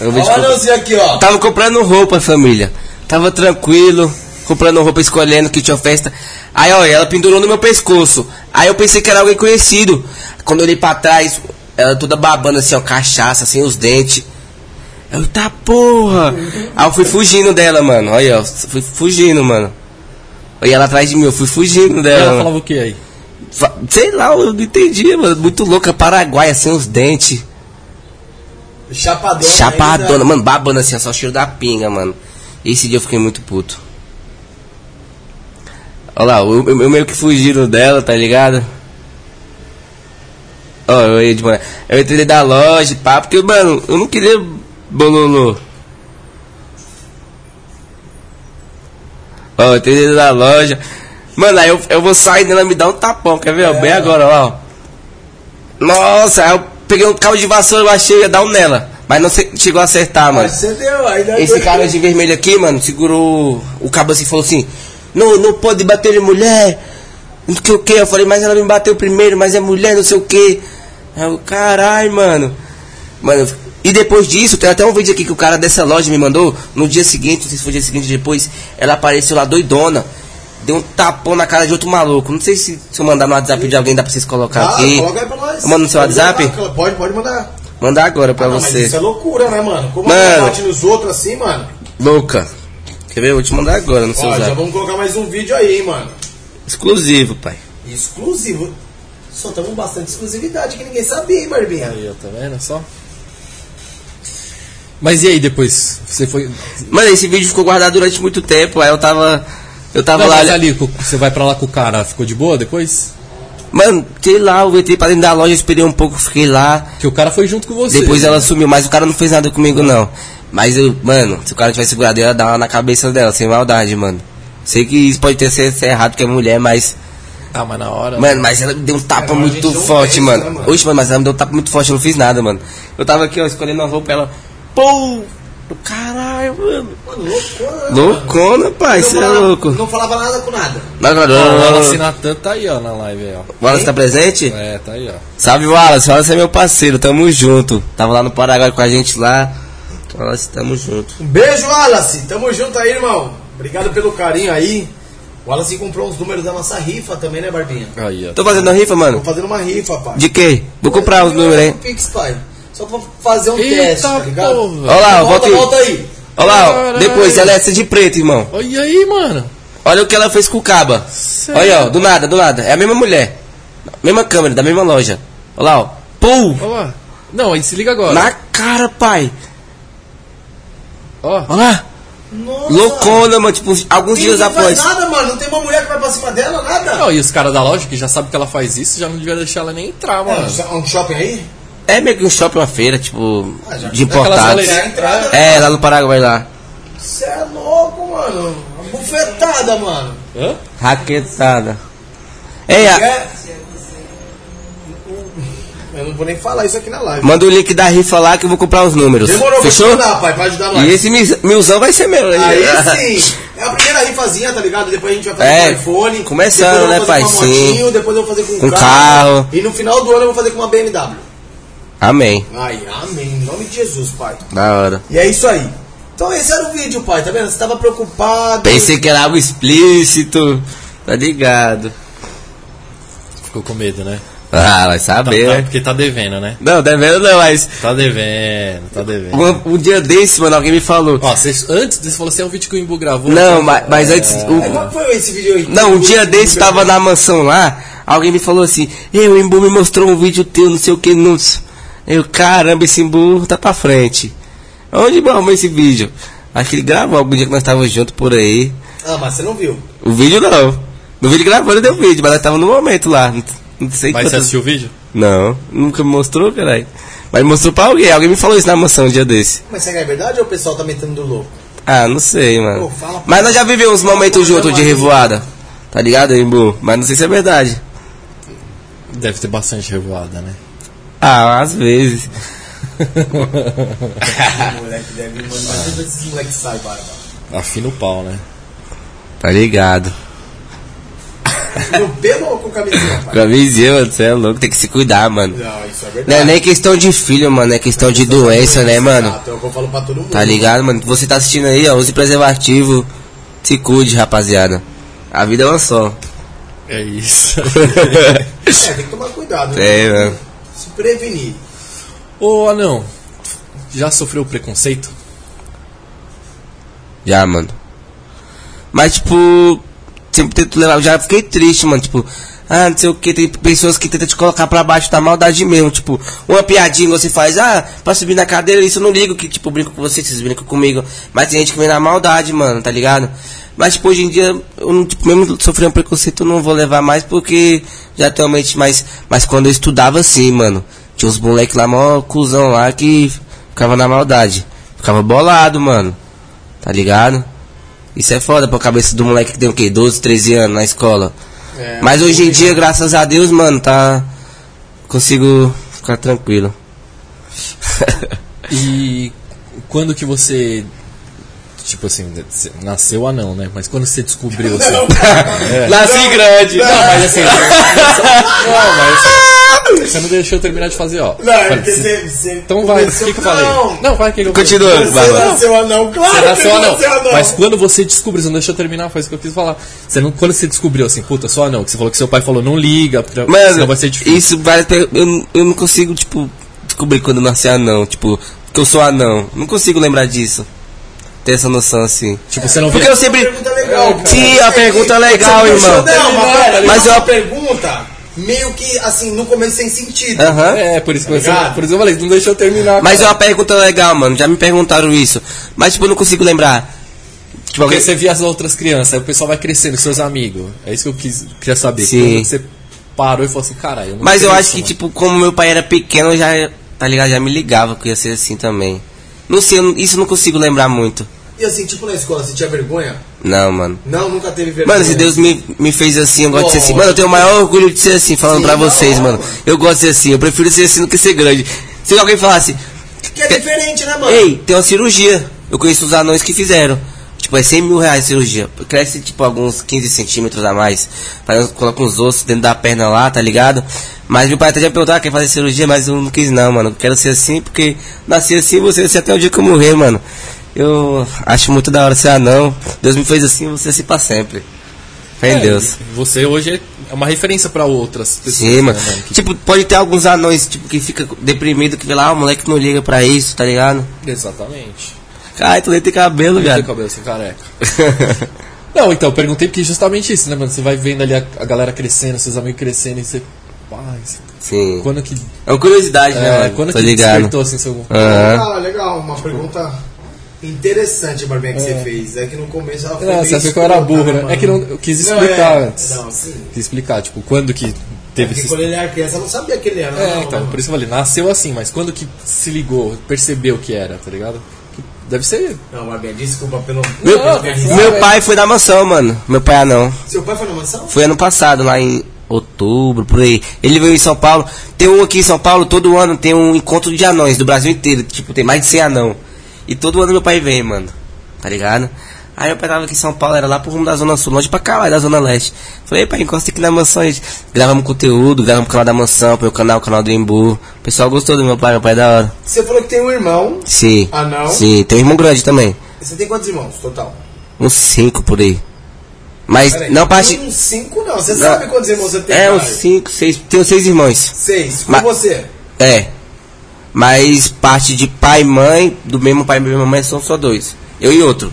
[SPEAKER 3] Eu vou te
[SPEAKER 1] Olha
[SPEAKER 3] contar.
[SPEAKER 1] você aqui, ó.
[SPEAKER 3] Tava comprando roupa, família. Tava tranquilo, comprando roupa, escolhendo que tinha festa. Aí, olha, ela pendurou no meu pescoço. Aí eu pensei que era alguém conhecido. Quando eu olhei pra trás, ela toda babando assim, ó, cachaça, sem os dentes. Eu, tá porra! Aí eu fui fugindo dela, mano. Olha, eu fui fugindo, mano. E ela atrás de mim, eu fui fugindo dela.
[SPEAKER 2] Ela
[SPEAKER 3] mano.
[SPEAKER 2] falava o que aí?
[SPEAKER 3] Fa- Sei lá, eu não entendi, mano. Muito louca, paraguaia, sem os dentes.
[SPEAKER 1] Chapadona.
[SPEAKER 3] Chapadona,
[SPEAKER 1] ainda.
[SPEAKER 3] mano, babando assim, ó, só o cheiro da pinga, mano. Esse dia eu fiquei muito puto. Olha lá, eu, eu- eu meio que fugiram dela, tá ligado? Ó, eu ia de manhã. Eu entrei da loja, pá, porque, mano, eu não queria bololô. Ó, eu entrei da loja. Mano, aí eu, eu vou saindo, ela me dá um tapão, quer ver? ó? Bem agora, ó. ó. Nossa, aí eu peguei um cabo de vassoura, eu achei, eu ia dar um nela. Mas não se- chegou a acertar, mano.
[SPEAKER 1] Mas você deu, ainda é
[SPEAKER 3] Esse cara de vermelho aqui, mano, segurou o cabo assim e falou assim: Não, não pode bater em mulher. Não sei o que. Eu falei, mas ela me bateu primeiro, mas é mulher, não sei o que. Aí eu, caralho, mano. Mano, e depois disso, tem até um vídeo aqui que o cara dessa loja me mandou. No dia seguinte, não sei se foi dia seguinte depois, ela apareceu lá doidona. Deu um tapão na cara de outro maluco. Não sei se, se eu mandar no WhatsApp de alguém dá pra vocês colocar
[SPEAKER 1] Ah,
[SPEAKER 3] Tá aqui.
[SPEAKER 1] coloca aí pra nós.
[SPEAKER 3] Manda no seu
[SPEAKER 1] Pode
[SPEAKER 3] WhatsApp?
[SPEAKER 1] mandar, Pode, pode mandar.
[SPEAKER 3] Mandar agora pra
[SPEAKER 1] Não, mas
[SPEAKER 3] você.
[SPEAKER 1] isso é loucura, né, mano? Como
[SPEAKER 3] Mano.
[SPEAKER 1] você bate nos outros assim, mano?
[SPEAKER 3] Louca. Quer ver? Eu vou te mandar agora no seu
[SPEAKER 1] Ó, já
[SPEAKER 3] WhatsApp.
[SPEAKER 1] vamos colocar mais um vídeo aí, hein, mano.
[SPEAKER 3] Exclusivo, pai.
[SPEAKER 1] Exclusivo. Soltamos bastante exclusividade que ninguém sabia, hein, Barbinha?
[SPEAKER 2] Aí, ó, tá vendo só? Mas e aí depois? Você foi.
[SPEAKER 3] Mano, esse vídeo ficou guardado durante muito tempo. Aí eu tava. Eu tava
[SPEAKER 2] Não,
[SPEAKER 3] lá. né?
[SPEAKER 2] mas ali, co- você vai pra lá com o cara, ficou de boa depois?
[SPEAKER 3] Mano, sei lá, eu entrei pra dentro da loja, esperei um pouco, fiquei lá.
[SPEAKER 2] Que o cara foi junto com você.
[SPEAKER 3] Depois ela sumiu, mas o cara não fez nada comigo, não. Mas eu, mano, se o cara tivesse segurado, eu ia dar uma na cabeça dela, sem maldade, mano. Sei que isso pode ter sido errado, porque é mulher, mas.
[SPEAKER 2] Ah, mas na hora.
[SPEAKER 3] Mano, mas ela me deu um tapa
[SPEAKER 1] É, mas a gente
[SPEAKER 3] muito
[SPEAKER 1] não
[SPEAKER 3] forte,
[SPEAKER 1] fez,
[SPEAKER 3] mano.
[SPEAKER 1] né, mano?
[SPEAKER 3] Oxe, mano, mas ela me deu um tapa muito forte, eu não fiz nada, mano. Eu tava aqui, ó, escolhendo a roupa, ela. Pô! Caralho, mano.
[SPEAKER 1] Mano, loucura, né?
[SPEAKER 3] Loucona, pai,
[SPEAKER 1] Não
[SPEAKER 3] você é
[SPEAKER 1] falava-
[SPEAKER 3] louco.
[SPEAKER 1] Não falava nada com nada.
[SPEAKER 3] Não, não, não,
[SPEAKER 2] Ó,
[SPEAKER 3] não,
[SPEAKER 2] o
[SPEAKER 3] não, não.
[SPEAKER 2] Wallace Natan tá aí, ó, na live aí, ó.
[SPEAKER 3] Wallace tá presente?
[SPEAKER 2] É, tá aí, ó.
[SPEAKER 3] Salve Wallace, Wallace é meu parceiro, tamo junto. Tava lá no Paraguai com a gente lá. Wallace, tamo junto.
[SPEAKER 1] Um beijo, Wallace. Tamo junto aí, irmão. Obrigado pelo carinho aí. O Wallace comprou os números da nossa rifa também, né, Barbinha?
[SPEAKER 2] Aí, ó.
[SPEAKER 3] Tô fazendo rifa,
[SPEAKER 1] Tô
[SPEAKER 3] mano?
[SPEAKER 1] fazendo uma rifa, pai. é um
[SPEAKER 3] De quê? Vou comprar os números aí.
[SPEAKER 1] Pix, pai. Só pra fazer um
[SPEAKER 2] Eita,
[SPEAKER 1] teste, tá ligado?
[SPEAKER 2] porra.
[SPEAKER 3] Olha lá,
[SPEAKER 1] volta,
[SPEAKER 3] ó, volta aí.
[SPEAKER 1] volta aí.
[SPEAKER 3] Olha lá, ó.
[SPEAKER 2] Caralho.
[SPEAKER 3] Depois, ela é essa de preto, irmão.
[SPEAKER 2] Olha aí, mano.
[SPEAKER 3] Olha o que ela fez com o Caba.
[SPEAKER 2] Sério?
[SPEAKER 3] Olha, ó, do nada, do nada. É a mesma mulher. Mesma câmera, da mesma loja. Olha lá, ó. Pum!
[SPEAKER 2] Olha lá. Não, aí se liga agora.
[SPEAKER 3] Na cara, pai.
[SPEAKER 2] Ó.
[SPEAKER 3] Olha lá.
[SPEAKER 1] Nossa.
[SPEAKER 3] Loucona, mano. Tipo, alguns
[SPEAKER 1] E
[SPEAKER 3] dias
[SPEAKER 1] não faz
[SPEAKER 3] após.
[SPEAKER 1] nada, mano. Não tem uma mulher que vai pra cima dela, nada.
[SPEAKER 2] Não, e os caras da loja que já sabem que ela faz isso, já não devia deixar ela nem entrar,
[SPEAKER 1] Mano,
[SPEAKER 2] mano.
[SPEAKER 1] um shopping aí?
[SPEAKER 3] É meio que um shopping, uma feira, tipo,
[SPEAKER 1] Ah, já-
[SPEAKER 3] de
[SPEAKER 2] Aquelas
[SPEAKER 3] importados.
[SPEAKER 2] galerias.
[SPEAKER 1] É a entrada, né?
[SPEAKER 3] É, lá no Paraguai, lá.
[SPEAKER 1] Você é louco, mano. Uma bufetada, mano.
[SPEAKER 3] É.
[SPEAKER 2] Hã?
[SPEAKER 3] Raquetada. Ei, a-
[SPEAKER 1] É. Eu não vou nem falar isso aqui na live.
[SPEAKER 3] manda o link da rifa lá que eu vou comprar os números.
[SPEAKER 1] Demorou, vou te
[SPEAKER 3] Fechou?
[SPEAKER 1] mandar, pai, pra ajudar nós.
[SPEAKER 3] E esse mi- milzão vai ser meu, né?
[SPEAKER 1] Aí sim! É a primeira rifazinha, tá ligado? Depois a gente vai fazer
[SPEAKER 3] É,
[SPEAKER 1] com o iPhone.
[SPEAKER 3] começando,
[SPEAKER 1] depois eu vou
[SPEAKER 3] né,
[SPEAKER 1] fazer
[SPEAKER 3] pai?
[SPEAKER 1] Com a
[SPEAKER 3] Sim.
[SPEAKER 1] motinho, depois eu vou fazer com,
[SPEAKER 3] Com
[SPEAKER 1] o
[SPEAKER 3] carro.
[SPEAKER 1] E no final do ano eu vou fazer com uma BMW.
[SPEAKER 3] Amém.
[SPEAKER 1] Ai, amém. Em nome de Jesus, pai.
[SPEAKER 3] Da hora.
[SPEAKER 1] E é isso aí. Então esse era o vídeo, pai, tá vendo? Você tava preocupado.
[SPEAKER 3] Pensei que era algo explícito. Tá ligado?
[SPEAKER 2] Ficou com medo, né?
[SPEAKER 3] Ah, vai
[SPEAKER 2] Tá,
[SPEAKER 3] saber,
[SPEAKER 2] tá,
[SPEAKER 3] né?
[SPEAKER 2] porque tá devendo, né?
[SPEAKER 3] Não, devendo não, mas...
[SPEAKER 2] Tá devendo, tá devendo.
[SPEAKER 3] Um, um dia desse, mano, alguém me falou.
[SPEAKER 2] Ó, cês, antes você falou assim, é um vídeo que o Imbu gravou.
[SPEAKER 3] Não, mas, mas antes...
[SPEAKER 1] É,
[SPEAKER 3] o-
[SPEAKER 1] Qual foi esse vídeo aí?
[SPEAKER 3] Não, um dia desse eu tava na mansão lá, alguém me falou assim, ei, o Imbu me mostrou um vídeo teu, não sei o que, não. sei." Eu, caramba, esse Imbu tá pra frente. Onde me arrumou esse vídeo? Acho que ele gravou algum dia que nós tava junto por aí.
[SPEAKER 1] Ah, mas você não viu.
[SPEAKER 3] O vídeo não. No vídeo gravando deu vídeo, mas nós tava no momento lá. Não- Não sei
[SPEAKER 2] Mas você
[SPEAKER 3] quantas-
[SPEAKER 2] assistiu o vídeo?
[SPEAKER 3] Não, nunca me mostrou, caralho. Mas mostrou pra alguém. Alguém me falou isso na mansão um dia desse.
[SPEAKER 1] Mas será que é verdade ou o pessoal tá metendo do louco?
[SPEAKER 3] Ah, não sei,
[SPEAKER 1] Pô,
[SPEAKER 3] mano.
[SPEAKER 1] fala pra-
[SPEAKER 3] mas nós já vivemos uns
[SPEAKER 1] Fala
[SPEAKER 3] momentos
[SPEAKER 1] pra
[SPEAKER 3] juntos de
[SPEAKER 1] nós.
[SPEAKER 3] revoada. Tá ligado, Imbu? Mas não sei se é verdade.
[SPEAKER 2] Deve ter bastante revoada, né?
[SPEAKER 3] Ah, às vezes.
[SPEAKER 1] O moleque deve mandar. Imagina esse moleque sai, barba.
[SPEAKER 2] Afina o pau, né?
[SPEAKER 3] Tá ligado.
[SPEAKER 1] No pelo ou com camisinha, pai?
[SPEAKER 3] Camisinha, mano, você é louco, tem que se cuidar, mano.
[SPEAKER 1] Não, isso é
[SPEAKER 3] Não é
[SPEAKER 1] verdade.
[SPEAKER 3] nem questão de filho, mano, é questão de doença, né, mano?
[SPEAKER 1] Exato, é o que eu falo pra todo mundo.
[SPEAKER 3] Tá ligado, mano? Você tá assistindo aí, ó, use preservativo. Se cuide, rapaziada. A vida é uma só.
[SPEAKER 2] É isso.
[SPEAKER 1] É, tem que tomar cuidado. né?
[SPEAKER 3] É, mano.
[SPEAKER 1] Se prevenir.
[SPEAKER 2] Ô, anão, já sofreu preconceito?
[SPEAKER 3] Já, mano. Mas, tipo, sempre tento levar. Já fiquei triste, mano. Tipo, ah, não sei o que. Tem pessoas que tentam te colocar pra baixo da maldade mesmo. Tipo, uma piadinha que você faz, ah, pra subir na cadeira, isso eu não ligo. Que, tipo, brinco com você, vocês brincam comigo. Mas tem gente que vem na maldade, mano, tá ligado? Mas, tipo, hoje em dia, eu não, tipo, mesmo sofrendo preconceito, eu não vou levar mais porque já tenho a mente mais. Mas quando eu estudava, assim, mano. Tinha uns moleques lá, mó cuzão lá que ficava na maldade. Ficava bolado, mano. Tá ligado? Isso é foda pra cabeça do moleque que tem o quê? 12, 13 anos na escola.
[SPEAKER 1] É,
[SPEAKER 3] Mas hoje em
[SPEAKER 2] né?
[SPEAKER 3] dia, graças a Deus, mano, tá. Consigo ficar tranquilo.
[SPEAKER 2] E quando que você. Tipo assim, você nasceu anão, né? Mas quando você descobriu. Assim, não,
[SPEAKER 3] Nasci grande!
[SPEAKER 2] mas assim. não, mas. Você não deixou eu terminar de fazer, ó.
[SPEAKER 1] Não, é porque você, você
[SPEAKER 2] Então vai, o
[SPEAKER 1] começou-
[SPEAKER 2] que, que eu
[SPEAKER 1] Não,
[SPEAKER 2] falei? Não, vai, o que, que eu falei?
[SPEAKER 3] Continua,
[SPEAKER 1] Você
[SPEAKER 3] vai, vai.
[SPEAKER 1] nasceu anão, claro
[SPEAKER 2] Você
[SPEAKER 1] que
[SPEAKER 2] nasceu anão.
[SPEAKER 1] nasceu anão.
[SPEAKER 2] Mas quando você descobriu, você não deixou eu terminar, foi isso que eu quis falar. Você não, quando você descobriu assim, puta, sou anão, que você falou que seu pai falou, não liga, porque senão
[SPEAKER 3] Mano,
[SPEAKER 2] vai ser difícil.
[SPEAKER 3] isso vai até. Eu, eu não consigo, tipo, descobrir quando eu nasci anão. Tipo, que eu sou anão. Não consigo lembrar disso. Ter essa noção assim.
[SPEAKER 2] Tipo, você não vê.
[SPEAKER 3] Porque eu sempre.
[SPEAKER 1] pergunta é legal, cara.
[SPEAKER 3] Sim, a pergunta é legal,
[SPEAKER 1] Você
[SPEAKER 3] irmão.
[SPEAKER 1] deixou- Não, mas, pera,
[SPEAKER 3] Mas
[SPEAKER 1] mas é
[SPEAKER 3] eu-
[SPEAKER 1] uma pergunta meio que assim, no começo sem sentido.
[SPEAKER 3] Aham.
[SPEAKER 2] É, por isso que você.
[SPEAKER 1] Obrigado.
[SPEAKER 2] Por isso que eu falei, não deixou eu terminar.
[SPEAKER 3] Mas é uma pergunta legal, mano. Já me perguntaram isso. Mas, tipo, eu não consigo lembrar. Tipo,
[SPEAKER 2] Porque
[SPEAKER 3] alguém.
[SPEAKER 2] você via as outras crianças, aí o pessoal vai crescendo, seus amigos. É isso que eu quis, queria saber.
[SPEAKER 3] Sim.
[SPEAKER 2] Quando você parou e falou assim, caralho, eu não
[SPEAKER 3] Mas eu
[SPEAKER 2] sei
[SPEAKER 3] acho
[SPEAKER 2] isso,
[SPEAKER 3] que,
[SPEAKER 2] mano.
[SPEAKER 3] tipo, como meu pai era pequeno, eu já, tá ligado? Já me ligava que ia ser assim também. Não sei, eu não- isso eu não consigo lembrar muito.
[SPEAKER 1] E assim, tipo na escola, você tinha vergonha?
[SPEAKER 3] Não, mano.
[SPEAKER 1] Não, nunca teve vergonha.
[SPEAKER 3] Mano, se Deus me, me fez assim, eu gosto de ser assim.
[SPEAKER 1] Lógico.
[SPEAKER 3] Mano, eu tenho o maior orgulho de ser assim, falando
[SPEAKER 1] Sim,
[SPEAKER 3] pra vocês,
[SPEAKER 1] não,
[SPEAKER 3] mano.
[SPEAKER 1] mano.
[SPEAKER 3] Eu gosto de ser assim, eu prefiro ser assim do que ser grande. Se alguém falasse,
[SPEAKER 1] Que é diferente, né, mano?
[SPEAKER 3] ei, tem uma cirurgia. Eu conheço os anões que fizeram. Tipo, é 100 mil reais a cirurgia. Cresce, tipo, alguns 15 centímetros a mais. Faz, uns- coloca uns ossos dentro da perna lá, tá ligado? Mas meu pai até já perguntou, ah, quer fazer cirurgia? Mas eu não quis não, mano. Eu Quero ser assim, porque nasci assim, você assim até o dia que eu morrer, mano. Eu acho muito da hora ser anão. Deus me fez assim, você assim pra sempre. Fé em
[SPEAKER 2] É,
[SPEAKER 3] Deus.
[SPEAKER 2] e Você hoje é uma referência pra outras pessoas.
[SPEAKER 3] Sim, mano.
[SPEAKER 2] né, mano? Que-
[SPEAKER 3] Tipo, pode ter alguns anões, tipo, que fica deprimido, que vê lá, ah, o moleque não liga pra isso, tá ligado?
[SPEAKER 2] Exatamente.
[SPEAKER 3] Ai, tu nem tem cabelo,
[SPEAKER 2] Tem
[SPEAKER 3] cara.
[SPEAKER 2] cabelo assim, careca. Não, então, eu perguntei porque justamente isso, né, mano? Você vai vendo ali a, a galera crescendo, seus amigos crescendo e você. Pai, você-
[SPEAKER 3] Sim.
[SPEAKER 2] quando que.
[SPEAKER 3] É uma curiosidade, né?
[SPEAKER 2] É,
[SPEAKER 3] mano?
[SPEAKER 2] quando
[SPEAKER 3] Tô
[SPEAKER 2] que
[SPEAKER 3] ligado.
[SPEAKER 2] despertou assim seu.
[SPEAKER 3] Aham.
[SPEAKER 1] Ah, legal, uma pergunta interessante, Barbinha, que você fez. É que no começo ela foi
[SPEAKER 2] Não,
[SPEAKER 1] meio
[SPEAKER 2] você achou que eu era
[SPEAKER 1] escrota,
[SPEAKER 2] burro, né?
[SPEAKER 1] mano?
[SPEAKER 2] É que não, eu quis
[SPEAKER 1] Não,
[SPEAKER 2] explicar
[SPEAKER 1] é,
[SPEAKER 2] antes.
[SPEAKER 1] Não, sim.
[SPEAKER 2] Quis explicar, tipo, quando que teve
[SPEAKER 1] Porque
[SPEAKER 2] esse
[SPEAKER 1] É quando ele era criança, eu não sabia que ele era.
[SPEAKER 2] É,
[SPEAKER 1] não,
[SPEAKER 2] então,
[SPEAKER 1] mano.
[SPEAKER 2] por isso eu falei, nasceu assim, mas quando que se ligou, percebeu que era, tá ligado? Que Deve ser.
[SPEAKER 1] Não, Barbinha, desculpa pelo.
[SPEAKER 3] Meu,
[SPEAKER 2] Não, não,
[SPEAKER 3] meu
[SPEAKER 2] não,
[SPEAKER 3] pai foi na mansão, mano. Meu pai anão.
[SPEAKER 1] Seu pai foi na mansão?
[SPEAKER 3] Foi ano passado, lá em outubro, por aí. Ele veio em São Paulo. Tem um aqui em São Paulo, todo ano tem um encontro de anões do Brasil inteiro. Tipo, tem mais de 100 anão. E todo ano meu pai vem, mano. Tá ligado? Aí eu tava aqui em São Paulo, era lá pro rumo da Zona Sul, longe pra caralho da Zona Leste. Falei, pai, encosta aqui na mansão. Gente. Gravamos conteúdo, gravamos o canal da mansão, pro meu canal, o canal do Embu. O pessoal gostou do meu pai, meu pai é da hora.
[SPEAKER 1] Você falou que tem um irmão.
[SPEAKER 3] Sim.
[SPEAKER 1] Anão.
[SPEAKER 3] Sim, tem um irmão grande também.
[SPEAKER 1] Você tem quantos irmãos total?
[SPEAKER 3] Uns cinco por aí. Mas não parte.
[SPEAKER 1] Uns Um cinco não. Você sabe quantos irmãos você tem?
[SPEAKER 3] É, uns
[SPEAKER 1] cara?
[SPEAKER 3] cinco, seis. Tenho seis irmãos.
[SPEAKER 1] Seis. Com
[SPEAKER 3] Mas-
[SPEAKER 1] você?
[SPEAKER 3] É. Mas parte de pai e mãe, do mesmo pai e mesma mãe, são só dois. Eu e outro.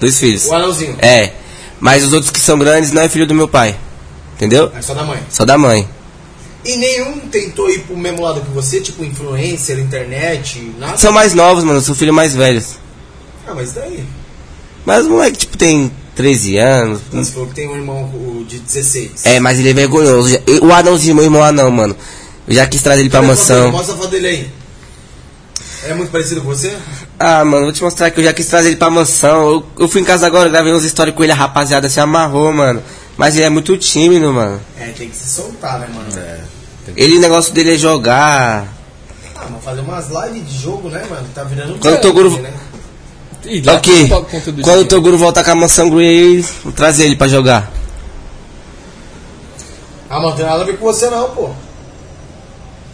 [SPEAKER 3] Dois filhos.
[SPEAKER 1] O anãozinho.
[SPEAKER 3] É. Mas os outros que são grandes não é filho do meu pai. Entendeu?
[SPEAKER 1] É só da mãe.
[SPEAKER 3] Só da mãe.
[SPEAKER 1] E nenhum tentou ir pro mesmo lado que você? Tipo, influencer, internet, nada?
[SPEAKER 3] São mais novos, mano. Eu sou filho mais velho.
[SPEAKER 1] Ah, mas daí?
[SPEAKER 3] Mas o moleque, tipo, tem 13 anos.
[SPEAKER 1] Você falou que tem um irmão o de 16.
[SPEAKER 3] É, mas ele é vergonhoso. O anãozinho, meu irmão anão, mano. Eu já quis trazer ele pra
[SPEAKER 1] Cadê a foto dele?
[SPEAKER 3] mansão.
[SPEAKER 1] Mostra a foto dele aí. É muito parecido com você?
[SPEAKER 3] Ah, mano, vou te mostrar que eu já quis trazer ele pra mansão. Eu, eu fui em casa agora, gravei uns stories com ele, a rapaziada se amarrou, mano. Mas ele é muito tímido, mano.
[SPEAKER 1] É, tem que se soltar, né, mano? É.
[SPEAKER 3] Ele, o negócio dele é jogar.
[SPEAKER 1] Ah, mas fazer umas lives de jogo, né, mano? Tá virando um
[SPEAKER 3] Quando o Toguro-
[SPEAKER 1] trend, né?
[SPEAKER 2] Ih, lá tem
[SPEAKER 3] Ok.
[SPEAKER 2] conteúdo de-
[SPEAKER 3] Quando o Toguro voltar com a mansão Green aí, vou trazer ele pra jogar.
[SPEAKER 1] Ah, mano, não tem nada a ver com você não, pô.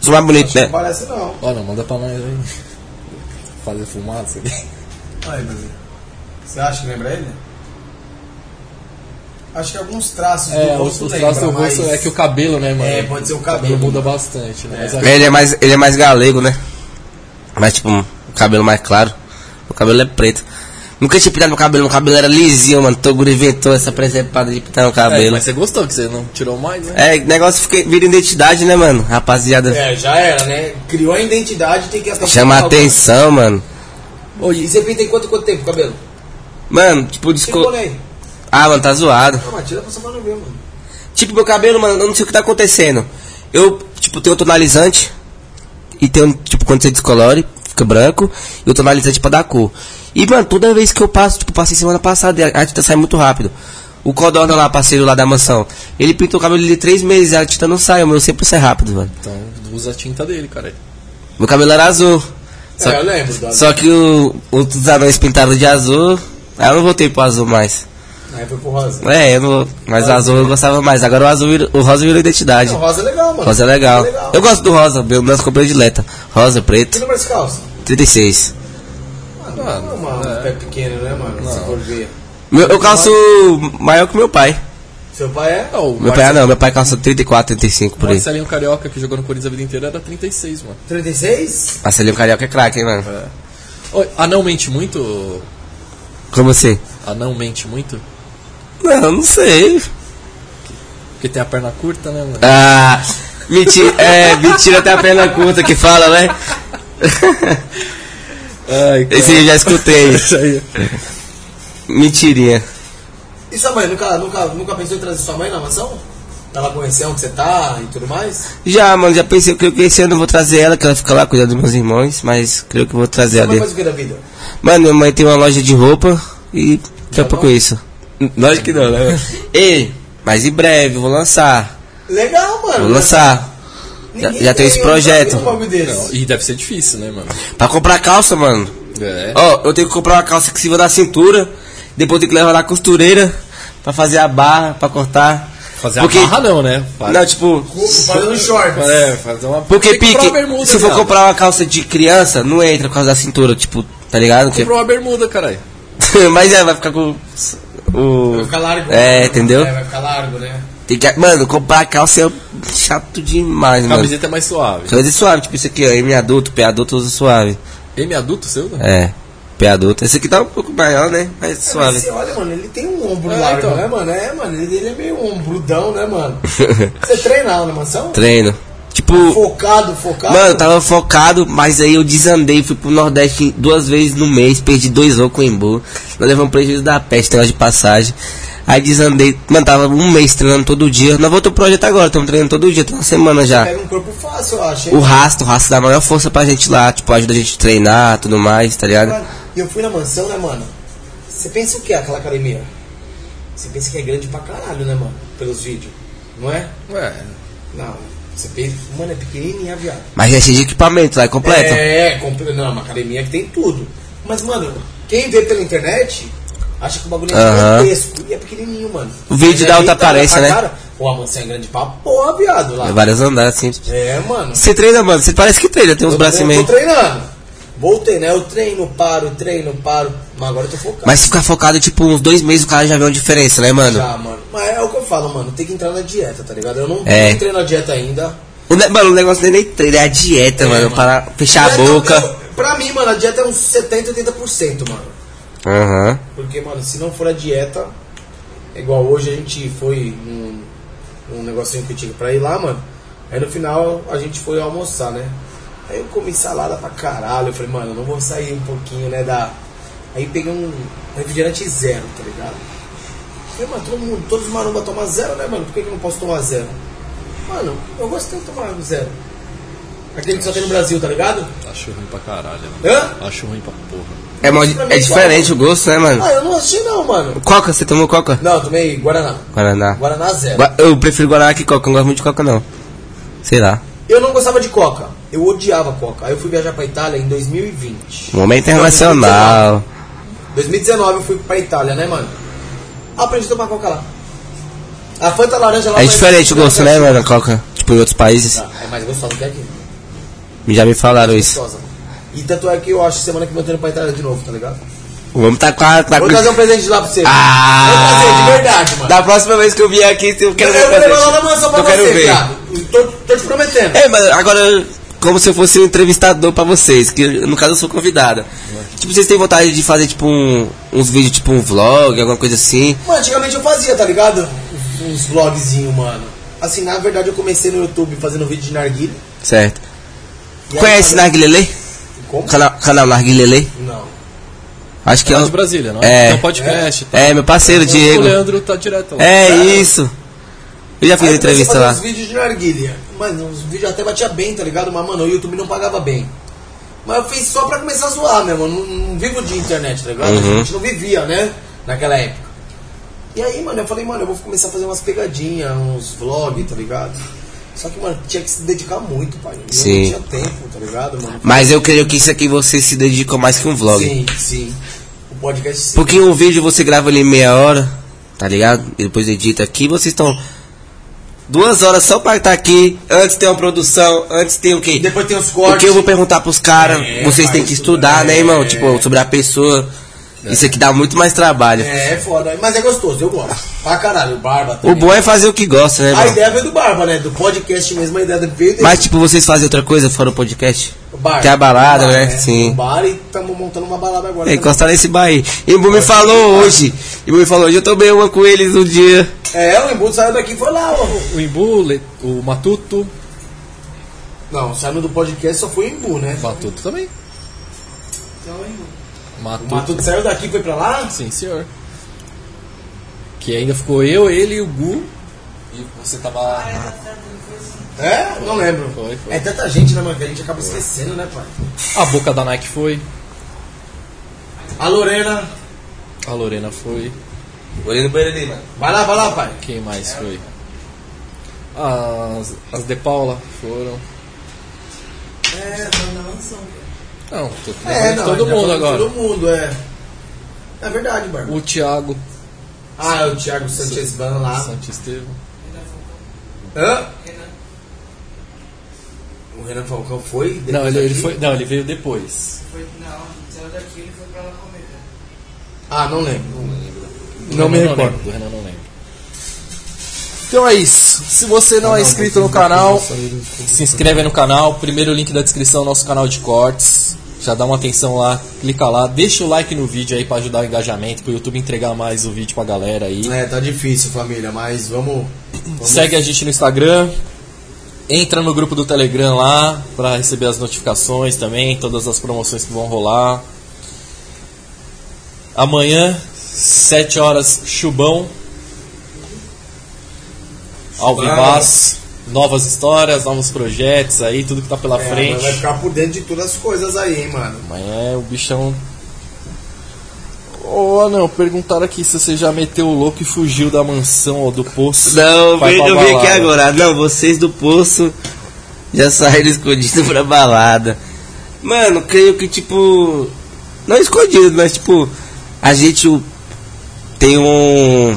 [SPEAKER 3] Isso mais bonito,
[SPEAKER 1] Não
[SPEAKER 3] né?
[SPEAKER 1] parece não.
[SPEAKER 2] Ó, não, manda pra nós aí. Fazer fumaça aqui.
[SPEAKER 1] Aí, Brasil. Você acha que lembra ele? Acho que alguns traços
[SPEAKER 2] É,
[SPEAKER 1] do
[SPEAKER 2] os
[SPEAKER 1] rosto
[SPEAKER 2] os
[SPEAKER 1] lembra,
[SPEAKER 2] traços do
[SPEAKER 1] mas...
[SPEAKER 2] rosto é que o cabelo, né, mano?
[SPEAKER 1] É, pode ser o cabelo.
[SPEAKER 2] muda bastante, né? Mas a-
[SPEAKER 3] Ele é mais, ele é mais galego, né? Mas tipo, um cabelo mais claro. O cabelo é preto. Nunca tinha pintado meu cabelo, meu cabelo era lisinho, mano. Toguro inventou essa presepada de pintar o
[SPEAKER 2] É,
[SPEAKER 3] cabelo.
[SPEAKER 2] mas você gostou que você não tirou mais, né?
[SPEAKER 3] É, negócio fica, vira identidade, né, mano? Rapaziada,
[SPEAKER 1] É, já era, né? Criou a identidade, tem que...
[SPEAKER 3] chama a atenção, mano.
[SPEAKER 1] Ô, e você pinta em quanto, quanto tempo o cabelo?
[SPEAKER 3] Mano, tipo,
[SPEAKER 1] Sem
[SPEAKER 3] disco...
[SPEAKER 1] boné.
[SPEAKER 3] Ah, mano, tá zoado.
[SPEAKER 1] Não, mas tira pra sua mão ver, mano.
[SPEAKER 3] Tipo, meu cabelo, mano, eu não sei o que tá acontecendo. Eu, tipo, tenho um tonalizante. E tenho, tipo, quando você descolore, fica branco. E o tonalizante é pra dar cor. E, mano, toda vez que eu passo, tipo, passei semana passada, e a a tinta sai muito rápido. O Codorna lá, parceiro lá da mansão, ele pintou o cabelo de três meses, a tinta não sai, o meu sempre sai rápido, mano.
[SPEAKER 2] Então usa a tinta dele, cara.
[SPEAKER 3] Meu cabelo era azul. Só,
[SPEAKER 1] É, eu lembro. Da...
[SPEAKER 3] só que o, os anões pintaram de azul. Aí eu não voltei pro azul mais.
[SPEAKER 1] Aí foi pro rosa.
[SPEAKER 3] É, eu não, mas o azul eu gostava mais. Agora o azul virou- o rosa virou identidade.
[SPEAKER 1] Não, rosa é legal, mano.
[SPEAKER 3] Rosa é legal.
[SPEAKER 1] legal.
[SPEAKER 3] Eu gosto do rosa, meu meus comprei dileta. Rosa,
[SPEAKER 1] Que
[SPEAKER 3] preto,
[SPEAKER 1] número de calça?
[SPEAKER 3] 36.
[SPEAKER 1] Ah, não, não, é uma- um pé pequeno, né, mano? Se for ver.
[SPEAKER 3] Meu, eu calço maior que meu pai.
[SPEAKER 1] Seu pai é?
[SPEAKER 2] Não, o
[SPEAKER 3] Meu pai ah,
[SPEAKER 2] Marce-
[SPEAKER 3] não, meu pai calça 34, 35 por aí.
[SPEAKER 2] Marcelinho Carioca, que jogou no Corinthians a vida inteira, era 36, mano.
[SPEAKER 1] 36?
[SPEAKER 3] Marcelinho Carioca é craque, hein, mano?
[SPEAKER 2] Oi, Ah, não mente muito?
[SPEAKER 3] Como assim?
[SPEAKER 2] Ah, não mente muito?
[SPEAKER 3] Não, não sei.
[SPEAKER 2] Porque tem a perna curta, né, mano?
[SPEAKER 3] Ah, mentira, é, mentira até a perna curta que fala, né?
[SPEAKER 2] Ai,
[SPEAKER 3] Esse eu já escutei.
[SPEAKER 2] Isso aí.
[SPEAKER 3] Mentirinha.
[SPEAKER 1] E sua mãe, nunca, nunca, nunca pensou em trazer sua mãe na mansão? Pra ela conhecer onde você tá e tudo mais?
[SPEAKER 3] Já, mano, já pensei, eu creio que esse ano eu vou trazer ela, que ela fica lá cuidando dos meus irmãos, mas creio que eu vou trazer
[SPEAKER 1] Sua
[SPEAKER 3] ela.
[SPEAKER 1] mãe faz o que é da vida?
[SPEAKER 3] Mano, minha mãe tem uma loja de roupa e trampa
[SPEAKER 1] não?
[SPEAKER 3] com isso. Lógico que não, né? Ei, mas em breve, vou lançar.
[SPEAKER 1] Legal, mano.
[SPEAKER 3] Vou lançar.
[SPEAKER 1] Ninguém
[SPEAKER 3] já- já tem esse
[SPEAKER 1] eu nunca vi
[SPEAKER 3] projeto.
[SPEAKER 1] um bagulho desse.
[SPEAKER 2] Não, e deve ser difícil, né, mano?
[SPEAKER 3] Pra comprar calça, mano.
[SPEAKER 2] É.
[SPEAKER 3] Ó, eu tenho que comprar uma calça que sirva da cintura. Depois eu tenho que levar na costureira pra fazer a barra, pra cortar.
[SPEAKER 2] Fazer
[SPEAKER 3] porque...
[SPEAKER 2] a barra não, né? Fa-
[SPEAKER 3] Não, tipo.
[SPEAKER 1] Fazendo Tá shorts.
[SPEAKER 2] É, fazer uma...
[SPEAKER 3] Porque,
[SPEAKER 2] Tem que comprar
[SPEAKER 3] Pique,
[SPEAKER 2] uma bermuda,
[SPEAKER 3] se for
[SPEAKER 2] viado.
[SPEAKER 3] comprar uma calça de criança, não entra por causa da cintura, tipo, tá ligado? Que-
[SPEAKER 2] Comprou uma bermuda, caralho.
[SPEAKER 3] Mas é, vai ficar com.
[SPEAKER 1] Vai
[SPEAKER 3] O...
[SPEAKER 1] ficar largo.
[SPEAKER 3] É, entendeu?
[SPEAKER 1] É, vai ficar largo, né?
[SPEAKER 3] Tem que, mano, comprar calça é chato demais, mano.
[SPEAKER 2] Camiseta é mais suave.
[SPEAKER 3] Coisa suave, tipo isso aqui, ó. M adulto, P adulto usa suave.
[SPEAKER 2] M adulto né? você usa?
[SPEAKER 3] É, P adulto. Esse aqui tá um pouco maior, né? Mas
[SPEAKER 1] Mas Você
[SPEAKER 3] suave.
[SPEAKER 1] é olha, mano, ele tem um ombro
[SPEAKER 2] É,
[SPEAKER 1] largo,
[SPEAKER 2] então.
[SPEAKER 1] né, mano? É, mano, ele, ele é meio ombrudão, né, mano? Você treina lá na mansão?
[SPEAKER 3] Treino. Tipo,
[SPEAKER 1] Focado, focado.
[SPEAKER 3] mano, tá- eu tava focado, mas aí eu desandei, fui pro Nordeste duas vezes no mês, perdi dois jogos com o Embu. Nós levamos prejuízo da peste, negócio de passagem. Aí desandei, mano, tava um mês treinando todo dia. Nós voltamos pro projeto agora, estamos treinando todo dia, tem uma semana já.
[SPEAKER 1] Pega um corpo fácil, eu acho. hein?
[SPEAKER 3] O rastro, o rastro dá a maior força pra gente lá, tipo, ajuda a gente a treinar tudo mais, tá ligado?
[SPEAKER 1] Mano, E eu fui na mansão, né, mano? Você pensa o que é aquela academia? Você pensa que é grande pra caralho, né, mano? Pelos vídeos, não é?
[SPEAKER 2] Ué.
[SPEAKER 1] Não. Você pensa, mano, é pequenininha, viado.
[SPEAKER 3] Mas é cheio de equipamento lá, é completo.
[SPEAKER 1] É, é, compre- não, é uma academia que tem tudo. Mas, mano, quem vê pela internet acha que o bagulho é
[SPEAKER 3] Aham.
[SPEAKER 1] gigantesco e é pequenininho, mano.
[SPEAKER 3] O vídeo
[SPEAKER 1] Mas
[SPEAKER 3] dá
[SPEAKER 1] aí
[SPEAKER 3] outra
[SPEAKER 1] tá lá
[SPEAKER 3] aparência,
[SPEAKER 1] pra
[SPEAKER 3] né?
[SPEAKER 1] Cara, Pô, a mansão é grande pra porra, viado, lá.
[SPEAKER 3] Tem vários andares assim.
[SPEAKER 1] É, mano.
[SPEAKER 3] Você treina, mano? Você parece que treina, tem uns
[SPEAKER 1] Eu
[SPEAKER 3] braços
[SPEAKER 1] tô-
[SPEAKER 3] meio.
[SPEAKER 1] Tô treinando. Voltei, né? Eu treino, paro, treino, paro. Mas agora eu tô focado.
[SPEAKER 3] Mas se ficar focado, tipo, uns dois meses o cara já vê uma diferença, né, mano?
[SPEAKER 1] Já, mano. Mas é o que eu falo, mano. Tem que entrar na dieta, tá ligado? Eu não
[SPEAKER 3] É.
[SPEAKER 1] não entrei na dieta ainda.
[SPEAKER 3] O ne- Mano, o negócio nem nem treino, é a dieta, mano.
[SPEAKER 1] mano.
[SPEAKER 3] Para fechar a
[SPEAKER 1] Dieta,
[SPEAKER 3] boca.
[SPEAKER 1] eu- pra mim, mano, a dieta é uns 70, 80%, mano.
[SPEAKER 3] Aham.
[SPEAKER 1] Porque, mano, se não for a dieta, é igual hoje a gente foi num, num negocinho que eu tinha pra ir lá, mano. Aí no final a gente foi almoçar, né? Aí eu comi salada pra caralho. Eu falei, mano, eu não vou sair um pouquinho, né? Da. Aí peguei um refrigerante zero, tá ligado? Falei, mano, todo mundo, todos os marumbas tomam zero, né, mano? Por que, que eu não posso tomar zero? Mano, eu gostei de tomar zero. Aquele que só tem no Brasil, tá ligado?
[SPEAKER 2] Acho ruim pra caralho, mano.
[SPEAKER 1] Hã?
[SPEAKER 2] Acho ruim pra porra.
[SPEAKER 3] É, mal- é diferente o gosto, né, mano?
[SPEAKER 1] Ah, eu não assisti não, mano.
[SPEAKER 3] Coca, você tomou coca?
[SPEAKER 1] Não, eu tomei Guaraná.
[SPEAKER 3] Guaraná.
[SPEAKER 1] Guaraná zero.
[SPEAKER 3] Gua- Eu prefiro Guaraná que coca, eu não gosto muito de coca, não. Sei lá.
[SPEAKER 1] Eu não gostava de Coca. Eu odiava Coca. Aí eu fui viajar pra Itália em 2020.
[SPEAKER 3] Um homem internacional.
[SPEAKER 1] 2019 eu fui pra Itália, né, mano? Ah, Aprendi a tomar Coca lá. A Fanta laranja lá...
[SPEAKER 3] É
[SPEAKER 1] mas-
[SPEAKER 3] diferente o gosto, né, mano? Coca. Tipo, em outros países.
[SPEAKER 1] Ah, É mais gostosa que aqui.
[SPEAKER 3] Já me falaram isso.
[SPEAKER 1] Gostosa. E tanto é que eu acho que semana que vem eu tô indo pra Itália de novo, tá ligado?
[SPEAKER 3] Vamos tá com a. Tá com...
[SPEAKER 1] Vou trazer um presente de lá pra você.
[SPEAKER 3] Ah!
[SPEAKER 1] Vou trazer, de verdade, mano.
[SPEAKER 3] Da próxima vez que eu vier aqui, eu quero ver
[SPEAKER 1] eu vou
[SPEAKER 3] presente.
[SPEAKER 1] levar lá na mansão pra
[SPEAKER 3] Eu
[SPEAKER 1] você,
[SPEAKER 3] quero ver.
[SPEAKER 1] cara. Tô, tô te prometendo.
[SPEAKER 3] É, mas agora, como se eu fosse um entrevistador pra vocês, que eu- no caso eu sou convidado. Tipo, vocês têm vontade de fazer, tipo, um, uns vídeos, tipo, um vlog, alguma coisa assim?
[SPEAKER 1] Mano, antigamente eu fazia, tá ligado? Uns vlogzinhos, mano. Assim, na verdade eu comecei no YouTube fazendo vídeo de narguilha.
[SPEAKER 3] Certo.
[SPEAKER 1] E aí,
[SPEAKER 3] Conhece
[SPEAKER 1] mano,
[SPEAKER 3] Narguilele?
[SPEAKER 1] Como?
[SPEAKER 3] Canal, canal Narguilele?
[SPEAKER 1] Não.
[SPEAKER 3] Acho que é,
[SPEAKER 2] Lá
[SPEAKER 3] um-
[SPEAKER 2] de Brasília, não
[SPEAKER 3] É.
[SPEAKER 2] Tem um podcast. tá?
[SPEAKER 3] é meu parceiro, Diego.
[SPEAKER 2] O Leandro tá direto lá.
[SPEAKER 3] É isso. Eu já fiz
[SPEAKER 1] Aí eu comecei a
[SPEAKER 3] entrevista
[SPEAKER 1] fazer
[SPEAKER 3] lá.
[SPEAKER 1] uns vídeos de narguilha. Mano, os vídeos até batia bem, tá ligado? Mas, mano, o YouTube não pagava bem. Mas eu fiz só pra começar a zoar mesmo. Eu Não, não vivo de internet, tá ligado?
[SPEAKER 3] Uhum.
[SPEAKER 1] A gente não vivia, né? Naquela época. E aí, mano, eu falei, mano, eu vou começar a fazer umas pegadinhas, uns vlogs, tá ligado? Só que, mano, tinha que se dedicar muito, pai. E
[SPEAKER 3] Sim.
[SPEAKER 1] Eu não tinha tempo, tá ligado, mano?
[SPEAKER 3] Mas eu creio que isso aqui você se dedicou mais que um vlog.
[SPEAKER 1] Sim, sim. O podcast sim.
[SPEAKER 3] Porque um vídeo você grava ali meia hora, tá ligado? E depois edita aqui, vocês estão duas horas só pra estar aqui. Antes tem uma produção, antes tem o quê?
[SPEAKER 1] Depois tem os
[SPEAKER 3] o
[SPEAKER 1] cortes.
[SPEAKER 3] que eu vou perguntar pros caras?
[SPEAKER 1] É,
[SPEAKER 3] vocês
[SPEAKER 1] faz
[SPEAKER 3] têm que
[SPEAKER 1] isso,
[SPEAKER 3] estudar, né,
[SPEAKER 1] é.
[SPEAKER 3] irmão? Tipo, sobre a pessoa. Isso aqui dá muito mais trabalho.
[SPEAKER 1] É, é foda. Mas é gostoso, eu gosto. Pra caralho, o Barba
[SPEAKER 3] O
[SPEAKER 1] também.
[SPEAKER 3] bom é fazer o que gosta, né,
[SPEAKER 1] A
[SPEAKER 3] irmão?
[SPEAKER 1] ideia veio do Barba, né? Do podcast mesmo, a ideia veio dele.
[SPEAKER 3] Mas, tipo, vocês fazem outra coisa fora o podcast?
[SPEAKER 1] Bar.
[SPEAKER 3] Tem a balada,
[SPEAKER 1] Bar,
[SPEAKER 3] né? Sim.
[SPEAKER 1] Um bar e estamos montando uma balada agora. também.
[SPEAKER 3] É, encostar nesse bairro. Imbu me falou hoje. Imbu me falou hoje. Eu tomei uma com eles um dia.
[SPEAKER 1] É, o Embudo saiu daqui e foi lá, ó.
[SPEAKER 2] O Imbu, Le- o Matuto.
[SPEAKER 1] Não, saindo do podcast só foi o Embu, né? Então,
[SPEAKER 2] Matuto também.
[SPEAKER 1] O
[SPEAKER 2] Matuto.
[SPEAKER 1] Matuto saiu daqui e foi pra lá?
[SPEAKER 2] Sim, senhor. Que ainda ficou eu, ele e o Gu. E você tava lá.
[SPEAKER 1] É? Não lembro.
[SPEAKER 2] Foi, foi.
[SPEAKER 1] É tanta gente, né, mano? Que a gente acaba esquecendo, né, pai?
[SPEAKER 2] A boca da Nike foi.
[SPEAKER 1] A Lorena.
[SPEAKER 2] A Lorena foi.
[SPEAKER 3] Olhei no banheiro ali, mano.
[SPEAKER 1] Vai lá, vai lá, pai.
[SPEAKER 2] Quem mais foi? As, as De Paula foram. Não, tô
[SPEAKER 1] É, não.
[SPEAKER 2] falando de todo
[SPEAKER 1] já
[SPEAKER 2] mundo
[SPEAKER 1] falou de
[SPEAKER 2] agora.
[SPEAKER 1] Todo mundo, é. É verdade, Barba.
[SPEAKER 2] O Thiago
[SPEAKER 1] Ah, o Thiago Sanchez Ban lá.
[SPEAKER 2] Santos Estevam.
[SPEAKER 1] Hã? O Renan Falcão foi? depois
[SPEAKER 2] Não, ele, ele
[SPEAKER 1] daqui?
[SPEAKER 2] foi, não, ele veio depois.
[SPEAKER 4] Foi, não, saiu daqui ele foi pra lá comer.
[SPEAKER 1] Ah, não lembro. Não lembro.
[SPEAKER 2] Não me recordo. Do Renan não lembro. Então é isso. Se você não é inscrito no canal, se inscreve aí no canal. Primeiro link da descrição, nosso canal de cortes. Já dá uma atenção lá, clica lá, deixa o like no vídeo aí pra ajudar o engajamento, pro YouTube entregar mais o vídeo pra galera aí.
[SPEAKER 1] É, tá difícil, família, mas vamos.
[SPEAKER 2] Segue a gente no Instagram. Entra no grupo do Telegram lá pra receber as notificações também, todas as promoções que vão rolar. Amanhã, 7 horas, Chubão. Alvivaz. Novas histórias, novos projetos aí, tudo que tá pela
[SPEAKER 1] É,
[SPEAKER 2] frente.
[SPEAKER 1] Vai ficar por dentro de todas as coisas aí, hein, mano.
[SPEAKER 2] Amanhã é o bichão. Ô, não, perguntaram aqui se você já meteu o louco e fugiu da mansão ou do poço.
[SPEAKER 3] Não,
[SPEAKER 2] Vai
[SPEAKER 3] vem-
[SPEAKER 2] pra
[SPEAKER 3] eu vim aqui
[SPEAKER 2] balada.
[SPEAKER 3] agora. Não, vocês do poço já saíram escondidos pra balada. Mano, creio que tipo. Não escondido, mas tipo. A gente o- tem um.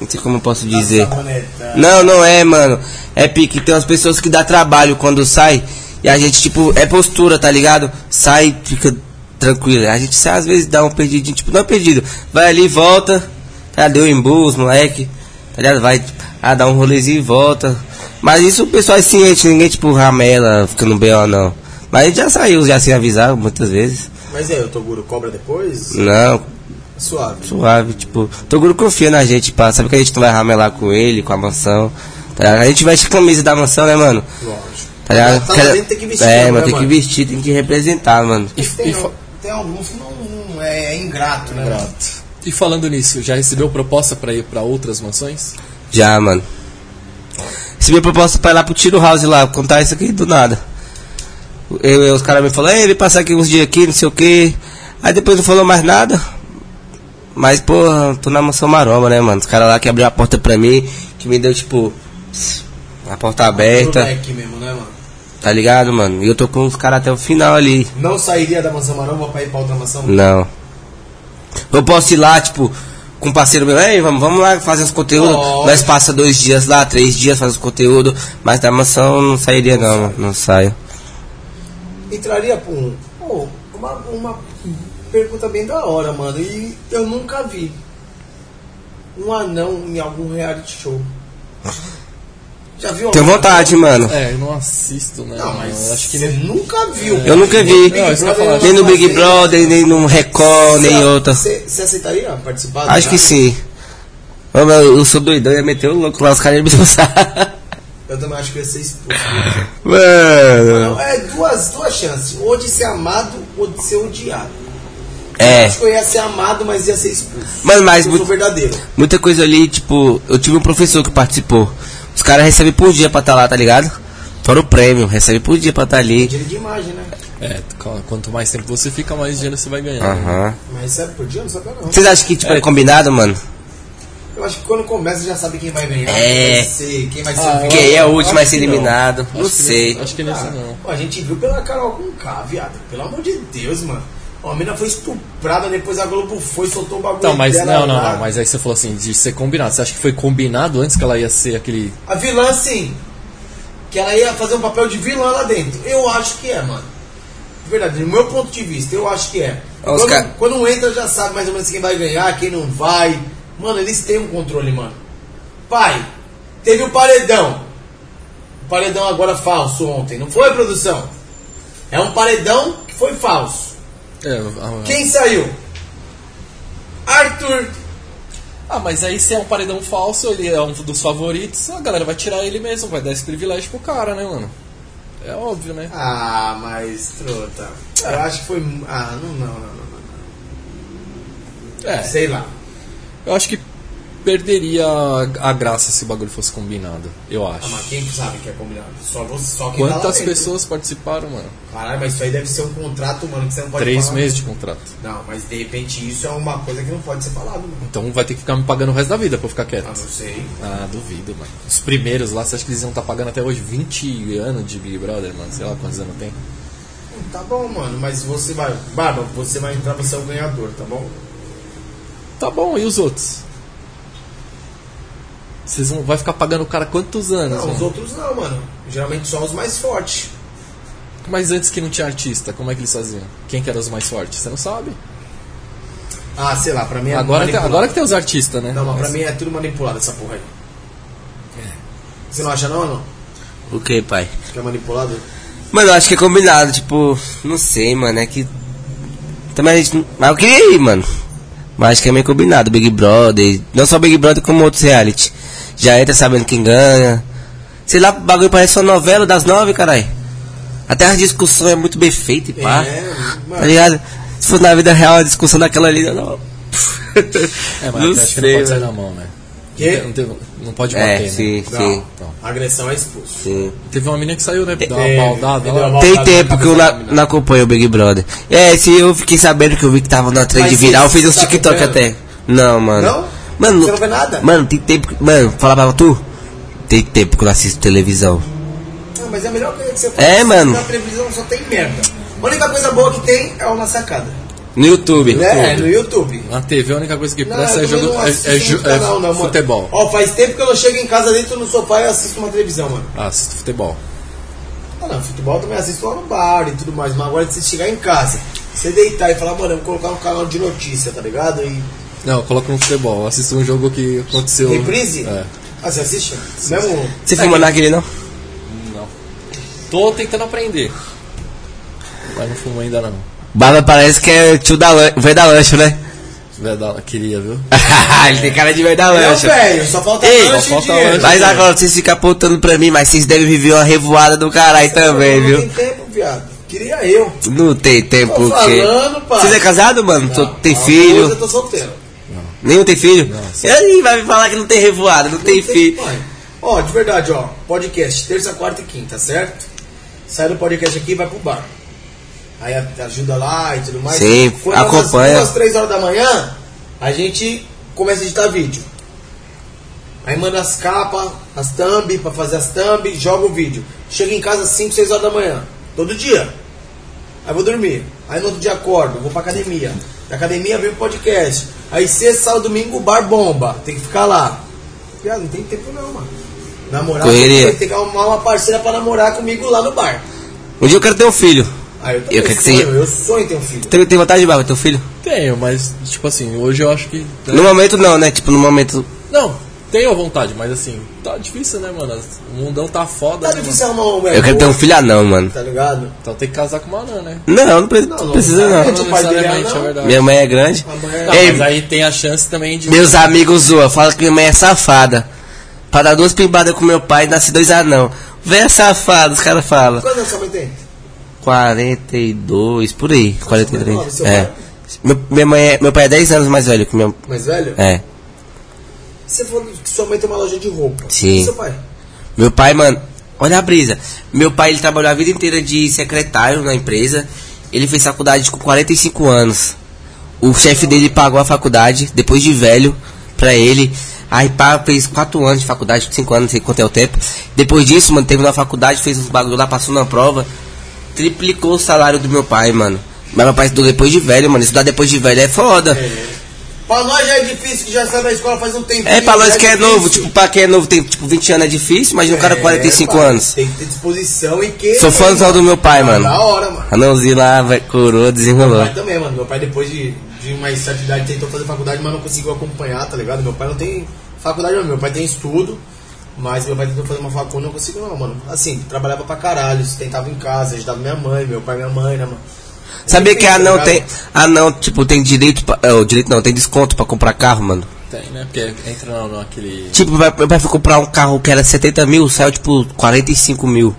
[SPEAKER 3] Não sei como eu posso
[SPEAKER 1] É.
[SPEAKER 3] dizer.
[SPEAKER 1] Tá, Sabaneta.
[SPEAKER 3] Não, não é, mano. É pique. Tem umas pessoas que dá trabalho quando sai. E a gente, tipo, é postura, tá ligado? Sai, fica tranquilo. A gente sai, às vezes dá um perdidinho, tipo, não é perdido. Vai ali, volta. Tá, deu embu, os moleque. Tá ligado? Vai, ah, dá um rolezinho e volta. Mas isso o pessoal é ciente, ninguém, tipo, ramela, fica no B.O. não. Mas a gente já saiu, já sem avisar, muitas vezes.
[SPEAKER 1] Mas e aí, o Toguro cobra depois?
[SPEAKER 3] Não,
[SPEAKER 1] Suave.
[SPEAKER 3] suave, tipo, Toguro confia na gente, pá, sabe que a gente não vai ramelar com ele, com a mansão, tá ligado? A gente veste camisa da mansão, né, mano?
[SPEAKER 1] Lógico.
[SPEAKER 3] Tá ligado?
[SPEAKER 1] Tá
[SPEAKER 3] Quer-
[SPEAKER 1] lá dentro, tem que vestir,
[SPEAKER 3] é,
[SPEAKER 1] né,
[SPEAKER 3] mano, tem
[SPEAKER 1] mano?
[SPEAKER 3] que vestir, tem que representar, mano.
[SPEAKER 1] Tem, tem alguns que não, não é, é ingrato, né? mano?
[SPEAKER 2] E falando nisso, já recebeu proposta pra ir pra outras mansões?
[SPEAKER 3] Já, mano. Recebi a proposta pra ir lá pro Tiro House lá, contar isso aqui do nada. Eu, eu- os caras me falaram, "Ei, ele passar aqui uns dias aqui, não sei o que. Aí depois não falou mais nada. Mas, porra, tô na mansão maromba, né, mano? Os caras lá que abriu a porta pra mim, que me deu, tipo, a porta
[SPEAKER 1] Pro
[SPEAKER 3] aberta,
[SPEAKER 1] Beck mesmo, né, mano?
[SPEAKER 3] tá ligado, mano? E eu tô com os caras até o final ali.
[SPEAKER 1] Não sairia da mansão maromba pra ir pra outra mansão?
[SPEAKER 3] Não. Eu posso ir lá, tipo, com um parceiro meu, ei, vamos, vamos lá fazer os conteúdos.
[SPEAKER 1] Ó.
[SPEAKER 3] Nós passa dois dias lá, três dias faz os conteúdos, mas da mansão eu não sairia não, mano. não saio.
[SPEAKER 1] entraria por um. Pô, uma, uma pergunta bem da hora, mano. E eu nunca vi um anão em algum reality show. Já viu?
[SPEAKER 3] Tenho
[SPEAKER 1] algum?
[SPEAKER 3] vontade, mano.
[SPEAKER 2] É, eu não assisto, né?
[SPEAKER 1] Não,
[SPEAKER 2] mano?
[SPEAKER 1] mas
[SPEAKER 2] Eu acho que
[SPEAKER 1] você
[SPEAKER 2] nem...
[SPEAKER 1] nunca viu.
[SPEAKER 3] Eu nunca
[SPEAKER 1] Nem no
[SPEAKER 3] vi.
[SPEAKER 1] Big
[SPEAKER 2] Não, isso que eu
[SPEAKER 1] Brother,
[SPEAKER 2] ia falar. tipo, assim,
[SPEAKER 3] Nem no Big
[SPEAKER 1] Você-
[SPEAKER 3] Brother, nem no Record, nem
[SPEAKER 1] você-
[SPEAKER 3] outra.
[SPEAKER 1] Você você aceitaria participar?
[SPEAKER 3] Acho que sim. Ô, meu, eu sou doidão, ia meter o louco lá, os caras iam me expulsar.
[SPEAKER 1] Eu também acho que ia ser expulso.
[SPEAKER 3] Mano.
[SPEAKER 1] Não, é duas, duas chances. Ou de ser amado ou de ser odiado.
[SPEAKER 3] É. Tipo-
[SPEAKER 1] Acho que eu ia ser amado, mas ia ser expulso.
[SPEAKER 3] Mano, mas
[SPEAKER 1] eu sou verdadeiro.
[SPEAKER 3] Muita coisa ali, tipo, eu tive um professor que participou. Os caras recebem por dia pra estar lá, tá ligado? Fora o prêmio, recebe por dia pra estar ali.
[SPEAKER 1] Direito de imagem, né?
[SPEAKER 2] É, calma, quanto mais tempo você fica, mais dinheiro você vai ganhar. né?
[SPEAKER 3] Aham.
[SPEAKER 1] Mas sabe por dia? Eu Não sabia não.
[SPEAKER 3] Vocês acham que tipo, é.
[SPEAKER 2] É.
[SPEAKER 3] combinado, mano?
[SPEAKER 1] Eu acho que quando começa já sabe quem vai ganhar.
[SPEAKER 3] É.
[SPEAKER 1] Quem vai ser, quem vai ser
[SPEAKER 2] Ah,
[SPEAKER 1] o
[SPEAKER 2] eu-
[SPEAKER 3] Quem é o
[SPEAKER 2] acho
[SPEAKER 3] último vai ser
[SPEAKER 2] que não.
[SPEAKER 3] eliminado? Não,
[SPEAKER 2] Acho que
[SPEAKER 3] sei.
[SPEAKER 2] Acho que nesse não.
[SPEAKER 1] Pô, a gente viu pela Carol com K, viado. Pelo amor de Deus, mano. Ó, a menina foi estuprada, depois a Globo foi, soltou o bagulho.
[SPEAKER 2] Então, mas
[SPEAKER 1] dela
[SPEAKER 2] não, não,
[SPEAKER 1] lá.
[SPEAKER 2] não, mas aí você falou assim, de ser combinado. Você acha que foi combinado antes que ela ia ser aquele.
[SPEAKER 1] A vilã, sim. Que ela ia fazer um papel de vilã lá dentro. Eu acho que é, mano. De Verdade, no meu ponto de vista, eu acho que é.
[SPEAKER 3] Ó, os
[SPEAKER 1] Quando,
[SPEAKER 3] ca-
[SPEAKER 1] quando um entra, já sabe mais ou menos quem vai ganhar, quem não vai. Mano, eles têm um controle, mano. Pai, teve o paredão. O paredão agora falso ontem, não foi, produção? É um paredão que foi falso.
[SPEAKER 2] É, a-
[SPEAKER 1] Quem
[SPEAKER 3] Ah.
[SPEAKER 1] saiu? Arthur.
[SPEAKER 2] Ah, mas aí se é um paredão falso, ele é um dos favoritos, a galera vai tirar ele mesmo, vai dar esse privilégio pro cara, né, mano? É óbvio, né?
[SPEAKER 1] Ah, mas, trota. Eu acho que foi. Ah, não, não, não, não. não.
[SPEAKER 2] É,
[SPEAKER 1] Sei lá.
[SPEAKER 2] eu acho que perderia a, a graça se o bagulho fosse combinado, eu
[SPEAKER 1] Ah,
[SPEAKER 2] acho.
[SPEAKER 1] mas quem sabe que é combinado? Só você, só quem tá lá
[SPEAKER 2] Quantas
[SPEAKER 1] dentro.
[SPEAKER 2] pessoas participaram, mano?
[SPEAKER 1] Caralho, mas isso aí deve ser um contrato, mano, que você não pode
[SPEAKER 2] Três
[SPEAKER 1] falar.
[SPEAKER 2] meses de contrato.
[SPEAKER 1] Não, mas de repente isso é uma coisa que não pode ser falado, mano.
[SPEAKER 2] Então vai ter que ficar me pagando o resto da vida pra eu ficar
[SPEAKER 1] Ah, não
[SPEAKER 2] quieto.
[SPEAKER 1] sei.
[SPEAKER 2] Ah, duvido, mano. Os primeiros lá, você acha que eles iam estar pagando até hoje 20 anos de Big Brother, mano? Sei lá quantos anos tem.
[SPEAKER 1] Hum, Tá bom, mano, mas você vai... Barba, você vai entrar, você é o ganhador, tá bom?
[SPEAKER 2] Tá bom, e os outros? Vocês vão vai ficar pagando o cara quantos anos?
[SPEAKER 1] Não,
[SPEAKER 2] mano?
[SPEAKER 1] os outros não, mano. Geralmente só os mais fortes.
[SPEAKER 2] Mas antes que não tinha artista, como é que eles faziam? Quem que era os mais fortes? Você não sabe.
[SPEAKER 1] Ah, sei lá, pra mim é
[SPEAKER 2] Agora, que,
[SPEAKER 1] manipulado.
[SPEAKER 2] agora que tem os artistas, né?
[SPEAKER 1] Não, mas pra
[SPEAKER 2] Mas-
[SPEAKER 1] mim é tudo manipulado essa porra aí.
[SPEAKER 2] É.
[SPEAKER 1] Você não acha não, não?
[SPEAKER 3] O que, pai?
[SPEAKER 1] Que é manipulado?
[SPEAKER 3] Mano, eu acho que é combinado, tipo, não sei, mano, é que. Também a gente. não- Mas eu queria ir, mano. Mas acho que é meio combinado, Big Brother. Não só Big Brother como outros reality. Já entra sabendo quem ganha. Sei lá, o bagulho parece uma novela das nove, caralho. Até as discussões é muito bem feita e pá.
[SPEAKER 1] É, mano.
[SPEAKER 3] Tá ligado? Se fosse na vida real, a discussão daquela ali, eu não.
[SPEAKER 2] É, mas acho
[SPEAKER 3] não
[SPEAKER 2] que não
[SPEAKER 3] sei,
[SPEAKER 2] pode sair
[SPEAKER 3] mano.
[SPEAKER 2] na mão, né?
[SPEAKER 1] Quê?
[SPEAKER 2] Não, teve- não pode bater,
[SPEAKER 3] É,
[SPEAKER 2] né?
[SPEAKER 3] sim,
[SPEAKER 1] Não.
[SPEAKER 3] sim,
[SPEAKER 2] Então.
[SPEAKER 1] Agressão é expulso.
[SPEAKER 3] sim.
[SPEAKER 2] Teve uma menina que saiu, né? Dá
[SPEAKER 1] Teve,
[SPEAKER 2] uma
[SPEAKER 1] me
[SPEAKER 2] baldada
[SPEAKER 1] deu
[SPEAKER 2] lá. né?
[SPEAKER 1] uma
[SPEAKER 3] Tem
[SPEAKER 1] Voltado
[SPEAKER 3] tempo
[SPEAKER 1] na
[SPEAKER 3] que eu
[SPEAKER 1] cabeça
[SPEAKER 3] na-
[SPEAKER 1] da mina.
[SPEAKER 3] não acompanho o Big Brother. É, se eu fiquei sabendo que eu vi que tava na trend
[SPEAKER 1] Mas
[SPEAKER 3] viral, eu
[SPEAKER 1] você
[SPEAKER 3] fiz uns
[SPEAKER 1] tá
[SPEAKER 3] TikTok
[SPEAKER 1] acompanhando?
[SPEAKER 3] até. Não, mano.
[SPEAKER 1] Não?
[SPEAKER 3] Mano,
[SPEAKER 1] Você não vê nada?
[SPEAKER 3] Mano, tem tempo. que- Mano, falar pra tu? Tem tempo que eu não assisto televisão.
[SPEAKER 1] Ah, mas é a melhor coisa que você faz.
[SPEAKER 3] É, mano.
[SPEAKER 1] Na televisão só tem merda. A única coisa boa que tem é uma sacada.
[SPEAKER 3] No YouTube.
[SPEAKER 1] Né? É, no YouTube.
[SPEAKER 2] Na TV a única coisa que presta é
[SPEAKER 1] eu também
[SPEAKER 2] jogo.
[SPEAKER 1] não
[SPEAKER 2] É,
[SPEAKER 1] assisto
[SPEAKER 2] é
[SPEAKER 1] muito
[SPEAKER 2] ju- é
[SPEAKER 1] canal, não, mano.
[SPEAKER 2] futebol.
[SPEAKER 1] Ó, faz tempo que eu não chego em casa dentro no sofá e assisto uma televisão, mano.
[SPEAKER 2] Ah, assisto futebol.
[SPEAKER 1] Ah, não, futebol eu também assisto lá no bar e tudo mais, mas agora se você chegar em casa, você deitar e falar, mano, eu vou colocar um canal de notícia, tá ligado? E
[SPEAKER 2] Não, eu coloco no futebol. Eu assisto um jogo que aconteceu.
[SPEAKER 1] reprise?
[SPEAKER 2] É.
[SPEAKER 1] Ah, você assiste? Mesmo.
[SPEAKER 3] Você filmou naquele não?
[SPEAKER 2] Não. Tô tentando aprender. Mas não fumo ainda não.
[SPEAKER 3] Barba parece que é tio da lancha, velho da lancha, né?
[SPEAKER 2] Vai dar- Queria, viu?
[SPEAKER 3] Ele tem cara de velho da
[SPEAKER 1] Não,
[SPEAKER 3] lancha.
[SPEAKER 1] velho, só falta
[SPEAKER 3] Ei,
[SPEAKER 1] lanche
[SPEAKER 2] só
[SPEAKER 1] e
[SPEAKER 2] falta
[SPEAKER 1] dinheiro.
[SPEAKER 2] lanche.
[SPEAKER 3] Mas agora vocês ficam apontando pra mim, mas vocês devem viver uma revoada do caralho também,
[SPEAKER 1] não
[SPEAKER 3] viu?
[SPEAKER 1] tem tempo, viado. Queria eu.
[SPEAKER 3] Não tem tempo
[SPEAKER 1] Tô
[SPEAKER 3] o quê?
[SPEAKER 1] falando, pai.
[SPEAKER 3] Vocês é casado, mano? Tô- tem
[SPEAKER 1] Não,
[SPEAKER 3] filho?
[SPEAKER 1] Ah, Eu tô solteiro.
[SPEAKER 2] Não,
[SPEAKER 3] Nenhum tem filho?
[SPEAKER 2] Nossa.
[SPEAKER 3] Ele vai me falar que não tem revoada, não tem filho.
[SPEAKER 1] Pai, Ó, de verdade, ó. Podcast, terça, quarta e quinta, certo? Sai do podcast aqui e vai pro bar. Aí a- ajuda lá e tudo mais.
[SPEAKER 3] Sim,
[SPEAKER 1] Quando das
[SPEAKER 3] acompanha.
[SPEAKER 1] duas, três horas da manhã, a gente começa a editar vídeo. Aí manda as capas, as thumb, pra fazer as thumb, joga o vídeo. Chega em casa às 5, 6 horas da manhã. Todo dia. Aí vou dormir. Aí no outro dia acordo, vou pra academia. Da academia vem o podcast. Aí sexta, sábado, domingo, o bar bomba. Tem que ficar lá. Viado, não tem tempo não, mano. Namorar,
[SPEAKER 3] Correria.
[SPEAKER 1] tem que arrumar uma parceira pra namorar comigo lá no bar.
[SPEAKER 3] Um dia eu quero ter um filho.
[SPEAKER 1] Aí eu
[SPEAKER 3] E
[SPEAKER 1] também
[SPEAKER 3] o que que
[SPEAKER 1] sonho,
[SPEAKER 3] você-
[SPEAKER 1] eu sonho em ter um filho.
[SPEAKER 3] Tem, tem vontade de barba, ter um filho?
[SPEAKER 2] Tenho, mas, tipo assim, hoje eu acho que.
[SPEAKER 3] No momento não, né? Tipo, no momento.
[SPEAKER 2] Não, tenho a vontade, mas assim, tá difícil, né, mano? O mundão tá foda,
[SPEAKER 1] Tá
[SPEAKER 2] né,
[SPEAKER 1] difícil arrumar uma mulher
[SPEAKER 3] Eu quero ter um
[SPEAKER 1] boa,
[SPEAKER 3] filho anão, mano.
[SPEAKER 1] tá ligado?
[SPEAKER 2] mano? Então tem que casar com uma anã, né?
[SPEAKER 3] Não, não, pre-
[SPEAKER 1] não,
[SPEAKER 3] precisa
[SPEAKER 1] não.
[SPEAKER 3] não.
[SPEAKER 1] Gente, o pai dele é
[SPEAKER 2] necessariamente,
[SPEAKER 1] anão.
[SPEAKER 2] é verdade.
[SPEAKER 3] Minha mãe é grande.
[SPEAKER 1] A mulher-
[SPEAKER 2] Tá,
[SPEAKER 3] Ei,
[SPEAKER 2] mas aí tem a chance também de.
[SPEAKER 3] Meus amigos zoam, falam que minha mãe é safada. Pra dar duas pimbadas com meu pai, nasce dois anão. Véia safado, os caras falam.
[SPEAKER 1] Quantos anos sua mãe tem?
[SPEAKER 3] 42, por aí,
[SPEAKER 1] nove,
[SPEAKER 3] 43.
[SPEAKER 1] seu
[SPEAKER 3] É.
[SPEAKER 1] pai?
[SPEAKER 3] Meu, minha mãe é, meu pai é 10 anos mais velho que meu.
[SPEAKER 1] Mais velho?
[SPEAKER 3] É.
[SPEAKER 1] Você falou que sua mãe tem uma loja de roupa.
[SPEAKER 3] Sim.
[SPEAKER 1] E seu pai?
[SPEAKER 3] Meu pai, mano, olha a brisa. Meu pai, ele trabalhou a vida inteira de secretário na empresa. Ele fez faculdade com 45 anos. O chefe dele pagou a faculdade, depois de velho, pra ele. Aí pá, fez 4 anos de faculdade, 5 anos, não sei quanto é o tempo. Depois disso, mano, terminou a faculdade, fez uns bagulho lá, passou na prova. Triplicou o salário do meu pai, mano. Mas meu pai estudou depois de velho, mano. Estudar depois de velho é foda.
[SPEAKER 1] né? Pra nós já é difícil, que já sai da escola faz um tempo.
[SPEAKER 3] É, pra nós que é novo, tipo, pra quem é novo tem tipo 20 anos é difícil, imagina um cara com
[SPEAKER 1] É,
[SPEAKER 3] 45 anos.
[SPEAKER 1] Tem que ter disposição e que.
[SPEAKER 3] Sou fãzão do meu pai,
[SPEAKER 1] Ah,
[SPEAKER 3] mano.
[SPEAKER 1] Da hora, mano.
[SPEAKER 3] Anãozinho lá, vai, curou,
[SPEAKER 1] Meu
[SPEAKER 3] desenrolou.
[SPEAKER 1] pai também, mano. Meu pai, depois de, de uma certa idade, tentou fazer faculdade, mas não conseguiu acompanhar, tá ligado? Meu pai não tem faculdade, não. Meu pai tem estudo, mas meu pai tentou fazer uma faculdade não conseguiu, não, mano. Assim, trabalhava pra caralho, tentava em casa, ajudava minha mãe, meu pai, minha mãe, né, mano?
[SPEAKER 3] Sabia que anão
[SPEAKER 1] tá
[SPEAKER 3] tem.
[SPEAKER 1] ligado?
[SPEAKER 3] Anão, tipo, tem direito. Pra, é, o direito não, tem desconto pra comprar carro, mano.
[SPEAKER 2] Tem, né? Porque entra no, no aquele.
[SPEAKER 3] Tipo, vai, vai comprar um carro que era 70 mil, saiu tipo 45 mil.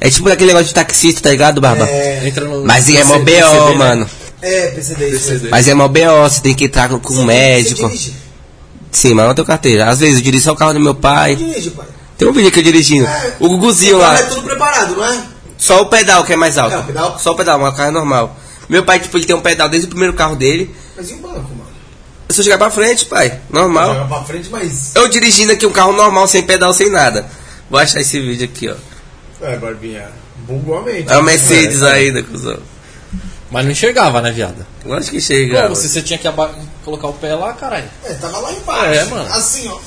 [SPEAKER 3] É tipo aquele negócio de taxista, tá ligado, Barba?
[SPEAKER 1] É,
[SPEAKER 2] Entra no.
[SPEAKER 3] Mas é
[SPEAKER 2] no
[SPEAKER 3] mó
[SPEAKER 2] C- CB,
[SPEAKER 3] BO,
[SPEAKER 2] né?
[SPEAKER 3] mano.
[SPEAKER 1] é, PCD, isso mesmo.
[SPEAKER 3] Mas é mó BO, você tem que entrar com, com
[SPEAKER 1] Você
[SPEAKER 3] um médico.
[SPEAKER 1] dirige?
[SPEAKER 3] Sim, mas não tem carteira. Às vezes eu dirijo só o carro do meu
[SPEAKER 1] Você
[SPEAKER 3] pai.
[SPEAKER 1] dirige, pai.
[SPEAKER 3] Tem um vídeo que eu dirigindo. O Guguzinho
[SPEAKER 1] Seu carro
[SPEAKER 3] lá.
[SPEAKER 1] É tudo preparado, não é?
[SPEAKER 3] Só o pedal que é mais alto.
[SPEAKER 1] É, o pedal.
[SPEAKER 3] Só o pedal, mas o carro é normal. Meu pai, tipo, ele tem um pedal desde o primeiro carro dele.
[SPEAKER 1] Mas e o banco, mano?
[SPEAKER 3] Eu só chegar pra frente, pai. Normal.
[SPEAKER 1] Joga pra frente, mas.
[SPEAKER 3] Eu dirigindo aqui um carro normal, sem pedal, sem nada. Vou achar esse vídeo aqui, ó.
[SPEAKER 1] É, Barbinha. Bugou a mente.
[SPEAKER 3] É o Mercedes ainda, cuzão.
[SPEAKER 2] Mas não enxergava, né, viada?
[SPEAKER 3] Lógico que
[SPEAKER 2] Pô,
[SPEAKER 3] chega.
[SPEAKER 2] você, você tinha que aba- colocar o pé lá, caralho.
[SPEAKER 1] É, tava lá embaixo.
[SPEAKER 2] É, mano.
[SPEAKER 1] Assim, ó.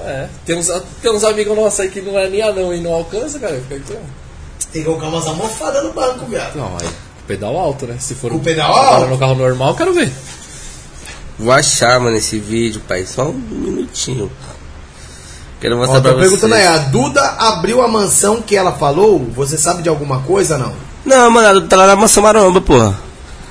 [SPEAKER 2] É. Tem uns, tem uns amigos nossos aí que não é nem anão e não alcança, cara. Fica aqui, ó.
[SPEAKER 1] Tem que colocar umas almofadas no banco, viado.
[SPEAKER 2] Não, aí. Pedal alto, né? Se for
[SPEAKER 1] Com
[SPEAKER 2] um-
[SPEAKER 1] pedal
[SPEAKER 2] agora
[SPEAKER 1] alto?
[SPEAKER 2] no carro normal, eu quero ver.
[SPEAKER 3] Vou achar, mano, esse vídeo, pai. Só um minutinho. Quero
[SPEAKER 1] Ó,
[SPEAKER 3] mostrar pra
[SPEAKER 1] tô
[SPEAKER 3] vocês.
[SPEAKER 1] perguntando aí, a Duda abriu a mansão que ela falou? Você sabe de alguma coisa, não?
[SPEAKER 3] Não, mano, a Duda tá lá na Mansão Maromba, porra.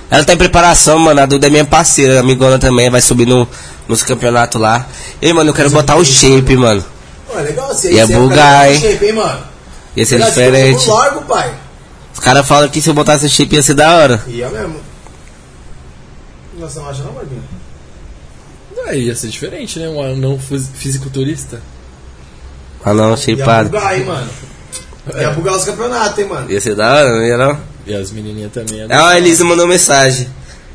[SPEAKER 3] Ela tá em preparação, mano. A Duda é minha parceira, amigona também. Vai subir no, nos campeonatos lá. Ei, mano, eu quero botar o shape, mano.
[SPEAKER 1] Pô, é legal assim.
[SPEAKER 3] Ia
[SPEAKER 1] você ia ficar
[SPEAKER 3] bugar, hein?
[SPEAKER 1] no shape, hein, mano?
[SPEAKER 3] Ia ser
[SPEAKER 1] Ela te
[SPEAKER 3] diferente.
[SPEAKER 1] colocou no largo, pai.
[SPEAKER 3] Os caras falam que se eu botasse o shape ia ser da hora.
[SPEAKER 1] Ia mesmo. Nossa, não acha não, Barbinha?
[SPEAKER 2] Aí ia ser diferente, né? Um anão fis- fisiculturista.
[SPEAKER 3] Ah não,
[SPEAKER 1] Ia
[SPEAKER 3] shapeado.
[SPEAKER 1] bugar, é hein, mano?
[SPEAKER 3] É.
[SPEAKER 1] Ia bugar os campeonatos, hein, mano?
[SPEAKER 3] Ia ser da hora, não ia não?
[SPEAKER 2] E as menininhas também. né?
[SPEAKER 3] Ah, a Elisa mandou mensagem.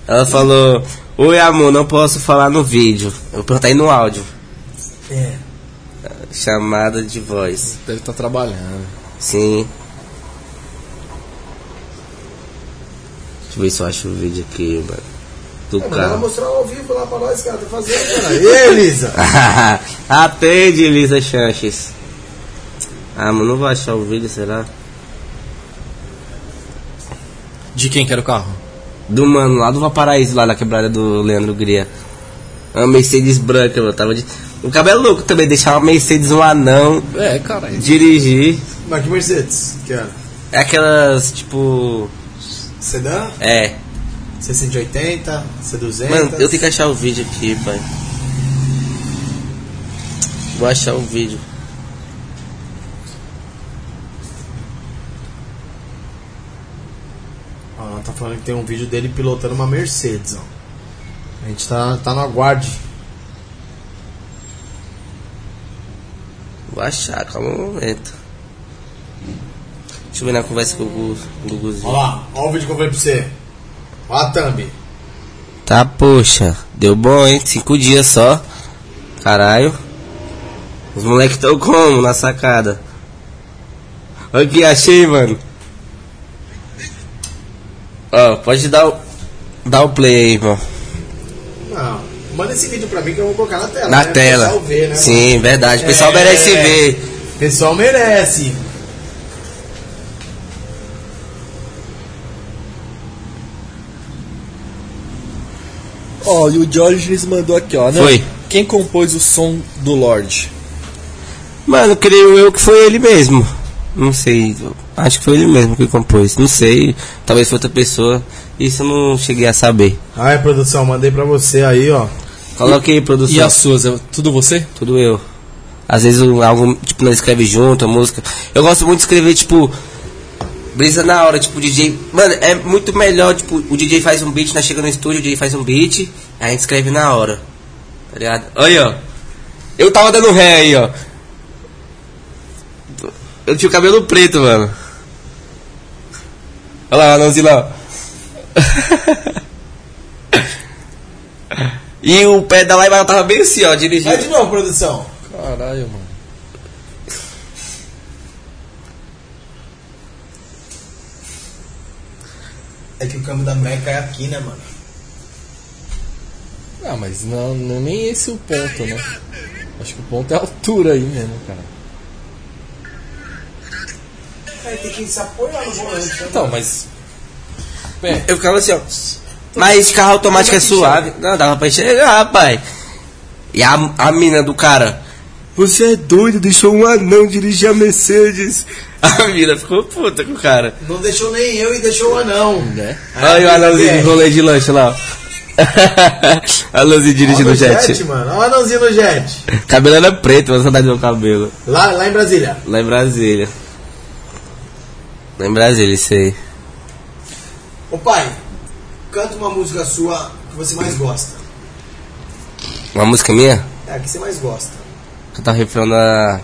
[SPEAKER 3] Ela falou, oi amor, não posso falar no vídeo. Eu vou perguntar aí no áudio.
[SPEAKER 1] É.
[SPEAKER 3] Chamada de voz.
[SPEAKER 2] Deve estar trabalhando.
[SPEAKER 3] Sim. Deixa eu ver se eu acho o vídeo aqui, mano. Do
[SPEAKER 1] É, mano, ela
[SPEAKER 3] carro.
[SPEAKER 1] mostrar ao vivo lá pra nós, cara. Tá fazendo, cara. E Elisa?
[SPEAKER 3] Atende, Elisa Chanches. Ah, mano, não vou achar o vídeo, será?
[SPEAKER 2] De quem que era o carro?
[SPEAKER 3] Do mano lá do Valparaíso, lá na quebrada do Leandro Gria. É Uma Mercedes branca, mano. Tava de... O cabelo louco também, deixar uma Mercedes um anão,
[SPEAKER 2] É, caralho.
[SPEAKER 3] dirigir.
[SPEAKER 1] Mas que Mercedes? Que era?
[SPEAKER 3] É aquelas, tipo.
[SPEAKER 1] Sedã?
[SPEAKER 3] É.
[SPEAKER 1] C180? C200?
[SPEAKER 3] Mano, eu tenho que achar o vídeo aqui, pai. Vou achar o vídeo.
[SPEAKER 1] Ó, ela tá falando que tem um vídeo dele pilotando uma Mercedes, ó. A gente tá, tá no aguarde.
[SPEAKER 3] vou achar, calma um momento. Deixa eu ver na conversa com o Gugu-
[SPEAKER 1] Olha
[SPEAKER 3] Guguzinho.
[SPEAKER 1] lá, olha o vídeo que eu falei pra você. Olha a thumb.
[SPEAKER 3] Tá, poxa. Deu bom, hein? Cinco dias só. Caralho. Os moleques tão como na sacada? Olha o que achei, mano. Ó, pode dar o, dar o play aí, irmão.
[SPEAKER 1] Não, manda esse vídeo pra mim que eu vou colocar na tela.
[SPEAKER 3] Na
[SPEAKER 1] né?
[SPEAKER 3] tela.
[SPEAKER 1] Pra pessoal ver, né,
[SPEAKER 3] Sim, verdade. O pessoal
[SPEAKER 1] É.
[SPEAKER 3] merece ver.
[SPEAKER 1] mano? Pessoal merece.
[SPEAKER 2] Ó, e o Diógenes mandou aqui, ó. né?
[SPEAKER 3] Foi.
[SPEAKER 2] Quem compôs o som do Lorde?
[SPEAKER 3] Mano, creio eu que foi ele mesmo. Não sei. Acho que foi ele mesmo que compôs. Não sei. Talvez foi outra pessoa. Isso eu não cheguei a saber.
[SPEAKER 1] Aí, produção, mandei pra você aí, ó.
[SPEAKER 3] Coloque aí, produção.
[SPEAKER 2] E as suas? é Tudo você?
[SPEAKER 3] Tudo eu. Às vezes o álbum, tipo, nós escreve junto, a música. Eu gosto muito de escrever, tipo, brisa na hora, tipo, o DJ. Mano, é muito melhor, tipo, o DJ faz um beat, nós chega no estúdio, o DJ faz um beat, aí a gente escreve na hora. Tá ligado? Aí, ó. Eu tava dando ré aí, ó. Eu tinha o cabelo preto, mano. Olha lá, o anãozinho lá. ó. e o pé da Laiba tava bem assim, ó, dirigindo.
[SPEAKER 1] Vai de novo, produção.
[SPEAKER 2] Caralho, mano.
[SPEAKER 1] É que o câmbio da Meca é aqui, né, mano?
[SPEAKER 2] Ah, mas não, não nem esse é o ponto, né? Acho que o ponto é a altura aí mesmo, cara.
[SPEAKER 1] Cara, tem que se apoiar no volante. né?
[SPEAKER 2] Então, mas. Bem,
[SPEAKER 3] Eu ficava assim, ó. Mas carro automático é suave. Não, dava pra enxergar, pai. E a, a mina do cara. Você é doido, deixou um anão dirigir a Mercedes. A mina ficou puta com o cara.
[SPEAKER 1] Não deixou nem eu e deixou o anão.
[SPEAKER 2] né?
[SPEAKER 3] Olha o anãozinho
[SPEAKER 1] é.
[SPEAKER 3] de rolê de lanche lá, ó.
[SPEAKER 1] Olha
[SPEAKER 3] anãozinho dirigindo
[SPEAKER 1] o
[SPEAKER 3] o jet.
[SPEAKER 1] mano. Olha o anãozinho no jet.
[SPEAKER 3] Cabelo era preto, mas saudade do meu cabelo.
[SPEAKER 1] Lá, lá em Brasília.
[SPEAKER 3] Lá em Brasília. Lá em Brasília, isso aí.
[SPEAKER 1] Ô, pai, canta uma música sua que você mais gosta.
[SPEAKER 3] Uma música minha?
[SPEAKER 1] É, a que você mais gosta.
[SPEAKER 3] Cantar o refrão da. tá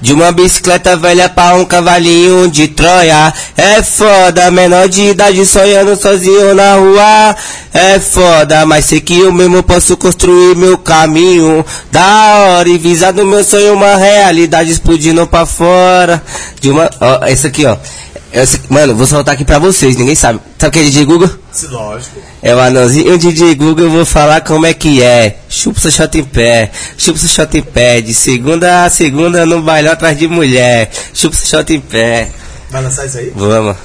[SPEAKER 3] De uma bicicleta velha pra um cavalinho de Troia. É foda, menor de idade sonhando sozinho na rua. É foda, mas sei que eu mesmo posso construir meu caminho. Da hora, e visar do meu sonho uma realidade explodindo pra fora. De uma. Ó, essa aqui, ó. Essa- Mano, vou soltar aqui pra vocês, ninguém sabe. Sabe o que é DJ Google?
[SPEAKER 1] Lógico.
[SPEAKER 3] É o anãozinho DJ Google, eu vou falar como é que é. Chupa seu shot em pé, chupa seu shot em pé. De segunda a segunda no bailão atrás de mulher. Chupa seu shot em pé.
[SPEAKER 1] Vai lançar isso aí?
[SPEAKER 3] Vamos.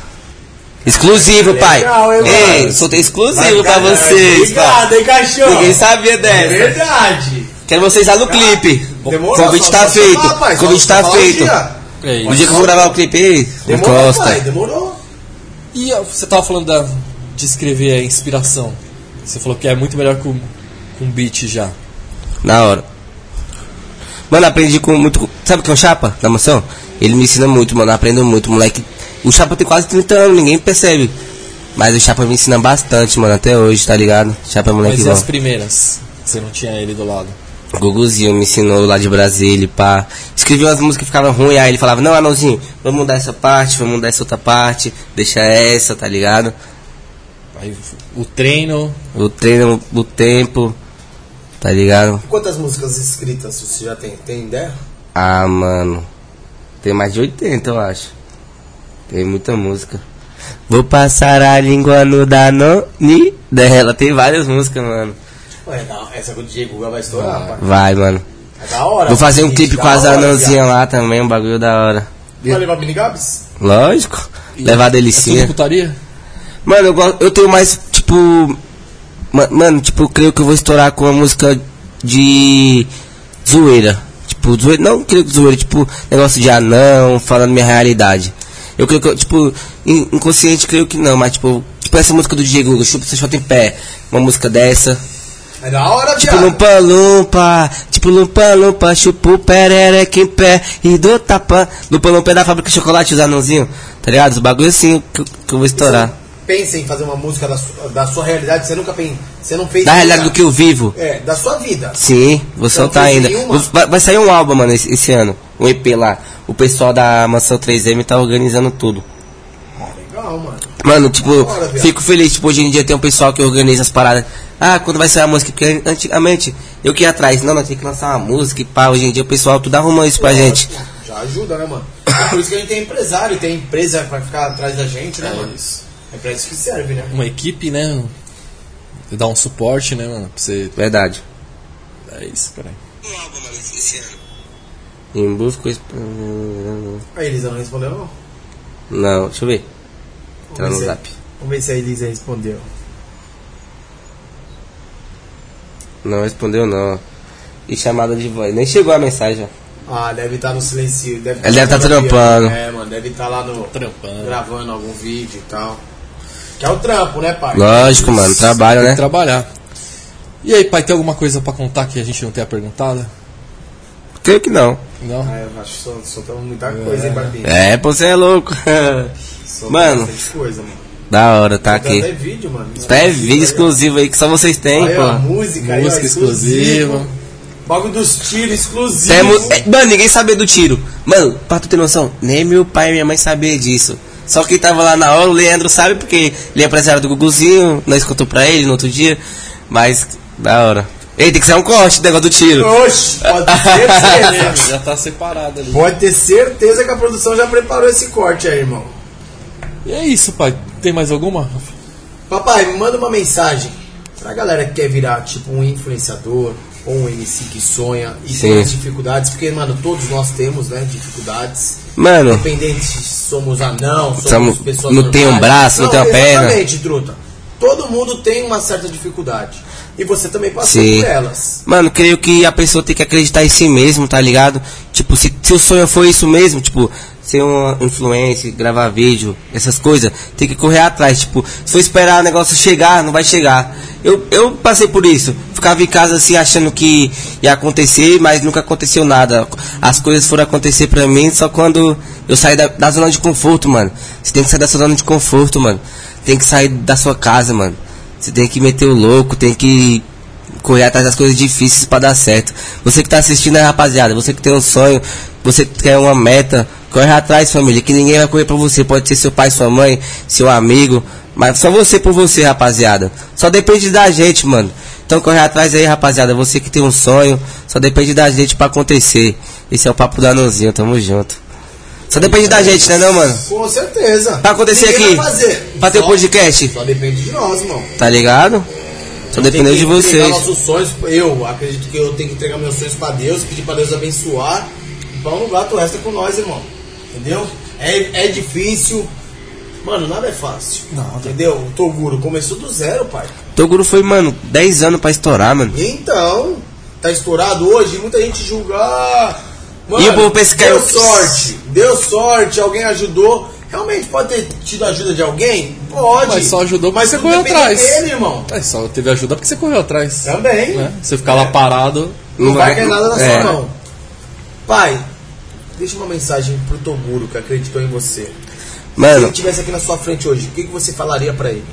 [SPEAKER 3] Exclusivo, pai.
[SPEAKER 1] Legal, hein,
[SPEAKER 3] Ei,
[SPEAKER 1] mano?
[SPEAKER 3] soltei exclusivo
[SPEAKER 1] Vai,
[SPEAKER 3] pra
[SPEAKER 1] caralho.
[SPEAKER 3] vocês, pai.
[SPEAKER 1] Obrigado, hein, cachorro?
[SPEAKER 3] Ninguém sabia
[SPEAKER 1] É
[SPEAKER 3] dessa.
[SPEAKER 1] verdade.
[SPEAKER 3] Quero vocês lá no clipe. O
[SPEAKER 1] Demorou,
[SPEAKER 3] convite
[SPEAKER 1] só-
[SPEAKER 3] tá
[SPEAKER 1] só
[SPEAKER 3] feito.
[SPEAKER 1] falar, pai,
[SPEAKER 3] O
[SPEAKER 1] só-
[SPEAKER 3] convite
[SPEAKER 1] só
[SPEAKER 3] tá
[SPEAKER 1] falar o
[SPEAKER 3] feito.
[SPEAKER 1] dia.
[SPEAKER 2] É
[SPEAKER 3] O
[SPEAKER 2] isso.
[SPEAKER 3] dia que eu vou gravar o clipe aí, não
[SPEAKER 1] Demorou, pai,
[SPEAKER 3] Costa.
[SPEAKER 1] demorou.
[SPEAKER 2] E ó, você tava falando da, de escrever a inspiração. Você falou que é muito melhor com, com beat já.
[SPEAKER 3] Na hora. Mano, aprendi com muito. Sabe o que é o Chapa da mansão? Ele me ensina muito, mano. eu Aprendo muito, moleque. O Chapa tem quase 30 anos, ninguém percebe. Mas o Chapa me ensina bastante, mano, até hoje, tá ligado? Chapa é moleque
[SPEAKER 2] Mas e as
[SPEAKER 3] bom.
[SPEAKER 2] primeiras? Você não tinha ele do lado.
[SPEAKER 3] Guguzinho me ensinou lá de Brasília, pá. Escrevia umas músicas que ficavam ruins, aí ele falava, não, anãozinho, vamos mudar essa parte, vamos mudar essa outra parte, deixa essa, tá ligado?
[SPEAKER 2] Aí o treino.
[SPEAKER 3] O treino, o tempo, tá ligado?
[SPEAKER 1] Quantas músicas escritas você já tem? Tem ideia?
[SPEAKER 3] Ah, mano. Tem mais de 80, eu acho. Tem muita música. Vou passar a língua no Danone dela. Tem várias músicas, mano.
[SPEAKER 1] Ué, não, é essa que o DJ Guga vai estourar, pai.
[SPEAKER 3] Ah, Vai, mano.
[SPEAKER 1] É da hora.
[SPEAKER 3] Vou fazer um
[SPEAKER 1] gente,
[SPEAKER 3] clipe
[SPEAKER 1] da
[SPEAKER 3] com as
[SPEAKER 1] hora,
[SPEAKER 3] anãzinhas lá também, um bagulho da hora.
[SPEAKER 1] viado. Vai levar mini Gabs?
[SPEAKER 3] Lógico. Levar a
[SPEAKER 2] É tudo
[SPEAKER 3] delicinha.
[SPEAKER 2] putaria?
[SPEAKER 3] Mano, eu, gosto- eu tenho mais, tipo. ma- Mano, tipo, eu creio que eu vou estourar com uma música de. zoeira. Tipo, zoeira. Não creio que zoeira, tipo, negócio de anão, falando minha realidade. Eu creio que eu, tipo, in- inconsciente creio que não, mas tipo, tipo essa música do Diego Google, chupa, você chota em pé. Uma música dessa.
[SPEAKER 1] É da hora,
[SPEAKER 3] Tipo
[SPEAKER 1] viado.
[SPEAKER 3] lumpa lumpa, tipo lumpa lumpa, chupa o perereca em pé e do tapa. Lumpa lumpa é da fábrica de chocolate, os anãozinhos, tá ligado? Os bagulho assim que, eu- que eu vou estourar.
[SPEAKER 1] pensa em fazer uma música da, su- da sua realidade, você nunca pen- você não fez.
[SPEAKER 3] Da
[SPEAKER 1] nenhuma.
[SPEAKER 3] realidade do que eu vivo.
[SPEAKER 1] É, da sua vida.
[SPEAKER 3] Sim, vou soltar
[SPEAKER 1] fez
[SPEAKER 3] ainda.
[SPEAKER 1] nenhuma?
[SPEAKER 3] Vou- vai, vai sair um álbum, mano, esse, esse ano. Um EP lá. O pessoal da Mansão 3M tá organizando tudo.
[SPEAKER 1] Legal, mano.
[SPEAKER 3] Mano, tipo,
[SPEAKER 1] Bora, viado.
[SPEAKER 3] fico feliz, tipo, hoje em dia tem um pessoal que organiza as paradas. Ah, quando vai sair a música? Porque antigamente eu que ia atrás, não, nós tem que lançar uma música e pá, hoje em dia o pessoal tudo arruma isso pra gente.
[SPEAKER 1] Já ajuda, né, mano? É por isso que a gente tem empresário, tem empresa pra ficar atrás da gente, né, mano?
[SPEAKER 2] isso.
[SPEAKER 1] É pra isso que serve, né?
[SPEAKER 2] Uma equipe, né? Dá um suporte, né, mano? Pra você.
[SPEAKER 3] Verdade.
[SPEAKER 2] É isso, cara.
[SPEAKER 3] Em busca.
[SPEAKER 1] A Elisa não respondeu, não?
[SPEAKER 3] Não, deixa eu ver. Entrar no
[SPEAKER 1] Vamos ver.
[SPEAKER 3] zap.
[SPEAKER 1] Vamos ver se a Elisa respondeu.
[SPEAKER 3] Não respondeu não. E chamada de voz. Nem chegou a mensagem. ó.
[SPEAKER 1] Ah, deve estar no silêncio. Deve
[SPEAKER 3] Ela deve tá trampando.
[SPEAKER 1] É, mano, deve estar lá no.
[SPEAKER 2] Trampando.
[SPEAKER 1] Gravando algum vídeo e tal. Que é o trampo, né, pai?
[SPEAKER 3] Lógico, mano. Trabalho,
[SPEAKER 2] Tem
[SPEAKER 3] né?
[SPEAKER 2] que trabalhar. E aí, pai, tem alguma coisa pra contar que a gente não tenha perguntado?
[SPEAKER 3] Creio que não.
[SPEAKER 2] Não?
[SPEAKER 1] Ah, eu acho que soltamos muita coisa, hein, Barbinha?
[SPEAKER 3] É, pô, você é louco.
[SPEAKER 1] Soltamos
[SPEAKER 3] Mano.
[SPEAKER 1] bastante coisa, mano.
[SPEAKER 3] da hora, tá
[SPEAKER 1] Tem até
[SPEAKER 3] aqui.
[SPEAKER 1] vídeo, mano.
[SPEAKER 3] Até vídeo exclusivo aí que só vocês têm,
[SPEAKER 1] Aí, ó,
[SPEAKER 3] pô.
[SPEAKER 1] música, aí, ó,
[SPEAKER 2] Música exclusivo.
[SPEAKER 1] exclusivo. Bagulho dos tiros exclusivo.
[SPEAKER 3] Temos. é, Mano, ninguém sabia do tiro. Mano, pra tu ter noção, nem meu pai e minha mãe sabiam disso. Só quem tava lá na hora, o Leandro sabe, porque ele é empresário do Guguzinho, nós contou pra ele no outro dia. Mas, da hora. Ei, tem que ser um corte, o negócio do tiro.
[SPEAKER 1] Oxe, pode ter certeza.
[SPEAKER 2] Já tá separado ali.
[SPEAKER 1] né, pode ter certeza que a produção já preparou esse corte aí, irmão.
[SPEAKER 2] E é isso, pai. Tem mais alguma?
[SPEAKER 1] Papai, me manda uma mensagem pra galera que quer virar tipo um influenciador ou um MC que sonha e
[SPEAKER 3] Sim.
[SPEAKER 1] tem as dificuldades, porque, mano, todos nós temos, né, dificuldades.
[SPEAKER 3] Mano,
[SPEAKER 1] Independente se somos anão, somos
[SPEAKER 3] Somos-
[SPEAKER 1] pessoas
[SPEAKER 3] não tem um
[SPEAKER 1] normais.
[SPEAKER 3] braço, não tem uma perna.
[SPEAKER 1] Exatamente, truta. Todo mundo tem uma certa dificuldade. E você também passou
[SPEAKER 3] Sim.
[SPEAKER 1] por elas.
[SPEAKER 3] Mano, creio que a pessoa tem que acreditar em si mesmo, tá ligado? Tipo, se, se o sonho for isso mesmo, tipo, ser uma influencer, gravar vídeo, essas coisas, tem que correr atrás. Tipo, se for esperar o negócio chegar, não vai chegar. Eu, eu passei por isso. Ficava em casa assim achando que ia acontecer, mas nunca aconteceu nada. As coisas foram acontecer pra mim só quando eu saí da, da zona de conforto, mano. Você tem que sair da sua zona de conforto, mano. Tem que sair da sua casa, mano. Você tem que meter o louco, tem que correr atrás das coisas difíceis pra dar certo. Você que tá assistindo aí, rapaziada, você que tem um sonho, você que quer uma meta, corre atrás, família, que ninguém vai correr pra você. Pode ser seu pai, sua mãe, seu amigo, mas só você por você, rapaziada. Só depende da gente, mano. Então corre atrás aí, rapaziada, você que tem um sonho, só depende da gente pra acontecer. Esse é o papo do Anãozinho, tamo junto. Só depende da gente, né, não, mano?
[SPEAKER 1] Com certeza.
[SPEAKER 3] Pra acontecer
[SPEAKER 1] Ninguém
[SPEAKER 3] aqui,
[SPEAKER 1] vai fazer.
[SPEAKER 3] pra ter o
[SPEAKER 1] Só-
[SPEAKER 3] podcast,
[SPEAKER 1] Só depende de nós, irmão.
[SPEAKER 3] tá ligado? Só depende
[SPEAKER 1] Tem que
[SPEAKER 3] de
[SPEAKER 1] entregar
[SPEAKER 3] vocês.
[SPEAKER 1] nossos sonhos. Eu acredito que eu tenho que entregar meus sonhos pra Deus, pedir pra Deus abençoar. E vamos lá, tu resta com nós, irmão. Entendeu? É, é difícil. Mano, nada é fácil. Não, entendeu? O Toguro começou do zero, pai.
[SPEAKER 3] Toguro foi, mano, 10 anos pra estourar, mano.
[SPEAKER 1] Então, tá estourado hoje, muita gente julga. "Ah, Mano,
[SPEAKER 3] E o povo pensa que
[SPEAKER 1] deu
[SPEAKER 3] é o-
[SPEAKER 1] sorte, deu sorte, alguém ajudou. Realmente pode ter tido ajuda de alguém? Pode.
[SPEAKER 2] Mas só ajudou porque
[SPEAKER 1] mas
[SPEAKER 2] você
[SPEAKER 1] tudo
[SPEAKER 2] correu
[SPEAKER 1] depende
[SPEAKER 2] atrás.
[SPEAKER 1] Dele, irmão.
[SPEAKER 2] Ah, só teve ajuda porque você correu
[SPEAKER 1] É.
[SPEAKER 2] atrás.
[SPEAKER 1] Também.
[SPEAKER 2] Né? Você ficar lá parado.
[SPEAKER 1] Não vai cair nada na
[SPEAKER 3] é.
[SPEAKER 1] sua mão. Pai, deixa uma mensagem pro Toguro que acreditou em você. Se ele
[SPEAKER 3] Mano,
[SPEAKER 1] estivesse aqui na sua frente hoje, o que, que você falaria pra ele?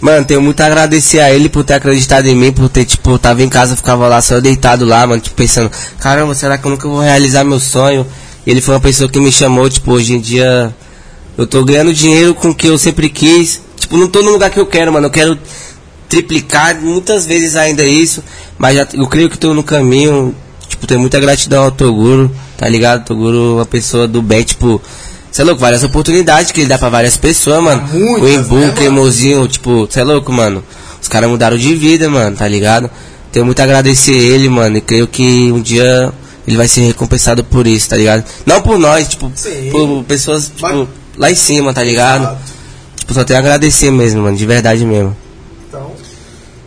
[SPEAKER 3] mano, tenho muito a agradecer a ele por ter acreditado em mim, por ter, tipo, eu tava em casa, eu ficava lá só deitado lá, mano, tipo, pensando, caramba, será que eu nunca vou realizar meu sonho? Ele foi uma pessoa que me chamou, tipo, hoje em dia eu tô ganhando dinheiro com o que eu sempre quis. Tipo, não tô no lugar que eu quero, mano. Eu quero triplicar muitas vezes ainda isso. Mas já, eu creio que tô no caminho. Tipo, tenho muita gratidão ao Toguro, tá ligado? Toguro é uma pessoa do bem, tipo. Você é louco, várias oportunidades que ele dá pra várias pessoas, mano.
[SPEAKER 1] Muitas,
[SPEAKER 3] o
[SPEAKER 1] né,
[SPEAKER 3] Embu,
[SPEAKER 1] mano?
[SPEAKER 3] o Emozinho, tipo, você é louco, mano. Os caras mudaram de vida, mano, tá ligado? Tenho muito a agradecer ele, mano. E creio que um dia ele vai ser recompensado por isso, tá ligado? Não por nós, tipo,
[SPEAKER 1] Sim.
[SPEAKER 3] por pessoas, tipo,
[SPEAKER 1] Mas-
[SPEAKER 3] lá em cima, tá ligado? Tipo, só tenho a agradecer mesmo, mano, de verdade mesmo.
[SPEAKER 1] Então.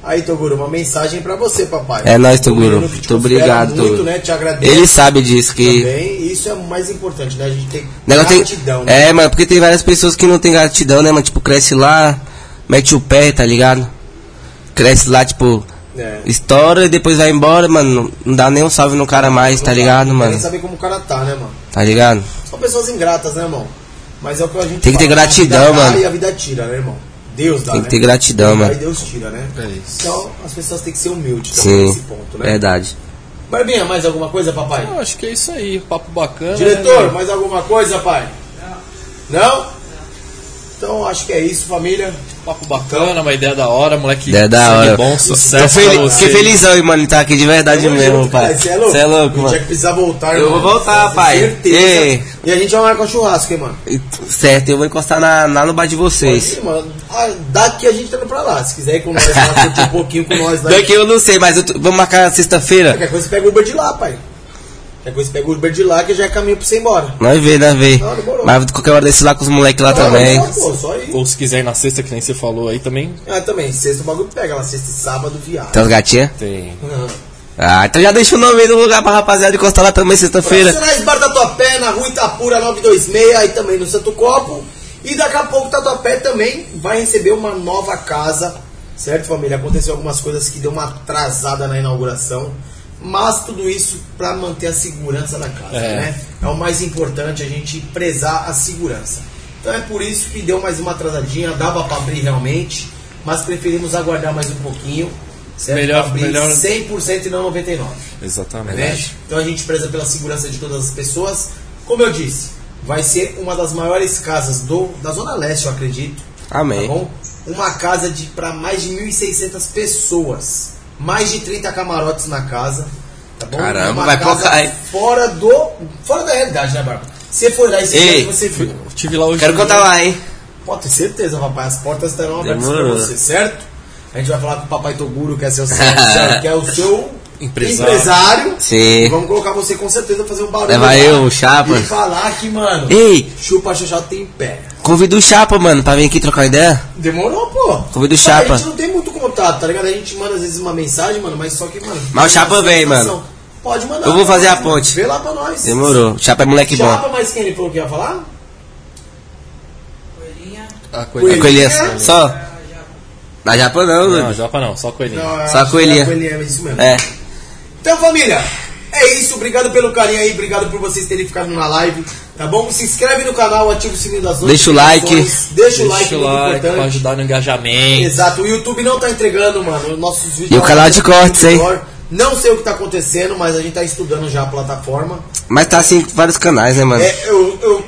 [SPEAKER 1] Aí, Toguro, uma mensagem pra você, papai.
[SPEAKER 3] É nóis, Toguro.
[SPEAKER 1] Menino que te
[SPEAKER 3] Tô
[SPEAKER 1] confere
[SPEAKER 3] obrigado,
[SPEAKER 1] muito,
[SPEAKER 3] Toguro.
[SPEAKER 1] né? Te agradeço
[SPEAKER 3] Ele sabe disso, que.
[SPEAKER 1] também. E isso é o mais importante, né? A gente tem
[SPEAKER 3] Negócio tem-
[SPEAKER 1] gratidão, né?
[SPEAKER 3] É, mano, porque tem várias pessoas que não tem gratidão, né, mano? Tipo, cresce lá, mete o pé, tá ligado? Cresce lá, tipo,
[SPEAKER 1] É.
[SPEAKER 3] estoura e depois vai embora, mano. Não dá nem um salve no cara mais, tá ligado,
[SPEAKER 1] Não quer
[SPEAKER 3] mano?
[SPEAKER 1] nem saber como o cara tá, né, mano?
[SPEAKER 3] Tá ligado?
[SPEAKER 1] São pessoas ingratas, né, irmão? Mas é o que a gente
[SPEAKER 3] Tem que ter
[SPEAKER 1] fala, a vida
[SPEAKER 3] gratidão,
[SPEAKER 1] dá
[SPEAKER 3] mano.
[SPEAKER 1] E a vida tira, né, irmão? Deus dá,
[SPEAKER 3] Tem que
[SPEAKER 1] né?
[SPEAKER 3] ter gratidão,
[SPEAKER 1] Deus dá
[SPEAKER 3] mano.
[SPEAKER 1] E Deus tira, né?
[SPEAKER 2] É isso.
[SPEAKER 1] Então, as pessoas têm que ser humildes também
[SPEAKER 3] Sim, É.
[SPEAKER 1] nesse ponto, né?
[SPEAKER 3] verdade.
[SPEAKER 1] Barbinha, mais alguma coisa, papai?
[SPEAKER 2] Eu acho que é isso aí, papo bacana.
[SPEAKER 1] Diretor, mais alguma coisa, pai? Não. Então, acho que é isso, família.
[SPEAKER 2] Papo bacana, uma ideia da hora, moleque.
[SPEAKER 3] É da
[SPEAKER 2] sangue
[SPEAKER 3] hora.
[SPEAKER 2] bom,
[SPEAKER 1] é
[SPEAKER 3] Tô
[SPEAKER 2] sucesso pra
[SPEAKER 3] fel-
[SPEAKER 2] você.
[SPEAKER 3] Fiquei felizão, hein, mano, tá aqui de verdade
[SPEAKER 1] Tamo
[SPEAKER 3] mesmo,
[SPEAKER 1] junto,
[SPEAKER 3] pai.
[SPEAKER 1] cara, Cê é louco?
[SPEAKER 3] Cê é louco,
[SPEAKER 1] A gente é
[SPEAKER 3] mano.
[SPEAKER 1] que precisar voltar,
[SPEAKER 3] Eu
[SPEAKER 1] irmão.
[SPEAKER 3] vou voltar,
[SPEAKER 1] Com
[SPEAKER 3] pai.
[SPEAKER 1] certeza.
[SPEAKER 3] Ei.
[SPEAKER 1] E a gente vai marcar um churrasco, hein, mano?
[SPEAKER 3] Certo, eu vou encostar na, lá no bar de vocês.
[SPEAKER 1] Sim, mano. Ah, Daqui a gente tá indo pra lá. Se quiser ir com nós lá, curtir um pouquinho com nós lá.
[SPEAKER 3] Daqui eu não sei, mas eu tô- vamos marcar sexta-feira.
[SPEAKER 1] Qualquer coisa você pega o Uber de lá, pai. Qualquer coisa você pega o Uber de lá que já é caminho pra você ir embora.
[SPEAKER 3] Nós vê, nós vê.
[SPEAKER 1] Não, demorou.
[SPEAKER 3] Mas qualquer hora desse lá com os moleques lá também.
[SPEAKER 1] Não, só, pô, só ir.
[SPEAKER 2] Ou se quiser ir na sexta, que nem você falou aí também,
[SPEAKER 1] Ah, também. Sexta o bagulho pega lá. Sexta e sábado, viado.
[SPEAKER 3] Tem uns gatinhas?
[SPEAKER 2] tem.
[SPEAKER 1] Não.
[SPEAKER 3] Ah, então já deixa o nome aí do lugar pra rapaziada encostar lá também sexta-feira.
[SPEAKER 1] Profissionais Bar da Tua tá Pé, na Rua Itapura 926, aí também no Santo Copo. E daqui a pouco tá Tatuapé também vai receber uma nova casa, certo família? Aconteceu algumas coisas que deu uma atrasada na inauguração, mas tudo isso para manter a segurança da casa,
[SPEAKER 2] É.
[SPEAKER 1] né? É o mais importante a gente prezar a segurança. Então é por isso que deu mais uma atrasadinha, dava para abrir realmente, mas preferimos aguardar mais um pouquinho, certo?
[SPEAKER 2] Melhor-
[SPEAKER 1] Pra abrir
[SPEAKER 2] melhor-
[SPEAKER 1] 100% e não 99
[SPEAKER 3] É
[SPEAKER 2] Exatamente.
[SPEAKER 1] né? Então a gente preza pela segurança de todas as pessoas. Como eu disse, vai ser uma das maiores casas do, da Zona Leste, eu acredito. Tá
[SPEAKER 3] Amém.
[SPEAKER 1] bom? Uma casa de para mais de 1.600 pessoas. Mais de 30 camarotes na casa. Tá bom?
[SPEAKER 3] Caramba,
[SPEAKER 1] Uma
[SPEAKER 3] vai
[SPEAKER 1] casa
[SPEAKER 3] pra cá,
[SPEAKER 1] fora do Fora da realidade, né, Bárbara? Você foi lá esse
[SPEAKER 3] Ei,
[SPEAKER 1] dia você viu.
[SPEAKER 2] Eu Tive lá hoje. um
[SPEAKER 3] Quero contar lá, hein?
[SPEAKER 1] Pode ter certeza, papai. As portas estarão abertas para
[SPEAKER 3] Demorou.
[SPEAKER 1] você, certo? A gente vai falar com o papai Toguro, que é seu, que é o seu
[SPEAKER 2] Empresário.
[SPEAKER 1] empresário.
[SPEAKER 3] Sim.
[SPEAKER 1] Vamos colocar você com certeza pra fazer um barulho.
[SPEAKER 3] Leva
[SPEAKER 1] lá.
[SPEAKER 3] eu, o Chapa.
[SPEAKER 1] E falar que, mano,
[SPEAKER 3] Ei,
[SPEAKER 1] chupa xoxota tem pé.
[SPEAKER 3] convida o Chapa, mano, pra vir aqui trocar uma ideia.
[SPEAKER 1] Demorou, pô.
[SPEAKER 3] Convida o
[SPEAKER 1] Sabe,
[SPEAKER 3] Chapa.
[SPEAKER 1] A gente não tem muito contato, tá ligado? A gente manda às vezes uma mensagem, mano, mas só que, mano.
[SPEAKER 3] Mas o Chapa
[SPEAKER 1] tem
[SPEAKER 3] vem,
[SPEAKER 1] informação.
[SPEAKER 3] mano.
[SPEAKER 1] Pode mandar.
[SPEAKER 3] Eu vou fazer a
[SPEAKER 1] Mano,
[SPEAKER 3] ponte.
[SPEAKER 1] Vê lá pra nós.
[SPEAKER 3] Demorou. O Chapa é moleque bom.
[SPEAKER 1] Chapa, mas quem ele falou que ia falar?
[SPEAKER 4] Coelhinha,
[SPEAKER 2] A
[SPEAKER 3] É
[SPEAKER 2] coelhinha.
[SPEAKER 3] com ele
[SPEAKER 1] Coelhinha?
[SPEAKER 3] só? Na Japa não,
[SPEAKER 2] Não,
[SPEAKER 3] mano.
[SPEAKER 2] japa não, só coelhinha.
[SPEAKER 1] Não, eu
[SPEAKER 3] Só
[SPEAKER 1] acho que
[SPEAKER 3] coelhinha.
[SPEAKER 1] é coelhinha, é isso mesmo.
[SPEAKER 3] É.
[SPEAKER 1] Então, família, é isso. Obrigado pelo carinho aí. Obrigado por vocês terem ficado na live. Tá bom? Se inscreve no canal, ativa o sininho das
[SPEAKER 3] Deixa o
[SPEAKER 1] notificações. Deixa o
[SPEAKER 2] Deixa
[SPEAKER 1] like,
[SPEAKER 2] o
[SPEAKER 1] muito
[SPEAKER 2] like
[SPEAKER 1] importante.
[SPEAKER 2] pra ajudar no engajamento.
[SPEAKER 1] Exato. O YouTube não tá entregando, mano, os nossos vídeos. tá
[SPEAKER 3] E o canal de cortes, hein?
[SPEAKER 1] Não sei o que tá acontecendo, mas a gente tá estudando já a plataforma.
[SPEAKER 3] Mas tá assim, vários canais, né, mano?
[SPEAKER 1] É, eu, eu-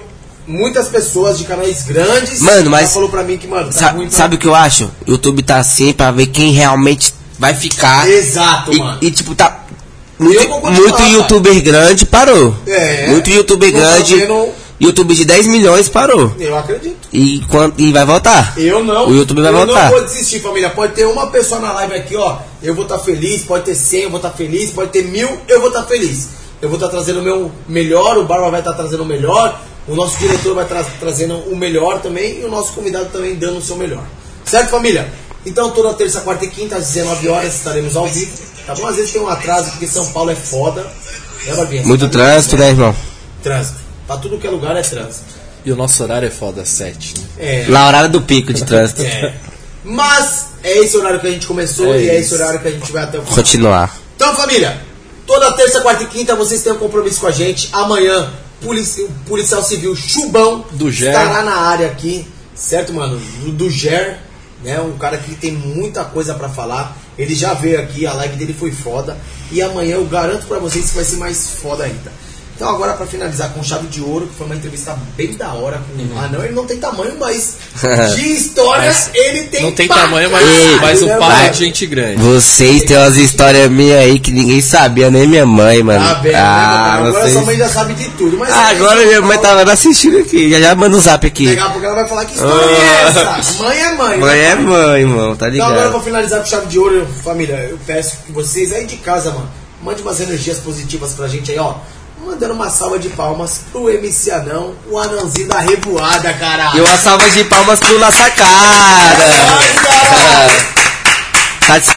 [SPEAKER 1] muitas pessoas de canais grandes
[SPEAKER 3] Mano,
[SPEAKER 1] já
[SPEAKER 3] mas-
[SPEAKER 1] falou pra mim que, mano, tá
[SPEAKER 3] Sa-
[SPEAKER 1] ruim pra-
[SPEAKER 3] Sabe o que eu acho? O YouTube tá assim pra ver quem realmente vai ficar.
[SPEAKER 1] Exato,
[SPEAKER 3] tá? E-
[SPEAKER 1] mano.
[SPEAKER 3] E, tipo, tá.
[SPEAKER 1] Eu vou
[SPEAKER 3] Muito,
[SPEAKER 1] continuar,
[SPEAKER 3] muito
[SPEAKER 1] cara.
[SPEAKER 3] youtuber grande parou.
[SPEAKER 1] É.
[SPEAKER 3] Muito youtuber
[SPEAKER 1] Não tá
[SPEAKER 3] grande.
[SPEAKER 1] vendo-
[SPEAKER 3] YouTube de 10 milhões parou.
[SPEAKER 1] Eu acredito.
[SPEAKER 3] E, quan- e vai voltar.
[SPEAKER 1] Eu não.
[SPEAKER 3] O YouTube vai
[SPEAKER 1] eu
[SPEAKER 3] voltar.
[SPEAKER 1] não vou desistir, família. Pode ter uma pessoa na live aqui, ó. Eu vou estar feliz. Pode ter 100, eu vou estar feliz. Pode ter mil, eu vou estar feliz. Eu vou estar trazendo o meu melhor. O Barba vai estar trazendo o melhor. O nosso diretor vai estar trazendo o melhor também. E o nosso convidado também dando o seu melhor. Certo, família? Então, toda terça, quarta e quinta, às 19 horas, estaremos ao vivo. Tá bom? Às vezes tem um atraso, porque São Paulo é foda. Né, Barbinha?
[SPEAKER 3] Muito trânsito, né, irmão?
[SPEAKER 1] Trânsito. Pra tudo que é lugar é trânsito.
[SPEAKER 2] E o nosso horário é foda, 7. Né?
[SPEAKER 1] É.
[SPEAKER 3] Na horário do pico de trânsito.
[SPEAKER 1] É. Mas é esse horário que a gente começou
[SPEAKER 2] É
[SPEAKER 1] e é
[SPEAKER 2] isso.
[SPEAKER 1] esse horário que a gente vai até o final.
[SPEAKER 3] Continuar.
[SPEAKER 1] Então, família, toda terça, quarta e quinta vocês têm um compromisso com a gente. Amanhã, polici- o policial civil Chubão
[SPEAKER 2] Do Ger.
[SPEAKER 1] estará na área aqui, certo, mano? Do, do Ger, né? Um cara que tem muita coisa pra falar. Ele já veio aqui, a live dele foi foda. E amanhã eu garanto pra vocês que vai ser mais foda ainda. Então agora pra finalizar com chave de ouro, que foi uma entrevista bem da hora com Ah não, ele não tem tamanho, mas de história
[SPEAKER 2] Uhum. Mas
[SPEAKER 1] ele tem
[SPEAKER 2] não tem
[SPEAKER 1] pra
[SPEAKER 2] tamanho, mas,
[SPEAKER 1] caralho,
[SPEAKER 2] mas o
[SPEAKER 1] né,
[SPEAKER 2] pai é
[SPEAKER 1] mano?
[SPEAKER 2] de gente grande.
[SPEAKER 3] Vocês têm umas histórias minhas aí que ninguém sabia, nem minha mãe, mano.
[SPEAKER 1] Tá bem, né,
[SPEAKER 3] ah,
[SPEAKER 1] papai? agora
[SPEAKER 3] vocês...
[SPEAKER 1] só sua mãe já sabe de tudo. Mas
[SPEAKER 3] Ah, agora minha mãe tava lá assistindo aqui. Já, já manda um zap aqui.
[SPEAKER 1] Daqui a pouco ela vai falar que história é
[SPEAKER 3] Ah.
[SPEAKER 1] essa? Mãe é mãe. né?
[SPEAKER 3] Mãe é mãe, irmão, tá
[SPEAKER 1] Então agora eu vou
[SPEAKER 3] ligado?
[SPEAKER 1] finalizar com chave de ouro, família. Eu peço que vocês aí de casa, mano, mande umas energias positivas pra gente aí, ó. Mandando uma salva de palmas pro MC Anão, o anãozinho da revoada, caralho.
[SPEAKER 3] E uma salva de palmas pro La
[SPEAKER 1] Ai,
[SPEAKER 3] Sacada.
[SPEAKER 1] caralho.
[SPEAKER 3] Satisfação.